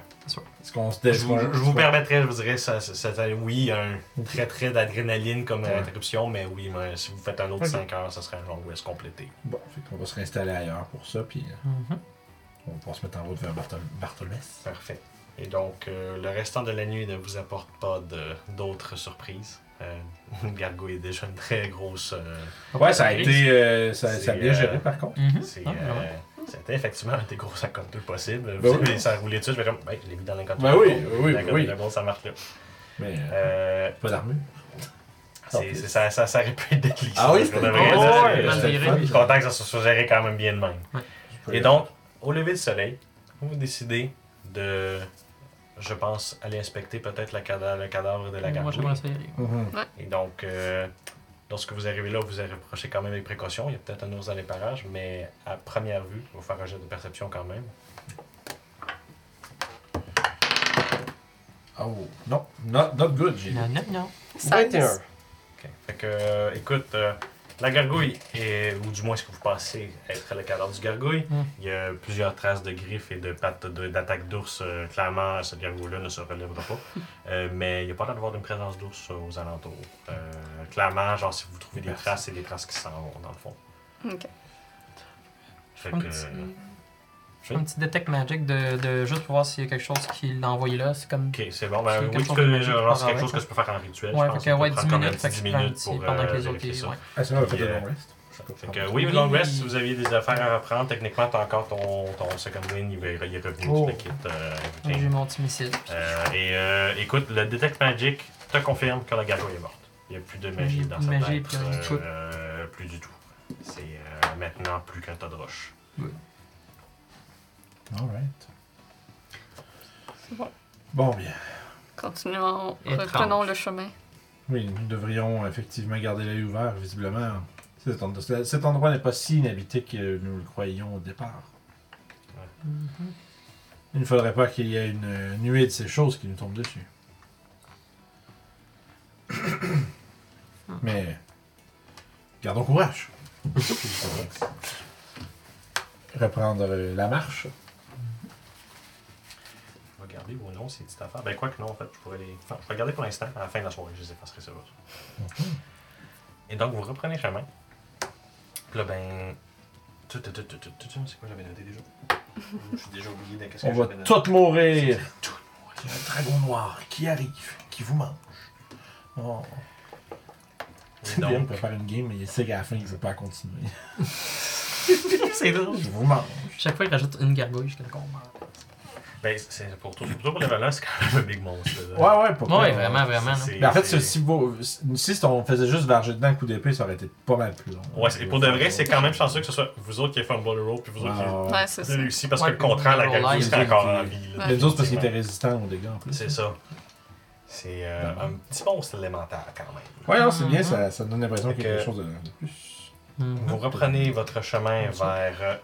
[SPEAKER 1] Est-ce qu'on se
[SPEAKER 2] Je vous,
[SPEAKER 1] déjoue?
[SPEAKER 2] je vous permettrais, je vous dirais, ça, ça- ça- oui, un très très d'adrénaline comme
[SPEAKER 1] Mm. Ouais.
[SPEAKER 2] interruption, mais oui, mais si vous faites un autre
[SPEAKER 1] Ok.
[SPEAKER 2] 5 heures, ça serait un long rest complété.
[SPEAKER 1] Bon, fait qu'on va se réinstaller ailleurs pour ça, puis euh, on va se mettre en route vers Barthol- Bartholmès.
[SPEAKER 2] Parfait. Et donc, euh, le restant de la nuit ne vous apporte pas de- d'autres surprises. Euh, [LAUGHS] Gargouille est déjà une très grosse. euh,
[SPEAKER 1] Ah Ouais, ça a été. euh, ça,
[SPEAKER 2] C'est,
[SPEAKER 1] ça a bien géré
[SPEAKER 2] euh,
[SPEAKER 1] par contre.
[SPEAKER 2] c'est,
[SPEAKER 4] Ah,
[SPEAKER 2] euh,
[SPEAKER 4] vraiment.
[SPEAKER 2] C'était effectivement un des gros 52 possibles.
[SPEAKER 1] Ben
[SPEAKER 2] Vous
[SPEAKER 1] oui.
[SPEAKER 2] savez, Ça roulait dessus, je fais comme, ben, je l'ai mis dans l'incontour.
[SPEAKER 1] Ben oui, oui, oui.
[SPEAKER 2] ça marche là.
[SPEAKER 1] Mais euh,
[SPEAKER 2] Euh,
[SPEAKER 1] pas d'armure.
[SPEAKER 2] c'est- c'est- ça, ça, ça aurait pu être déclissant.
[SPEAKER 1] Ah oui,
[SPEAKER 2] pour
[SPEAKER 1] c'était-
[SPEAKER 2] de vrai,
[SPEAKER 1] oh,
[SPEAKER 2] là,
[SPEAKER 1] ouais,
[SPEAKER 2] c'est-
[SPEAKER 1] c'était
[SPEAKER 4] malgré-
[SPEAKER 1] fun.
[SPEAKER 2] Je suis content que ça se soit géré quand même bien de même. Et donc, au lever du soleil, vous décidez de, je pense, aller inspecter peut-être la cada- le cadavre de la
[SPEAKER 4] Moi, j'aimerais
[SPEAKER 2] gargouille.
[SPEAKER 4] ça y aller.
[SPEAKER 1] Mhm.
[SPEAKER 2] Et donc, euh, lorsque vous arrivez là, vous vous approchez quand même avec précaution. Il y a peut-être un ours dans les parages, mais à première vue, il faut faire un jet de perception quand même.
[SPEAKER 1] Oh, non, not, not good, j'ai
[SPEAKER 4] Non, non, non.
[SPEAKER 3] Ça-
[SPEAKER 6] 21.
[SPEAKER 2] Ok. Fait que, euh, écoute, euh, La gargouille, est- ou du moins ce que vous pensez être le cadavre du gargouille,
[SPEAKER 4] Mm.
[SPEAKER 2] il y a plusieurs traces de griffes et de pattes de- d'attaque d'ours. euh, clairement, cette gargouille-là ne se relèvera
[SPEAKER 4] [LAUGHS]
[SPEAKER 2] pas. Euh, mais il n'y a pas l'air d'avoir une présence d'ours euh, aux alentours. Euh, clairement, genre, si vous trouvez des traces, c'est des traces qui s'en vont, dans le fond.
[SPEAKER 3] Ok.
[SPEAKER 2] Fait
[SPEAKER 4] Un
[SPEAKER 2] que,
[SPEAKER 4] petit-
[SPEAKER 2] euh,
[SPEAKER 4] Fais Un petit detect magic de, de juste pour voir s'il y a quelque chose qui l'a envoyé là. C'est comme.
[SPEAKER 2] ok, c'est bon. Ben,
[SPEAKER 4] C'est
[SPEAKER 2] oui,
[SPEAKER 4] quelque
[SPEAKER 2] tu
[SPEAKER 4] chose
[SPEAKER 2] peux-
[SPEAKER 4] de magique
[SPEAKER 2] genre,
[SPEAKER 4] par
[SPEAKER 2] c'est quelque
[SPEAKER 4] rapport
[SPEAKER 2] chose
[SPEAKER 4] à
[SPEAKER 2] que tu peux faire en rituel.
[SPEAKER 4] ouais,
[SPEAKER 2] je pense.
[SPEAKER 4] fait
[SPEAKER 2] Ça
[SPEAKER 4] que
[SPEAKER 2] peut
[SPEAKER 4] ouais,
[SPEAKER 2] prendre
[SPEAKER 4] 10
[SPEAKER 2] comme
[SPEAKER 4] minutes,
[SPEAKER 2] un
[SPEAKER 4] fait
[SPEAKER 2] petit
[SPEAKER 4] que je
[SPEAKER 2] 10
[SPEAKER 4] prends un
[SPEAKER 2] minutes
[SPEAKER 4] petit
[SPEAKER 2] pour
[SPEAKER 4] pendant que
[SPEAKER 2] euh,
[SPEAKER 4] les autres
[SPEAKER 2] vérifier
[SPEAKER 4] ils-
[SPEAKER 2] ça.
[SPEAKER 4] ouais.
[SPEAKER 1] Ah, c'est vrai, on fait
[SPEAKER 2] Puis,
[SPEAKER 1] des
[SPEAKER 2] euh,
[SPEAKER 1] long rest.
[SPEAKER 2] Fait que, oui,
[SPEAKER 4] Ah, ben, Oui.
[SPEAKER 2] long rest, si vous aviez des affaires à reprendre, techniquement, t'as encore ton, ton second win, il, va, il est revenu,
[SPEAKER 4] Oh.
[SPEAKER 2] tu le quittes. euh,
[SPEAKER 4] J'ai
[SPEAKER 2] everything.
[SPEAKER 4] mon petit missile.
[SPEAKER 2] Euh, et euh, écoute, le Detect Magic te confirme que la gargouille est morte. Il n'y a plus de magie
[SPEAKER 4] Plus
[SPEAKER 2] dans
[SPEAKER 4] de
[SPEAKER 2] sa tête.
[SPEAKER 4] magie, plus rien du tout.
[SPEAKER 2] euh, plus du tout. C'est euh, maintenant plus qu'un tas de roches.
[SPEAKER 1] Alright.
[SPEAKER 3] C'est bon.
[SPEAKER 1] Bon, bien.
[SPEAKER 3] Continuons,
[SPEAKER 7] Étrange.
[SPEAKER 3] reprenons le chemin.
[SPEAKER 1] Oui, nous devrions effectivement garder l'œil ouvert, visiblement. Cet, endro- cet- cet endroit n'est pas si inhabité que nous le croyions au départ.
[SPEAKER 3] Mm-hmm.
[SPEAKER 1] Il ne faudrait pas qu'il y ait une euh, nuée de ces choses qui nous tombent dessus.
[SPEAKER 3] Ah.
[SPEAKER 1] Mais gardons
[SPEAKER 3] [LAUGHS]
[SPEAKER 1] courage. Reprendre euh, la marche.
[SPEAKER 2] Regardez ou non ces petites affaires. Ben, quoi que non, en fait, je pourrais les. Enfin, je vais garder pour l'instant. À la fin de la soirée, je les effacerai, c'est vrai.
[SPEAKER 1] Mhm.
[SPEAKER 2] Et donc, vous reprenez chemin. Puis là, ben. tout, tout, tout, tout, tout, tout, C'est quoi j'avais noté déjà Je suis déjà oublié de qu'est-ce
[SPEAKER 1] On
[SPEAKER 2] que
[SPEAKER 1] va
[SPEAKER 2] j'avais noté.
[SPEAKER 1] toutes mourir. Il y a un dragon noir qui arrive, qui vous mange. Oh.
[SPEAKER 2] Et
[SPEAKER 1] Donc, on
[SPEAKER 2] donc,
[SPEAKER 1] peut faire une game, mais il sait qu'à la fin, il veut pas [LAUGHS] continuer.
[SPEAKER 4] C'est drôle.
[SPEAKER 1] Je vous mange.
[SPEAKER 4] Chaque fois, il rajoute une gargouille jusqu'à ce qu'on meurt.
[SPEAKER 2] ben, c'est pour tout. Surtout pour le valeur, c'est quand même un big monstre. là.
[SPEAKER 1] Ouais, ouais, pas
[SPEAKER 4] Ouais,
[SPEAKER 1] pire.
[SPEAKER 4] vraiment, vraiment. là.
[SPEAKER 2] C'est-
[SPEAKER 1] Mais en fait,
[SPEAKER 2] c'est-
[SPEAKER 1] si, vous- si on faisait juste verger dedans un coup d'épée, ça aurait été pas mal plus long.
[SPEAKER 2] Ouais, c'est- et pour de vrai, c'est quand même chanceux que ce soit vous autres qui avez fait un ball roll puis vous autres
[SPEAKER 1] Ah,
[SPEAKER 3] Ouais, c'est
[SPEAKER 2] qui
[SPEAKER 3] ça.
[SPEAKER 2] avez réussi parce
[SPEAKER 4] Ouais,
[SPEAKER 2] que le contraire, la
[SPEAKER 4] puis le
[SPEAKER 2] galère,
[SPEAKER 1] roll
[SPEAKER 2] serait
[SPEAKER 1] live,
[SPEAKER 2] encore
[SPEAKER 1] c'est-
[SPEAKER 2] en vie. là,
[SPEAKER 1] Les autres, parce qu'ils étaient
[SPEAKER 2] effectivement.
[SPEAKER 1] résistants aux dégâts en plus.
[SPEAKER 2] C'est ça. C'est euh, un petit monstre élémentaire quand même.
[SPEAKER 1] Ouais, non, c'est bien, ça, ça donne l'impression qu'il y a
[SPEAKER 2] Fait
[SPEAKER 1] quelque
[SPEAKER 2] que-
[SPEAKER 1] chose de, de plus.
[SPEAKER 4] Mhm.
[SPEAKER 2] Vous reprenez votre chemin vers. euh,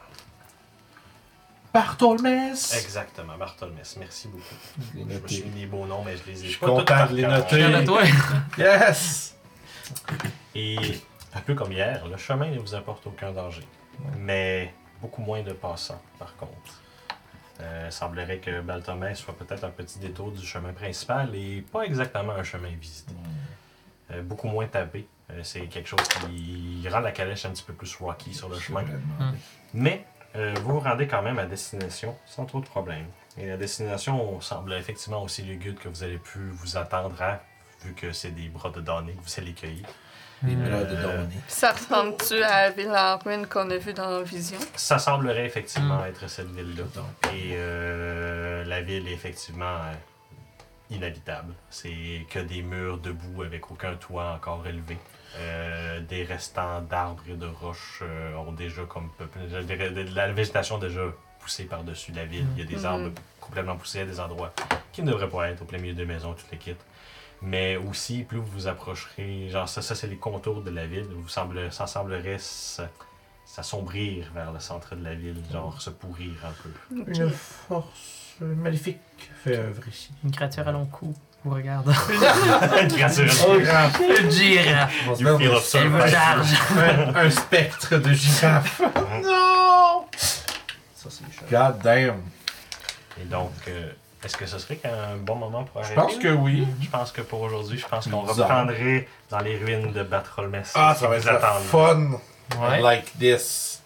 [SPEAKER 1] Bartholmes!
[SPEAKER 2] exactement, Bartholmes. Merci beaucoup.
[SPEAKER 1] Je l'ai
[SPEAKER 2] Je me
[SPEAKER 1] noté.
[SPEAKER 2] suis mis des beaux noms, mais je les ai
[SPEAKER 1] Je suis
[SPEAKER 2] pas tous
[SPEAKER 1] content
[SPEAKER 2] par
[SPEAKER 1] de les
[SPEAKER 2] cœur.
[SPEAKER 1] noter.
[SPEAKER 4] Regarde à toi. [LAUGHS]
[SPEAKER 1] Yes!
[SPEAKER 2] Et un peu comme hier, le chemin ne vous apporte aucun danger. Mais beaucoup moins de passants, par contre. Euh, Il semblerait que Baltomès soit peut-être un petit détour du chemin principal et pas exactement un chemin visité. Euh, beaucoup moins tapé. Euh, c'est quelque chose qui rend la calèche un petit peu plus rocky sur le chemin.
[SPEAKER 4] Mm.
[SPEAKER 2] Mais euh, vous vous rendez quand même à destination sans trop de problèmes. Et la destination semble effectivement aussi lugubre que vous avez pu vous attendre à, vu que c'est des bras de données que vous allez cueillir.
[SPEAKER 8] Les
[SPEAKER 2] Euh,
[SPEAKER 8] bras de Donnie.
[SPEAKER 3] Ça ressemble-tu à la ville en ruine qu'on a vue dans Vision?
[SPEAKER 2] Ça semblerait effectivement être cette ville-là. Et euh, la ville est effectivement euh, inhabitable. C'est que des murs debout avec aucun toit encore élevé. Euh, des restants d'arbres et de roches euh, ont déjà comme peuplé- je dirais, de la végétation a déjà poussée par-dessus la ville. Il y a des
[SPEAKER 3] Mhm.
[SPEAKER 2] arbres complètement poussés à des endroits qui ne devraient pas être au plein milieu des maisons, toutes les kits. Mais aussi, plus vous vous approcherez, genre ça, ça c'est les contours de la ville, vous semble, ça semblerait s- s'assombrir vers le centre de la ville, genre se pourrir un peu.
[SPEAKER 1] Une force maléfique fait œuvre ici.
[SPEAKER 4] Une créature à long cou. Vous regarde.
[SPEAKER 2] Créature.
[SPEAKER 1] Oh, grand!
[SPEAKER 4] [LAUGHS] Une girafe.
[SPEAKER 1] On se
[SPEAKER 2] You
[SPEAKER 1] met
[SPEAKER 2] feel
[SPEAKER 1] au-
[SPEAKER 2] of
[SPEAKER 4] Elle vous
[SPEAKER 2] surprise.
[SPEAKER 4] charge.
[SPEAKER 1] un, un spectre de girafe. non!
[SPEAKER 8] Ça, c'est cher.
[SPEAKER 1] God damn.
[SPEAKER 2] Et donc, euh, est-ce que ce serait un bon moment pour
[SPEAKER 1] Je
[SPEAKER 2] arrêter?
[SPEAKER 1] pense que oui.
[SPEAKER 2] Je pense que pour aujourd'hui, je pense qu'on
[SPEAKER 1] Bizarre.
[SPEAKER 2] reprendrait dans les ruines de Batrolmess.
[SPEAKER 1] Ah, ça va être la fun.
[SPEAKER 4] Ouais.
[SPEAKER 1] Like this.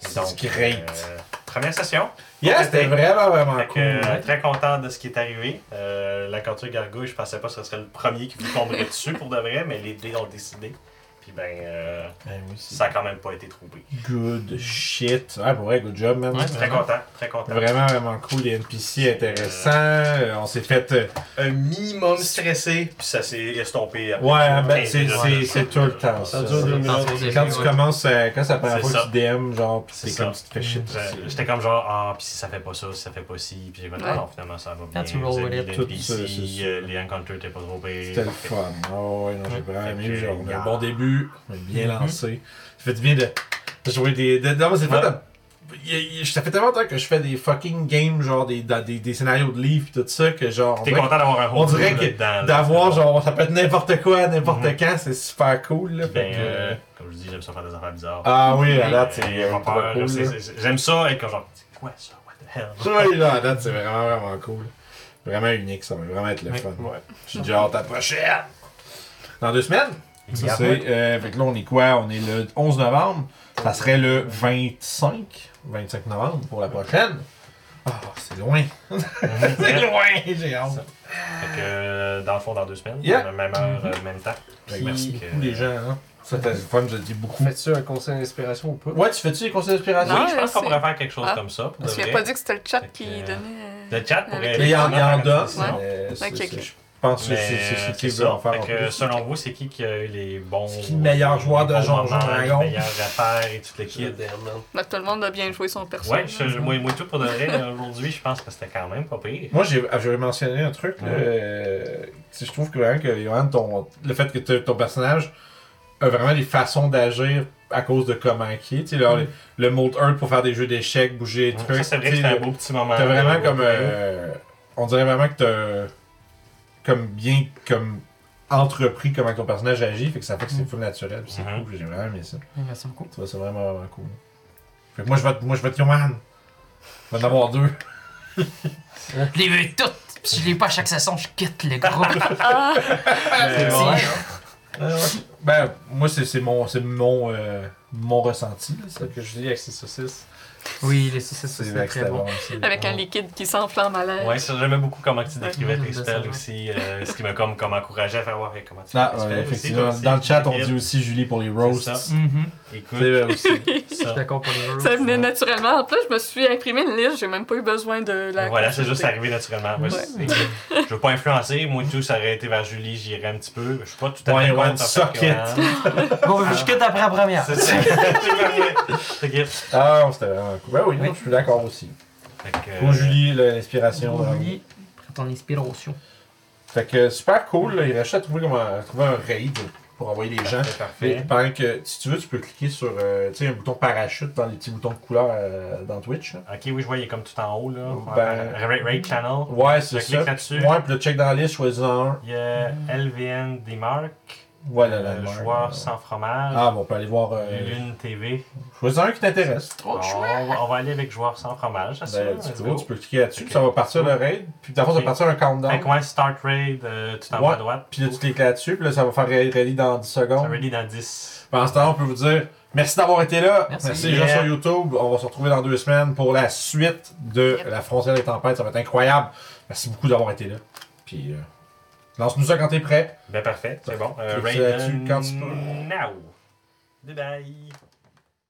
[SPEAKER 1] C'est
[SPEAKER 2] Donc,
[SPEAKER 1] great.
[SPEAKER 2] euh, première session.
[SPEAKER 1] yeah, c'était vraiment, vraiment
[SPEAKER 2] Fait que,
[SPEAKER 1] cool.
[SPEAKER 2] euh, très content de ce qui est arrivé. Euh, la ceinture gargouille, je pensais pas que ce serait le premier qui vous tomberait dessus pour de vrai, mais les dés ont décidé. Puis ben, euh,
[SPEAKER 1] Ben oui, c'est-
[SPEAKER 2] ça a quand même pas été troublé.
[SPEAKER 1] Good shit. Ah, pour vrai, good job, man.
[SPEAKER 2] Très content, très content.
[SPEAKER 1] Ah. Vraiment, vraiment cool. Les NPC intéressants. Euh, On s'est fait. euh,
[SPEAKER 2] Un minimum stressé, puis ça s'est estompé. après
[SPEAKER 1] Ouais, ben,
[SPEAKER 2] 15
[SPEAKER 1] c'est-
[SPEAKER 2] minutes.
[SPEAKER 1] c'est c'est tout
[SPEAKER 2] ben,
[SPEAKER 1] le temps.
[SPEAKER 8] Ça
[SPEAKER 1] Ça.
[SPEAKER 8] dure deux minutes.
[SPEAKER 1] Quand tu commences, euh, quand ça prend la
[SPEAKER 2] C'est
[SPEAKER 1] fois
[SPEAKER 2] ça.
[SPEAKER 1] que tu DM, genre, pis
[SPEAKER 2] C'est
[SPEAKER 1] t'es
[SPEAKER 2] ça.
[SPEAKER 1] comme tu te fais shit.
[SPEAKER 2] Je- J'étais comme genre, ah, puis si ça fait pas ça, si ça fait pas ci, puis j'ai fait,
[SPEAKER 3] Ouais.
[SPEAKER 2] non, finalement ça va bien.
[SPEAKER 4] tu roll
[SPEAKER 2] Vous avez
[SPEAKER 4] with
[SPEAKER 2] mis
[SPEAKER 1] it.
[SPEAKER 2] les
[SPEAKER 1] Tout ça,
[SPEAKER 2] NPC,
[SPEAKER 1] c'est ça.
[SPEAKER 2] euh, les encounters t'es pas trop pire.
[SPEAKER 1] C'était le fun. Oh, ouais, non, j'ai vraiment
[SPEAKER 2] Fait que,
[SPEAKER 1] aimé. Genre, on a eu un
[SPEAKER 2] yeah. Mhm.
[SPEAKER 1] bon début, on est bien lancé. Ça fait du bien de de jouer des. de- Non, mais c'est le fun
[SPEAKER 2] Ouais.
[SPEAKER 1] de il- il- ça fait tellement de temps que je fais des fucking games, genre des, dans des, des scénarios de livres pis tout ça, que genre. on
[SPEAKER 2] T'es
[SPEAKER 1] dirait-
[SPEAKER 2] content d'avoir un
[SPEAKER 1] on dirait que
[SPEAKER 2] là-dedans, là.
[SPEAKER 1] D'avoir, genre, ça peut être n'importe quoi, n'importe
[SPEAKER 2] Mhm.
[SPEAKER 1] quand, c'est super cool, là. fait
[SPEAKER 2] Ben,
[SPEAKER 1] que-
[SPEAKER 2] euh, comme je dis, j'aime ça faire des affaires bizarres.
[SPEAKER 1] Ah oui, à date,
[SPEAKER 2] Euh,
[SPEAKER 1] c'est
[SPEAKER 2] j'ai pas
[SPEAKER 1] vraiment
[SPEAKER 2] peur,
[SPEAKER 1] cool.
[SPEAKER 2] c'est-
[SPEAKER 1] là.
[SPEAKER 2] c'est- c'est- J'aime ça être comme genre, c'est quoi ça? What the hell?
[SPEAKER 1] Oui, là, à date, c'est vraiment, vraiment cool. Vraiment unique, ça va vraiment être le fun.
[SPEAKER 6] Ouais.
[SPEAKER 1] J'ai déjà hâte à la prochaine! Dans deux semaines? Ça,
[SPEAKER 2] Regarde.
[SPEAKER 1] c'est, euh, fait que là, on est quoi? On est le 11 novembre. Ça serait le 25, 25 novembre pour la prochaine. Ah, c'est [LAUGHS] loin. c'est loin, j'ai hâte.
[SPEAKER 2] Fait que, euh, dans le fond, dans deux semaines,
[SPEAKER 1] Yeah.
[SPEAKER 2] même heure,
[SPEAKER 3] Mm-hmm.
[SPEAKER 2] euh, même temps. Fait
[SPEAKER 1] Puis,
[SPEAKER 2] que merci
[SPEAKER 1] beaucoup
[SPEAKER 2] que-
[SPEAKER 1] les gens, hein. Ça, c'est le fun, je le dis beaucoup.
[SPEAKER 6] Fais-tu un conseil d'inspiration ou pas?
[SPEAKER 1] Ouais, tu fais-tu les conseils d'inspiration?
[SPEAKER 3] Non,
[SPEAKER 2] oui, je pense qu'on
[SPEAKER 3] c'est-
[SPEAKER 2] pourrait faire quelque chose
[SPEAKER 3] Ah.
[SPEAKER 2] comme ça. pour
[SPEAKER 3] Parce
[SPEAKER 2] de
[SPEAKER 3] qu'il a
[SPEAKER 2] vrai.
[SPEAKER 3] pas dit que c'était le chat
[SPEAKER 2] Fait que,
[SPEAKER 3] qui
[SPEAKER 2] euh,
[SPEAKER 3] donnait. euh,
[SPEAKER 2] Le chat pourrait.
[SPEAKER 3] Avec-
[SPEAKER 1] Mais il y en il y en donne.
[SPEAKER 3] Ouais.
[SPEAKER 1] mais c'est-
[SPEAKER 3] Ok,
[SPEAKER 1] c'est-
[SPEAKER 3] ok.
[SPEAKER 1] Je pense que
[SPEAKER 2] Mais,
[SPEAKER 1] c'est- c'est
[SPEAKER 2] euh,
[SPEAKER 1] c'est- c'est
[SPEAKER 2] ça.
[SPEAKER 1] ça en faire
[SPEAKER 2] Fait
[SPEAKER 1] en
[SPEAKER 2] que,
[SPEAKER 1] plus.
[SPEAKER 2] selon vous, c'est qui qui a eu les bons.
[SPEAKER 1] C'est qui le meilleur joueur de
[SPEAKER 2] les bons
[SPEAKER 1] Donjons
[SPEAKER 2] moments,
[SPEAKER 1] Dragons?
[SPEAKER 2] Les meilleures affaires et tout le kit.
[SPEAKER 3] ben, tout le monde a bien joué son perso.
[SPEAKER 2] Ouais, je- je- moi, moi tout pour de vrai, là, aujourd'hui, je pense que c'était quand même pas pire.
[SPEAKER 1] Moi, j'ai- ah, j'avais mentionné un truc. là,
[SPEAKER 2] Ouais.
[SPEAKER 1] euh, tu sais, je trouve que vraiment que Johan, ton, le fait que t'as- ton personnage a vraiment des façons d'agir à cause de comment qui est. tu sais, genre, le, le mold earth pour faire des jeux d'échecs, bouger des trucs.
[SPEAKER 2] Mm. Ça, c'est vrai
[SPEAKER 1] tu
[SPEAKER 2] que
[SPEAKER 1] sais,
[SPEAKER 2] c'était un
[SPEAKER 1] le-
[SPEAKER 2] beau petit moment.
[SPEAKER 1] T'as vraiment
[SPEAKER 2] là,
[SPEAKER 1] comme.
[SPEAKER 2] ouais.
[SPEAKER 1] euh, on dirait vraiment que t'as. Comme bien. Comme entrepris comment ton personnage agit. Fait que ça fait que c'est full naturel. puis C'est
[SPEAKER 2] Mhm.
[SPEAKER 1] cool. J'ai vraiment aimé ça.
[SPEAKER 4] Merci beaucoup.
[SPEAKER 1] Ça, c'est vraiment, vraiment cool. Fait que moi, je vote, moi, je vote Yoman. Je vais en avoir deux.
[SPEAKER 8] Hein?
[SPEAKER 4] Je les veux toutes. Puis si je les ai pas à chaque session, je quitte le
[SPEAKER 8] [LAUGHS]
[SPEAKER 4] groupe.
[SPEAKER 3] Ah,
[SPEAKER 1] Mais,
[SPEAKER 4] C'est-
[SPEAKER 1] ouais. Ben, moi, c'est c'est mon, c'est mon, euh, mon ressenti. là, ça.
[SPEAKER 6] C'est que je dis avec ses saucisses.
[SPEAKER 4] Oui, les saucisses,
[SPEAKER 1] C'est
[SPEAKER 4] c'est
[SPEAKER 1] vrai que
[SPEAKER 4] très
[SPEAKER 1] c'était bon.
[SPEAKER 4] bon.
[SPEAKER 1] aussi.
[SPEAKER 3] avec un liquide qui s'enflamme à l'air.
[SPEAKER 2] Ouais, ça, j'aimais beaucoup comment tu décrivais
[SPEAKER 4] Ouais,
[SPEAKER 2] tes
[SPEAKER 4] j'aime
[SPEAKER 2] spells
[SPEAKER 4] ça,
[SPEAKER 2] aussi. euh, ce qui m'a comme, comme encouragé à faire voir hey, comment tu
[SPEAKER 1] Ah,
[SPEAKER 2] fais tes
[SPEAKER 1] ouais,
[SPEAKER 2] spells aussi,
[SPEAKER 1] effectivement.
[SPEAKER 2] toi aussi,
[SPEAKER 1] Dans le chat, on
[SPEAKER 2] Philippe.
[SPEAKER 1] dit aussi Julie pour les roasts.
[SPEAKER 2] C'est ça. Mm.
[SPEAKER 4] Mhm.
[SPEAKER 1] C'est
[SPEAKER 2] Écoute,
[SPEAKER 1] vrai aussi.
[SPEAKER 4] Je
[SPEAKER 2] ça.
[SPEAKER 4] suis d'accord pour les euros.
[SPEAKER 3] Ça venait naturellement. En plus, je me suis imprimé une liste, j'ai même pas eu besoin de la.
[SPEAKER 2] Voilà, c'est
[SPEAKER 3] consulter.
[SPEAKER 2] juste arrivé naturellement.
[SPEAKER 3] Ouais.
[SPEAKER 2] Moi, c'est- Je veux pas influencer. Moi, tout, ça aurait été vers Julie, j'irais un petit peu. Je suis pas tout à
[SPEAKER 1] Ouais,
[SPEAKER 2] fait
[SPEAKER 1] ouais,
[SPEAKER 2] contre, en fait,
[SPEAKER 1] suck it.
[SPEAKER 2] que- hein.
[SPEAKER 4] Bon, je quitte après la première.
[SPEAKER 1] [LAUGHS]
[SPEAKER 2] C'est ça. C'est parfait.
[SPEAKER 1] Ah, non, c'était vraiment cool. Ben oui, non, je suis d'accord aussi.
[SPEAKER 2] Fait que, euh,
[SPEAKER 1] Pour Julie, là, l'inspiration. bravo.
[SPEAKER 4] Julie, prends ton inspiration.
[SPEAKER 1] Fait que super cool. là, Il reste à trouver, comment, à trouver un raid pour envoyer les gens.
[SPEAKER 2] euh, c'est
[SPEAKER 1] Fait
[SPEAKER 2] parfait.
[SPEAKER 1] que pendant que, si tu veux, tu peux cliquer sur euh, tu sais, un bouton parachute dans les petits boutons de couleur euh, dans Twitch. là.
[SPEAKER 2] Ok, oui, je vois, il est comme tout en haut, là.
[SPEAKER 1] Ben-
[SPEAKER 2] Rate Raid Channel.
[SPEAKER 1] Ouais,
[SPEAKER 2] Je
[SPEAKER 1] c'est ça.
[SPEAKER 2] clique là-dessus.
[SPEAKER 1] Ouais, puis le check dans la liste, choisis un.
[SPEAKER 2] Il y a LVN des marques.
[SPEAKER 1] Voilà, la
[SPEAKER 2] euh,
[SPEAKER 1] marque.
[SPEAKER 2] Joueur sans fromage.
[SPEAKER 1] Ah, bon, on peut aller voir. Euh,
[SPEAKER 2] Lune TV.
[SPEAKER 1] choisis un qui t'intéresse.
[SPEAKER 2] Bon, on, va, on va aller avec joueur sans fromage, Ah, ça
[SPEAKER 1] Ben,
[SPEAKER 2] c'est
[SPEAKER 1] tu,
[SPEAKER 2] sûr.
[SPEAKER 1] peux,
[SPEAKER 2] Let's
[SPEAKER 1] tu
[SPEAKER 2] go.
[SPEAKER 1] peux cliquer là-dessus,
[SPEAKER 2] Ok.
[SPEAKER 1] puis ça va partir le raid. Puis d'abord, ça
[SPEAKER 2] Ok.
[SPEAKER 1] va partir un
[SPEAKER 2] Fait
[SPEAKER 1] countdown.
[SPEAKER 2] que ouais, Start Raid, euh, tu t'en vas
[SPEAKER 1] Ouais.
[SPEAKER 2] à droite.
[SPEAKER 1] Puis là, tu cliques là-dessus, puis là, ça va faire raid ready dans 10
[SPEAKER 2] Ça
[SPEAKER 1] secondes.
[SPEAKER 2] ready dans 10.
[SPEAKER 1] Pendant ce temps, on peut vous dire merci d'avoir été là.
[SPEAKER 4] Merci.
[SPEAKER 1] Merci, les gens
[SPEAKER 2] Yeah.
[SPEAKER 1] sur YouTube. On va se retrouver dans deux semaines pour la suite de
[SPEAKER 3] Yep.
[SPEAKER 1] La frontière des tempêtes. Ça va être incroyable. Merci beaucoup d'avoir été là. Puis euh, lance-nous ça quand t'es prêt.
[SPEAKER 2] Ben parfait, c'est bon. Euh,
[SPEAKER 1] Clique
[SPEAKER 2] Raid
[SPEAKER 1] là-dessus
[SPEAKER 2] euh,
[SPEAKER 1] quand tu peux.
[SPEAKER 2] Now. Bye bye.